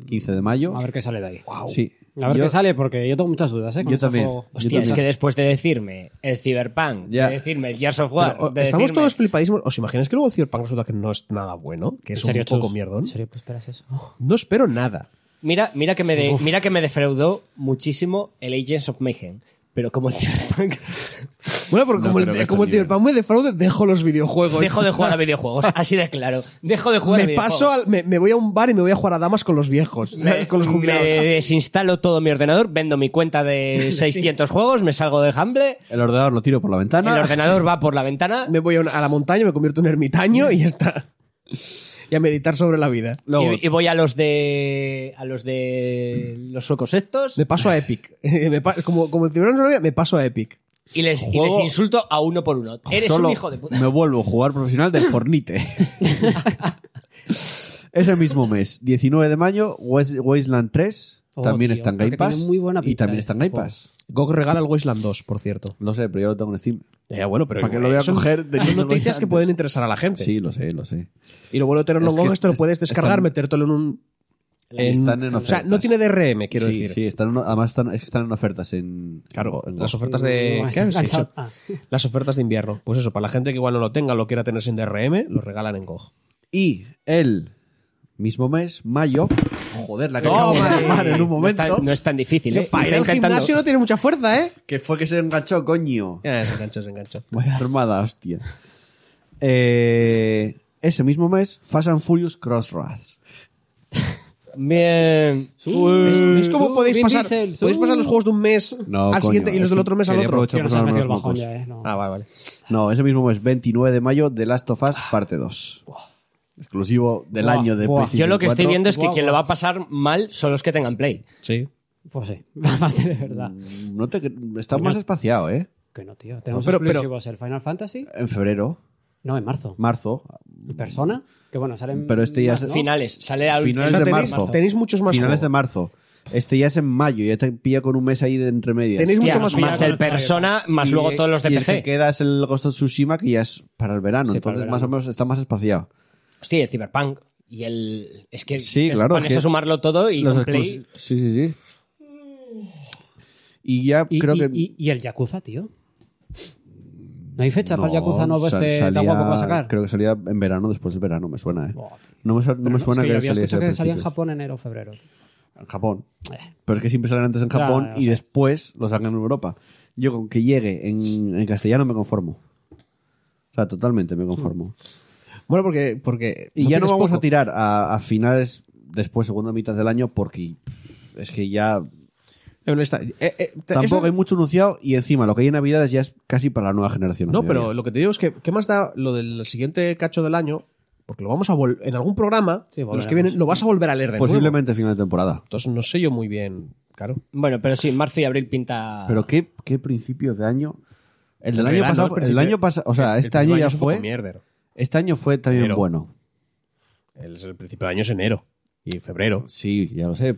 A: 15 de mayo.
D: A ver qué sale de ahí.
A: Sí.
D: A ver
A: Yo-
D: qué sale, porque yo tengo muchas dudas, ¿eh? con
A: Yo
D: este
A: también.
D: juego.
C: Hostia,
A: también.
C: es que después de decirme el Cyberpunk,
A: Ya.
C: de decirme el Gears of War,
B: Pero, o-
C: de
B: estamos
C: decirme-
B: todos flipadísimos. ¿Os imagináis que luego el Cyberpunk resulta que no es nada bueno? Que
D: ¿En
B: es
D: serio,
B: un poco
D: Chus?
B: mierdón.
D: ¿En serio te esperas eso?
B: No espero nada.
C: Mira, mira, que me de- mira que me defraudó muchísimo el Agents of Mayhem. Pero como el Cyberpunk,
B: Bueno, porque
A: No
B: como,
A: creo que
B: el, como el
A: esta
B: Cyberpunk me defraude, dejo los videojuegos.
C: dejo de
B: *laughs*
C: jugar a videojuegos, así de claro. Dejo de jugar a
B: me
C: videojuegos.
B: paso al- me, me voy a un bar y me voy a jugar a damas con los viejos, ¿sabes?
C: Me-
B: con los jubilados.
C: me desinstalo todo mi ordenador, vendo mi cuenta de 600 juegos, me salgo del Humble,
A: El ordenador lo tiro por la
C: el
A: ventana.
C: ordenador va por la ventana
B: Me voy a, una- a la montaña, me convierto en ermitaño y ya está. Y a meditar sobre la vida.
A: Luego,
C: y, y voy a los de a los de los suecos estos
B: Me paso a Epic. *laughs* Me pa- como, como el tiburón no me paso a Epic.
C: y les, y les
A: Juego-
C: insulto a uno por uno. Eres
A: solo
C: un hijo de puta.
A: me vuelvo a jugar profesional del Fornite. Ese mismo mes, 19 de mayo, West- Wasteland 3,
D: Oh,
A: también
D: tío,
A: está en
D: creo
A: Game
D: que
A: Pass.
D: tiene muy buena
A: y
D: pinta
A: también está en
D: este
A: Game Pass.
B: GOG regala el Wasteland 2, por cierto.
A: Lo sé, pero yo lo tengo en Steam.
B: Ya, bueno, pero
A: ¿Para qué lo voy a
B: son-
A: coger
B: son
A: teniéndolo
B: noticias
A: ya
B: que
A: antes?
B: pueden interesar a la gente.
A: Sí, lo sé, lo sé.
B: Y lo bueno de tenerlo
A: Es
B: en
A: que
B: GOG es que lo
A: es-
B: puedes descargar,
A: están-
B: metértelo en un. en-
A: Están en
B: o sea,
A: ofertas.
B: no tiene DRM, quiero
A: sí,
B: decir.
A: sí, están en- además están, es que están en ofertas en. Claro, en
B: Las
A: Go.
B: ofertas de.
D: No,
B: ¿qué
D: está
B: habéis
D: enganchado.
B: dicho?
D: Ah.
B: Las ofertas de invierno. Pues eso, para la gente que igual no lo tenga, lo quiera tener sin DRM, lo regalan en GOG.
A: Y el mismo mes, mayo. Joder, la que
B: No,
A: acabo de
B: madre.
A: armar en un
C: No es,
A: momento.
C: tan, no es tan difícil, ¿eh?
B: Para ir
C: Está
B: al
C: intentando-
B: gimnasio no tiene mucha fuerza, ¿eh?
A: Que fue que se enganchó, coño.
B: Ya, se enganchó, se enganchó.
A: Vaya armada, hostia. Eh, ese mismo mes, Fast and Furious Crossroads.
C: Bien.
B: ¿Veis, veis
D: Tú,
B: cómo podéis
D: Vin
B: pasar,
D: Diesel,
B: podéis pasar
D: tú.
B: los juegos de un mes
A: No,
B: al
A: coño,
B: siguiente y
A: es
B: los del
A: que
B: otro mes al
A: quería
B: otro?
A: aprovechar-
D: Tío, no se has
A: Vamos a
D: metido el
A: hablar unos
D: bajón
A: mocos.
D: ya, ¿eh? No.
B: Ah, vale, vale.
A: No, ese mismo mes, 29 de mayo, The Last of Us, parte 2. Exclusivo del
D: Buah,
A: año de
D: buah.
A: PlayStation
C: Yo lo que estoy
A: 4.
C: viendo es que
D: Guau,
C: quien lo va
D: guau.
C: a pasar mal son los que tengan play.
B: Sí.
D: Pues sí, *laughs* más de verdad.
A: No te cre- está más espaciado, ¿eh?
D: Que no, tío. Tenemos
B: pero- pero-
D: exclusivos el Final Fantasy.
A: En febrero,
D: No, en marzo.
A: marzo.
D: Y Persona. Que bueno, salen.
A: Pero este ya
D: más,
A: es-
D: ¿no?
C: Finales. Sale al
A: Finales
B: O sea,
A: de
B: tenéis-
A: marzo.
B: tenéis muchos más
A: Finales
B: juegos.
A: de marzo. Este ya es en mayo, ya te pilla con un mes ahí de entre medias.
B: Tenéis mucho
C: Ya,
B: más
C: más
B: cuidado.
C: el Persona, más
A: Y-
C: luego todos los de
A: y el
C: PC.
A: que queda es el Ghost of Tsushima, que ya es para el verano.
C: Sí, para
A: entonces,
C: el
A: más o
C: verano.
A: menos, está más espaciado.
C: Hostia, y el Cyberpunk. Y el. Es que
A: Sí,
C: te
A: claro,
C: pones
A: que
C: a sumarlo todo y
A: Los
C: con
A: exclus-
C: Play.
A: Sí, sí, sí. Y ya
D: Y,
A: creo
D: y-
A: que.
D: y- y el Yakuza, tío. ¿No hay fecha para el
A: No,
D: Yakuza nuevo
A: sal-
D: este tan
A: salía-
D: guapo que va a sacar?
A: Creo que salía en verano, después del verano, me suena, ¿eh?
D: Buah, tío.
A: No me, su- no me
D: Pero
A: suena
D: es
A: que,
D: yo había
A: saliese
D: escuchado
A: a
D: que salía en
A: principios.
D: Japón enero o febrero.
A: En Japón. Pero es que siempre salen antes en Japón
D: Eh. ya, o
A: y
D: sea.
A: después lo sacan en Europa. Yo con que llegue en, en castellano me conformo. O sea, totalmente me conformo.
B: Bueno, porque. porque
A: Y ya no
B: tienes
A: vamos
B: poco.
A: a tirar a, a finales, después, segunda mitad del año, porque es que ya
B: Eh, no está- eh, eh, te-
A: tampoco
B: esa-
A: hay mucho anunciado y encima lo que hay en Navidades ya es casi para la nueva generación.
B: No,
A: la
B: pero
A: mayoría.
B: lo que te digo es que, ¿qué más da lo del siguiente cacho del año? Porque lo vamos a volver. En algún programa,
D: Sí,
B: los que
D: volveremos.
B: vienen, lo vas a volver a leer de nuevo.
A: Posiblemente final de temporada.
B: Entonces, no sé yo muy bien. Claro.
C: Bueno, pero sí, marzo y abril
B: Ah.
C: pinta.
A: Pero qué, qué principios de año. El del año
B: En realidad, no,
A: pasado,
B: al
A: el
B: principio-
A: año pasado, o sea,
B: el- el
A: este
B: primer
A: año ya
B: es un poco
A: fue,
B: mierdero.
A: este año fue también
B: Enero.
A: bueno.
B: El, el principio de año es enero y febrero.
A: Sí, ya lo sé.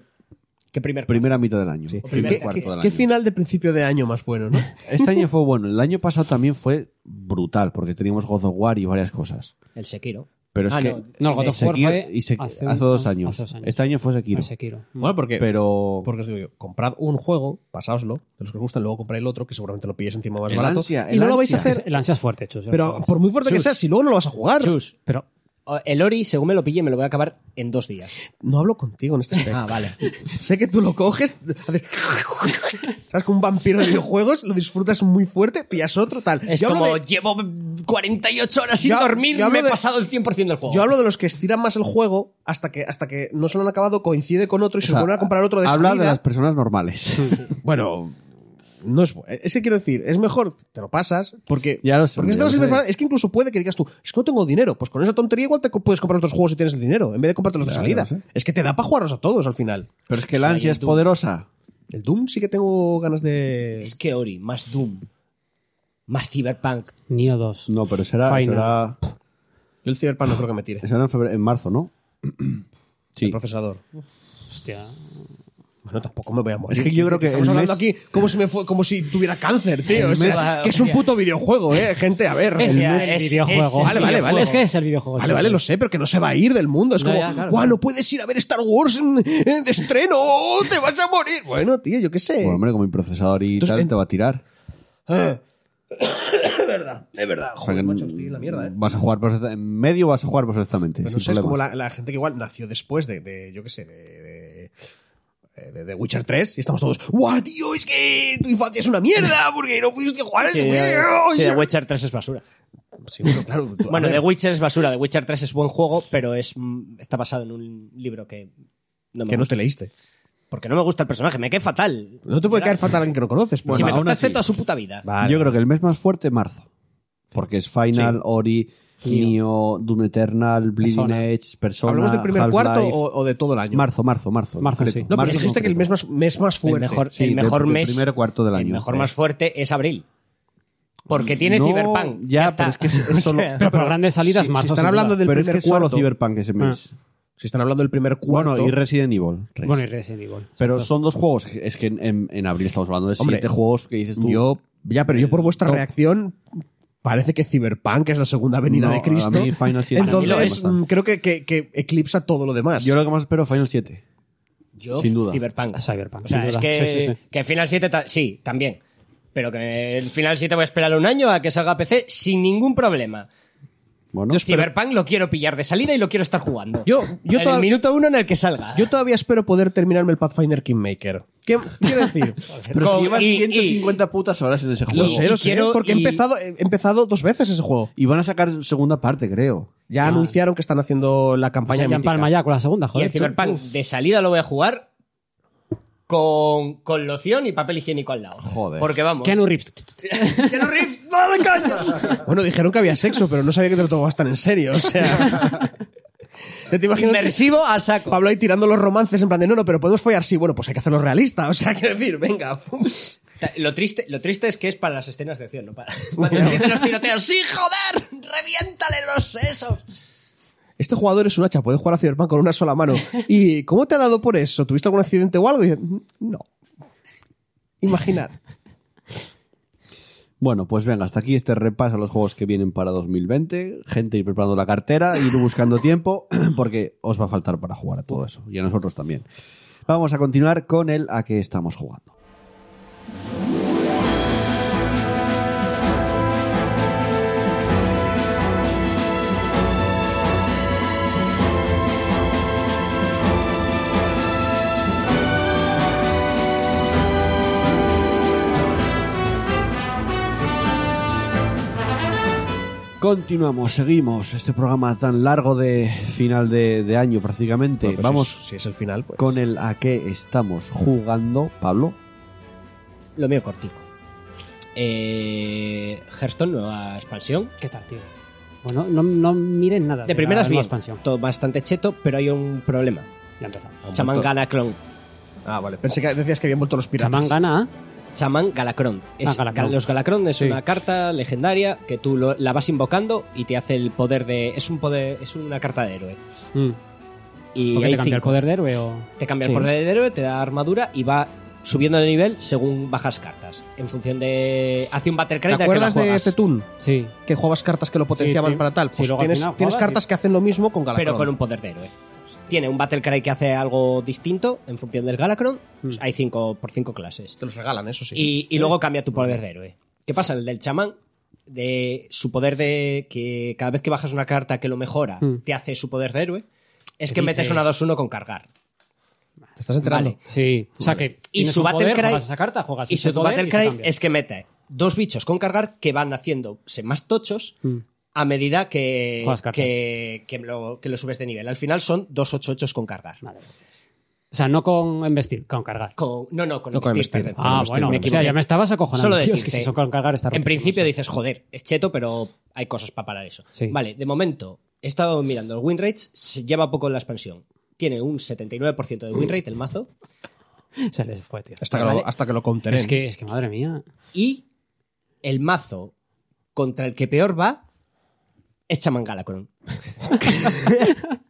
C: ¿Qué primer.
A: Primera mitad del año.
C: O
A: Primer
C: primer-
A: cuarto del
B: qué
A: año.
B: final de principio de año más bueno, no?
A: *laughs* Este año fue bueno. El año pasado también fue brutal porque teníamos God of War y varias cosas.
C: El Sekiro.
A: Pero es
C: Ah,
A: que
C: no.
D: No, el God of War
A: Sekiro-
D: fue
A: y Sek- hace,
D: hace un-
A: dos
D: hace
A: años.
D: dos años.
A: Este año fue Sekiro.
D: El Sekiro.
B: Bueno, porque.
A: Pero
B: Porque os digo yo, comprad un juego, pasáoslo, de los que os gustan, luego comprad el otro, que seguramente lo pilléis encima más
A: El
B: barato.
A: ansia,
B: y
A: el
B: no lo vais a
A: ansia.
B: hacer.
D: El ansia es fuerte, chus.
B: Pero por muy fuerte que sea, si luego no lo vas a jugar.
C: Chus.
D: Pero
C: O- El Ori, según me lo pille, me lo voy a acabar en dos días.
B: No hablo contigo en este aspecto.
C: Ah, vale.
B: *laughs* sé que tú lo coges, haces. ¿Sabes? Como un vampiro de videojuegos, lo disfrutas muy fuerte, pillas otro, tal.
C: Es
B: Yo hablo
C: como,
B: de-
C: llevo 48 horas sin
B: Yo-
C: dormir,
B: yo hablo
C: me he
B: de-
C: pasado el 100% del juego.
B: yo hablo de los que estiran más el juego hasta que, hasta que no se lo han acabado, coincide con otro y se lo vuelven a comprar otro de
A: habla
B: salida.
A: de las personas normales.
B: Bueno, no es bu- eh, Es que quiero decir, es mejor, te lo pasas, porque.
A: Ya lo sé,
B: porque
A: ya
B: si te vas
A: lo
B: a ir
A: sé.
B: preparando- es que incluso puede que digas tú, es que no tengo dinero. Pues con esa tontería igual te co- puedes comprar otros juegos si tienes el dinero, en vez de comprártelos de
A: Ya,
B: salida.
A: ya lo sé.
B: Es que te da para jugarlos a todos al final.
A: *laughs* Pero es que el ansia es
C: tú-
A: poderosa.
B: El Doom sí que tengo ganas de.
C: Es que Ori, más Doom, más Cyberpunk.
D: Nio 2.
A: No, pero será,
D: Final.
A: será,
B: Yo el Cyberpunk no creo que me tire.
A: será en, febrero- en marzo,
D: *clears throat*
A: ¿no?
B: El
A: Sí.
B: procesador.
D: Hostia.
B: Bueno, tampoco me voy a morir.
A: Es que yo creo que
B: Estamos
A: el
B: hablando
A: mes-
B: aquí como si, me fue- como si tuviera cáncer, tío. O sea,
C: mes-
B: que es un puto videojuego, eh. Gente, a ver.
D: Es
B: El-
D: el
C: es- es
D: videojuego.
C: el
B: Vale, vale, vale.
D: Es que es el videojuego.
B: Vale,
D: chus.
B: vale, lo sé, pero que no se va a ir del mundo. Es
D: Ya,
B: como,
D: ya, claro.
B: guau, no puedes ir a ver Star Wars en- en- de estreno, *laughs* te vas a morir. Bueno, tío, yo qué sé.
A: Bueno, hombre, como mi procesador y
B: Entonces,
A: tal
B: en-
A: te va a tirar.
B: es verdad.
A: O sea
B: Joder,
A: que
B: macho, estoy en la mierda, eh.
A: Vas a jugar perfecta- en medio vas a jugar perfectamente.
B: Pero no
A: sin
B: sé, es como
A: problema.
B: la, la gente que igual nació después de, de, yo qué sé, de, de, eh, de- de Witcher 3 y estamos todos, guau, tío, es que tu infancia es una
C: *laughs*
B: mierda porque no pudiste jugar a ese
C: Sí,
B: juego".
C: sí, The Witcher 3 es basura.
B: Sí, bueno, claro. tú- Pues, a
C: Bueno,
B: ver,
C: The Witcher es basura, The Witcher 3 es buen juego, pero es mm, está basado en un libro que no me
B: que no
C: gusta.
B: te leíste.
C: Porque no me gusta el personaje, me quedé fatal.
B: No te puede
C: Era-
B: caer fatal alguien que no conoces. pero-
C: Si me
A: Bueno, aún
C: contaste
A: así.
C: toda su puta vida.
B: Vale.
A: Yo creo que el mes más fuerte, marzo. Porque es Final, Ori, Nioh, Doom Eternal, Bleeding
D: Persona.
A: Edge, Persona.
B: ¿Hablamos del primer
A: Half-Life.
B: cuarto o, o de todo el año?
A: Marzo, marzo, marzo. en
D: Marzo,
A: concreto.
D: sí.
B: No, pero
A: Marzo en
B: dijiste que el mes
A: concreto.
B: más, mes más
C: El
B: fuerte.
C: mejor,
A: Sí,
C: el
A: de-
C: mejor
A: de
C: mes.
A: primer cuarto del
C: El
A: año.
C: mejor
A: Sí.
C: más fuerte es abril. Porque tiene
A: No,
C: Cyberpunk.
A: ya,
C: Ya, está.
A: pero es
B: *laughs*
A: que es- es
C: O
A: solo-
C: sea,
D: Pero para grandes salidas,
B: si
D: marzo.
B: están
D: sin
B: hablando
D: duda.
B: del
A: Pero es que
B: primer
A: es solo
B: cuarto.
A: Cyberpunk ese mes.
B: Si están hablando del primer cuarto.
A: Bueno, y Resident Evil. tres.
D: Bueno, y Resident Evil.
A: pero son dos juegos. Es que en, en- en abril estamos hablando de
B: Hombre,
A: siete juegos que dices tú.
B: yo, ya, pero yo por vuestra
A: No.
B: reacción parece que Cyberpunk es la segunda venida
A: No,
B: de Cristo.
A: a mí Final 7
C: también lo
B: Entonces,
C: es.
B: mm, creo que, que- que eclipsa todo lo demás.
A: yo lo que más espero Final 7.
C: yo,
A: sin duda.
C: Cyberpunk.
D: Cyberpunk,
C: O sea,
D: sin
C: es
D: duda.
C: que,
D: Sí, sí, sí.
C: que Final 7 ta- sí, también. Pero que el Final 7 voy a esperar un año a que salga a PC sin ningún problema.
A: Bueno,
C: Cyberpunk lo quiero pillar de salida y lo quiero estar jugando.
B: Yo- yo
C: en
B: toda-
C: el minuto uno en el que salga.
B: Yo todavía espero poder terminarme el Pathfinder Kingmaker. ¿Qué quiero
D: *laughs*
B: decir?
A: pero
C: Con-
A: si llevas
C: y- y-
A: 150 putas horas en ese juego.
B: lo sé, lo
C: y
B: sé,
C: quiero-
B: porque he,
C: y-
B: empezado, he empezado dos veces ese juego.
A: Y van a sacar segunda parte, creo.
B: Ya anunciaron que están haciendo la
D: O sea,
B: campaña
D: ya en
B: mítica. *laughs*
D: Palma ya con la segunda,
C: y
D: joder.
C: el Cyberpunk
D: chus.
C: de salida lo voy a jugar con, con loción y papel higiénico al lado.
A: Joder.
C: Porque vamos.
D: Keanu Reeves.
C: Keanu Reeves, ¡dale caña!
B: Bueno, dijeron que había sexo, pero no sabía que te lo tomabas tan en serio. O sea.
D: *laughs*
B: ¿Te, te imaginas?
C: Inmersivo al saco.
B: Pablo ahí tirando los romances en plan de no, no, pero podemos follar, sí, bueno, pues hay que hacerlo realista, o sea, *laughs* quiero decir, venga.
C: Ta- Lo triste, lo triste es que es para las escenas de acción, no para. Cuando empiezan los tiroteos, ¡sí, joder! ¡Reviéntale los sesos!
B: este jugador es un hacha, puede jugar a Cyberpunk con una sola mano. ¿Y cómo te ha dado por eso? ¿Tuviste algún accidente o algo? Y dice, no. Imaginad.
A: Bueno, pues venga, hasta aquí este repaso a los juegos que vienen para 2020. Gente ir preparando la cartera, ir buscando tiempo, *clears throat* porque os va a faltar para jugar a todo eso. Y a nosotros también. Vamos a continuar con el a que estamos jugando. Continuamos, seguimos este programa tan largo de final de, de año prácticamente.
B: Bueno, pues
A: Vamos
B: es- si es el final, pues.
A: con el a qué estamos jugando, Pablo.
C: *laughs* Lo mío cortico. Eh, Hearthstone, nueva expansión.
D: ¿Qué tal, tío? Bueno, no, no miren nada.
C: De
D: la
C: primeras
D: nueva
C: bien,
D: expansión.
C: todo bastante cheto, pero hay un problema.
D: Ya empezamos.
C: Chamán
B: vuelto-
C: Galacron.
B: Ah, vale. Pensé que decías que habían vuelto los piratas.
D: Chamán gana.
C: Chamán Galacron. Es-
D: Ah, Galacron.
C: Gal- Los Galacron es
D: Sí.
C: una carta legendaria que tú lo- la vas invocando y te hace el poder de. Es un poder. Es una carta de héroe.
D: Mm.
C: Y
D: ¿Por qué
C: hay
D: te cambia el
C: cinco.
D: poder de héroe o...?
C: Te cambia
D: Sí.
C: el poder de héroe, te da armadura y va subiendo de nivel según bajas cartas. En función de. Hace un battle cry del
B: ¿Te
C: que la
B: acuerdas de
C: juegas.
B: este Toon?
D: Sí.
B: Que jugabas cartas que lo potenciaban
D: sí.
B: para tal.
D: Sí,
B: Pues
D: luego al
B: tienes,
D: final
B: tienes
D: jugabas
B: cartas
D: y-
B: que hacen lo mismo con Galacron.
C: pero con un poder de héroe. Tiene un battle cry que hace algo distinto en función del Galacron.
D: Mm.
C: Hay cinco por cinco clases.
B: Te los regalan, eso sí.
C: Y, y luego cambia tu poder de héroe. ¿Qué pasa? El del chamán, de su poder de. que cada vez que bajas una carta que lo mejora,
D: Hmm.
C: te hace su poder de héroe. Es que metes una 2-1 con cargar.
B: ¿Te estás enterando?
C: Vale.
D: Sí. O sea que...
C: Y
D: tienes
C: su
D: un
C: Battle
D: poder,
C: Cry-
D: juegas esa carta, juegas
C: Y
D: ese
C: su
D: poder
C: battle
D: se
C: cry
D: cambia.
C: es que mete dos bichos con cargar que van haciéndose más tochos a medida que,
D: Hmm. Juegas cartas.
C: que, que lo, que lo subes de nivel. Al final son dos 8-8 con cargar.
D: Vale. O sea, no con investir, con cargar.
C: Con- no, no, con
B: No,
C: el
B: con el
C: vestir,
B: vestir.
C: perdón.
D: Ah,
B: Con
D: bueno,
C: Me
D: o sea,
C: equivoqué.
D: ya me estabas acojonando.
C: Solo
D: tío, es
C: decirte,
D: que si son con cargar está
C: En
D: rotísimo,
C: principio
D: sí.
C: dices, joder, es cheto, pero hay cosas para parar eso.
D: Sí.
C: Vale, de momento, he estado mirando el win rate, se lleva poco en la expansión. Tiene un 79% de win rate el mazo
D: Se les fue, tío.
B: Hasta que, lo,
C: Vale.
B: hasta que lo counteren.
D: Es que, es que madre mía.
C: y el mazo contra el que peor va es Chaman Galacron. *laughs*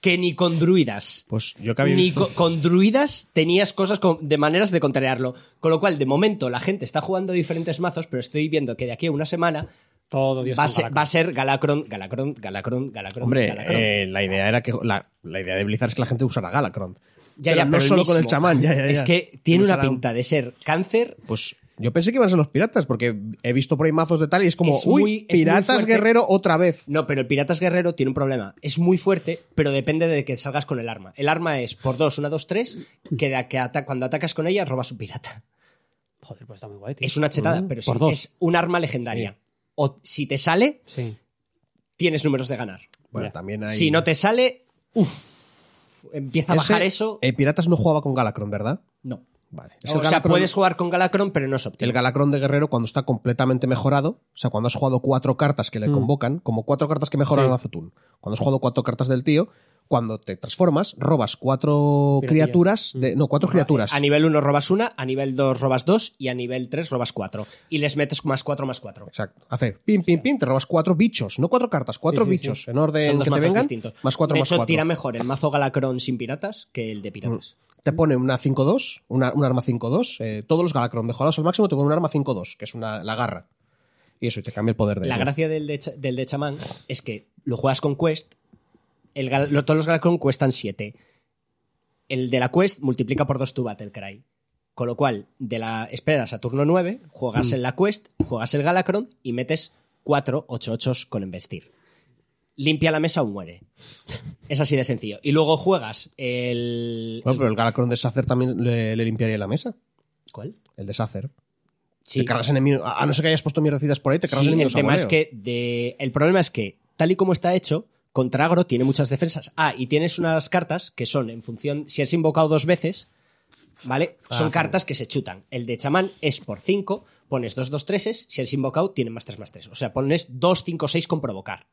C: que ni con druidas
B: Pues yo que había
C: Ni
B: visto-
C: co- con druidas tenías cosas con- de maneras de contrariarlo. Con lo cual, de momento, la gente está jugando diferentes mazos, pero estoy viendo que de aquí a una semana
D: Todo Dios
C: va, a
D: con
C: ser,
D: Galacron.
C: va a ser Galacron, Galacron, Galacron, Galacron.
B: Hombre,
C: Galacron.
B: eh, la idea era que la, la idea de Blizzard es que la gente usara Galacron.
C: ya,
B: Pero
C: ya,
B: no
C: pero el
B: solo con el
C: mismo.
B: chamán, ya, ya,
C: Es
B: ya.
C: que tiene
B: Usará
C: una
B: un-
C: pinta de ser cáncer.
B: Pues yo pensé que iban a ser los piratas, porque he visto por ahí mazos de tal y es como,
C: Es
B: uy,
C: muy- es muy
B: piratas
C: fuerte.
B: guerrero otra vez.
C: No, pero el Piratas Guerrero tiene un problema. Es muy fuerte, pero depende de que salgas con el arma. El arma es por dos, una, dos, tres, que, da- que ata- cuando atacas con ella robas un pirata.
D: Joder, pues está muy guay, tío.
C: Es una chetada,
D: Mm,
C: pero sí,
D: Por dos.
C: es un arma legendaria. O si te sale,
D: Sí.
C: tienes números de ganar.
B: Bueno,
D: Ya.
B: también hay...
C: Si no te sale, uff, empieza a
B: Ese-
C: bajar eso.
B: eh, piratas no jugaba con Galacron, ¿verdad?
C: no.
B: Vale. Es
C: O sea,
B: el Galacron-
C: puedes jugar con Galacron, pero no es óptimo.
B: El Galacron de Guerrero cuando está completamente mejorado, o sea, cuando has jugado cuatro cartas que le
C: Mm.
B: convocan, como cuatro cartas que mejoran
D: Sí.
B: a Azutun. Cuando has jugado cuatro cartas del tío, cuando te transformas, robas cuatro
D: Piratillas.
B: criaturas,
C: Mm.
B: de, no, cuatro criaturas.
C: A nivel 1 robas una, a nivel 2 robas dos y a nivel 3 robas cuatro. Y les metes más cuatro más cuatro.
B: Exacto. Hace pim, pim, pim, te robas cuatro bichos, no cuatro cartas, cuatro
D: Sí, sí, sí.
B: bichos, en orden
C: Son
B: que
C: dos
B: te
C: mazos
B: vengan,
C: distintos.
B: más cuatro,
C: de
B: más
C: hecho,
B: cuatro.
C: tira mejor el mazo Galacron sin piratas que el de piratas.
B: Te pone una 5-2, una- un arma 5-2, eh, todos los Galacron mejorados al máximo te pone un arma 5-2, que es una, la garra. Y eso, y te cambia el poder de
C: La
B: ello.
C: gracia del de, cha- del de chamán es que lo juegas con quest, el gal- lo- todos los Galacron cuestan 7. El de la quest multiplica por 2 tu Battlecry. Con lo cual, de la esperas a turno 9, juegas
B: Mm.
C: en la quest, juegas el Galacron y metes 4 8 8 con embestir. Limpia la mesa o muere. Es así de sencillo. Y luego juegas el...
B: Bueno, pero el Galacron de Sacer también le, le limpiaría la mesa.
C: ¿Cuál?
B: El de Sacer.
C: Sí.
B: Te cargas enemigos. A a no ser que hayas puesto mierdecitas por ahí, te cargas
C: Sí, el
B: enemigos. a
C: tema es
B: voleo.
C: que de- el problema es que tal y como está hecho contra agro tiene muchas defensas ah y tienes unas cartas que son en función si has invocado dos veces vale son cartas que se chutan el de chamán es por 5 pones 2 2 3 si has invocado tiene más 3 más 3 o sea pones 2 5 6 con provocar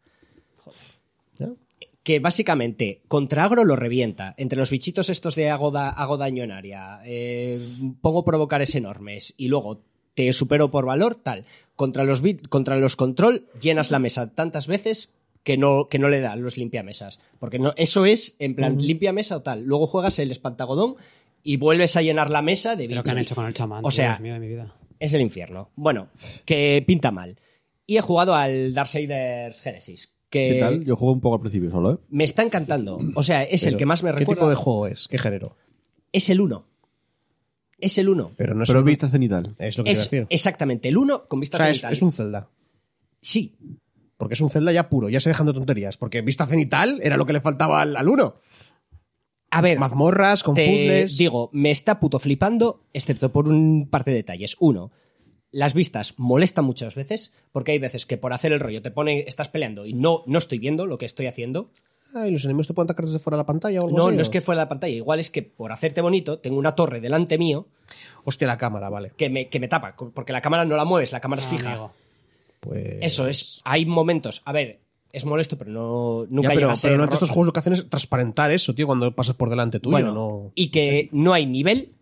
B: ¿No?
C: que básicamente contra agro lo revienta. Entre los bichitos estos de hago, da- hago daño en área, eh, pongo provocares enormes y luego te supero por valor, tal. Contra los, bit- contra los control llenas la mesa tantas veces que no, que no le dan los limpiamesas. Porque no, eso es, en plan, limpiamesa o tal. Luego juegas el espantagodón y vuelves a llenar la mesa de
D: Pero
C: bichos.
D: que han hecho con el chamán.
C: O
D: tío,
C: sea,
D: Dios mío de mi vida.
C: Es el infierno. Bueno, que pinta mal. Y he jugado al Darksiders Genesis. Que
A: ¿Qué tal? Yo juego un poco al principio solo, ¿eh?
C: Me está encantando. O sea, es el
B: Pero,
C: que más me
B: ¿Qué
C: recuerda.
B: tipo de juego es? ¿Qué género?
C: Es el 1. Es el 1.
B: Pero no es,
A: Pero
B: un-
A: vista cenital.
B: es lo que
C: Es
B: quiero decir.
C: exactamente el 1 con vista
B: o sea, es,
C: cenital.
B: es un Zelda.
C: Sí,
B: Porque es un Zelda ya puro, ya se dejando tonterías. Porque vista cenital era lo que le faltaba al, al uno.
C: A ver,
B: Mazmorras, con
C: te
B: puzzles.
C: digo, me está puto flipando, excepto por un par de detalles. Uno, las vistas molestan muchas veces, porque hay veces que por hacer el rollo te pone, estás peleando y no, no estoy viendo lo que estoy haciendo.
B: Ay, los enemigos te pueden atacar desde fuera de la pantalla o algo
C: No,
B: así,
C: no
B: ¿o?
C: es que fuera de la pantalla, igual es que por hacerte bonito, tengo una torre delante mío
B: Hostia, la cámara, vale.
C: que me, que me tapa, porque la cámara no la mueves, la cámara es fija.
D: Ah, Amigo.
B: Pues...
C: Eso es, hay momentos, a ver, es molesto, pero no,
B: Ya,
C: nunca
B: pero,
C: llega a ser
B: pero normalmente
C: ro-
B: estos juegos lo que hacen es transparentar eso, tío, cuando pasas por delante tuyo.
C: Bueno,
B: no...
C: y que no hay nivel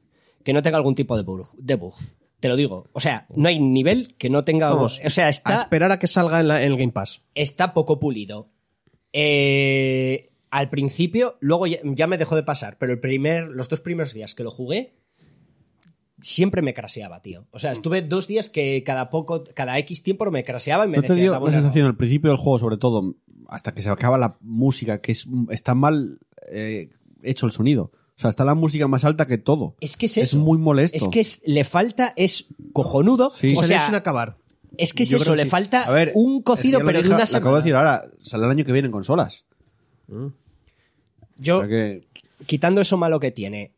C: que no tenga algún tipo de bug, de bug. Te lo digo. O sea, no hay nivel que no tenga.
B: Vamos,
C: o sea,
B: A
C: está,
B: esperar a que salga en, la- en el Game Pass.
C: está poco pulido. Eh, al principio, luego ya, ya me dejó de pasar, pero el primer, los dos primeros días que lo jugué, siempre me craseaba, tío. O sea, estuve dos días que cada poco, cada X tiempo me craseaba y me
A: ¿No te
C: decía,
A: dio
C: "Dame
A: la
C: un error".
A: sensación al principio del juego, sobre todo, hasta que se acaba la música, que es, está mal eh, hecho el sonido? O sea, está la música más alta que todo.
C: Es que es eso.
A: muy molesto.
C: Es que es- le falta, es cojonudo.
A: Sí.
C: O
B: O sea,
C: sea,
B: sin acabar.
C: es que es
A: Yo
C: eso,
A: creo que
C: le
A: sí.
C: falta
A: A ver,
C: un
A: es que ya
C: cocido,
A: lo
C: pero
A: dije-
C: de una
A: lo acabo
C: semana.
A: de decir ahora, sale el año que viene en consolas.
C: Yo,
A: O sea que-
C: quitando eso malo que tiene,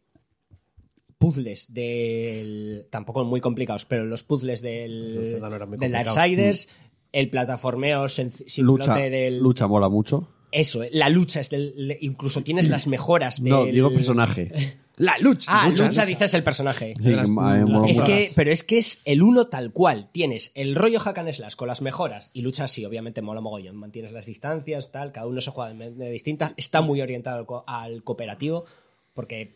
C: puzzles del. tampoco muy complicados, pero los puzzles
B: Los
C: del.
B: Zelda no eran muy Mm.
C: del
B: complicados.
C: Darksiders, el plataformeo senc-
A: lucha,
C: simplote del.
A: lucha mola mucho.
C: Eso, eh, la lucha es del. le- incluso tienes las mejoras del.
A: No, digo
C: *laughs*
A: personaje.
C: La lucha. Ah, lucha,
B: lucha, lucha.
C: dices el personaje.
A: Sí, que
B: las-
A: ma- eh, mola
C: Es
A: mucho.
C: que, pero es que es el uno tal cual. Tienes el rollo hack and slash con las mejoras y lucha así, obviamente mola mogollón. Mantienes las distancias, tal, cada uno se juega de manera distinta. Está muy orientado al, co- al cooperativo, porque,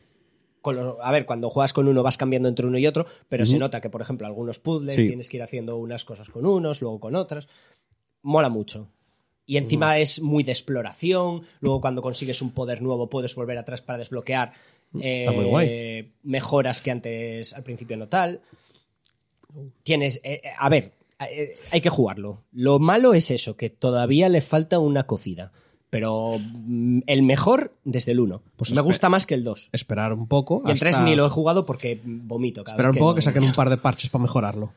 C: con los- a ver, cuando juegas con uno vas cambiando entre uno y otro, pero se nota que, por ejemplo, algunos puzzles
A: Sí.
C: tienes que ir haciendo unas cosas con unos, luego con otras. Mola mucho. Y encima es muy de exploración. Luego, cuando consigues un poder nuevo, puedes volver atrás para desbloquear eh,
B: muy guay.
C: mejoras que antes al principio no tal. Tienes. eh, eh, a ver, eh, hay que jugarlo. Lo malo es eso, que todavía le falta una cocida. Pero mm, el mejor desde el 1.
B: Pues
C: Me
B: espe-
C: gusta más que el 2.
B: Esperar un poco.
C: Y el
B: hasta-
C: 3 ni lo he jugado porque vomito. Cada
B: Esperar
C: vez
B: un poco
C: lo-
B: que saquen un par de parches para mejorarlo.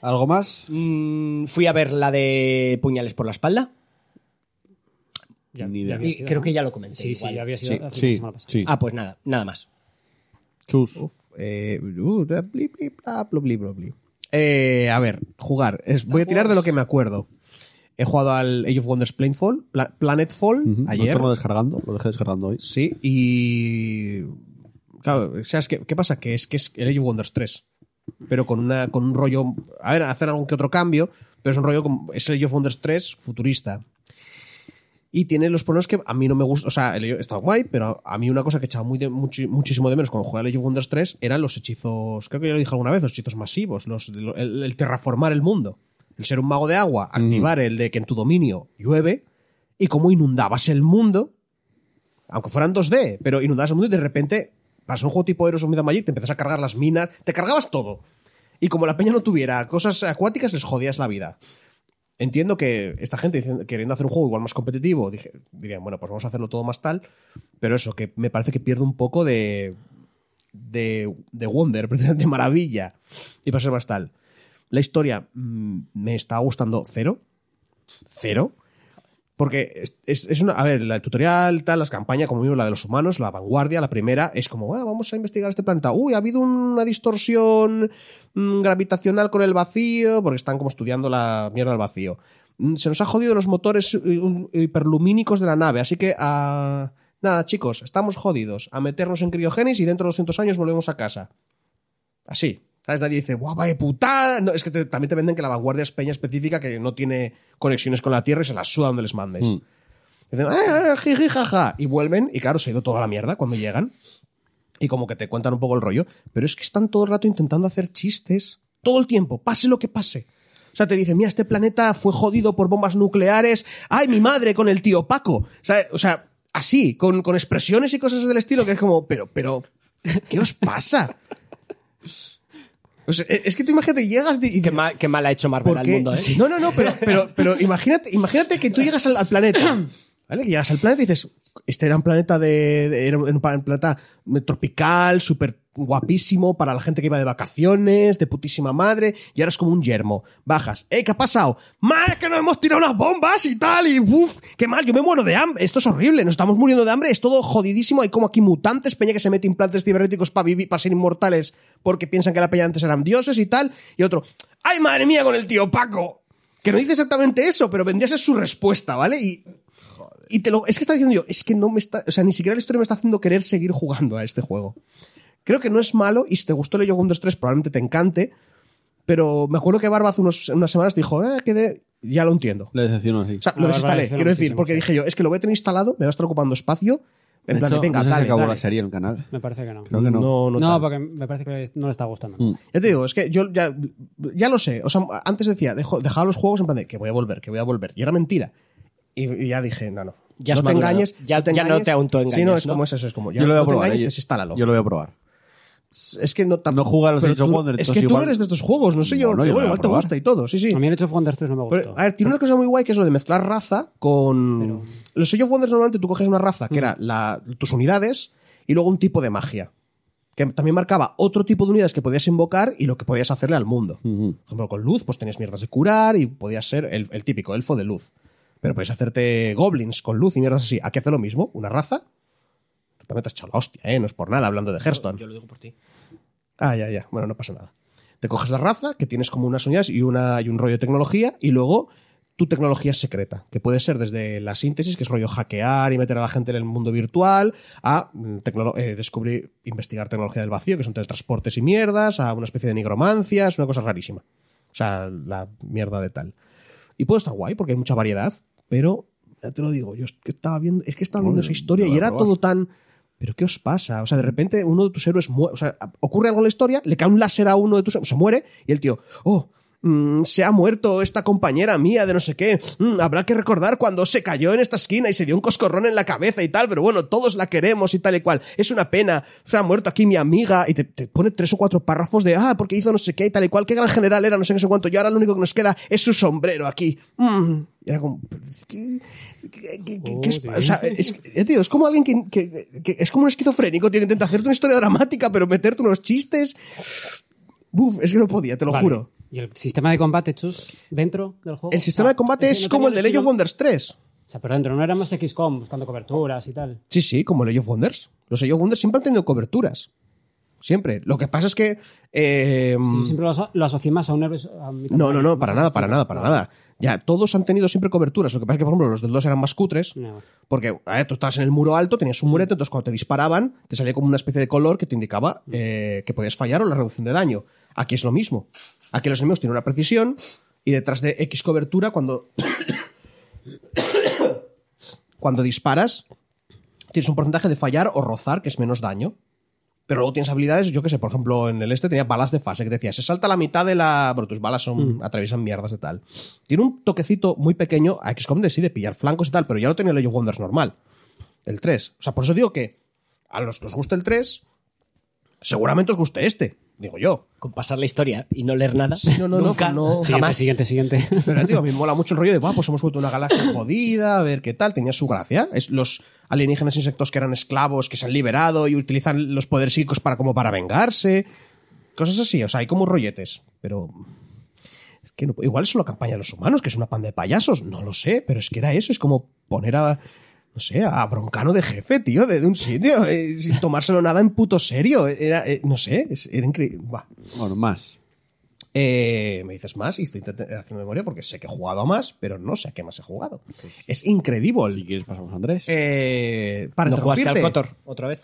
A: ¿Algo más?
C: Mm, fui a ver la de Puñales por la espalda.
D: Ya-
A: Ni
D: ya
A: idea.
D: había
C: Y
D: sido,
C: creo
D: ¿no?
C: que ya lo comenté.
D: Sí,
C: igual.
D: sí, ya había sido
A: Sí,
D: a fin de
A: sí,
D: semana pasada.
A: sí.
C: Ah, pues nada, nada más.
A: Chus.
B: Eh, uh, bla, bli, bli, bla, blu, bli, blu, bli. Eh, a ver, jugar. Es- voy a tirar de lo que me acuerdo. He jugado al Age of Wonders Planetfall, Pla- Planetfall
A: Ujú. Lo
B: ayer.
A: tengo descargando, lo dejé descargando hoy.
B: Sí, y. Claro, o sea, es que- ¿qué pasa? Que es que es el Age of Wonders 3. Pero con, una, con un rollo. A ver, hacer algún que otro cambio, pero es un rollo como. Es el Age of Wonders 3 futurista. Y tiene los problemas que a mí no me gusta. O sea, el, está guay, pero a mí una cosa que echaba muy de- muchi- muchísimo de menos cuando jugaba al Age of Wonders 3 eran los hechizos. Creo que ya lo dije alguna vez, los hechizos masivos, los, lo- el, el terraformar el mundo. El ser un mago de agua, activar el de que en tu dominio llueve y cómo inundabas el mundo aunque fueran 2D, pero inundabas el mundo y de repente pasó un juego tipo Heroes of Might and Magic, te empezás a cargar las minas, te cargabas todo. Y como la peña no tuviera cosas acuáticas, les jodías la vida. Entiendo que esta gente diciendo- queriendo hacer un juego igual más competitivo, dije, dirían, bueno, pues vamos a hacerlo todo más tal, pero eso, que me parece que pierde un poco de, de, de wonder, *laughs* de maravilla, y para ser más tal. La historia mm, me está gustando cero, cero, porque es, es- es una. A ver, la tutorial, tal, las campañas, como mismo la de los humanos, la vanguardia, la primera, es como, ah, vamos a investigar este planeta. Uy, ha habido una distorsión mm, gravitacional con el vacío, porque están como estudiando la mierda del vacío. Mm, Se nos ha jodido los motores eh, un- hiperlumínicos de la nave, así que ah, Nada, chicos, estamos jodidos. A meternos en criogenis y dentro de 200 años volvemos a casa. Así. ¿Sabes? Nadie dice, guau, vaya putada. No, es que te- también te venden que la vanguardia es peña específica que no tiene conexiones con la Tierra y se la suda donde les mandes. Dicen, "Ah, jiji, jaja", Y vuelven, y claro, se ha ido toda la mierda cuando llegan. Y como que te cuentan un poco el rollo. Pero es que están todo el rato intentando hacer chistes. Todo el tiempo, pase lo que pase. O sea, te dicen, mira, este planeta fue jodido por bombas nucleares. ¡Ay, mi madre con el tío Paco! O sea, o sea, así, con, con expresiones y cosas del estilo que es como, pero, pero, ¿qué os pasa? O sea, e, es que tú imagínate, llegas y...
C: Qué mal, qué mal ha hecho Marvel al
B: Porque-
C: mundo, ¿eh?
B: sí, No, no, no, pero, pero, pero imagínate, imagínate que tú llegas al, al planeta. ¿Vale? Que llegas al planeta y dices, este era un planeta de. de- era un pa- un planeta tropical, súper guapísimo para la gente que iba de vacaciones, de putísima madre, y ahora es como un yermo. Bajas. ¡Ey, qué ha pasado! ¡Mal que nos hemos tirado unas bombas y tal! Y ¡Uf! ¡Qué mal! Yo me muero de hambre. Esto es horrible, nos estamos muriendo de hambre, es todo jodidísimo. Hay como aquí mutantes, peña que se mete implantes cibernéticos para vivir, para ser inmortales, porque piensan que la peña antes eran dioses y tal. Y otro, ¡ay, madre mía con el tío Paco! Que no dice exactamente eso, pero vendría a ser su respuesta, ¿vale? Y, y te lo, es que está diciendo yo, es que no me está, o sea, ni siquiera la historia me está haciendo querer seguir jugando a este juego. Creo que no es malo y si te gustó el Yogun 3 probablemente te encante, pero me acuerdo que Barba hace unos- unas semanas dijo, eh, que de- ya lo entiendo.
A: Le decepcionó así.
B: O sea,
D: La
B: lo
D: Barba
B: desinstalé,
D: decepciona
B: quiero decir,
D: muchísimo,
B: porque
D: sí.
B: dije yo, es que lo voy a tener instalado, me va a estar ocupando espacio, en plan, de, venga,
A: no sé si
B: dale,
A: acabó
B: dale".
A: la serie en el canal.
D: Me parece que no.
A: Creo que Mm, no.
B: No, no,
D: No,
B: tal.
D: porque me parece que no le está gustando.
A: Mm.
B: Ya te digo, es que yo ya, ya lo sé. O sea, antes decía, dejo- dejaba los juegos en plan de que voy a volver, que voy a volver. Y era mentira. Y, y ya dije, no, no.
C: Ya
B: no
C: has
B: te
C: madurado.
B: engañes.
C: Ya-
B: no te
C: ya no
B: engañes.
C: te autoengañas,
B: Sí, no, es
C: ¿no?
B: como es eso. Es como, ya
A: Yo lo voy a
B: no te
A: probar.
B: engañes,
A: eh.
B: desinstálalo.
A: Yo lo voy a probar.
B: Es que no tan-
A: No juega a los
B: pero
A: Age of
B: tú-
A: Wonders,
B: Es que
A: entonces
B: tú
A: igual-
B: eres de estos juegos, no sé yo.
A: Bueno, yo
B: pero
A: voy a
B: bueno, igual te
A: probar.
B: gusta y todo, sí, sí.
D: A mí el hecho of Wonders 3 no me gustó.
B: Pero, a ver, tiene una cosa muy guay que es lo de mezclar raza con. Los Age of Wonders normalmente tú coges una raza
D: Mm.
B: que era la- tus unidades y luego un tipo de magia. Que también marcaba otro tipo de unidades que podías invocar y lo que podías hacerle al mundo. Por ejemplo, con luz, pues tenías mierdas de curar y podías ser el, el típico elfo de luz. Pero podías hacerte goblins con luz y mierdas así. Aquí hace lo mismo, una raza. Tú también te has echado la hostia, ¿eh? No es por nada, hablando de Hearthstone.
C: Yo lo digo por ti.
B: Ah, ya, ya. Bueno, no pasa nada. Te coges la raza, que tienes como unas unidades y, una, y un rollo de tecnología, y luego tu tecnología secreta, que puede ser desde la síntesis, que es rollo hackear y meter a la gente en el mundo virtual, a mm, tecnolo- eh, descubrir, investigar tecnología del vacío, que son teletransportes y mierdas, a una especie de nigromancia, es una cosa rarísima. O sea, la mierda de tal. Y puede estar guay, porque hay mucha variedad, pero ya te lo digo, yo es que estaba viendo, es que estaba viendo
A: Bueno,
B: esa historia
A: lo
B: y
A: voy a
B: era
A: probar.
B: todo tan. ¿Pero qué os pasa? O sea, de repente uno de tus héroes muere. O sea, ocurre algo en la historia, le cae un láser a uno de tus héroes, se muere, y el tío, oh, mm, se ha muerto esta compañera mía de no sé qué. Mm, habrá que recordar cuando se cayó en esta esquina y se dio un coscorrón en la cabeza y tal, pero bueno, todos la queremos y tal y cual. Es una pena. Se ha muerto aquí mi amiga, y te, te pone tres o cuatro párrafos de, ah, porque hizo no sé qué y tal y cual, qué gran general era, no sé qué, no sé cuánto, y ahora lo único que nos queda es su sombrero aquí. Mm. Y era como, "Pero es que- que- que- que- que es-
D: Joder.
B: o sea, es, que- eh, tío, es como alguien que, que- que- es como un esquizofrénico, tío, que intenta hacerte una historia dramática, pero meterte unos chistes. Buf, es que no podía, te lo
D: Vale.
B: juro.
D: ¿Y el sistema de combate, Chus, dentro del juego?
B: El sistema
D: O sea,
B: de combate
D: ese
B: es
D: Ah, no
B: como el
D: tenía
B: de Legend
D: estilo-
B: of Wonders 3.
D: O sea, pero dentro, no era más XCOM buscando coberturas y tal.
B: Sí, sí, como Legend of Wonders. Los Legend of Wonders siempre han tenido coberturas. Siempre. Lo que pasa es que. eh,
D: Sí, yo siempre lo, aso- lo asocié más a un héroe. a un
B: No, no, no, para
D: más
B: nada,
D: así.
B: para nada, para
D: No.
B: nada. Ya, todos han tenido siempre coberturas. Lo que pasa es que, por ejemplo, los del 2 eran más cutres.
D: No.
B: Porque a ver, tú estabas en el muro alto, tenías un murete, entonces cuando te disparaban, te salía como una especie de color que te indicaba eh, que podías fallar o la reducción de daño. Aquí es lo mismo. Aquí los enemigos tienen una precisión y detrás de X cobertura, cuando. *coughs* cuando disparas, tienes un porcentaje de fallar o rozar, que es menos daño. Pero luego tienes habilidades, yo que sé, por ejemplo, en el este tenía balas de fase que te decía, se salta la mitad de la. Bueno, tus balas son. atraviesan mierdas de tal. Tiene un toquecito muy pequeño a XCOM de sí, de pillar flancos y tal, pero ya lo tenía el Age of Wonders normal. El 3. O sea, por eso digo que a los que os guste el 3, seguramente os guste este, digo yo.
C: Con pasar la historia y no leer nada.
B: no, no, no,
C: nunca,
B: no.
C: jamás.
D: Siguiente, siguiente, siguiente.
B: Pero tío, a mí me mola mucho el rollo de, "Buah, pues hemos vuelto una galaxia jodida, a ver qué tal, tenía su gracia. Es los alienígenas insectos que eran esclavos, que se han liberado y utilizan los poderes psíquicos para como para vengarse. Cosas así, o sea, hay como rolletes, pero... Es que no- igual es una campaña de los humanos, que es una panda de payasos, no lo sé, pero es que era eso, es como poner a... No sé, a broncano de jefe, tío, de, de un sitio, eh, sin tomárselo nada en puto serio. Era, eh, no sé, es- era increíble. Buah.
A: Bueno, más.
B: Eh, me dices más y estoy intent- haciendo memoria porque sé que he jugado a más, pero no sé a qué más he jugado. Es
A: Si
B: increíble.
A: quieres pasamos a Andrés.
B: Eh, para
C: No jugaste
B: interrumpirte,
C: al Cotor otra vez.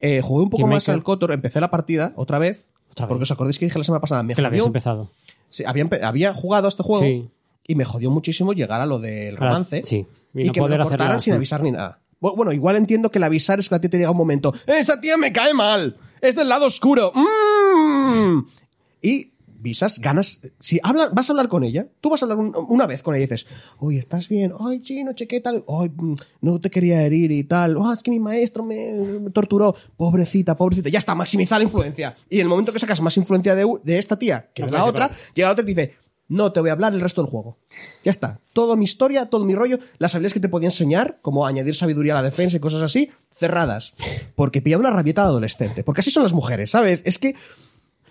B: eh, jugué un poco más
D: Kingmaker.
B: al Cotor, empecé la partida otra vez.
D: Otra
B: porque os
D: vez.
B: acordáis que dije la semana pasada, *laughs* me
D: Que lo habías
B: jodió.
D: empezado.
B: Sí, había, empe- había jugado a este juego
D: Sí.
B: y me jodió muchísimo llegar a lo del
D: Ahora,
B: romance.
D: sí. Y
B: Y,
D: no
B: que me
D: poder
B: lo
D: hacer
B: cortaran
D: nada.
B: sin avisar ni nada. Bu- Bueno, igual entiendo que el avisar es que a ti te llega un momento. ¡Esa tía me cae mal! ¡Es del lado oscuro! ¡Mmm! mm". Y visas, ganas. Si habla, vas a hablar con ella, tú vas a hablar un- una vez con ella y dices, oye, ¿estás bien? Ay, sí, no sé qué tal. Ay, mm, no te quería herir y tal. Ah, es que mi maestro me, me torturó. Pobrecita, pobrecita. Ya está, maximiza la influencia. Y en el momento que sacas más influencia de, u- de esta tía que de la otra, llega la otra y te dice, no te voy a hablar el resto del juego. Ya está. Toda mi historia, todo mi rollo, las habilidades que te podía enseñar, como añadir sabiduría a la defensa y cosas así, cerradas. Porque pilla una rabieta de adolescente. Porque así son las mujeres, ¿sabes? Es que,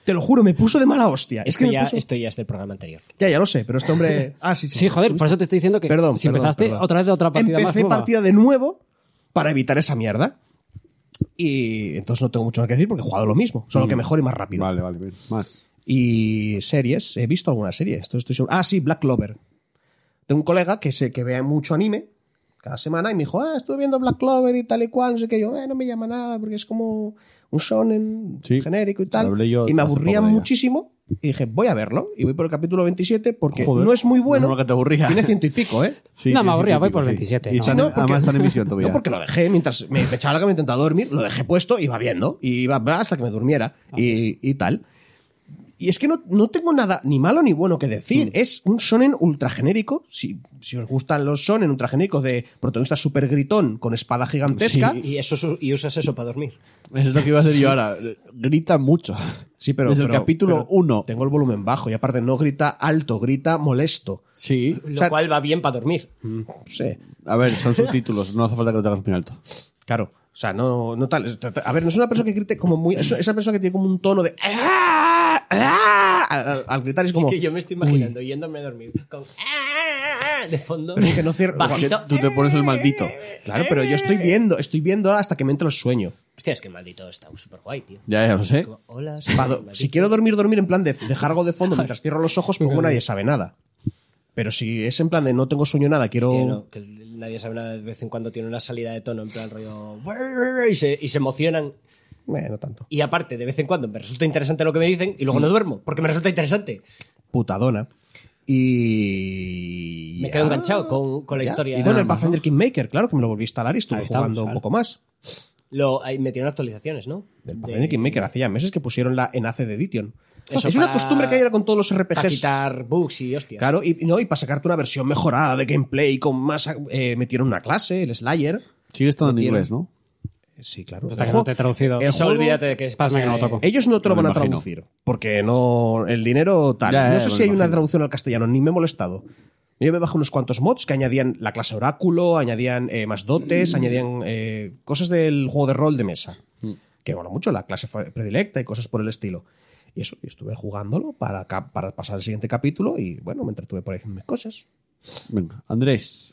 B: te lo juro, me puso de mala hostia. Es
C: Esto
B: que me
C: ya,
B: puso-
C: esto ya es del programa anterior.
B: Ya, ya lo sé, pero este
D: *laughs*
B: hombre. Ah, sí, sí.
D: Sí, joder, por eso te estoy diciendo que
B: Perdón.
D: si
B: perdón,
D: empezaste
B: perdón.
D: otra vez de otra partida más
B: Empecé
D: nueva.
B: partida de nuevo para evitar esa mierda. Y entonces no tengo mucho más que decir porque he jugado lo mismo,
D: Mm,
B: solo que mejor y más rápido.
A: Vale, vale, bien. Más.
B: Y series, he visto alguna serie, esto estoy seguro. Ah, sí, Black Clover. Tengo un colega que sé que ve mucho anime cada semana y me dijo, ah, estuve viendo Black Clover y tal y cual, no sé qué. Yo, "Eh, no me llama nada porque es como un shonen
A: Sí,
B: genérico y tal.
A: hablé yo
B: Y me
A: hace
B: aburría
A: poco de ella.
B: muchísimo y dije, voy a verlo. Y voy por el capítulo 27 porque
A: Joder,
B: no es muy bueno.
A: menos mal que te aburría.
B: Tiene ciento y pico, ¿eh?
A: Sí,
D: No, me
A: sí,
D: aburría,
A: sí,
D: voy
A: sí,
D: por el
A: sí.
D: 27,
A: Y
D: no.
A: está en-
B: No, porque-
A: además está en emisión todavía.
B: *laughs* No, porque lo dejé mientras me me echaba la cama intentaba dormir, lo dejé puesto, iba viendo, y iba hasta que me durmiera
A: Ah,
B: y, y tal. Y es que no, no tengo nada ni malo ni bueno que
A: Mm.
B: decir. Es un shonen ultra genérico. Si, si os gustan los shonen ultra genéricos de protagonista super gritón con espada gigantesca. Sí,
C: Y, eso, su- y usas eso para dormir.
A: Eso *laughs* es lo que iba a hacer yo ahora. Grita mucho.
B: pero.
A: Desde el
B: pero-
A: capítulo
B: pero
A: 1.
B: Tengo el volumen bajo y aparte no grita alto, grita molesto.
A: Sí.
C: Lo
B: O sea-
C: cual va bien para dormir.
B: No sé.
A: A ver, son subtítulos, no hace falta que lo tengas muy alto.
B: Claro. O sea, no, no tal. A ver, no es una persona que grite como muy. es esa persona que tiene como un tono de. "Ah, ah", al, al- al gritar es como.
C: Es que yo me estoy imaginando yéndome a dormir con ¡ah! de fondo.
B: Pero es que no cierro-
C: Bajito.
A: Tú te pones el maldito.
B: Claro, pero yo estoy viendo, estoy viendo hasta que me entra el sueño.
C: Hostia, es que el maldito está súper guay, tío.
A: Ya, ya lo
B: ¿Eh?
A: sé.
C: Como, Hola,
B: Pa-
C: soy
B: do-
C: maldito.
B: si quiero dormir, dormir en plan de dejar algo de fondo mientras cierro los ojos, pongo nadie sabe nada. Pero si es en plan de no tengo sueño nada, quiero.
C: Sí, no, que el- nadie sabe nada de vez en cuando tiene una salida de tono en plan rollo "Brrr", y se, y se emocionan
B: Eh, no tanto.
C: y aparte de vez en cuando me resulta interesante lo que me dicen y luego no duermo porque me resulta interesante
B: Putadona. Y.
C: me quedo
B: ya.
C: enganchado con, con la
B: Ya.
C: historia
B: Y bueno, el
C: Nada más.
B: Pathfinder Kingmaker, claro que me lo volví a instalar y estuve
D: Ahí estamos,
B: jugando un
D: claro.
B: poco más.
C: lo, ahí metieron actualizaciones ¿no?
B: Del Pathfinder Kingmaker, hacía meses que pusieron la enhace de Edition.
C: Eso
B: es una
C: para-
B: costumbre que hay ahora con todos los
C: para
B: RPGs.
C: quitar bugs y hostias
B: Claro, y, y no, y para sacarte una versión mejorada de gameplay con más. eh, metieron una clase, el Slayer.
A: Sigue estando en
B: Metieron-
A: inglés, ¿no?
B: Sí, claro.
D: Pues Hasta
B: El
D: que
B: juego-
D: no te he traducido.
B: el
C: eso
B: juego-
C: olvídate de que es
D: Pasma que no lo
C: eh,
D: toco.
B: Ellos no te lo
A: Me
B: van a
A: imagino.
B: traducir. Porque no. El dinero tal.
A: Ya, ya,
B: no
A: me
B: sé
A: lo
B: si hay una
A: imagino.
B: traducción al castellano, ni me he molestado. Yo me bajé unos cuantos mods que añadían la clase oráculo, añadían eh, más dotes,
A: Mm.
B: añadían eh, cosas del juego de rol de mesa. Que mola mucho, la clase fa- predilecta y cosas por el estilo. Y eso, y estuve jugándolo para, cap- para pasar el siguiente capítulo y bueno, me entretuve por ahí haciendo mis cosas.
A: Venga, Andrés.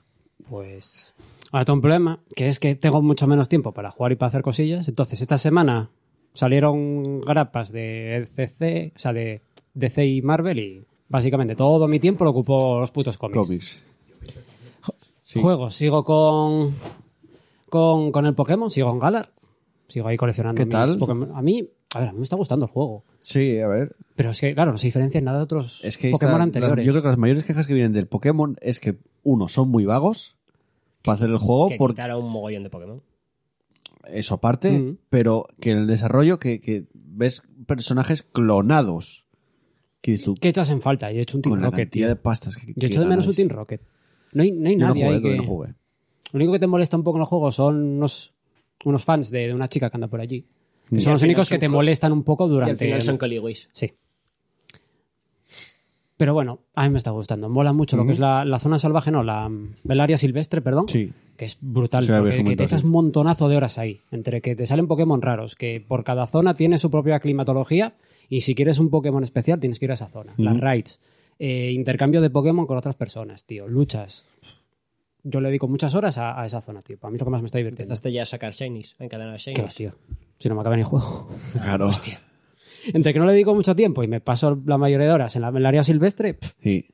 D: Pues ahora tengo un problema, que es que tengo mucho menos tiempo para jugar y para hacer cosillas. Entonces, esta semana salieron grapas de CC, o sea, de DC y Marvel y básicamente todo mi tiempo lo ocupó los putos cómics.
A: Cómics. sí.
D: Juegos, sigo con, con con el Pokémon, sigo con Galar. Sigo ahí coleccionando
A: ¿Qué
D: mis
A: tal?
D: Pokémon. A mí, a ver, a mí me está gustando el juego.
A: Sí, a ver.
D: Pero es que, claro, no se diferencia en nada de otros
A: Es que ahí
D: Pokémon
A: está-
D: anteriores.
A: las- yo creo que las mayores quejas que vienen del Pokémon es que, uno, son muy vagos para hacer el juego,
C: que
A: por
C: quitaron un mogollón de Pokémon
A: eso aparte,
D: Mm.
A: pero que en el desarrollo que, que ves personajes clonados. Que dices tú,
D: ¿Qué echas en falta? Yo he hecho un Team
A: con la
D: Rocket,
A: cantidad
D: tío.
A: de pastas que
D: Yo
A: que
D: echo de menos un
A: ganáis.
D: Team Rocket. No hay, no hay
A: Yo no eh,
D: nadie
A: jugué,
D: ahí
A: todavía
D: que-
A: no jugué.
D: Lo único que te molesta un poco en los juegos son unos, unos fans de, de una chica que anda por allí. Que
A: Y
D: son
C: al
D: los
C: final
D: únicos
C: son
D: que te
C: co-
D: molestan un poco
C: y
D: durante.
C: al final son Coliwis
D: Sí. Pero bueno, a mí me está gustando. Mola mucho lo que es la, la zona salvaje, no, la, mm, el área silvestre, perdón.
A: Sí.
D: Que es brutal.
A: Sí, la habías
D: porque que te
A: comentado,
D: echas
A: sí.
D: un montonazo de horas ahí. Entre que te salen Pokémon raros, que por cada zona tiene su propia climatología. Y si quieres un Pokémon especial, tienes que ir a esa zona. Las raids. eh, intercambio de Pokémon con otras personas, tío. Luchas. Yo le dedico muchas horas a, a esa zona, tío. A mí es lo que más me está divirtiendo.
C: empezaste ya a sacar Shinies a encadenar
D: ¿Qué va,
C: Shinies
D: tío? Si no me acaba ni el juego.
A: Claro. Hostia.
D: Entre que no le dedico mucho tiempo y me paso la mayoría de horas en, la, en el área silvestre, pf,
A: Sí.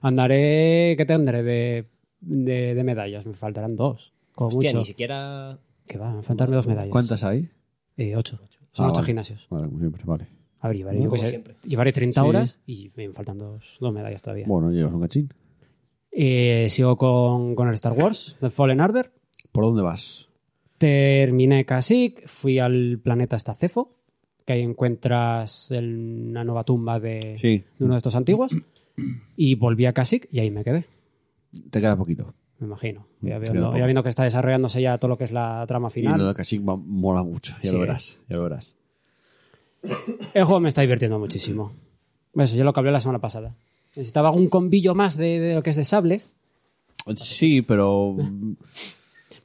D: andaré. ¿Qué tendré de, de, de medallas? Me faltarán dos. Como
C: hostia
D: mucho.
C: ni siquiera
D: Que va, me faltarme dos medallas.
A: ¿Cuántas hay?
D: Eh, ocho. Son
A: Ah,
D: ocho
A: vale.
D: gimnasios.
A: Vale, como siempre, vale.
D: A ver, llevaré, yo
C: Como
D: qué sé,
C: siempre.
D: llevaré 30
A: Sí.
D: horas y me faltan dos, dos medallas todavía.
A: Bueno, llevas un cachín.
D: Eh, sigo con, con el Star Wars, The Fallen Order.
A: ¿Por dónde vas?
D: Terminé Kasik, fui al planeta Estacefo, que ahí encuentras el- una nueva tumba de,
A: Sí.
D: de uno de estos antiguos. Y volví a Kasik y ahí me quedé,
A: Te queda poquito.
D: me imagino. Ya
A: Queda
D: viendo,
A: poco.
D: ya viendo que está desarrollándose ya todo lo que es la trama
A: Mm, Y
D: final.
A: lo de Kashyyyk va- mola mucho, ya
D: Sí,
A: lo verás, ya lo verás.
D: El juego me está divirtiendo muchísimo. Eso, ya lo que hablé la semana pasada. Necesitaba algún combillo más de, de lo que es de sables.
A: Sí, pero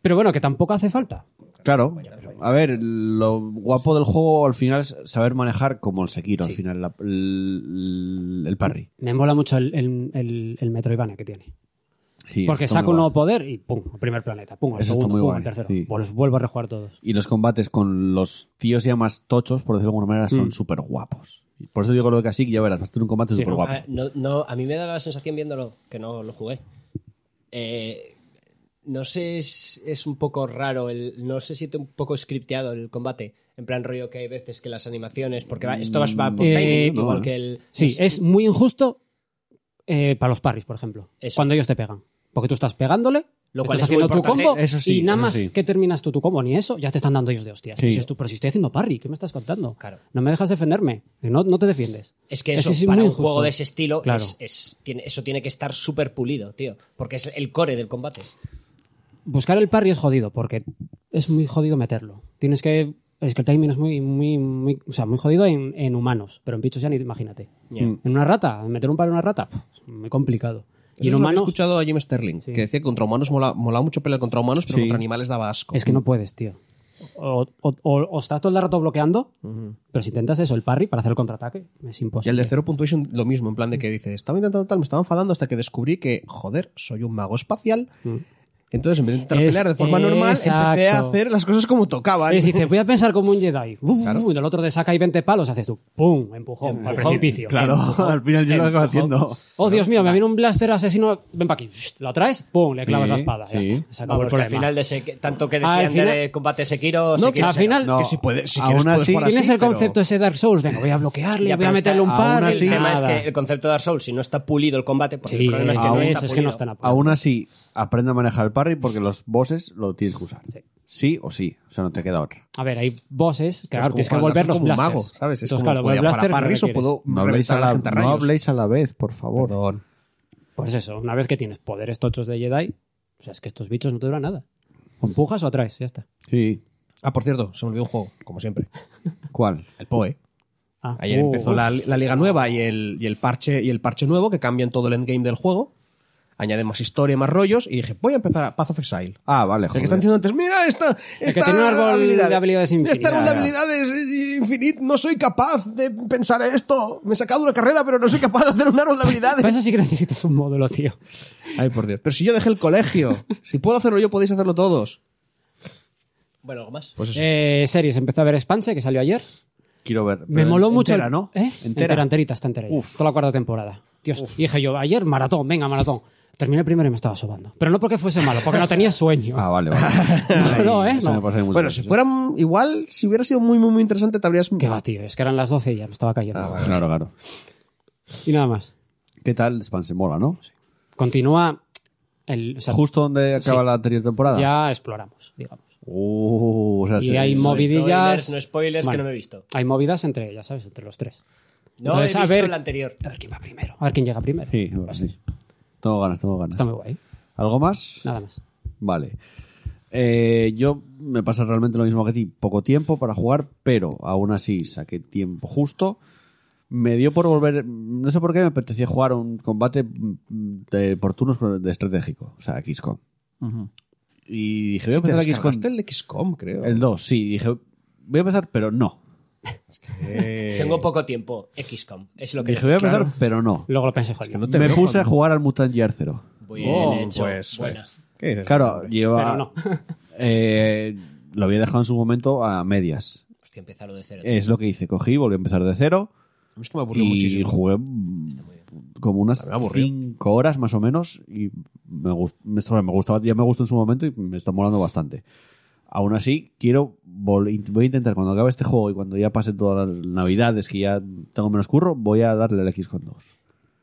D: Pero bueno, que tampoco hace falta.
A: Claro. A ver, lo guapo del juego al final es saber manejar como el Sekiro, al final, la- el, el parry.
D: Me mola mucho el, el, el, el Metroidvania que tiene.
A: Sí,
D: Porque
A: está muy
D: saca
A: guapo.
D: un nuevo poder y pum, al primer planeta, pum, al
A: Eso está
D: segundo,
A: muy
D: pum,
A: guay,
D: al tercero.
A: sí.
D: Pues vuelvo a rejugar todos.
A: Y los combates con los tíos ya más tochos, por decirlo de alguna manera, son súper guapos. Por eso digo lo de Kashyyyk, ya verás, vas a tener un combate
D: Mm. Sí,
A: súper guapo.
C: Ah, no, no, a mí me da la sensación viéndolo que no lo jugué. Eh, no sé, es, es un poco raro, el, no se siente un poco scripteado el combate. En plan rollo que hay veces que las animaciones, porque va- esto va, va por
D: Eh,
C: timing,
A: no,
C: igual
A: eh.
C: que el...
D: Sí, es muy injusto eh, para los parries, por ejemplo.
C: Eso.
D: Cuando ellos te pegan. Porque tú estás pegándole,
C: Lo
D: lo
C: cual
D: estás
C: es muy
D: haciendo tu
C: importante.
D: combo
A: Eso sí,
D: y nada
A: eso
D: más
A: sí.
D: que terminas tú tu combo, ni eso, ya te están dando ellos de hostias.
A: Sí.
D: Y dices tú, pero si estoy haciendo parry, ¿qué me estás contando?
C: Claro.
D: No me dejas defenderme, que no, no te defiendes.
C: Es que
D: Ese
C: eso,
D: sí es
C: para
D: muy
C: un
D: injusto.
C: juego de ese estilo,
D: Claro.
C: es- eh, es- tiene, eso tiene que estar súper pulido, tío. Porque es el core del combate.
D: buscar el parry es jodido porque es muy jodido meterlo. Tienes que. Es que el timing es muy, muy, muy, o sea, muy jodido en, en humanos, pero en bichos ya ni imagínate. En una rata, meter un parry en una rata, pf, es muy complicado. Y en
B: Eso es lo que he
D: humanos
B: escuchado a Jim Sterling, que decía que contra humanos mola, molaba mucho pelear contra humanos, pero
A: Sí.
B: contra animales daba asco.
D: es que no puedes, tío. O, o- o- o estás todo el rato bloqueando, pero si intentas eso, el parry para hacer el contraataque, es
B: Y el
D: imposible.
B: de Zero Puntuation, lo mismo, en plan de que dice, estaba intentando tal, me estaba enfadando hasta que descubrí que, joder, soy un mago espacial.
A: Mm.
B: Entonces, en vez de intentar
D: Es-
B: pelear de forma normal, empecé a
D: exacto.
B: hacer las cosas como tocaban.
D: Es dices, voy a pensar como un
B: *laughs*
D: Jedi. Uf, y el otro te saca ahí 20 palos, haces tú, ¡pum! Empujón, al precipicio.
A: Claro, *laughs* al final yo lo acabo haciendo.
D: Oh, Dios mío, me viene un blaster asesino. Ven para aquí. Lo traes, pum, le clavas
A: Sí,
D: la espada. Ya
A: sí.
D: está. Se acabó
C: Vamos, que
D: el
C: al
D: problema.
C: final de ese, tanto que
D: Ah, al
C: decían
D: final-
C: de combate Sekiro,
D: No,
C: Sekiro
D: que al
C: Sekiro.
D: final-
B: que si puede- si
A: aún
B: quieres, puedes
A: así,
B: jugar
D: Tienes
B: así,
D: el
B: pero-
D: concepto ese Dark Souls. Venga, voy a bloquearle,
C: Ya,
D: voy a
C: pero
D: meterle
C: está-
D: un par.
A: aún
D: y
A: así-
C: El tema es
D: nada.
C: que el concepto de Dark Souls, si no está pulido el combate, porque
D: Sí,
C: el problema es que no
D: aún-
C: está
D: es que
C: pulido.
D: no están apurados.
A: Aún así, aprende a manejar el parry porque los bosses lo tienes que usar. Sí, o sí, o sea, no te queda otra.
D: A ver, hay bosses que
B: Claro,
D: claro,
B: como
D: tienes que
B: para
D: volver
B: lanzar
D: los
B: como un
D: blasters.
B: mago, ¿sabes? Es
D: Entonces,
B: como,
D: claro,
B: voy a
D: el
B: jugar a
D: blaster no
B: parries o
D: requieres.
B: puedo
A: No habléis,
B: reventar
A: a
B: a la
A: la,
B: gente a
A: no
B: rayos.
A: habléis a la vez, por favor.
B: Perdón.
D: Pues eso, una vez que tienes poderes tochos de Jedi, o sea, es que estos bichos no te duran nada.
A: Mm.
D: O empujas o atraes, ya está.
A: Sí.
B: Ah, por cierto, se me olvidó un juego, como siempre.
A: ¿Cuál?
B: El POE.
D: Ah,
B: Ayer
D: uh,
B: empezó la, la liga nueva y el, y el parche y el parche nuevo que cambian todo el endgame del juego. Añaden más historia, más rollos y dije, voy a empezar a Path of Exile.
A: Ah, vale,
B: El
A: joder.
B: que están diciendo antes, mira, esta,
D: que
B: esta
D: tiene un árbol de habilidades infinitas.
B: Este árbol de
D: Ya.
B: habilidades infinito, no soy capaz de pensar esto. Me he sacado una carrera, pero no soy capaz de hacer un árbol de
D: Para
B: habilidades.
D: eso sí que *laughs* necesitas un módulo, tío.
B: *laughs* Ay, por Dios. Pero si yo dejé el colegio, si puedo hacerlo yo, podéis hacerlo todos.
C: Bueno, algo más.
B: Pues eso.
D: Eh, series, empecé a ver Expanse, que salió ayer.
A: Quiero ver.
D: Me
A: pero
D: moló
A: en-
D: mucho. el-
A: entera, ¿no?
D: ¿Eh? Entera. enterita, está entera. ya. Toda la cuarta temporada. Dios, y dije yo, ayer maratón, venga, maratón. Terminé el primero y me estaba sobando. Pero no porque fuese malo, porque no tenía sueño.
A: Ah, vale, vale.
D: *laughs* No, no, ¿eh?
A: Eso
D: No.
A: me pasa mucho.
B: bueno, si fueran igual, si hubiera sido muy, muy, muy interesante, te habrías.
D: Que va, tío, es que eran las 12 y ya me estaba cayendo.
A: Ah, Claro, claro.
D: Y nada más.
A: ¿Qué tal? Span se mola, ¿no?
D: Continúa el. o sea,
A: Justo donde acaba la anterior temporada.
D: ya exploramos, digamos.
A: Uh, o sea,
D: Y
A: sí.
D: hay movidillas.
C: spoilers, no spoilers, que
D: Vale.
C: no me he visto.
D: Hay movidas entre, ya sabes, entre los tres.
C: No
D: Entonces,
C: he
D: a
C: visto
D: ver-
C: la anterior.
D: A ver quién va primero. A ver quién llega primero.
A: Sí, bueno, sí. Tengo ganas, tengo ganas.
D: Está muy guay.
A: ¿Algo más?
D: Nada más.
A: Vale. Eh, yo me pasa realmente lo mismo que a ti. Poco tiempo para jugar, pero aún así saqué tiempo justo. Me dio por volver. No sé por qué me apetecía jugar un combate mm, de, por turnos pero de estratégico. O sea, XCOM. Y dije, voy a
B: Te
A: empezar a XCOM.
B: descargaste el XCOM, creo.
A: El 2, sí. Dije, voy a empezar, pero no.
C: Tengo poco tiempo. XCOM. Es lo que
A: Dije, Eh. voy a
C: dices.
A: empezar, pero no.
D: Luego lo pensé, joder.
B: que no te
A: Me
B: veo,
A: puse
B: Juan.
A: a jugar al Mutant Year 0.
C: Bien
D: Oh,
C: hecho.
A: eh.
B: pues,
C: Buena.
B: ¿Qué dices?
A: Claro, lleva.
D: Pero no.
A: eh, lo había dejado en su momento a medias.
C: Hostia, empieza lo de cero. tío.
A: Es lo que hice. Cogí, volví a empezar de cero.
B: A mí es que me aburrió
A: Y
B: muchísimo.
A: jugué mm, como unas
B: Me aburrió.
A: 5 horas más o menos. Y me, gust- me- sobre, me gustaba, ya me gustó en su momento y me está molando bastante. Aún así, quiero vol- int- voy a intentar cuando acabe este juego y cuando ya pase todas las navidades que ya tengo menos curro, voy a darle el X con 2.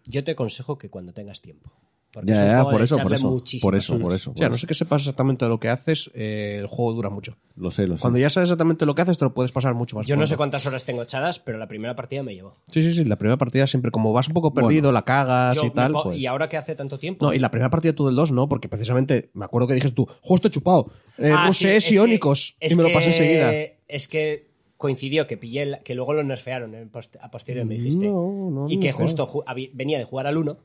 C: Yo te aconsejo que cuando tengas tiempo. Porque es
A: Ya,
C: un
A: ya,
C: juego
A: por
C: de
A: eso, por
C: echarle
A: eso,
C: muchísimas
A: por eso, por
C: horas.
A: eso.
B: O sea,
A: por
B: a no
A: eso.
B: sé que sepas exactamente lo que haces, eh, el juego dura mucho.
A: Lo sé, lo sé.
B: Cuando ya sabes exactamente lo que haces, te lo puedes pasar mucho más.
C: Yo no
B: pronto.
C: sé cuántas horas tengo echadas, pero la primera partida me llevó.
B: Sí, sí, sí. La primera partida siempre, como vas un poco
A: Bueno.
B: perdido, la
A: Ah,
B: cagas
C: Yo
B: y
C: me
B: tal.
C: po-
B: pues...
C: Y ahora que hace tanto tiempo.
B: No, y la primera partida tú del 2 no, porque precisamente me acuerdo que dijiste tú, juego estoy chupado, eh,
C: Ah, sí,
B: rusees
C: es
B: y
C: que-
B: ónicos,
C: es
B: y me lo
C: que-
B: pasé enseguida.
C: Es que coincidió que pillé el- que luego lo nerfearon en post- a posteriori, me dijiste.
B: No, no,
C: y que
B: no creo.
C: justo ju- habi- venía de jugar al 1,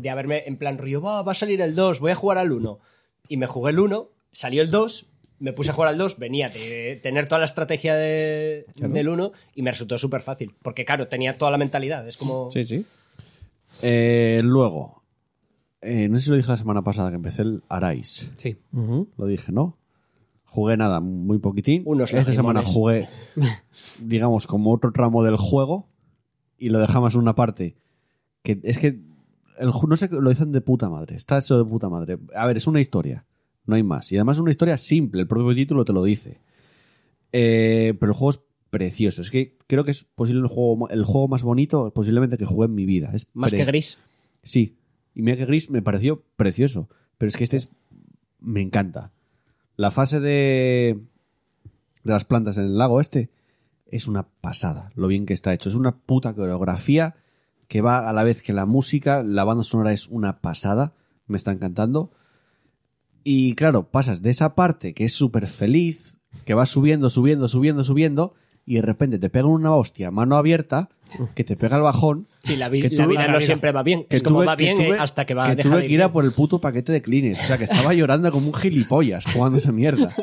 C: de haberme en plan río, va, va a salir el 2, voy a jugar al 1. Y me jugué el 1, salió el 2, me puse a jugar al 2, venía de tener toda la estrategia de- del 1 y me resultó súper fácil. Porque claro, tenía toda la mentalidad, es como...
B: Sí, sí.
A: Eh, luego, eh, no sé si lo dije la semana pasada que empecé el Arais.
D: Sí.
A: Lo dije, ¿no? Jugué nada, muy poquitín.
C: Unos
A: Esta semana
C: lagimones.
A: jugué,
C: *laughs*
A: digamos, como otro tramo del juego y lo dejamos en una parte. Que es que el ju- no sé, lo dicen de puta madre. Está hecho de puta madre. A ver, es una historia. No hay más. Y además es una historia simple. El propio título te lo dice. Eh, pero el juego es precioso. Es que creo que es posible el juego, mo- el juego más bonito posiblemente que jugué en mi vida. Es
C: Más que
A: pre-
C: gris.
A: Sí. Y mira que Gris me pareció precioso. Pero es que este es. Me encanta. La fase de. de las plantas en el lago este. Es una pasada. Lo bien que está hecho. Es una puta coreografía que va a la vez que la música. La banda sonora es una pasada. Me está encantando. Y claro, pasas de esa parte que es súper feliz, que va subiendo, subiendo, subiendo, subiendo, y de repente te pegan una hostia, mano abierta, que te pega el bajón.
C: Sí, la, vi-
A: que
C: la
A: tuve-
C: vida no siempre va bien. es como
A: tuve-
C: va bien
A: tuve-
C: eh, hasta que va
A: que
C: a dejar
A: tuve
C: de
A: que
C: ir
A: ir a
C: bien.
A: por el puto paquete de clines. O sea, que estaba llorando como un gilipollas jugando esa
C: *laughs*
A: mierda.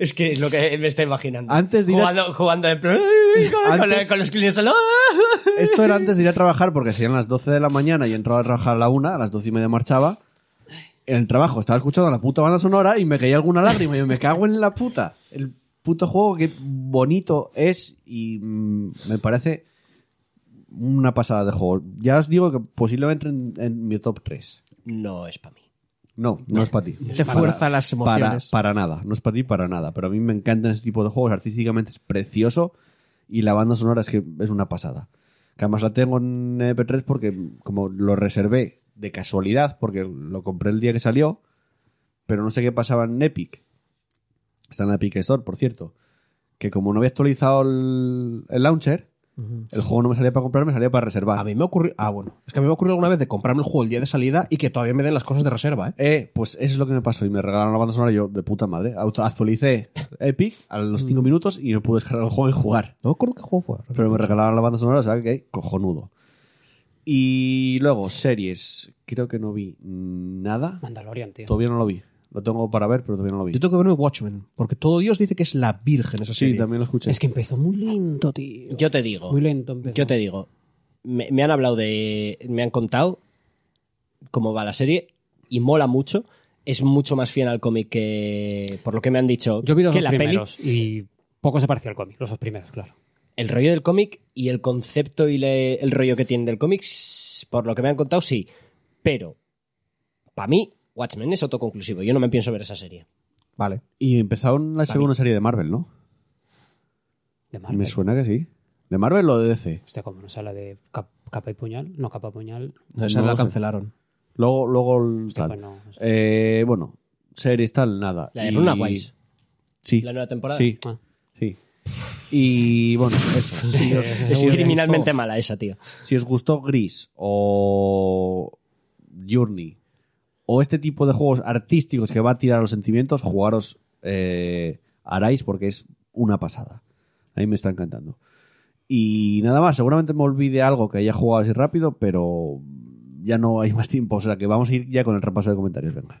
C: Es que es lo que me está imaginando.
A: Antes de ir a-
C: jugando, jugando de pro- ¡Ay! con,
A: Antes-
C: la- con los clientes al- ¡Ah!
A: Esto era antes de ir a trabajar porque serían las 12 de la mañana y entraba a trabajar a la 1, a las 12 y media marchaba. En el trabajo estaba escuchando la puta banda sonora y me caía alguna lágrima y yo, me cago en la puta. El puto juego que bonito es y mm, me parece una pasada de juego. Ya os digo que posiblemente en, en mi top 3.
C: No es para mí.
A: No, no es para ti.
B: Te fuerza las emociones.
A: Para, para nada, no es para ti, para nada. Pero a mí me encantan ese tipo de juegos. Artísticamente es precioso y la banda sonora es que es una pasada. Que además la tengo en EP3 porque como lo reservé de casualidad, porque lo compré el día que salió, pero no sé qué pasaba en Epic. Está en la Epic Store, por cierto. Que como no había actualizado el, el launcher, el juego no me salía para comprar, me salía para reservar.
B: A mí me ocurrió. Ah, bueno. Es que a mí me ocurrió alguna vez de comprarme el juego el día de salida y que todavía me den las cosas de reserva, ¿eh?
A: Eh, pues eso es lo que me pasó y me regalaron la banda sonora y yo de puta madre. Auto- Actualicé Epic a los 5 minutos y no pude descargar el juego y jugar.
B: No me acuerdo qué juego fue.
A: Pero me regalaron la banda sonora, o sea que cojonudo. Y luego, series. Creo que no vi nada.
D: Mandalorian, tío.
A: Todavía no lo vi. Lo tengo para ver, pero todavía no lo vi.
B: Yo tengo que verme Watchmen, porque todo Dios dice que es la virgen esa
A: Sí,
B: serie.
A: también lo escuché.
D: Es que empezó muy lento, tío.
C: Yo te digo.
D: Muy lento empezó.
C: Yo te digo. Me, me han hablado de. Me han contado cómo va la serie y mola mucho. Es mucho más fiel al cómic que. Por lo que me han dicho.
D: Yo vi los
C: que
D: dos
C: la peli.
D: primeros y poco se parecía al cómic, los dos primeros, claro.
C: El rollo del cómic y el concepto y le- el rollo que tiene del cómic, s- por lo que me han contado, sí. Pero. Para mí, Watchmen es autoconclusivo. Yo no me pienso ver esa serie.
B: Vale.
A: Y empezaron la
C: Para
A: segunda serie de Marvel, ¿no?
D: De Marvel.
A: Me suena que sí. ¿De Marvel o de DC?
D: Hostia, como no sea la de cap- capa y puñal, no capa puñal.
B: Esa
A: No
B: la
A: lo sé.
B: cancelaron.
A: Luego, luego el
D: Hostia,
A: tal.
D: pues no, no sé.
A: Eh, bueno, series tal, nada.
C: La de
A: Y- *laughs*
C: Runaways.
A: Sí.
C: La nueva temporada.
A: Sí.
D: Ah.
A: Sí. Y bueno,
C: *laughs*
A: eso. Si os,
C: Es
A: si os-
C: criminalmente mala esa, tío.
A: si os gustó Gris o Journey o este tipo de juegos artísticos que va a tirar los sentimientos, jugaros eh, Arais porque es una pasada. A mí me está encantando. Y nada más, seguramente me olvide algo que haya jugado así rápido, pero ya no hay *laughs* más tiempo. O sea que vamos a ir ya con el repaso de comentarios. Venga.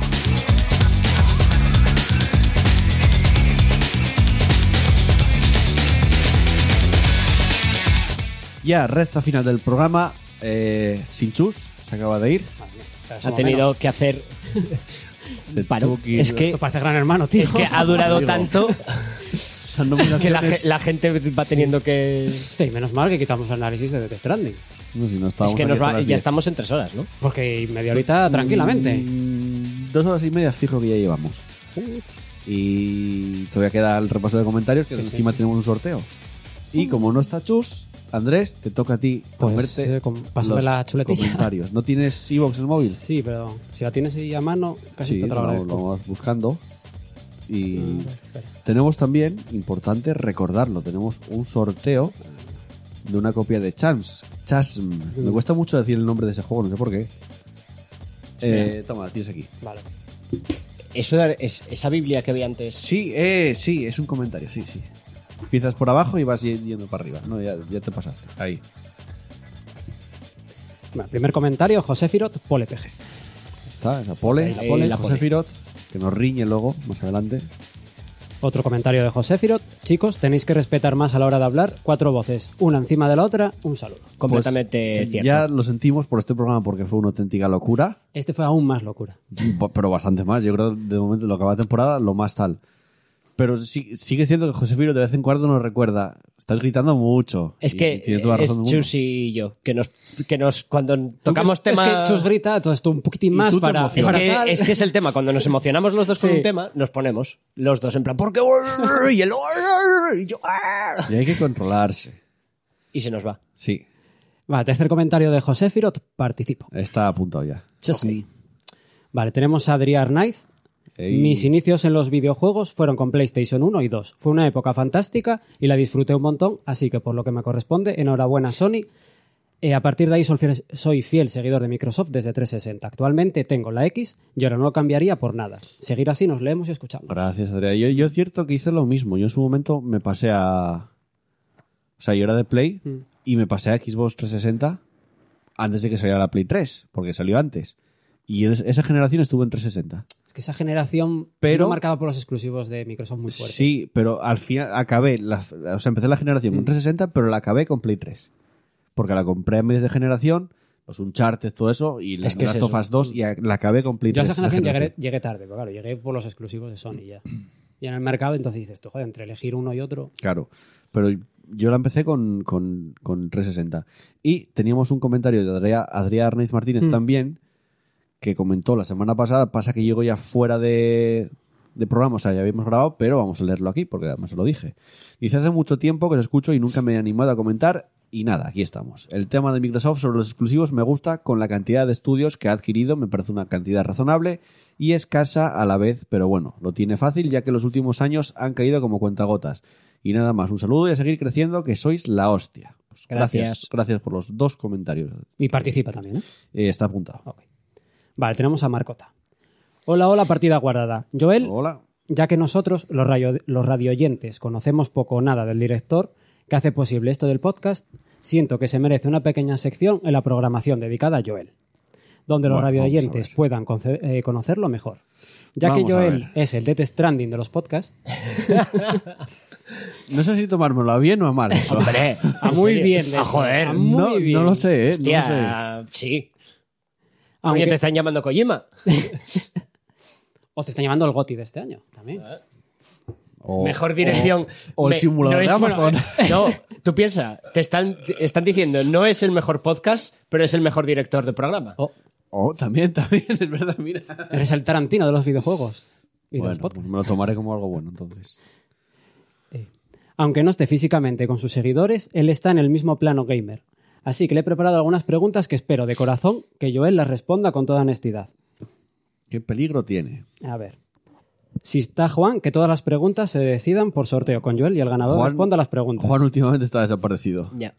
A: Ya, recta final del programa. eh, sin chus, Se acaba de ir.
C: Ha tenido que hacer.
A: Se
C: Paro.
A: tuvo que ir.
C: Es que,
D: Esto parece gran hermano,
C: *laughs*
D: tío.
C: es que ha durado tanto
A: Las nominaciones-
C: *laughs* que la, ge- la gente va teniendo que. Es
D: *laughs* Hostia, y menos mal que quitamos el análisis de Death Stranding.
A: No sé, no estábamos
C: que
A: aquí
C: nos
A: hasta
C: va,
A: las
C: ya
A: 10.
C: estamos en tres horas, ¿no?
D: Porque media horita tranquilamente.
A: Mm, Dos horas y media fijo que ya llevamos.
C: Mm,
A: Y todavía queda el repaso de comentarios que encima tenemos un sorteo. Y como no está Chus, Andrés, te toca a ti
D: Pues,
A: comerte
D: eh, com- pásame
A: los
D: la chuletilla.
A: comentarios. ¿No tienes Evox en el
C: *laughs*
A: móvil?
D: Sí, pero si la tienes ahí a mano,
A: Sí,
D: casi te
A: lo,
D: lo
A: lo
D: agradezco.
A: vamos buscando. Y
D: Mm, espera.
A: tenemos también, importante recordarlo, tenemos un sorteo de una copia de Chams. Chasm. Me cuesta mucho decir el nombre de ese juego, no sé por qué. Eh, toma, tienes aquí.
D: Vale.
C: Eso era- es, esa Biblia que había antes.
A: Sí, eh, sí, es un comentario, sí, sí. Empiezas por abajo y vas y- yendo para arriba. No, ya, ya te pasaste. Ahí.
D: Bueno, primer comentario, José Firot, PolePG.
A: Está, esa pole.
C: Ahí la pole.
A: José
C: Pole.
A: Firot, que nos riñe luego, más adelante.
D: Otro comentario de José Firot, chicos, tenéis que respetar más a la hora de hablar, cuatro voces, una encima de la otra, un saludo.
C: Completamente
A: Pues,
C: cierto.
A: Ya lo sentimos por este programa porque fue una auténtica locura.
D: Este fue aún más locura.
A: Po- pero bastante más. Yo creo de momento lo que va de temporada, lo más tal. Pero sí, sigue siendo que José Piro de vez en cuando nos recuerda. Estás gritando mucho.
C: Es
A: Y-
C: que
A: y tiene toda la
C: es
A: razón del mundo.
C: Chus y yo, que nos, que nos cuando tocamos
D: Es
C: temas...
D: que Chus grita, todo esto un poquitín
A: Y
D: más
A: tú te
D: para...
A: emocionas.
D: para
C: es
D: tal.
C: que, es que es el tema, cuando nos emocionamos los dos con
D: Sí.
C: un tema, nos ponemos los dos en plan, ¿por qué? *laughs* Y el... Y yo...
A: Y hay que controlarse.
C: Y se nos va.
A: Sí,
D: Vale, tercer comentario de José Firot, participo.
A: está apuntado ya.
C: Ok.
D: Vale, tenemos a Adrián Arnaiz.
A: Ey.
D: Mis inicios en los videojuegos fueron con PlayStation 1 y 2. Fue una época fantástica y la disfruté un montón, así que por lo que me corresponde, enhorabuena Sony. Eh, a partir de ahí soy fiel, soy fiel seguidor de Microsoft desde 360. Actualmente tengo la X y ahora no lo cambiaría por nada. Seguir así nos leemos y escuchamos.
A: Gracias, Adrián. Yo, yo es cierto que hice lo mismo. Yo en su momento me pasé a. O sea, yo era de Play y me pasé a Xbox 360 antes de que saliera la Play 3, porque salió antes. Y es- esa generación estuvo en 360.
D: Es que esa generación
A: Pero-
D: vino marcada por los exclusivos de Microsoft muy fuerte.
A: Sí, pero al final acabé, la- o sea, empecé la generación con 360, pero la acabé con Play 3. Porque la compré a medias de generación, los Uncharted, todo eso, y las
C: Es que es eso.
A: Tofas 2 y a- la acabé con Play
D: Yo a
A: 3.
D: esa generación llegué,
A: generación.
D: llegué tarde, pero claro, llegué por los exclusivos de Sony ya. Y en el mercado entonces dices, tú, joder, entre elegir uno y otro...
A: *laughs* Claro, pero yo la empecé con, con, con 360. Y teníamos un comentario de Adrián Adrià Arnaiz Martínez
D: Hmm.
A: también, que comentó la semana pasada, pasa que llegó ya fuera de, de programa, o sea, ya habíamos grabado, pero vamos a leerlo aquí, porque además se lo dije. Dice, hace mucho tiempo que os escucho y nunca me he animado a comentar, y nada, aquí estamos. El tema de Microsoft sobre los exclusivos me gusta, con la cantidad de estudios que ha adquirido, me parece una cantidad razonable y escasa a la vez, pero bueno, lo tiene fácil, ya que los últimos años han caído como cuentagotas. Y nada más, un saludo y a seguir creciendo, que sois la hostia. Pues
C: Gracias.
A: gracias. Gracias por los dos comentarios.
D: Y participa también, ¿eh?
A: Eh, está apuntado.
D: Ok. Vale, tenemos a Marcota. Hola, hola, partida guardada. Joel,
A: Hola.
D: ya que nosotros, los, radio, los radioyentes, conocemos poco o nada del director que hace posible esto del podcast, siento que se merece una pequeña sección en la programación dedicada a Joel, donde
A: Bueno,
D: los
A: vamos a
D: radioyentes
A: ver.
D: puedan conce- eh, conocerlo mejor. Ya
A: Vamos
D: que
A: a
D: Joel
A: ver.
D: es el Death Stranding de los podcasts,
A: No sé si tomármelo a bien o a
D: *laughs*
A: mal. eso.
C: *laughs* Hombre,
D: Ah,
C: ¿en
D: muy
C: serio?
D: bien, de-
C: Ah, joder.
D: Ah,
A: no,
D: muy bien.
A: no lo sé, ¿eh? No lo sé.
C: Hostia, sí. Oye,
D: aunque-
C: te están llamando Kojima.
D: o te están llamando el Goti de este año también.
A: O-
C: Mejor dirección.
A: o el simulador de
C: es-
A: Amazon.
C: *laughs* No, tú piensa, te están, te están diciendo, no es el mejor podcast, pero es el mejor director de programa.
D: O
A: o- también, *laughs* también, es verdad, mira.
D: eres el Tarantino de los videojuegos y de los
A: Bueno,
D: podcasts.
A: pues me lo tomaré como algo bueno entonces.
D: Aunque no esté físicamente con sus seguidores, él está en el mismo plano gamer. Así que le he preparado algunas preguntas que espero de corazón que Joel las responda con toda honestidad.
A: ¿Qué peligro tiene?
D: A ver. Si está Juan, que todas las preguntas se decidan por sorteo con Joel y el ganador responda las preguntas.
A: Juan últimamente está desaparecido.
C: Ya.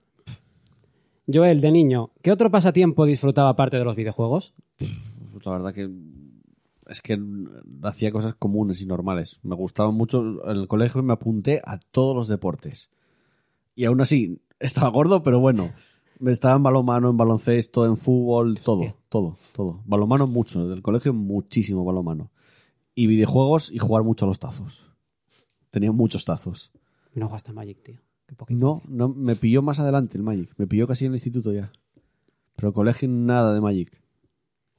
D: Joel, de niño, ¿qué otro pasatiempo disfrutaba aparte de los videojuegos?
A: Pues la verdad que es que hacía cosas comunes y normales. Me gustaba mucho en el colegio y me apunté a todos los deportes. Y aún así, estaba gordo, pero bueno. Me Estaba en balonmano, en baloncesto, en fútbol, todo, todo, todo. Balonmano mucho, del colegio muchísimo balonmano. Y videojuegos y jugar mucho a los tazos. Tenía muchos tazos.
D: No jugaste a Magic, tío. Qué poquito.
A: No, no, me pilló más adelante el Magic. Me pilló casi en el instituto ya. Pero colegio nada de Magic.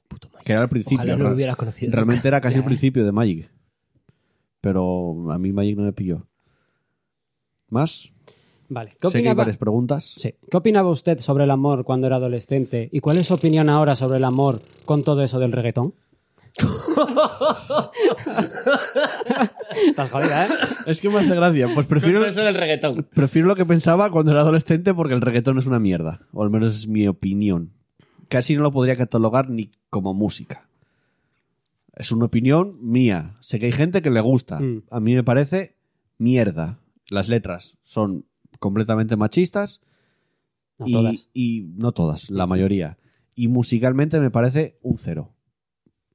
C: puto Magic.
A: Que era al principio.
C: Ojalá no lo
A: real-
C: hubieras conocido.
A: Realmente
C: nunca.
A: era casi
C: Ya,
A: el principio de Magic. Pero a mí Magic no me pilló. ¿Más?
D: Vale. ¿Qué
A: Sé que hay
D: opinaba,
A: varias preguntas.
D: Sí. ¿Qué opinaba usted sobre el amor cuando era adolescente? ¿Y cuál es su opinión ahora sobre el amor con todo eso del reggaetón? Estás jodida, ¿eh?
A: Es que me hace gracia. *laughs* Pues
C: Con
A: prefiero,
C: todo eso del reggaetón.
A: prefiero lo que pensaba cuando era adolescente porque el reggaetón es una mierda. O al menos es mi opinión. Casi no lo podría catalogar ni como música. Es una opinión mía. Sé que hay gente que le gusta.
D: Mm.
A: A mí me parece mierda. Las letras son completamente machistas.
D: No,
A: y,
D: todas.
A: y no todas, la mayoría. Y musicalmente me parece un cero.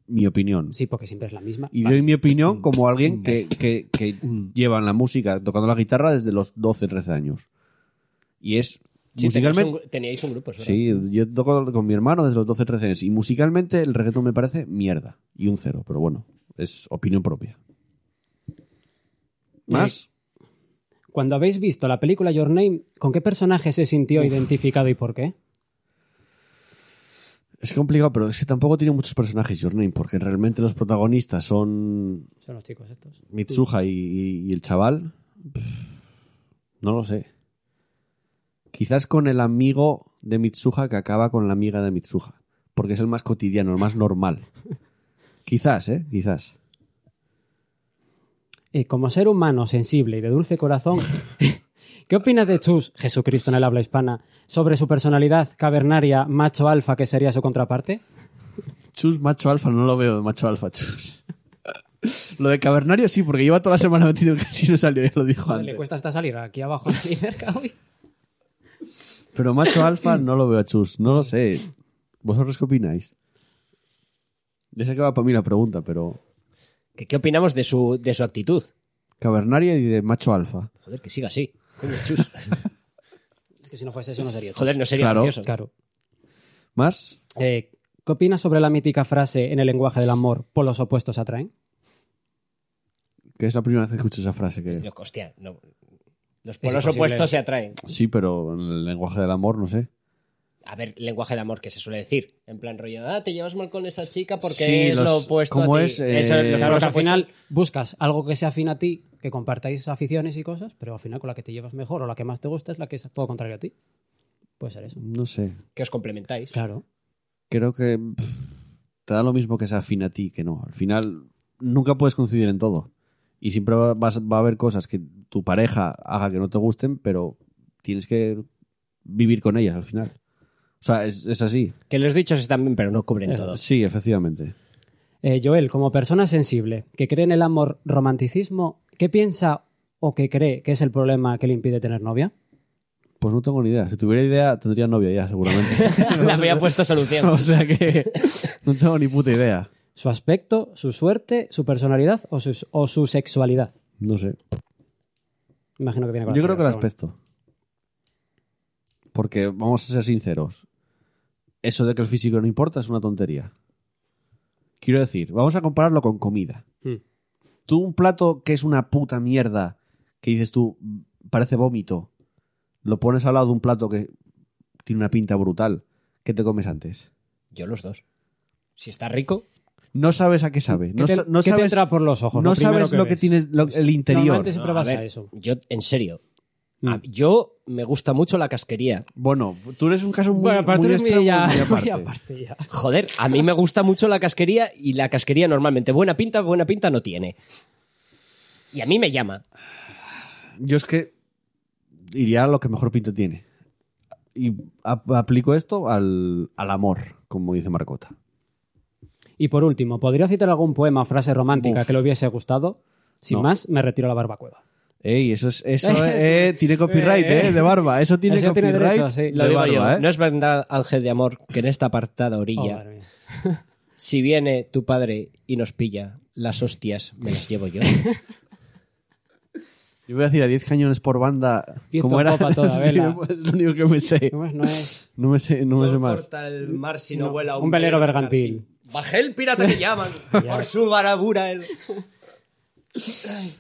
A: Mi opinión.
D: Sí, porque siempre es la misma.
A: Y
D: Vas.
A: doy mi opinión como alguien que, que, que lleva en la música, tocando la guitarra desde los 12, 13 años. Y es
C: Sí,
A: musicalmente.
C: teníais un, teníais un grupo, es verdad.
A: Sí, yo toco con mi hermano desde los 12, 13 años. Y musicalmente el reggaetón me parece mierda. Y un cero, pero bueno, es opinión propia. ¿Más?
D: Cuando habéis visto la película Your Name, ¿con qué personaje se sintió identificado y por qué?
A: Es complicado, pero es que tampoco tiene muchos personajes Your Name, porque realmente los protagonistas son
D: Son los chicos estos.
A: Mitsuha y, y- y el chaval. Pff, No lo sé. Quizás con el amigo de Mitsuha que acaba con la amiga de Mitsuha. Porque es el más cotidiano, el más normal. Quizás, ¿eh? Quizás.
D: Eh, como ser humano sensible y de dulce corazón, ¿qué opinas de Chus, Jesucristo en el habla hispana, sobre su personalidad cavernaria, macho alfa, que sería su contraparte?
A: Chus, macho alfa, no lo veo de macho alfa, chus. Lo de cavernario sí, porque lleva toda la semana metido que casi no salió, ya lo dijo
D: Joder, Le cuesta hasta salir aquí abajo, aquí *laughs* cerca hoy.
A: Pero macho alfa no lo veo a Chus, no lo sé. ¿Vosotros qué opináis? Ya sé que va para mí la pregunta, pero...
C: ¿Qué, qué opinamos de su, de su actitud?
A: Cavernaria y de macho alfa.
C: Joder, que siga así. Coño, chus.
D: Es que si no fuese eso no sería.
C: Joder, no sería
A: Claro.
C: gracioso.
D: Claro.
A: ¿Más?
D: Eh, ¿Qué opinas sobre la mítica frase en el lenguaje del amor, por los opuestos atraen?
A: Que es la primera vez que escucho esa frase, creo.
C: Yo, hostia, no. Los polos
D: imposible.
C: opuestos se atraen.
A: Sí, pero en el lenguaje del amor, no sé.
C: A ver, lenguaje de amor que se suele decir. En plan rollo, ah, te llevas mal con esa chica porque
A: Sí,
C: es
A: los-
C: lo opuesto
A: ¿cómo
C: a ti.
A: es? Eh,
C: Eso,
A: claro,
C: los
D: Claro,
C: polos
D: que al
C: opuestos.
D: final buscas algo que sea afín a ti, que compartáis aficiones y cosas, pero al final con la que te llevas mejor o la que más te gusta es la que es todo contrario a ti. Puede ser eso.
A: No sé.
C: Que os complementáis.
D: Claro.
A: Creo que pff, te da lo mismo que se afina a ti que no. Al final, nunca puedes coincidir en todo. Y siempre va, vas- va a haber cosas que tu pareja haga que no te gusten, pero tienes que vivir con ellas al final. O sea, es, es así.
C: Que los dichos están bien, pero no cubren
D: Eh,
C: todo. *laughs*
A: Sí, efectivamente.
D: Eh, Joel, como persona sensible que cree en el amor romanticismo, ¿qué piensa o qué cree que es el problema que le impide tener novia?
A: Pues no tengo ni idea. Si tuviera idea, tendría novia ya, seguramente.
C: Le había puesto solución.
A: *laughs* o sea que no tengo ni puta idea.
D: ¿Su aspecto, su suerte, su personalidad o su, o su sexualidad?
A: No sé.
D: Imagino que viene con la
A: Yo creo que el
D: primera, pero
A: aspecto. Porque vamos a ser sinceros. Eso de que el físico no importa es una tontería. Quiero decir, vamos a compararlo con comida.
D: bueno. Mm.
A: Tú un plato que es una puta mierda, que dices tú, parece vómito, lo pones al lado de un plato que tiene una pinta brutal. ¿Qué te comes antes?
C: Yo los dos. Si está rico,
A: No sabes a qué sabe. No,
D: ¿Qué te,
A: sa- no
D: qué te
A: sabes,
D: entra por los ojos?
A: no
D: primero
A: sabes lo que
D: ves?
A: tienes, lo- el interior.
D: Normalmente siempre
C: No, a
D: pasa
C: ver,
D: eso.
C: Yo, en serio.
D: Mm.
C: a- yo me gusta mucho la casquería.
A: Bueno, tú eres un caso muy,
D: bueno, pero
A: muy
D: tú eres
A: extremo
D: *laughs* muy ya-
A: muy
D: muy
A: aparte.
D: aparte ya.
C: Joder, a mí me gusta mucho la casquería y la casquería normalmente buena pinta, buena pinta no tiene. Y a mí me llama.
A: Yo es que iría a lo que mejor pinta tiene. Y ap- aplico esto al, al amor, como dice Marcota.
D: Y por último, ¿podría citar algún poema o frase romántica
A: Uf.
D: que le hubiese gustado? Sin
A: No.
D: más, me retiro a la barbacueva.
A: Ey, eso es,
D: *laughs*
A: eso eh, tiene copyright, eh, de barba. Eso tiene
D: Eso tiene
A: copyright.
D: derecho, sí.
A: de
C: Lo digo yo.
A: barba, eh.
C: No es verdad, Ángel de Amor, que en esta apartada
D: Oh,
C: orilla,
D: madre mía.
C: si viene tu padre y nos pilla, las hostias me las llevo yo.
A: Yo voy a decir a 10 cañones por banda.
D: Viento
A: como
D: en
A: era?
D: popa
A: *laughs*
D: toda
A: Sí,
D: vela.
A: pues, lo único que me sé.
D: No es-
A: *laughs*
D: no es...
A: No me sé, *laughs* no me sé más.
C: importa el mar si
D: no vuela un un velero velero bergantín. bergantín.
C: Bajé el pirata que
A: *laughs*
C: llaman por su barabura. El...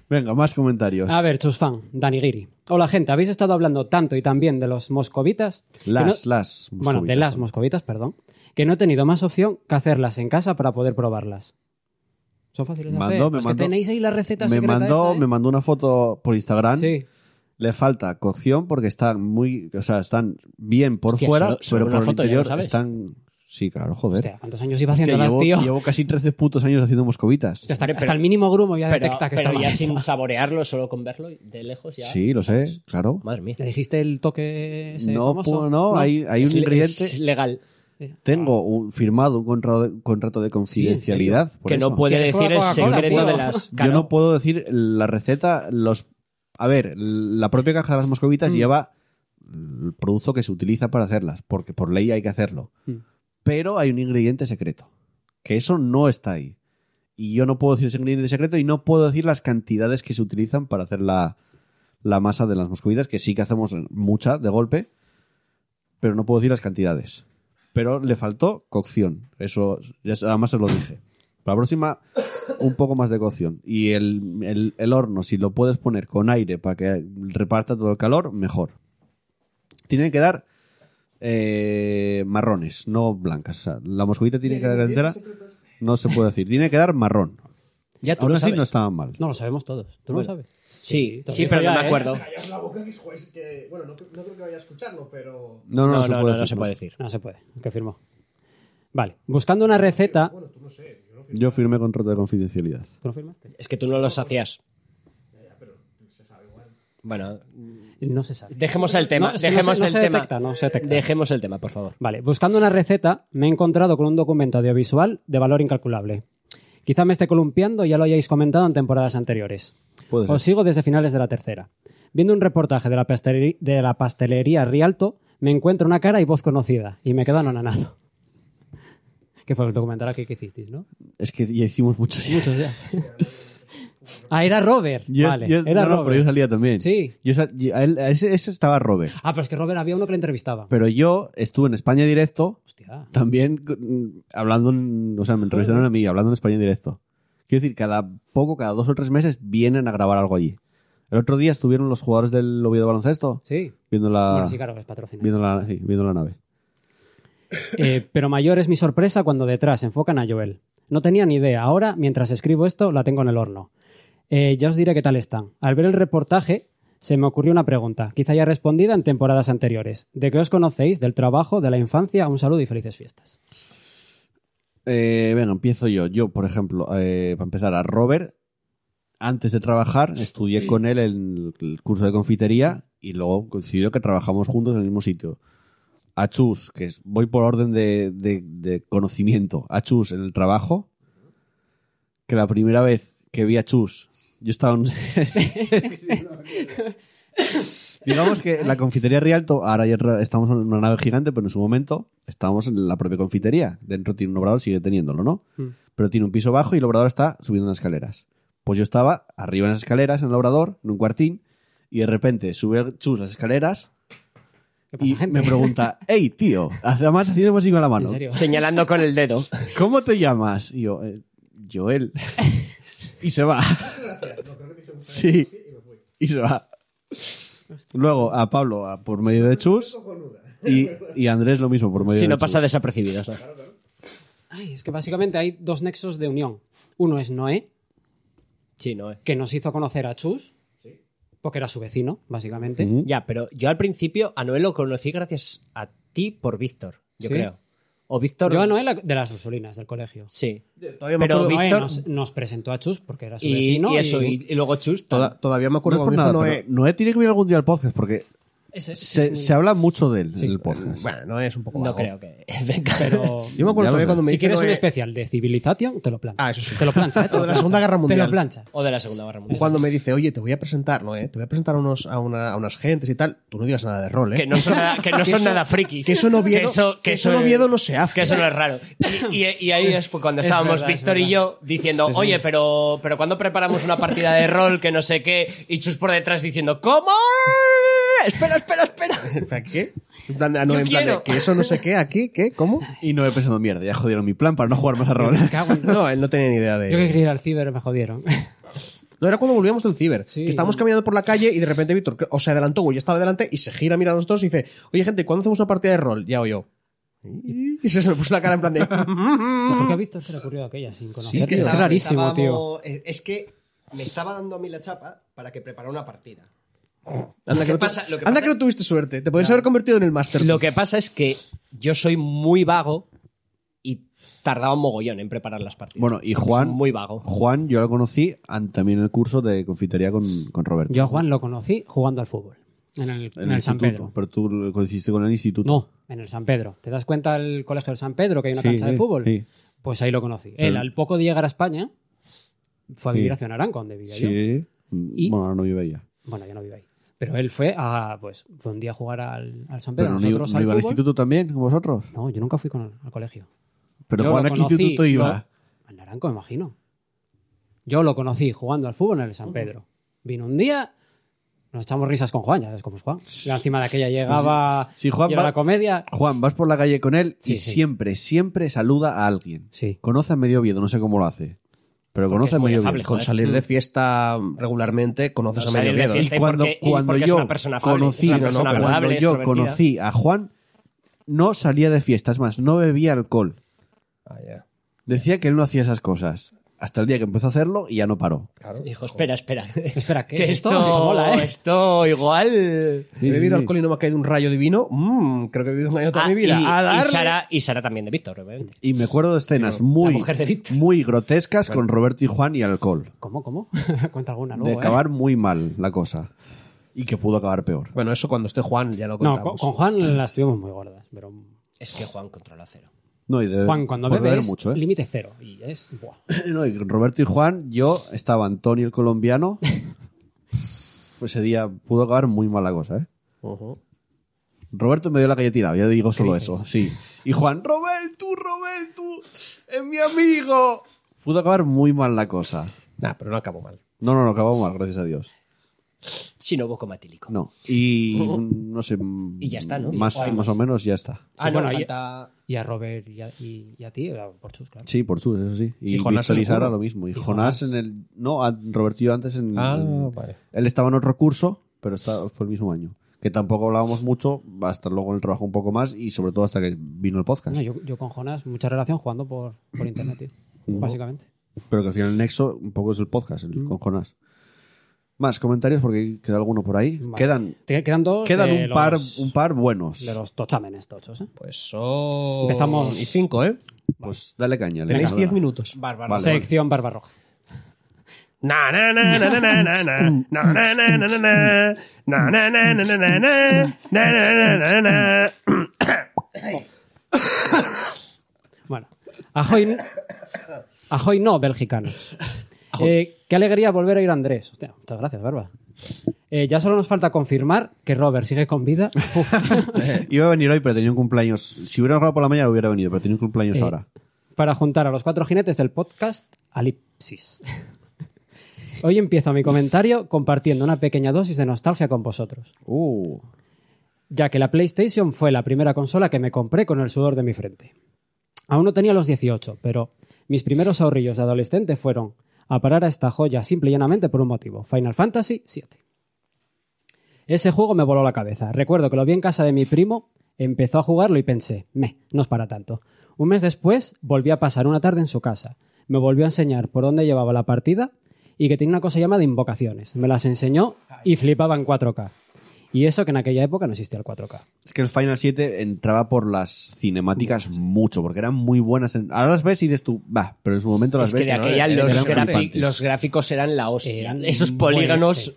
A: Venga, más comentarios.
D: A ver, Chusfan, Dani Giri. Hola, gente. Habéis estado hablando tanto y también de los moscovitas. que
A: Las,
D: no-
A: las.
D: Bueno, de
A: moscovitas.
D: las moscovitas, perdón. que no he tenido más opción que hacerlas en casa para poder probarlas. Son fáciles de
A: Mandó,
D: hacer.
A: me
D: Los
A: mandó-
D: que tenéis ahí la receta
A: me
D: secreta
A: mandó,
D: esa, ¿eh?
A: me mandó una foto por Instagram.
D: Sí.
A: Le falta cocción porque están muy, o sea, están bien por
C: Hostia,
A: fuera,
C: solo-
A: pero
C: solo una
A: por el
C: foto ya lo
A: interior
C: sabes.
A: están sí, claro, joder.
D: Hostia, ¿cuántos años iba
A: Hostia,
D: haciéndolas,
A: llevo,
D: tío?
A: llevo casi 13 putos años haciendo moscovitas.
D: Hostia, Pues hasta,
C: Pero-
D: hasta el mínimo grumo ya
C: Pero,
D: detecta que
C: pero
D: está mal
C: ya
D: hecha.
C: sin saborearlo, solo con verlo de lejos ya.
A: Sí, lo sé, claro.
C: Madre mía.
D: ¿Le dijiste el toque ese
A: No,
D: famoso?
A: pu- no, hay, hay un
C: Es-
A: ingrediente.
C: Es legal.
A: Tengo un- firmado un contra- un contrato de confidencialidad. por
C: que
A: eso.
C: no puede
D: Hostia, es
C: decir el
D: Coca-Cola,
C: secreto
D: tío.
C: de las.
A: Yo no puedo decir la receta, los... A ver, la propia caja de las moscovitas lleva el producto que se utiliza para hacerlas, porque por ley hay que hacerlo.
D: Mm.
A: Pero hay un ingrediente secreto, que eso no está ahí. Y yo no puedo decir ese ingrediente secreto y no puedo decir las cantidades que se utilizan para hacer la, la masa de las moscovitas, que sí que hacemos mucha de golpe, pero no puedo decir las cantidades. Pero le faltó cocción, eso ya se- además se lo dije. Para la próxima, un poco más de cocción. Y el, el- el horno, si lo puedes poner con aire para que reparta todo el calor, mejor. Tienen que dar eh, marrones, no blancas. O sea, la moscovita tiene que dar entera. No se puede decir. Tiene que dar marrón.
C: Ya tú
A: Aún
C: lo
A: así
C: sabes.
A: no estaban mal.
D: No, lo sabemos todos. ¿Tú no lo sabes?
C: Sí,
D: Todavía
C: sí, pero
D: ya,
C: no me
D: ¿eh?
C: acuerdo.
B: la boca que Bueno, no, creo que vaya a escucharlo, pero.
A: No, no,
C: No,
A: no, se,
C: no,
A: puede
C: no, no
A: decir,
C: se puede decir.
D: No se puede. Que firmó. Vale. Buscando una receta...
A: Yo firmé contrato de confidencialidad.
D: ¿Tú no firmaste?
C: Es que tú no los hacías. Bueno,
D: No se sabe.
C: dejemos el tema.
D: No, es que no
C: dejemos
D: se- no
C: el
D: se
C: tema.
D: detecta, no se detecta.
C: Dejemos el tema, por favor.
D: Vale, buscando una receta me he encontrado con un documento audiovisual de valor incalculable. Quizá me esté columpiando, ya lo hayáis comentado en temporadas anteriores.
A: Puede ser.
D: Os sigo desde finales de la tercera. Viendo un reportaje de la, pastelería, de la pastelería Rialto, me encuentro una cara y voz conocida y me quedo anonanado. Que fue el documental aquí que hicisteis, ¿no?
A: Es que ya hicimos muchos. *laughs*
D: Muchos ya. ah, era Robert.
A: Yo-
D: vale,
A: yo- no,
D: era
A: no, pero
D: Robert.
A: yo salía también.
D: Sí.
A: Yo sal- y a él- a ese, ese estaba Robert.
D: Ah, pero es que Robert había uno que le entrevistaba.
A: Pero yo estuve en España directo
D: Hostia.
A: también mm, hablando, en- o sea, me entrevistaron a mí hablando en español en directo. Quiero decir, cada poco, cada dos o tres meses vienen a grabar algo allí. El otro día estuvieron los jugadores del Oviedo Baloncesto
D: Sí.
A: viendo la,
D: Bueno, sí, claro, que es patrocinado.
A: viendo la, sí, viendo la nave.
D: Eh, pero mayor es mi sorpresa cuando detrás enfocan a Joel. No tenía ni idea. Ahora, mientras escribo esto, la tengo en el horno. Eh, ya os diré qué tal están. Al ver el reportaje, se me ocurrió una pregunta, quizá ya respondida en temporadas anteriores. ¿De qué os conocéis? ¿Del trabajo? ¿De la infancia? Un saludo y felices fiestas.
A: Eh, venga, empiezo yo. Yo, por ejemplo, eh, para empezar, a Robert, antes de trabajar, estudié con él el, el curso de confitería y luego coincidió que trabajamos juntos en el mismo sitio. A Chus, que es- voy por orden de, de- de conocimiento, a Chus en el trabajo, que la primera vez que vi a Chus, yo estaba *laughs* en... Digamos que la confitería Rialto, ahora ya ra- estamos en una nave gigante, pero en su momento estábamos en la propia confitería. Dentro tiene un obrador, sigue teniéndolo, ¿no?
D: Mm.
A: Pero tiene un piso bajo y el obrador está subiendo unas escaleras. Pues yo estaba arriba en las escaleras, en el obrador, en un cuartín, y de repente sube Chus las escaleras
D: ¿Qué pasa,
A: y
D: gente?
A: me pregunta, hey, tío, además haciendo así con la
D: ¿En
A: mano,
D: serio?
C: Señalando con el
B: *laughs*
C: dedo.
A: ¿cómo te llamas? Y yo, "Eh, Joel. y se va. Sí. Y se va. Luego a Pablo a- por medio de Chus. Y, y a Andrés lo mismo por medio
C: Si
A: de
C: no
A: Chus.
C: pasa desapercibido. ¿no?
D: Ay, es que básicamente hay dos nexos de unión. Uno es Noé,
C: Sí, no, eh.
D: que nos hizo conocer a Chus, porque era su vecino, básicamente.
B: ¿Mm?
A: Ujú.
C: Ya, pero yo al principio a Noel lo conocí gracias a ti por Víctor, yo
D: Sí.
C: creo. O Víctor.
D: Yo a Noé la- de las Ursulinas, del colegio.
C: Sí.
B: Todavía me
C: Pero
B: acuerdo,
D: Noé
C: Víctor.
D: nos, nos presentó a Chus porque era su
C: Y,
D: vecino.
C: y eso, y, y luego Chus.
B: toda- todavía me
A: No es
B: acuerdo
A: por
B: cuando
A: nada,
B: me
A: pero Noé tiene que venir algún día al podcast porque
D: Ese- ese
A: se,
D: es mi-
A: se habla mucho de él en el
B: dijo Noé.
A: podcast.
B: Bueno, Noé es un poco.
C: No
B: vago.
C: creo que. *laughs* Venga.
D: pero
B: Yo me
A: Ya lo
B: acuerdo todavía
A: sé.
B: cuando me
D: si
B: dice
D: quieres un
B: Noé-
D: especial de Civilization, te lo plancha.
B: Ah, eso sí.
D: Te lo plancha, ¿eh? Te
B: O
D: lo
B: de la
D: plancha.
B: Segunda Guerra
D: Te
B: Mundial.
D: lo plancha.
C: O de la Segunda Guerra Mundial.
B: Cuando me dice, oye, te voy a presentar, Noé, te voy a presentar a, unos, a, una- a unas gentes y tal, tú no digas nada de rol, ¿eh?
C: Que no son nada,
B: *laughs*
C: que no son nada frikis.
B: que eso en Oviedo- que eso en
C: es-
B: Oviedo no se hace.
C: Que eso no es raro. Y, y- y ahí es fue cuando
D: Es
C: estábamos
D: verdad, es
C: Víctor y
D: verdad.
C: yo diciendo, oye, pero, pero cuando preparamos una partida de rol que no sé qué, y Chus por detrás diciendo, ¿cómo? Espera, espera, espera.
B: En plan, ¿Qué? En plan, de- ah, no,
C: Yo
B: en plan de,
C: quiero.
B: que eso no sé qué, aquí, ¿qué? ¿Cómo?
A: Y Noé pensando, mierda, ya jodieron mi plan para no jugar más a rol.
B: No, él no tenía ni idea
D: Yo que
B: de.
D: quería ir al ciber, me jodieron. *laughs*
B: No, era cuando volvíamos del ciber.
D: Sí.
B: que estábamos caminando por la calle y de repente Víctor o se adelantó o yo estaba delante y se gira, mira a nosotros y dice, oye, gente, ¿cuándo hacemos una partida de rol? Ya o yo. Y *laughs* se se me puso la cara en plan de.
D: ¿Por qué a Víctor se le ocurrió aquella sin conocerlo?
H: es que estaba,
D: es rarísimo, tío.
H: estábamos- Es es que me estaba dando a mí la chapa para que preparara una partida.
B: Anda,
H: Lo
B: que,
H: que
B: no, tu-
H: pasa- lo que
B: anda
H: pasa-
B: que no tuviste suerte. Te podías haber convertido en el máster.
C: Lo que pasa es que yo soy muy vago y tardaba un mogollón en preparar las partidas.
A: Bueno, y Juan.
C: Soy muy vago.
A: Juan, yo lo conocí an- también en el curso de confitería con, con Roberto.
D: Yo a Juan lo conocí jugando al fútbol. En el,
A: En
D: en el San
A: instituto,
D: Pedro.
A: Pero tú lo conociste con el instituto.
D: No, en el San Pedro. ¿Te das cuenta el colegio del San Pedro que hay una
A: Sí,
D: cancha de
A: sí,
D: fútbol?
A: sí.
D: Pues ahí lo conocí.
A: Pero-
D: Él, al poco de llegar a España, fue a vivir
A: Sí.
D: a Cionaranco, donde vivía yo.
A: Sí.
D: Y-
A: Bueno, ahora no vive ella.
D: Bueno, yo no vivo ahí. Pero él fue a, pues, fue un día a jugar al, al San Pedro.
A: Pero, no, iba-
D: Nosotros
A: no iba al
D: al fútbol.
A: instituto también, como vosotros.
D: No, yo nunca fui con, al colegio.
A: Pero
D: Yo
A: Juan,
D: lo
A: ¿a qué
D: conocí,
A: instituto iba?
D: lo- al Naranco, me imagino. Yo lo conocí jugando al fútbol en el San Pedro. Vino un día, nos echamos risas con Juan, ya sabes cómo es Juan. Y encima de aquella llegaba,
A: Si Juan
D: llegaba
A: va-
D: la comedia.
A: Juan, vas por la calle con él y
D: Sí, sí.
A: siempre, siempre saluda a alguien.
D: Sí.
A: Conoce a medio Oviedo, no sé cómo lo hace. Pero conoce
C: es
A: a
C: muy
A: medio
C: afable,
A: Oviedo.
B: Con
C: joder.
B: salir de fiesta regularmente conoces a
C: Mm. Salir
B: medio
C: de
B: Oviedo.
C: fiesta.
A: Y
C: y
A: cuando,
C: este porque- y
A: cuando
C: porque es
A: yo
C: una persona afable,
A: conocí,
C: es una persona
A: cuando
C: agradable,
A: yo
C: extrovertida.
A: conocí a Juan, no salía de fiestas más, no bebía alcohol.
B: Ah, ya.
A: Decía que él no hacía esas cosas. Hasta el día que empezó a hacerlo y ya no paró.
C: Dijo, espera, espera. *laughs*
D: Espera, ¿qué
C: Que
D: es esto? Esto
C: *laughs*
D: mola, ¿eh?
C: esto igual.
A: Sí,
B: he bebido
A: sí, sí.
B: alcohol y no me ha caído un rayo divino. Mm, creo que he vivido un año toda mi vida.
C: Ah, y,
B: a
C: y
B: darle.
C: Sara, y Sara también de Víctor, obviamente.
A: Y me acuerdo de escenas muy,
C: mujer de Víctor.
A: muy grotescas con Roberto y Juan y alcohol.
D: ¿Cómo, cómo? *laughs* Cuenta alguna
A: de
D: luego, ¿eh?
A: acabar muy mal la cosa. Y que pudo acabar peor.
B: Bueno, eso cuando esté Juan ya lo
D: No, con,
B: contamos.
D: con Juan las tuvimos muy gordas, pero
C: Es que Juan controla cero.
A: No, y de-
D: Juan cuando
A: por
D: bebe
A: beber
D: es
A: mucho, ¿eh?
D: límite cero y es buah.
A: *laughs* No, y Roberto y Juan, yo estaba Antonio el
D: *laughs*
A: colombiano. Pues ese día pudo acabar muy mal la cosa, ¿eh? Roberto me dio la galletina, ya digo solo
D: dices?
A: eso, sí. Y Juan, Roberto, Roberto, es mi amigo. Pudo acabar muy mal la cosa.
B: Nah, pero no acabó mal.
A: No, no, no acabó mal, gracias a Dios.
C: Si no, boco matílico.
A: No.
C: *laughs*
A: Y no sé. mm,
C: Y ya está, ¿no?
A: Más,
C: O hay
A: más o menos ya está.
C: Ah,
D: Sí,
C: no,
D: bueno, y-
C: falta-
D: Y a Robert y a, y- y a ti, a- por sus, claro.
A: Sí, por sus, eso sí. Y,
B: Y Jonás
A: Víctor
B: en
A: y
B: el
A: Sara
B: juego.
A: lo mismo. Y,
D: Y
A: Jonás,
D: Jonás.
A: en el. No, a- Roberto y yo antes en.
B: Ah,
A: en-
B: vale.
A: Él estaba en otro curso, pero está- fue el mismo año. Que tampoco hablábamos mucho, hasta luego en el trabajo un poco más y sobre todo hasta que vino el podcast.
D: No, Ah, yo, yo con Jonas, mucha relación jugando por, por internet, tío, básicamente.
A: Pero que al final el nexo un poco es el podcast, el- con Jonás. Más comentarios porque queda alguno por ahí.
D: Vale.
A: Quedan,
D: Te quedan dos.
A: quedan
D: de
A: un, par,
D: los-
A: un par buenos.
D: De los tochámenes tochos, ¿eh?
B: Pues son.
D: Empezamos.
B: Y cinco, ¿eh?
A: Pues dale caña. dale
B: Tenéis
A: caña.
B: diez minutos.
C: Bárbaro.
A: Vale, vale.
D: Sección Barbarroja.
B: Na, na, na, na, na, na, na, na, na, na, na, na, na, na, na, na, na, na, na, na, na, na, na, na.
D: Bueno, Ajoy, Ajoy
A: *laughs*
D: no, belgicanos. Eh, qué alegría volver a ir a Andrés. Hostia, muchas gracias, Barba. Eh, ya solo nos falta confirmar que Robert sigue
A: *laughs*
D: con vida. Uf.
A: Iba a venir hoy, pero tenía un cumpleaños. Si hubiera hablado por la mañana, hubiera venido, pero tenía un cumpleaños
D: Eh,
A: ahora.
D: Para juntar a los cuatro jinetes del podcast Alipsis. Hoy empiezo mi comentario compartiendo una pequeña dosis de nostalgia con vosotros,
A: Uh.
D: ya que la PlayStation fue la primera consola que me compré con el sudor de mi frente. Aún no tenía los 18, pero mis primeros ahorrillos de adolescente fueron a parar a esta joya simple y llanamente por un motivo, Final Fantasy VII. Ese juego me voló la cabeza. Recuerdo que lo vi en casa de mi primo, empezó a jugarlo y pensé, meh, no es para tanto. Un mes después volví a pasar una tarde en su casa. Me volvió a enseñar por dónde llevaba la partida y que tenía una cosa llamada invocaciones. Me las enseñó y flipaba en 4K. Y eso que en aquella época no existía el 4K.
A: Es que el Final 7 entraba por las cinemáticas mucho, porque eran muy buenas. en- Ahora las ves y dices tú, va, pero en su momento las
C: Es
A: ves.
C: que de
A: y no, Eh,
C: aquella
A: eran
C: los,
A: flipantes.
C: grafi- los gráficos eran la hostia.
D: Eran
C: Esos
D: muy-
C: polígonos.
D: sí.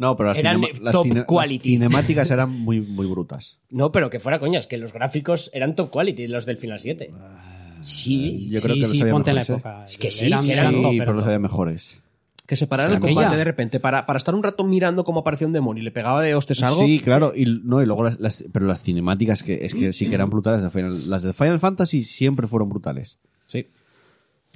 A: No, pero las,
C: eran
A: cinema- las
C: top
A: cine- las
C: quality.
A: cinemáticas eran muy, muy brutas.
C: No, pero que fuera coñas, que los gráficos eran top quality, los del Final 7. Sí.
A: Yo creo
D: sí,
A: que
D: sí,
A: los había
D: ponte en la
A: mejores. ¿eh?
D: época.
C: Es que sí, que
A: Sí,
C: eran
D: top,
A: pero
D: top.
A: los había mejores.
B: *laughs* Que se parara el
D: Aquella.
B: combate de repente para, para estar un rato mirando cómo aparecía un demonio y le pegaba de hostes algo.
A: Sí, claro, y, no, y luego las, las- pero las cinemáticas que es que sí que eran brutales. de Final- las de Final Fantasy siempre fueron brutales.
B: Sí.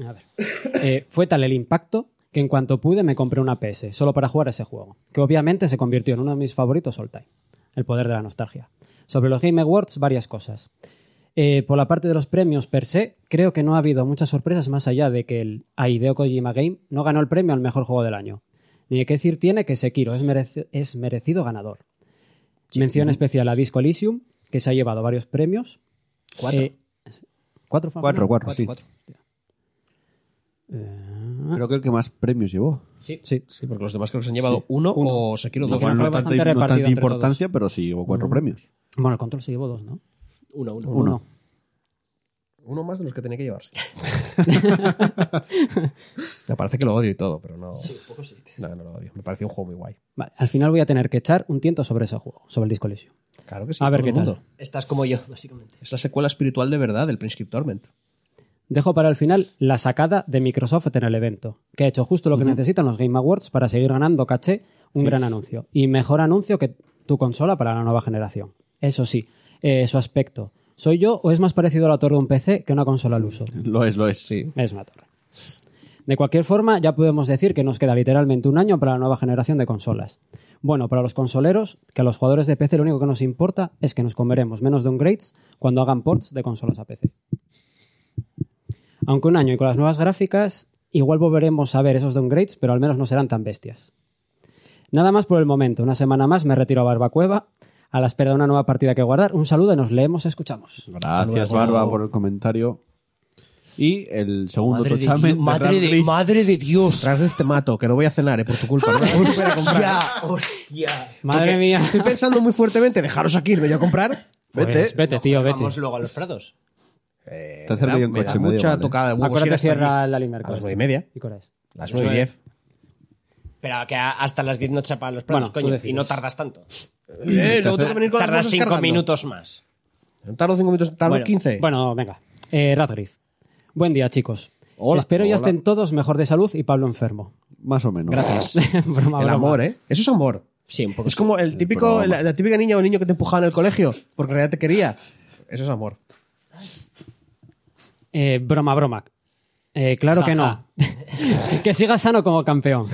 D: A ver. *coughs* Eh, fue tal el impacto que en cuanto pude me compré una PS, solo para jugar a ese juego, que obviamente se convirtió en uno de mis favoritos all time, el poder de la nostalgia. Sobre los Game Awards, varias cosas. Eh, por la parte de los premios per se, creo que no ha habido muchas sorpresas más allá de que el Aideo Kojima Game no ganó el premio al mejor juego del año. Ni de qué decir tiene que Sekiro es, merece- es merecido ganador. Mención especial a Disco Elysium, que se ha llevado varios premios,
C: Cuatro.
D: Eh, ¿Cuatro fue al
A: Cuatro,
D: final?
A: cuatro, sí.
D: Eh,
A: Creo que el que más premios llevó.
C: Sí.
D: sí.
B: Sí, porque los demás creo que se pues han llevado uno, o Sekiro
A: No,
D: que
B: dos.
D: fue
A: no, tanta,
D: bastante
A: no
D: repartido
A: tanta
D: entre
A: importancia, pero sí llevó cuatro premios.
D: Bueno, el control se llevó dos, ¿no?
C: Uno, uno.
A: Uno.
B: Uno más de los que tenía que
D: *laughs*
B: llevarse. Me parece que lo odio y todo, pero no. Sí, un poco sí. No, no lo odio. Me parece un juego muy guay.
D: Vale, al final voy a tener que echar un tiento sobre ese juego, sobre el Disco Elysium.
B: Claro que sí.
D: A ver
B: todo el
D: qué tal.
B: mundo.
C: Estás como yo, básicamente.
B: Es la secuela espiritual de verdad del Prince Torment.
D: Dejo para el final la sacada de Microsoft en el evento, que ha hecho justo lo que necesitan los Game Awards para seguir ganando caché, un gran anuncio. Y mejor anuncio que tu consola para la nueva generación. Eso sí, eh, su aspecto. ¿Soy yo o es más parecido a la torre de un PC que una consola al uso?
A: *laughs* Lo es, lo es. Sí.
D: Es una torre. De cualquier forma, ya podemos decir que nos queda literalmente un año para la nueva generación de consolas. Bueno, para los consoleros, que a los jugadores de PC lo único que nos importa es que nos comeremos menos downgrades cuando hagan ports de consolas a PC. Aunque un año y con las nuevas gráficas, igual volveremos a ver esos downgrades, pero al menos no serán tan bestias. Nada más por el momento, una semana más me retiro a Barbacueva, a la espera de una nueva partida que guardar. Un saludo y nos leemos, escuchamos.
A: Gracias, Barba, por el comentario. Y el segundo
C: Madre de
A: tochamen
C: Dios, madre de-
A: Radcliffe.
C: madre de Dios.
B: Tras de este mato, que no voy a cenar, ¿eh? por tu culpa. No voy a volver a comprar.
C: Hostia, hostia.
D: *laughs* Madre
B: Porque
D: mía.
B: Estoy pensando muy fuertemente, dejaros aquí, irme yo a comprar. Vete.
D: Pues, vete, tío, vete.
C: Vamos luego a los prados.
B: Eh,
A: Te acerco
B: me da-
A: yo en
B: me da
A: coche, me ¿eh?
B: mucha
A: digo, vale.
B: tocada de huevos
D: Acuérdate
B: ir
D: que
B: hasta
D: cierra
B: allí.
D: el Alimerco.
B: A las nueve y media.
D: ¿Y cuál es?
B: Las nueve y diez.
C: Pero que a- hasta las 10 no chapa los planos,
D: Bueno, tú
C: coño.
D: decides.
C: Y no tardas tanto.
B: Eh, luego tengo que venir con las
C: tardas
B: cosas
C: 5
B: cargando.
C: minutos más.
B: Tardo cinco minutos, tardo
C: Bueno,
B: 15.
D: Bueno, venga. Eh, Radgrif. Buen día, chicos.
A: Hola.
D: Espero ya
A: Hola.
D: estén todos mejor de salud y Pablo enfermo.
A: Más o menos.
B: Gracias.
D: *laughs* broma,
B: El
D: broma.
B: amor, ¿eh? Eso es amor.
C: Sí, un poco.
B: Es como el típico,
A: broma.
B: la, la típica niña o niño que te empujaba en el colegio porque en realidad te quería. Eso es amor.
D: Eh, broma, broma. Eh, claro
C: Ja,
D: que
C: ja.
D: no. *laughs* que sigas sano como campeón.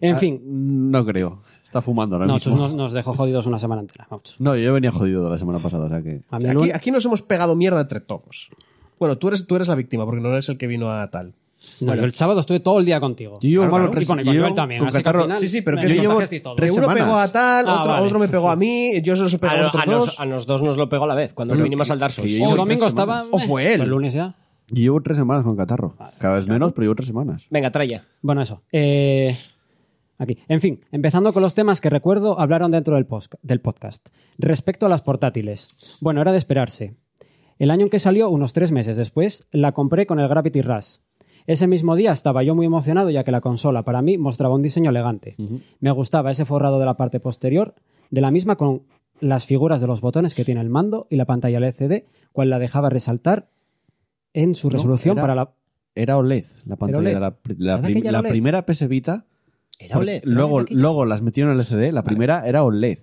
D: en fin.
A: No creo. Está fumando ahora
D: No,
A: mismo.
D: Chus nos, nos dejó jodidos una semana entera. Vamos.
A: No, yo venía jodido de la semana pasada, o sea que.
B: O
D: A mí
B: sea,
D: el
B: aquí,
D: lun-
B: aquí nos hemos pegado mierda entre todos. Bueno, tú eres, tú eres la víctima porque no eres el que vino a tal.
D: no, yo el sábado estuve todo el día contigo.
A: Yo llevo
D: Claro,
A: malo
D: claro.
A: pres-
D: Y con,
A: yo
D: con Joel
A: llevo
D: también.
A: con
D: así que al
A: catarro-
D: final
A: Sí, sí,
B: pero
D: me
B: que yo
A: llevo
D: contagiaste y todo.
A: tres
B: Uno
A: semanas.
B: pegó a tal,
D: Ah,
B: otro,
D: vale.
B: otro me pegó a mí, yo se los he
C: A,
B: pegado a
C: lo- a
B: vosotros
C: nos,
B: dos.
C: a nos dos nos lo pegó a la vez, cuando
A: Pero
C: vinimos
A: que-
C: al Dark Souls.
A: que yo
D: O
A: llevo
D: el
A: tres
D: domingo
A: semanas.
D: estaba.
B: O fue él.
D: El lunes ya.
A: Y llevo tres semanas con catarro. Cada vez menos, pero llevo tres semanas.
C: Venga, traya.
D: Bueno, eso. Eh, aquí. En fin, empezando con los temas que recuerdo hablaron dentro del, posca- del podcast. Respecto a las portátiles. Bueno, era de esperarse. El año en que salió, unos tres meses después, la compré con el Gravity Rush. Ese mismo día estaba yo muy emocionado ya que la consola para mí mostraba un diseño elegante. Me gustaba ese forrado de la parte posterior, de la misma con las figuras de los botones que tiene el mando y la pantalla LCD, cual la dejaba resaltar en su resolución
A: era-
D: para la...
A: Era OLED, la pantalla
D: OLED.
A: de la, pri- la
D: ¿Verdad
A: prim-
D: que ya era
A: la
D: OLED?
A: primera PS Vita.
C: Era OLED.
A: Luego, luego las metieron en LCD. La primera era OLED.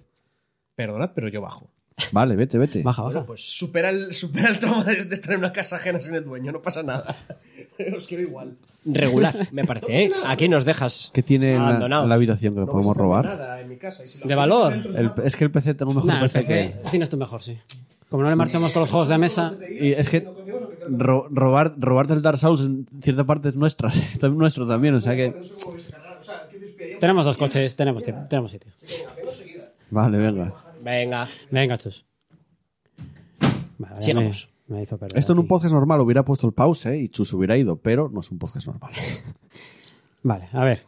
B: Perdonad, pero yo bajo.
A: Vale, vete, vete.
D: Baja, baja.
B: Pues supera el, *laughs* supera el trauma de, de estar en una casa ajena sin el dueño, no pasa nada. *laughs* Os quiero igual.
C: Regular, me *laughs* parece. ¿eh? Aquí nos dejas.
A: ¿Qué tiene en la,
C: Abandonados.
A: en la habitación que
B: vais a
A: podemos
B: hacerme
A: robar?
B: Pues Nada en mi casa, y si lo
D: De
B: hacéis
D: valor.
B: dentro de
A: El- es que el PC tengo mejor
D: Nah, el
A: PC,
D: PC
A: que él.
D: Tienes tú mejor, sí. Como no le marchamos con los juegos de mesa.
A: Y es que ro- robar, robarte el Dark Souls en cierta parte es nuestra, *laughs* también nuestro también, o sea que...
D: Tenemos dos coches, tenemos tiempo, tenemos sitio.
A: Vale, venga.
C: Venga.
D: Venga, chus. Vale, ya me,
C: Sigamos.
D: me hizo perder.
A: Esto en un
D: aquí.
A: podcast normal hubiera puesto el pause ¿eh? y Chus hubiera ido, pero no es un podcast *laughs* normal.
D: Vale, a ver.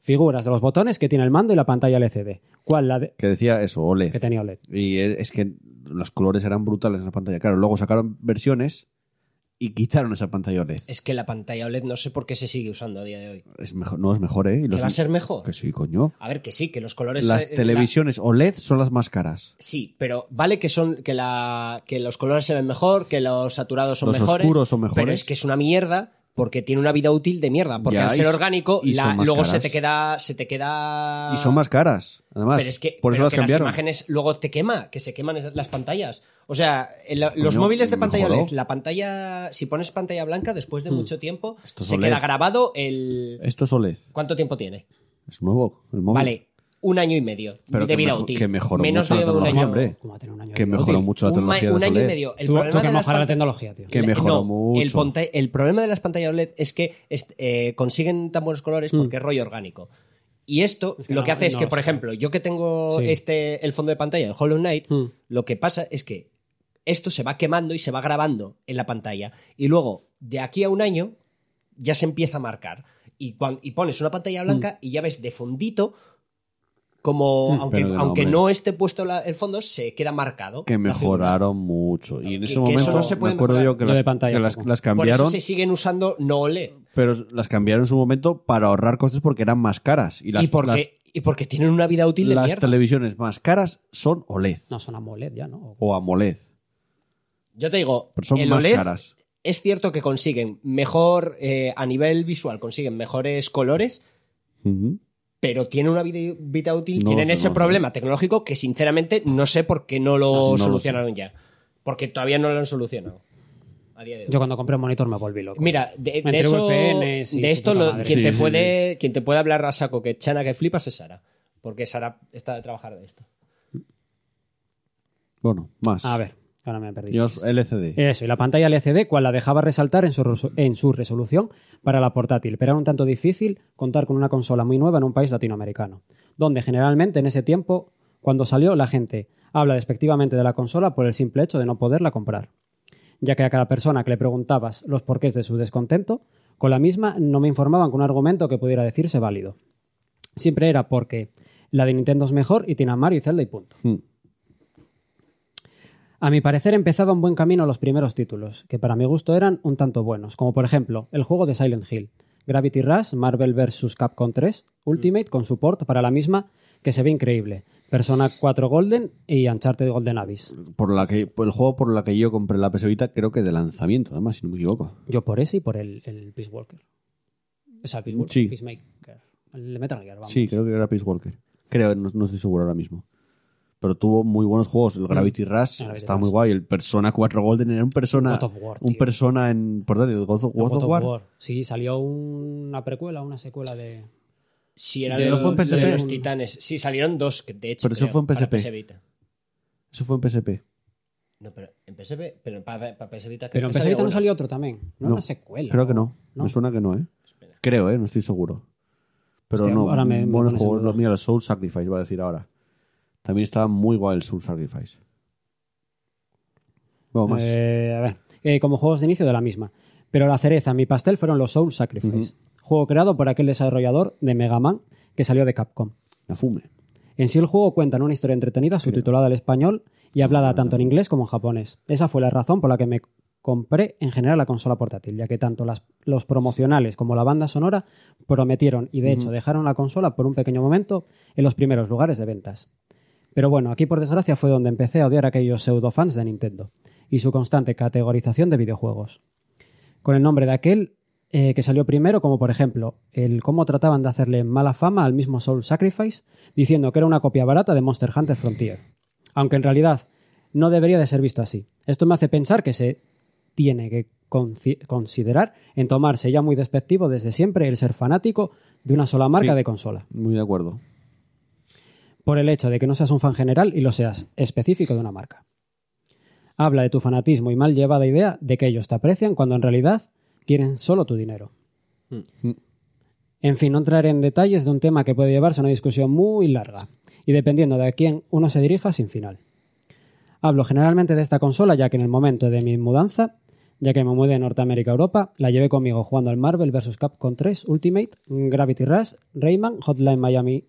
D: Figuras de los botones que tiene el mando y la pantalla LCD. ¿Cuál la de...
A: Que decía eso, OLED.
D: que tenía OLED?
A: Y e- es que los colores eran brutales en la pantalla. Claro, luego sacaron versiones y quitaron esa pantalla OLED.
C: Es que la pantalla OLED no sé por qué se sigue usando a día de hoy.
A: Es mejor, no, es mejor, ¿eh? Y
C: ¿Que
A: los-
C: va a ser mejor?
A: Que sí, coño.
C: A ver, que sí, que los colores.
A: Las
C: eh, la-
A: televisiones OLED son las más caras.
C: Sí, pero vale que son que la que los colores se ven mejor, que los saturados son
A: Los
C: mejores,
A: oscuros son mejores.
C: Pero es que es una mierda porque tiene una vida útil de mierda, porque
A: Ya,
C: al ser
A: y-
C: orgánico
A: y
C: la-
A: son más
C: luego se
A: caras.
C: te queda se te queda
A: Y son más caras, además.
C: pero es que,
A: por eso
C: pero
A: las
C: que
A: cambiaron.
C: las imágenes luego te quema, que se queman esas- las pantallas. O sea, el- los móviles de pantalla
A: mejoró.
C: OLED, la pantalla, si pones pantalla blanca después de mucho tiempo,
A: Mm. Esto es
C: se queda
A: OLED.
C: grabado el.
A: Esto es OLED.
C: ¿Cuánto tiempo tiene?
A: Es nuevo. El móvil.
C: Vale, un año y medio
A: Pero
C: de
A: que
C: vida
A: mejo-
C: útil.
A: que mejoró
C: Menos
A: mucho la
C: de un
A: tecnología,
C: año.
A: hombre.
D: ¿Cómo va a tener un año
A: Que
D: de
A: mejoró
D: útil?
A: mucho la
C: Un ma-
A: tecnología de E
C: un
A: las
C: año y
A: OLED.
C: medio. El
D: Tú-
C: problema
D: tú que
C: de las
D: mojar la
C: pan-
D: tecnología, tío.
A: Que
C: Le-
A: mejoró
C: no, El,
A: mucho.
C: ponta- el problema de las pantallas OLED es que est- eh, consiguen tan buenos colores
D: Mm.
C: porque es rollo orgánico. Y esto
D: Es que
C: lo
D: no-
C: que hace es
D: no
C: que,
D: lo
C: por
D: sabe.
C: ejemplo, yo que tengo
D: Sí.
C: este el fondo de pantalla, el Hollow Knight,
D: Mm.
C: lo que pasa es que esto se va quemando y se va grabando en la pantalla. Y luego, de aquí a un año, ya se empieza a marcar. Y, cuan- y pones una pantalla blanca
D: Mm.
C: y ya ves de fondito como, aunque,
A: Mm, Pero de
C: aunque
A: nombre.
C: no esté puesto la- el fondo, se queda marcado.
A: que
C: la figura.
A: mejoraron mucho. Y en
C: Que-
A: ese
C: que
A: momento
C: eso no se
A: me
C: puede
A: acuerdo
C: mejorar.
A: yo que
D: Lo
A: las,
D: de pantalla
A: que las-
D: tampoco.
A: las
C: Por
A: cambiaron,
C: eso se siguen usando no E OLED.
A: pero las cambiaron en su momento para ahorrar costes porque eran más caras. Y las,
C: y, porque, y porque tienen una vida útil de
A: las, las
C: mierda.
A: televisiones más caras son OLED
D: No son AMOLED E ya, ¿no?
A: o AMOLED.
C: Yo te digo,
A: Pero Pues son
C: el
A: más
C: OLED
A: caras.
C: es cierto que consiguen mejor, eh, a nivel visual, consiguen mejores colores,
A: Ujú.
C: pero tiene una vida, vida útil,
A: No
C: tienen
A: lo sé,
C: ese
A: no lo
C: problema tecnológico que sinceramente no sé por qué no
A: No,
C: lo
A: no lo
C: solucionaron ya. Porque todavía no lo han solucionado. A día de hoy.
D: Yo cuando compré el monitor me volví loco.
C: Mira, de, de
D: Entre
C: eso-
D: VPNs y
C: de
D: su
C: esto
D: puta
C: lo-
D: madre.
C: quien,
A: Sí,
C: te
A: sí,
C: puede, quien te puede hablar a saco que chana que flipas es Sara. Porque Sara está de trabajar de esto.
A: Bueno, más.
D: A ver, ahora me perdí.
A: Yo- LCD.
C: Eh.
D: Eso, y la pantalla LCD, cual la dejaba resaltar en su, resu- en su resolución para la portátil, pero era un tanto difícil contar con una consola muy nueva en un país latinoamericano, donde generalmente en ese tiempo, cuando salió, la gente habla despectivamente de la consola por el simple hecho de no poderla comprar, ya que a cada persona que le preguntabas los porqués de su descontento, con la misma no me informaban con un argumento que pudiera decirse válido. Siempre era porque la de Nintendo es mejor y tiene a Mario y Zelda y punto.
A: Hmm.
D: A mi parecer empezaba un buen camino los primeros títulos, que para mi gusto eran un tanto buenos, como por ejemplo el juego de Silent Hill, Gravity Rush, Marvel vs. Capcom 3, Ultimate con support para la misma que se ve increíble, Persona 4 Golden y Uncharted Golden Abyss.
A: Por la que, por el juego por la que yo compré la PS Vita, creo que de lanzamiento, además, si no me equivoco.
D: Yo por ese y por el, el Peace Walker. O sea, el Peace Walker,
A: Sí.
D: Peacemaker. El de Metal Gear, vamos.
A: Sí, creo que era Peace Walker. Creo, no, no estoy seguro ahora mismo. Pero tuvo muy buenos juegos. El Gravity Rush
D: Mm. Gravity
A: estaba
D: Rush.
A: muy guay. El Persona 4 Golden era un Persona.
D: God of War,
A: un
D: tío.
A: Persona en. Perdón, el God of,
D: El
A: God of War.
D: Sí, salió una precuela, una secuela de...
A: Eh,
C: Si eran
D: De
C: los,
A: los- fue en PSP.
C: de los titanes. Sí, salieron dos, que de hecho.
A: Pero eso
C: creo,
A: fue en
C: para
A: PSP.
C: PS Vita.
A: Eso fue en PSP.
C: No, pero en PSP, pero para, para PS Vita. creo
D: Pero en
C: que
D: PS Vita no
C: una.
D: salió otro también. No,
A: No,
D: una secuela.
A: Creo que no.
D: No.
A: Me suena que no, ¿eh? Creo, ¿eh? No estoy seguro. Pero
D: Hostia,
A: no,
D: ahora me- me
A: buenos
D: pones en
A: juegos.
D: duda.
A: Los míos, el Soul Sacrifice, voy a decir ahora. También estaba muy guay el Soul Sacrifice. Bueno, más.
D: Eh, a ver, eh, como juegos de inicio de la misma. Pero la cereza, mi pastel, fueron los Soul Sacrifice, juego creado por aquel desarrollador de Mega Man que salió de Capcom.
A: Me fume.
D: En sí el juego cuenta una historia entretenida subtitulada al español y hablada tanto en inglés como en japonés. Esa fue la razón por la que me compré en general la consola portátil, ya que tanto las- los promocionales como la banda sonora prometieron y de hecho dejaron la consola por un pequeño momento en los primeros lugares de ventas. Pero bueno, aquí por desgracia fue donde empecé a odiar a aquellos pseudofans de Nintendo y su constante categorización de videojuegos. Con el nombre de aquel eh, que salió primero, como por ejemplo el cómo trataban de hacerle mala fama al mismo Soul Sacrifice, diciendo que era una copia barata de Monster Hunter Frontier. Aunque en realidad no debería de ser visto así. Esto me hace pensar que se tiene que conci- considerar en tomarse ya muy despectivo desde siempre el ser fanático de una sola marca
A: Sí.
D: de consola
A: Muy de acuerdo.
D: por el hecho de que no seas un fan general y lo seas específico de una marca. Habla de tu fanatismo y mal llevada idea de que ellos te aprecian cuando en realidad quieren solo tu dinero. En fin, no entraré en detalles de un tema que puede llevarse a una discusión muy larga y dependiendo de a quién uno se dirija sin final. Hablo generalmente de esta consola ya que en el momento de mi mudanza, ya que me mudé de Norteamérica a Europa, la llevé conmigo jugando al Marvel vs. Capcom 3 Ultimate, Gravity Rush, Rayman, Hotline Miami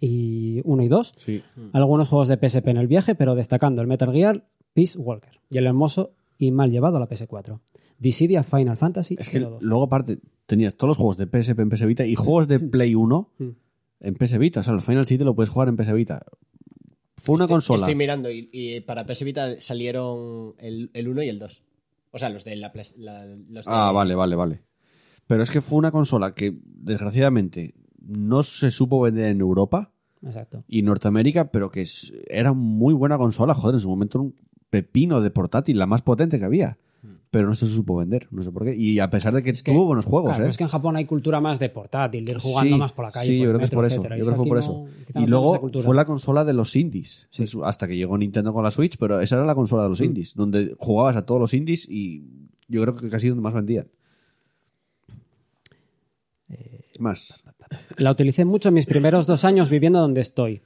D: y 1 y 2,
A: Sí.
D: algunos juegos de PSP en el viaje, pero destacando el Metal Gear, Peace Walker y el hermoso y mal llevado a la PS4. Dissidia Final Fantasy
A: Es que
D: 02.
A: luego, aparte, tenías todos los juegos de PSP en PS Vita y juegos
D: *laughs*
A: de Play 1
D: Mm.
A: en PS Vita. O sea, el Final 7 lo puedes jugar en PS Vita. Fue
D: Este-
A: una consola.
C: Estoy mirando y, y para PS Vita salieron el 1 y el 2. O sea, los de la. plas- la- los de-
A: Ah, vale, vale, vale. Pero es que fue una consola que, desgraciadamente, no se supo vender en Europa
D: Exacto.
A: y Norteamérica, pero que es- era muy buena consola. Joder, en su momento era un pepino de portátil, la más potente que había. Pero no se supo vender, no sé por qué. Y a pesar de que,
D: Mm. que-
A: tuvo buenos juegos,
D: Claro,
A: ¿eh?
D: Es que en Japón hay cultura más de portátil, de ir jugando
A: Sí,
D: más por la calle.
A: Sí,
D: por
A: yo
D: el
A: creo que es
D: metro,
A: por eso.
D: etcétera.
A: Yo
D: Es
A: creo que fue
D: aquí
A: por
D: no-
A: eso.
D: quizá no
A: y
D: tenemos esa
A: luego
D: cultura.
A: fue la consola de los indies. Es- Hasta que llegó Nintendo con la Switch, pero esa era la consola
D: Mm.
A: de los indies, donde jugabas a todos los indies y yo creo que casi donde más vendían. Más.
D: Eh, La utilicé mucho en mis primeros dos años viviendo donde estoy.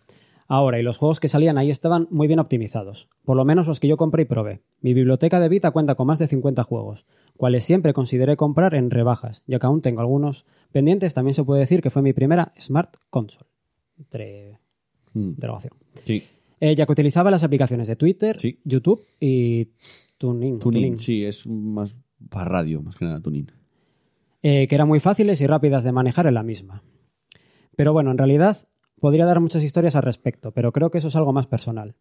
D: Ahora, y los juegos que salían ahí estaban muy bien optimizados, por lo menos los que yo compré y probé. Mi biblioteca de Vita cuenta con más de 50 juegos, cuales siempre consideré comprar en rebajas, ya que aún tengo algunos pendientes. También se puede decir que fue mi primera Smart Console. Entre.
A: Mm.
D: Drogación.
A: Sí.
D: Eh, ya que utilizaba las aplicaciones de Twitter,
A: Sí.
D: YouTube y Tuning.
A: Tuning, sí, es más para radio, más que nada tuning.
D: eh, que eran muy fáciles y rápidas de manejar en la misma. Pero bueno, en realidad podría dar muchas historias al respecto, pero creo que eso es algo más personal.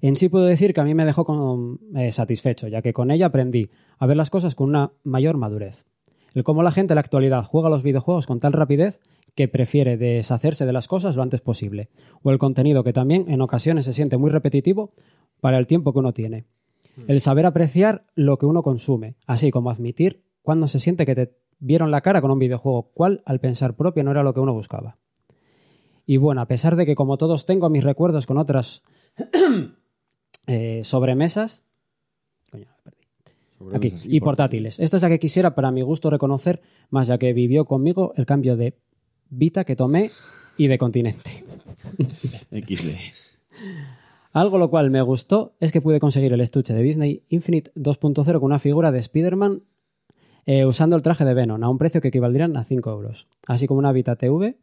D: En sí puedo decir que a mí me dejó con- eh, satisfecho, ya que con ella aprendí a ver las cosas con una mayor madurez. El cómo la gente en la actualidad juega a los videojuegos con tal rapidez que prefiere deshacerse de las cosas lo antes posible, o el contenido que también en ocasiones se siente muy repetitivo para el tiempo que uno tiene. El saber apreciar lo que uno consume, así como admitir cuando se siente que te vieron la cara con un videojuego, cual al pensar propio no era lo que uno buscaba. Y bueno, a pesar de que como todos tengo mis recuerdos con otras *clears throat* eh, sobremesas coño, la perdí. Aquí, y portátiles. Esta es la que quisiera para mi gusto reconocer, más ya que vivió conmigo el cambio de vida que tomé y de continente.
A: XD.
D: Algo lo cual me gustó es que pude conseguir el estuche de Disney Infinite 2.0 con una figura de Spider-Man eh, usando el traje de Venom a un precio que equivaldrían a 5 euros, así como una Vita TV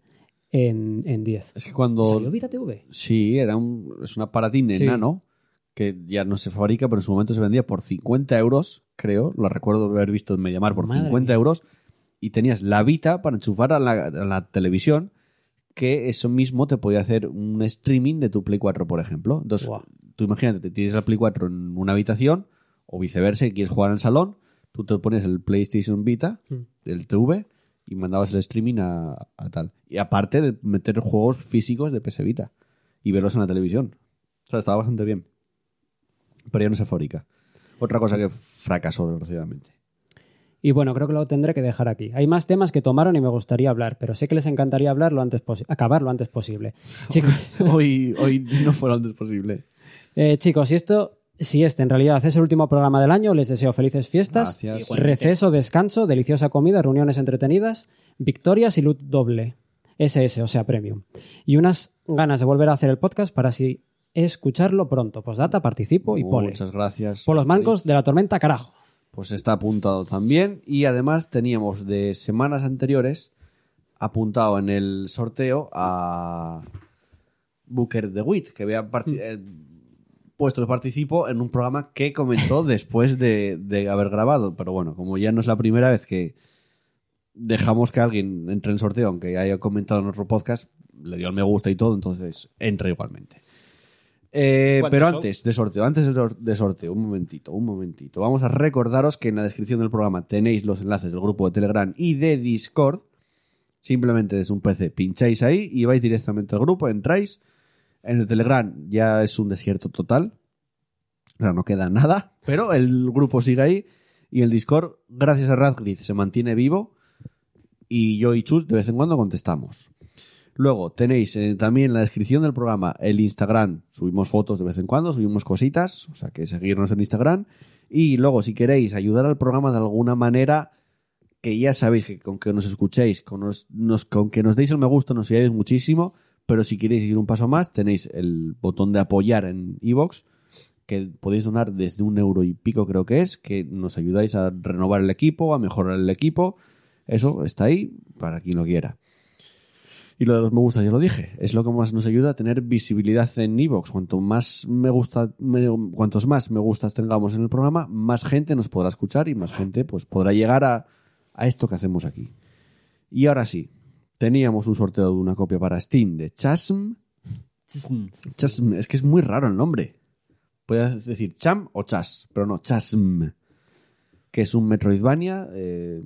D: en, en 10.
A: Es que cuando.
D: ¿Salió Vita TV?
A: Sí, era un, es un aparatín
D: Sí.
A: enano que ya no se fabrica, pero en su momento se vendía por 50 euros, creo. Lo recuerdo haber visto en Mediamar por
D: Madre
A: 50
D: mía.
A: euros. Y tenías la Vita para enchufar a la, a la televisión, que eso mismo te podía hacer un streaming de tu Play 4, por ejemplo. Entonces,
D: Guau.
A: tú imagínate, te tienes la Play 4 en una habitación, o viceversa, y quieres jugar en el salón, tú te pones el PlayStation Vita, el TV, y mandabas el streaming a, a tal. Y aparte de meter juegos físicos de PS Vita y verlos en la televisión. O sea, estaba bastante bien. Pero ya no se fabrica. Otra cosa que fracasó, desgraciadamente.
D: Y bueno, creo que lo tendré que dejar aquí. Hay más temas que tomaron y me gustaría hablar, pero sé que les encantaría hablar lo antes posi- acabar lo antes posible. Chicos,
A: *laughs* Hoy, hoy no fue lo antes posible.
D: eh, chicos, si esto, si este en realidad es el último programa del año, les deseo felices fiestas,
A: Gracias.
D: receso, descanso, deliciosa comida, reuniones entretenidas, victorias y loot doble. SS, o sea, premium. Y unas ganas de volver a hacer el podcast para así escucharlo pronto. Postdata, participo y pole.
A: Muchas gracias.
D: Por los mancos de la tormenta, carajo.
A: Pues está apuntado también. Y además teníamos de semanas anteriores apuntado en el sorteo a Booker DeWitt, que había parti- eh, puesto el participo en un programa que comentó después de, de haber grabado. Pero bueno, como ya no es la primera vez que dejamos que alguien entre en sorteo, aunque haya comentado en otro podcast, le dio el me gusta y todo, entonces entra igualmente. Eh,
C: ¿Cuántos
A: pero
C: son?
A: antes de sorteo, antes de sor- de sorteo, un momentito, un momentito. Vamos a recordaros que en la descripción del programa tenéis los enlaces del grupo de Telegram y de Discord. Simplemente desde un PC pincháis ahí y vais directamente al grupo, entráis. En el Telegram ya es un desierto total. O sea, no queda nada, pero el grupo sigue ahí. Y el Discord, gracias a Radgrid, se mantiene vivo. Y yo y Chus de vez en cuando contestamos. Luego tenéis eh, también en la descripción del programa el Instagram. Subimos fotos de vez en cuando, subimos cositas, o sea que seguirnos en Instagram. Y luego, si queréis ayudar al programa de alguna manera, que ya sabéis que con que nos escuchéis, con, nos- nos- con que nos deis el me gusta, nos ayudáis muchísimo. Pero si queréis ir un paso más, tenéis el botón de apoyar en iVoox, que podéis donar desde un euro y pico, creo que es, que nos ayudáis a renovar el equipo, a mejorar el equipo. Eso está ahí para quien lo quiera. Y lo de los me gusta, ya lo dije, es lo que más nos ayuda a tener visibilidad en Evox. Cuanto más me gusta, me- cuantos más me gustas tengamos en el programa, más gente nos podrá escuchar y más gente pues podrá llegar a, a esto que hacemos aquí. Y ahora sí, teníamos un sorteo de una copia para Steam de Chasm. Chasm, es que es muy raro el nombre. Puedes decir Cham o Chas, pero no, Chasm. Que es un Metroidvania, eh,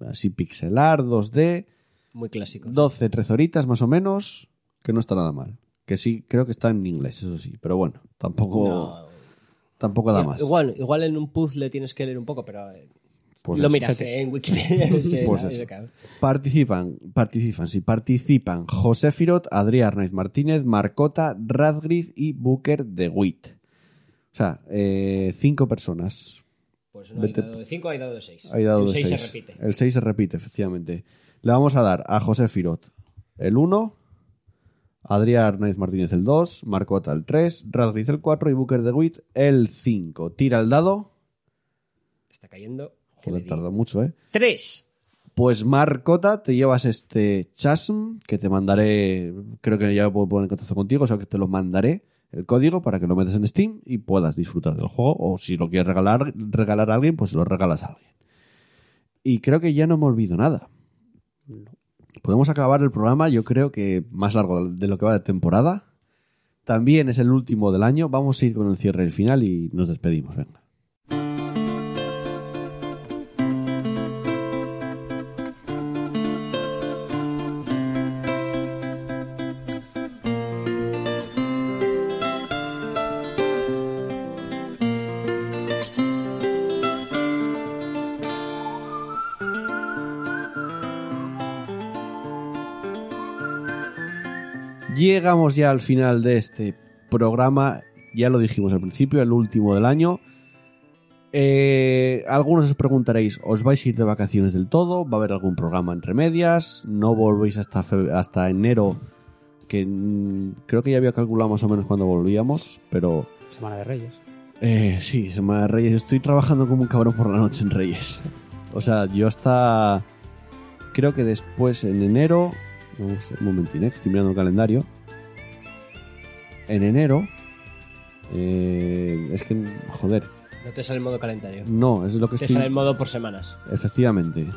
A: así pixelar, 2D.
C: Muy clásico.
A: 12, 13 horitas más o menos, que no está nada mal. Que sí, creo que está en inglés, eso sí, pero bueno, tampoco,
C: No.
A: tampoco da más.
C: Igual, igual en un puzzle tienes que leer un poco, pero eh,
A: Pues
C: lo
A: eso.
C: miras eh, en
A: *laughs*
C: Wikipedia. Sí,
A: Pues eso.
C: no, eso, claro.
A: Participan, participan, sí, participan José Firot, Adrián Arnaiz Martínez, Marcota, Radgrid y Booker de Witt. O sea, eh, cinco personas.
C: Pues no hay
A: Vete-
C: dado de 5, hay dado de 6.
A: Hay dado
C: el
A: de
C: 6 se
A: seis. Eh,
C: repite.
A: El 6 se repite, efectivamente. Le vamos a dar a José Firot el 1, Adrián Arnaiz Martínez el 2, Marcota el 3, Radriz el 4 y Booker de Witt el 5. Tira el dado.
C: Está cayendo. ¿Qué le
A: Joder,
C: di?
A: tardó mucho, ¿eh?
C: Tres.
A: Pues Marcota, te llevas este chasm que te mandaré, creo que ya puedo poner en contacto contigo, o sea que te lo mandaré el código para que lo metas en Steam y puedas disfrutar del juego o si lo quieres regalar, regalar a alguien, pues lo regalas a alguien. Y creo que ya no me olvido nada. Podemos acabar el programa, yo creo que más largo de lo que va de temporada. También es el último del año, vamos a ir con el cierre del final y nos despedimos, venga. Llegamos ya al final de este programa. Ya lo dijimos al principio, el último del año. Eh, algunos os preguntaréis, ¿os vais a ir de vacaciones del todo? ¿Va a haber algún programa entre medias? ¿No volvéis hasta, fe- hasta enero? Que mm, creo que ya había calculado más o menos cuando volvíamos, pero
D: Semana de Reyes.
A: eh, sí, Semana de Reyes. Estoy trabajando como un cabrón por la noche en Reyes. O sea, yo hasta. Creo que después en enero. Vamos, un momentín, eh, que estoy mirando el calendario. En enero. eh, es que. Joder.
C: No te sale el modo calendario.
A: No, es lo que
C: Te
A: estoy.
C: sale el modo por semanas.
A: Efectivamente.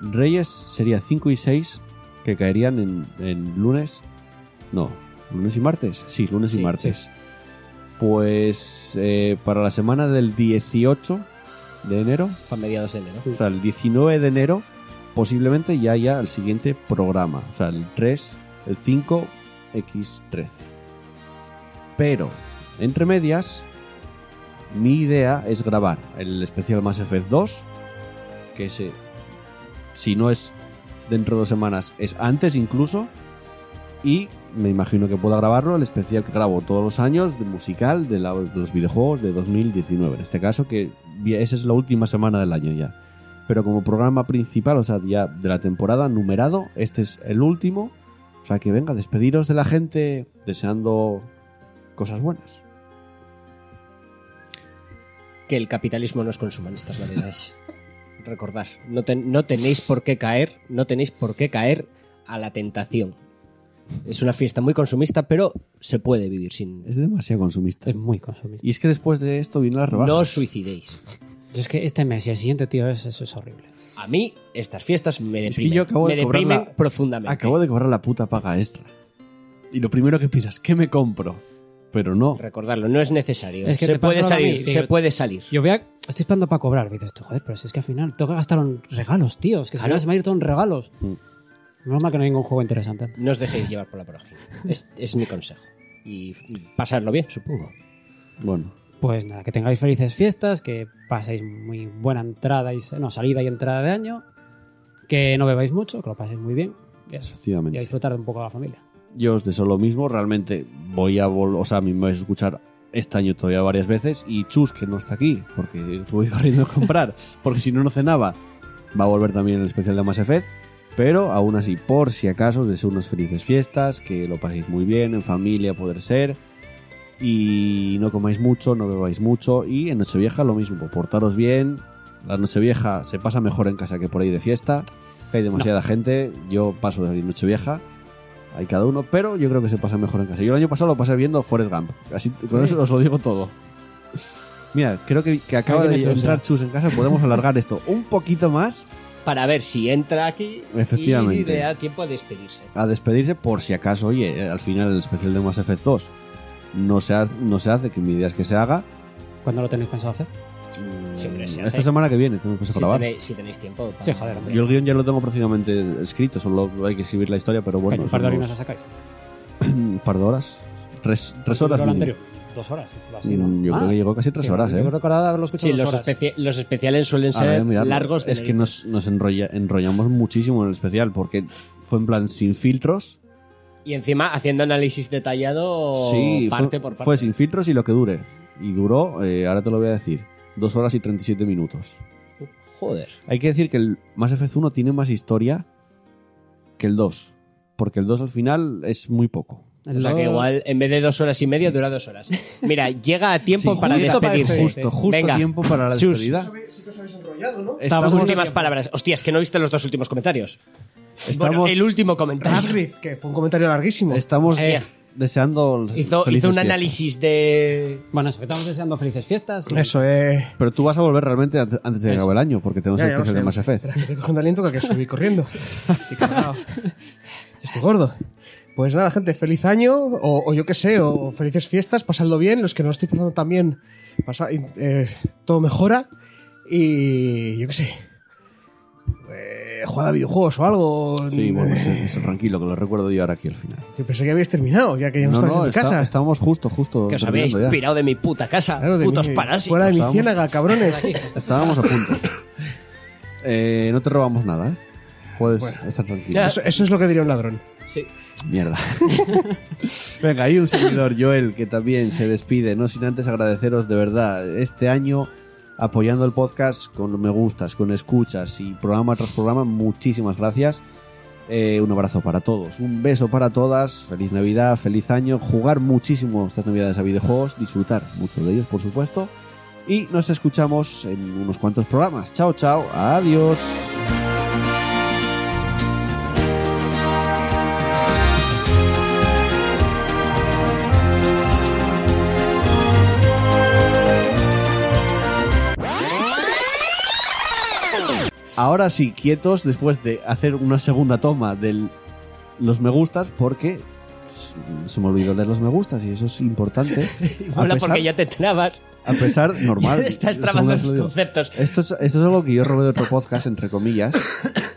A: Reyes sería 5 y 6 que caerían en, en lunes. No, lunes y martes. Sí, lunes y
C: Sí,
A: martes. Pues eh, para la semana del 18 de enero,
C: Para mediados de enero.
A: o sea, el 19 de enero, posiblemente ya haya el siguiente programa. O sea, el 3, el 5X13. Pero, entre medias, mi idea es grabar el especial Mass Effect 2, que se, si no es dentro de dos semanas, es antes incluso. Y me imagino que pueda grabarlo, el especial que grabo todos los años, de musical, de, la- de los videojuegos de 2019. En este caso, que vi- esa es la última semana del año ya. Pero como programa principal, o sea, ya de la temporada numerado, este es el último. O sea, que venga, despediros de la gente deseando cosas buenas.
C: Que el capitalismo no es consuma en estas navidades. Recordar, no, ten- no tenéis por qué caer, no tenéis por qué caer a la tentación. Es una fiesta muy consumista, pero se puede vivir sin.
A: Es demasiado consumista.
D: Es muy consumista.
A: Y es que después de esto vino la rebaja.
C: No os suicidéis.
D: Yo es que este mes y el siguiente, tío, es- eso es horrible.
C: A mí estas fiestas me
A: Es
C: deprimen,
A: que yo acabo
C: me
A: de cobrar
C: deprimen
A: la-
C: profundamente.
A: Acabo de cobrar la puta paga extra. Y lo primero que piensas, ¿qué me compro? Pero no.
C: Recordarlo, no es necesario.
D: Es que
C: se
D: te pasa
C: puede
D: ahora a mí,
C: salir,
D: tío.
C: se puede salir.
D: Yo voy a- Estoy esperando para cobrar. Y dices tú, joder, pero si es que al final tengo que gastar en regalos, tío. Es que al
C: Claro.
D: final se me va a ir todo en regalos.
A: Mm.
D: Menos mal que no hay ningún juego interesante.
C: No os dejéis llevar por la prójima. Es, es mi consejo. Y f- pasarlo bien, supongo.
A: Bueno,
D: Pues nada, que tengáis felices fiestas, que paséis muy buena entrada y no, salida y entrada de año, que no bebáis mucho, que lo paséis muy bien y, eso. y a
A: efectivamente.
D: disfrutar de un poco de la familia.
A: Yo os deseo lo mismo. Realmente voy a vol- O sea, a mí me vais a escuchar este año todavía varias veces. Y Chus, que no está aquí, porque estuve *laughs* corriendo a comprar. porque si no, no cenaba. Va a volver también el especial de Mass Effect. Pero aún así, por si acaso, os deseo unas felices fiestas, que lo paséis muy bien, en familia, a poder ser. Y no comáis mucho, no bebáis mucho. Y en Nochevieja lo mismo, pues, portaros bien. La Nochevieja se pasa mejor en casa que por ahí de fiesta. que hay demasiada gente. Yo paso de salir Nochevieja. Hay cada uno, pero yo creo que se pasa mejor en casa. Yo el año pasado lo pasé viendo Forrest Gump. Así, con eso os lo digo todo. Mira, creo que, que acaba
D: Alguien
A: de
D: ha hecho eso.
A: entrar Chus en casa. Podemos alargar esto un poquito más.
C: Para ver si entra aquí
A: Efectivamente.
C: y si le da tiempo a despedirse.
A: a despedirse por si acaso, oye, eh, al final el especial de Mass Effect 2 no se, ha- no se hace, que mi idea es que se haga.
D: ¿Cuándo lo tenéis pensado hacer?
A: Mm,
C: Siempre se hace.
A: Esta semana que viene tenemos que
C: Pues Si
A: grabar.
C: tenéis, si tenéis tiempo. para-
D: Sí, joder, hombre.
A: Yo el guión ya lo tengo prácticamente escrito, solo hay que escribir la historia, pero
D: Caño,
A: bueno,
D: un par de
A: son
D: horinas la
A: unos-
D: sacáis.
A: un par de horas. Tres,
C: Pues
A: tres horas.
D: Lo
A: mínimo.
D: anterior, Dos horas. o así, ¿no?
A: Mm, Yo creo
D: Más.
C: Ah,
A: que llegó casi tres
D: Sí,
A: horas,
D: yo
A: ¿eh?
D: recordaba haberlo escuchado
C: Sí,
D: dos
C: los,
D: horas.
C: especi- los especiales suelen
A: A ver,
C: ser
A: mirad,
C: largos. de
A: es que
C: narices.
A: nos, nos enrolla- enrollamos muchísimo en el especial porque fue en plan sin filtros.
C: Y encima haciendo análisis detallado
A: Sí, fue-
C: parte por parte.
A: fue sin filtros y lo que dure. Y duró, eh, ahora te lo voy a decir, dos horas y 37 minutos.
C: Joder.
A: Hay que decir que el Mass Effect 1 tiene más historia que el 2. Porque el 2 al final es muy poco.
C: O sea que
D: Lo-
C: igual en vez de dos horas y media dura dos horas. *laughs* Mira, llega a tiempo
A: Sí,
C: para
A: justo para
C: despedirse.
A: despedirse. Justo, justo
C: Venga,
A: tiempo para la
C: chus.
A: despedida.
B: Sí que os habéis enrollado, ¿no?
A: Estamos,
C: Últimas palabras. Hostia, es que no viste los dos últimos comentarios.
A: Estamos-
C: Bueno, el último comentario.
B: Radcliffe, que fue un comentario larguísimo.
A: estamos
C: Hostia.
A: deseando.
C: Hizo,
A: felices
C: hizo un
A: fiestas.
C: análisis de...
D: Bueno, eso, que estamos deseando felices fiestas. y-
B: Eso, eh.
A: Pero tú vas a volver realmente ante- antes de que acabe el año, porque tenemos
B: Ya,
A: el
B: ya lo
A: especial
B: sé.
A: de Mass Effect.
B: Espera, que estoy cogiendo aliento que hay que
A: *laughs*
B: subí corriendo. Estoy cargado. Estoy gordo. Pues nada, gente, feliz año, o, o yo qué sé, o felices fiestas, pasadlo bien, los que no lo estoy pasando tan bien, pasa- eh, todo mejora, y yo qué sé, eh, jugad a videojuegos o algo.
A: Sí, bueno,
B: Eh,
A: sí, eso, tranquilo, que lo recuerdo yo ahora aquí al final.
B: Yo pensé que habíais terminado, ya que ya no, estabais en mi
A: está-
B: casa.
A: estamos justo, justo.
C: Que os había
A: terminando Pues ya.
C: inspirado de mi puta casa.
B: Claro, de
C: putos
B: mí,
C: parásitos.
B: Fuera de mi
A: Estábamos-
B: ciénaga, cabrones.
A: Estábamos a punto. Eh, no te robamos nada, ¿eh? Puedes estar tranquilo.
B: Eso, eso es lo que diría un ladrón.
A: Mierda. *laughs* Venga, hay un servidor, Joel, que también se despide, no sin antes agradeceros de verdad este año apoyando el podcast con me gustas, con escuchas y programa tras programa. Muchísimas gracias. Eh, un abrazo para todos, un beso para todas, feliz Navidad, feliz año, jugar muchísimo estas Navidades a videojuegos, disfrutar mucho de ellos, por supuesto. Y nos escuchamos en unos cuantos programas. Chao, chao, adiós. Ahora sí, quietos después de hacer una segunda toma de los me gustas porque s- se me olvidó leer los me gustas y eso es
C: *laughs*
A: importante. A
C: Mola
A: pesar,
C: porque ya te trabas.
A: a
C: *laughs*
A: pesar, normal.
C: estás
A: la
C: trabando
A: segunda
C: los
A: vez lo digo.
C: conceptos.
A: Esto es, esto es algo que yo robé de otro podcast, entre
C: *coughs*
A: comillas.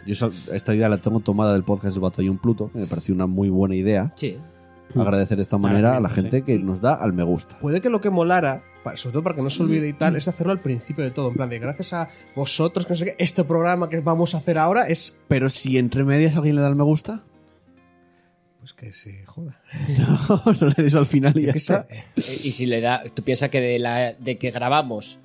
A: Yo sal- esta idea la tengo tomada del podcast del Batallón Pluto, que me pareció una muy buena idea.
C: Sí. Mm.
A: Agradecer de esta manera a la
D: Agradecemos,
A: gente que nos da al me gusta.
B: Puede que lo que molara, pa- sobre todo para que no se olvide y tal, es hacerlo al principio de todo. En plan, de gracias a vosotros, que no sé qué, este programa que vamos a hacer ahora es.
A: Pero si entre medias alguien le da al me gusta, *laughs*
B: Pues que se joda.
A: no, no le des al final y *laughs*
B: Yo
A: ya
B: qué sé.
A: está.
C: Y si le da... Tú piensas que de, la, de que grabamos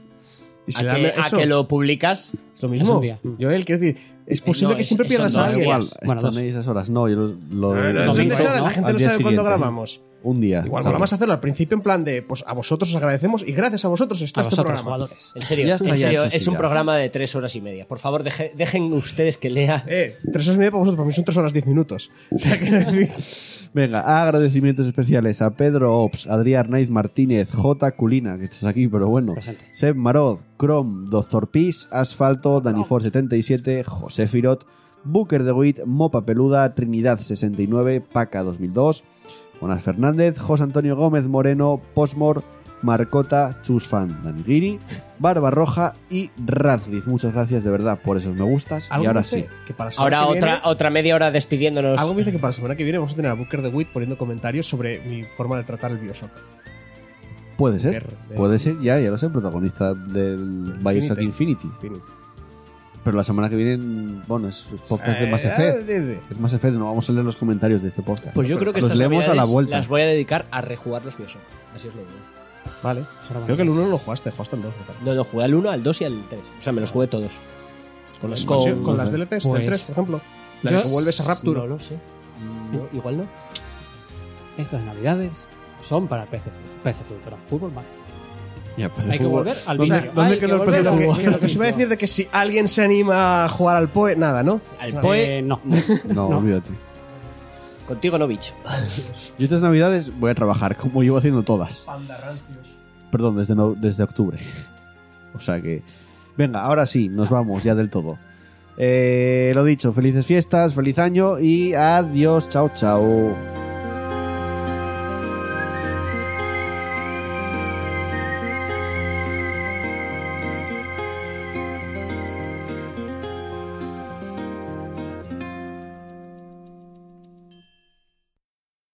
B: Y si
C: a,
B: le
C: que,
B: dan
C: a
B: eso,
C: que lo publicas...
B: es lo
D: Es
B: mismo.
D: un día. Mm.
B: Joel, quiero decir, es posible
C: no,
B: que
C: es-
B: siempre
C: son
B: pierdas
C: dos
B: a
A: Da
B: alguien.
A: igual,
C: días.
D: Bueno,
A: están
D: dos.
A: ahí esas horas. No, yo lo, lo de-
B: No,
A: lo
B: son de
A: mismo,
B: horas,
A: ¿no?
B: la gente
A: Al
B: no
A: día
B: sabe cuándo
A: siguiente.
B: grabamos.
A: Un día.
B: Igual
A: tal
B: volvamos
A: vez.
B: a hacerlo al principio en plan de, pues a vosotros os agradecemos y gracias a vosotros está
D: a
B: este
D: vosotros,
B: programa.
D: jugadores.
C: En serio,
A: Ya está,
C: en
A: ya
C: serio,
A: hecho, sí,
C: es un
A: ya.
C: programa de tres horas y media. Por favor, deje- dejen ustedes que lea.
B: Eh, tres horas y media para vosotros, para mí son tres horas diez minutos. *laughs* O sea, quiero decir,
A: Venga, agradecimientos especiales a Pedro Ops, Adrián Naiz Martínez, J. Culina, que estás aquí, pero bueno.
D: Presente.
A: Seb Marod, Chrome, Doctor Pis, Asfalto, Danifor77, José Firot, Booker de Witt, Mopa Peluda, Trinidad69, Paca2002, Jonas Fernández, José Antonio Gómez Moreno, Posmor, Marcota, Chusfan, Danigiri, Barba Roja y Radgriz. Muchas gracias de verdad por esos me gustas.
B: algo
A: Y ahora
B: me dice
A: sí.
B: que para la semana
C: Ahora
B: que
C: otra,
B: viene-
C: otra media hora despidiéndonos.
B: Algo me dice que para la semana que viene vamos a tener a Booker de Witt poniendo comentarios sobre mi forma de tratar el Bioshock.
A: Puede ser.
B: Guerra de-
A: Puede ser, ya, ya lo sé, protagonista del Bioshock Infinity.
B: Infinite.
A: Pero la semana que viene, bueno, es es podcast de Mass
B: Eh,
A: Effect.
B: de- de-
A: Es Mass Effect, no vamos a leer los comentarios de este podcast.
C: Pues yo
A: Pero
C: creo que
A: los
C: estas
A: leemos a la
C: navidades
A: vuelta.
C: las voy a dedicar a rejugar los Bioshock. Así os lo digo.
B: Vale.
D: Será
B: Creo
D: bueno.
B: que el 1 lo jugaste, jugaste el 2, me parece.
C: No, no, jugué al 1, al 2 y al 3. O sea, me los jugué todos.
B: Con, la
C: Con-
B: expansión, con
A: no
B: las
A: sé.
B: DLCs
D: Pues-
B: del 3, por ejemplo. La
D: Yo-
B: que vuelves a Rapture.
C: No lo sé. No, igual no.
D: Estas navidades son para PC, Fútbol- PC Fútbol, perdón, fútbol mal.
A: Ya, pues,
D: Hay que
A: fútbol.
D: volver al
A: ¿Dónde-
D: vicio.
A: dónde
D: Hay
A: quedó el
D: volver
B: Que
A: PC
D: al
B: lo, que,
D: vicio.
B: que *laughs* lo que os iba a decir de que si alguien se anima a jugar al PoE, nada, ¿no?
C: Al
B: Nada.
C: PoE,
B: *laughs*
D: Eh, no.
A: No,
D: No.
A: olvídate.
C: Pues, contigo no, bicho.
A: Yo estas navidades voy a trabajar, como llevo haciendo todas.
B: Panda rancios.
A: Perdón, desde, no- desde octubre. *laughs* O sea que... Venga, ahora sí, nos vamos ya del todo. Eh, lo dicho, felices fiestas, feliz año y adiós, chao, chao.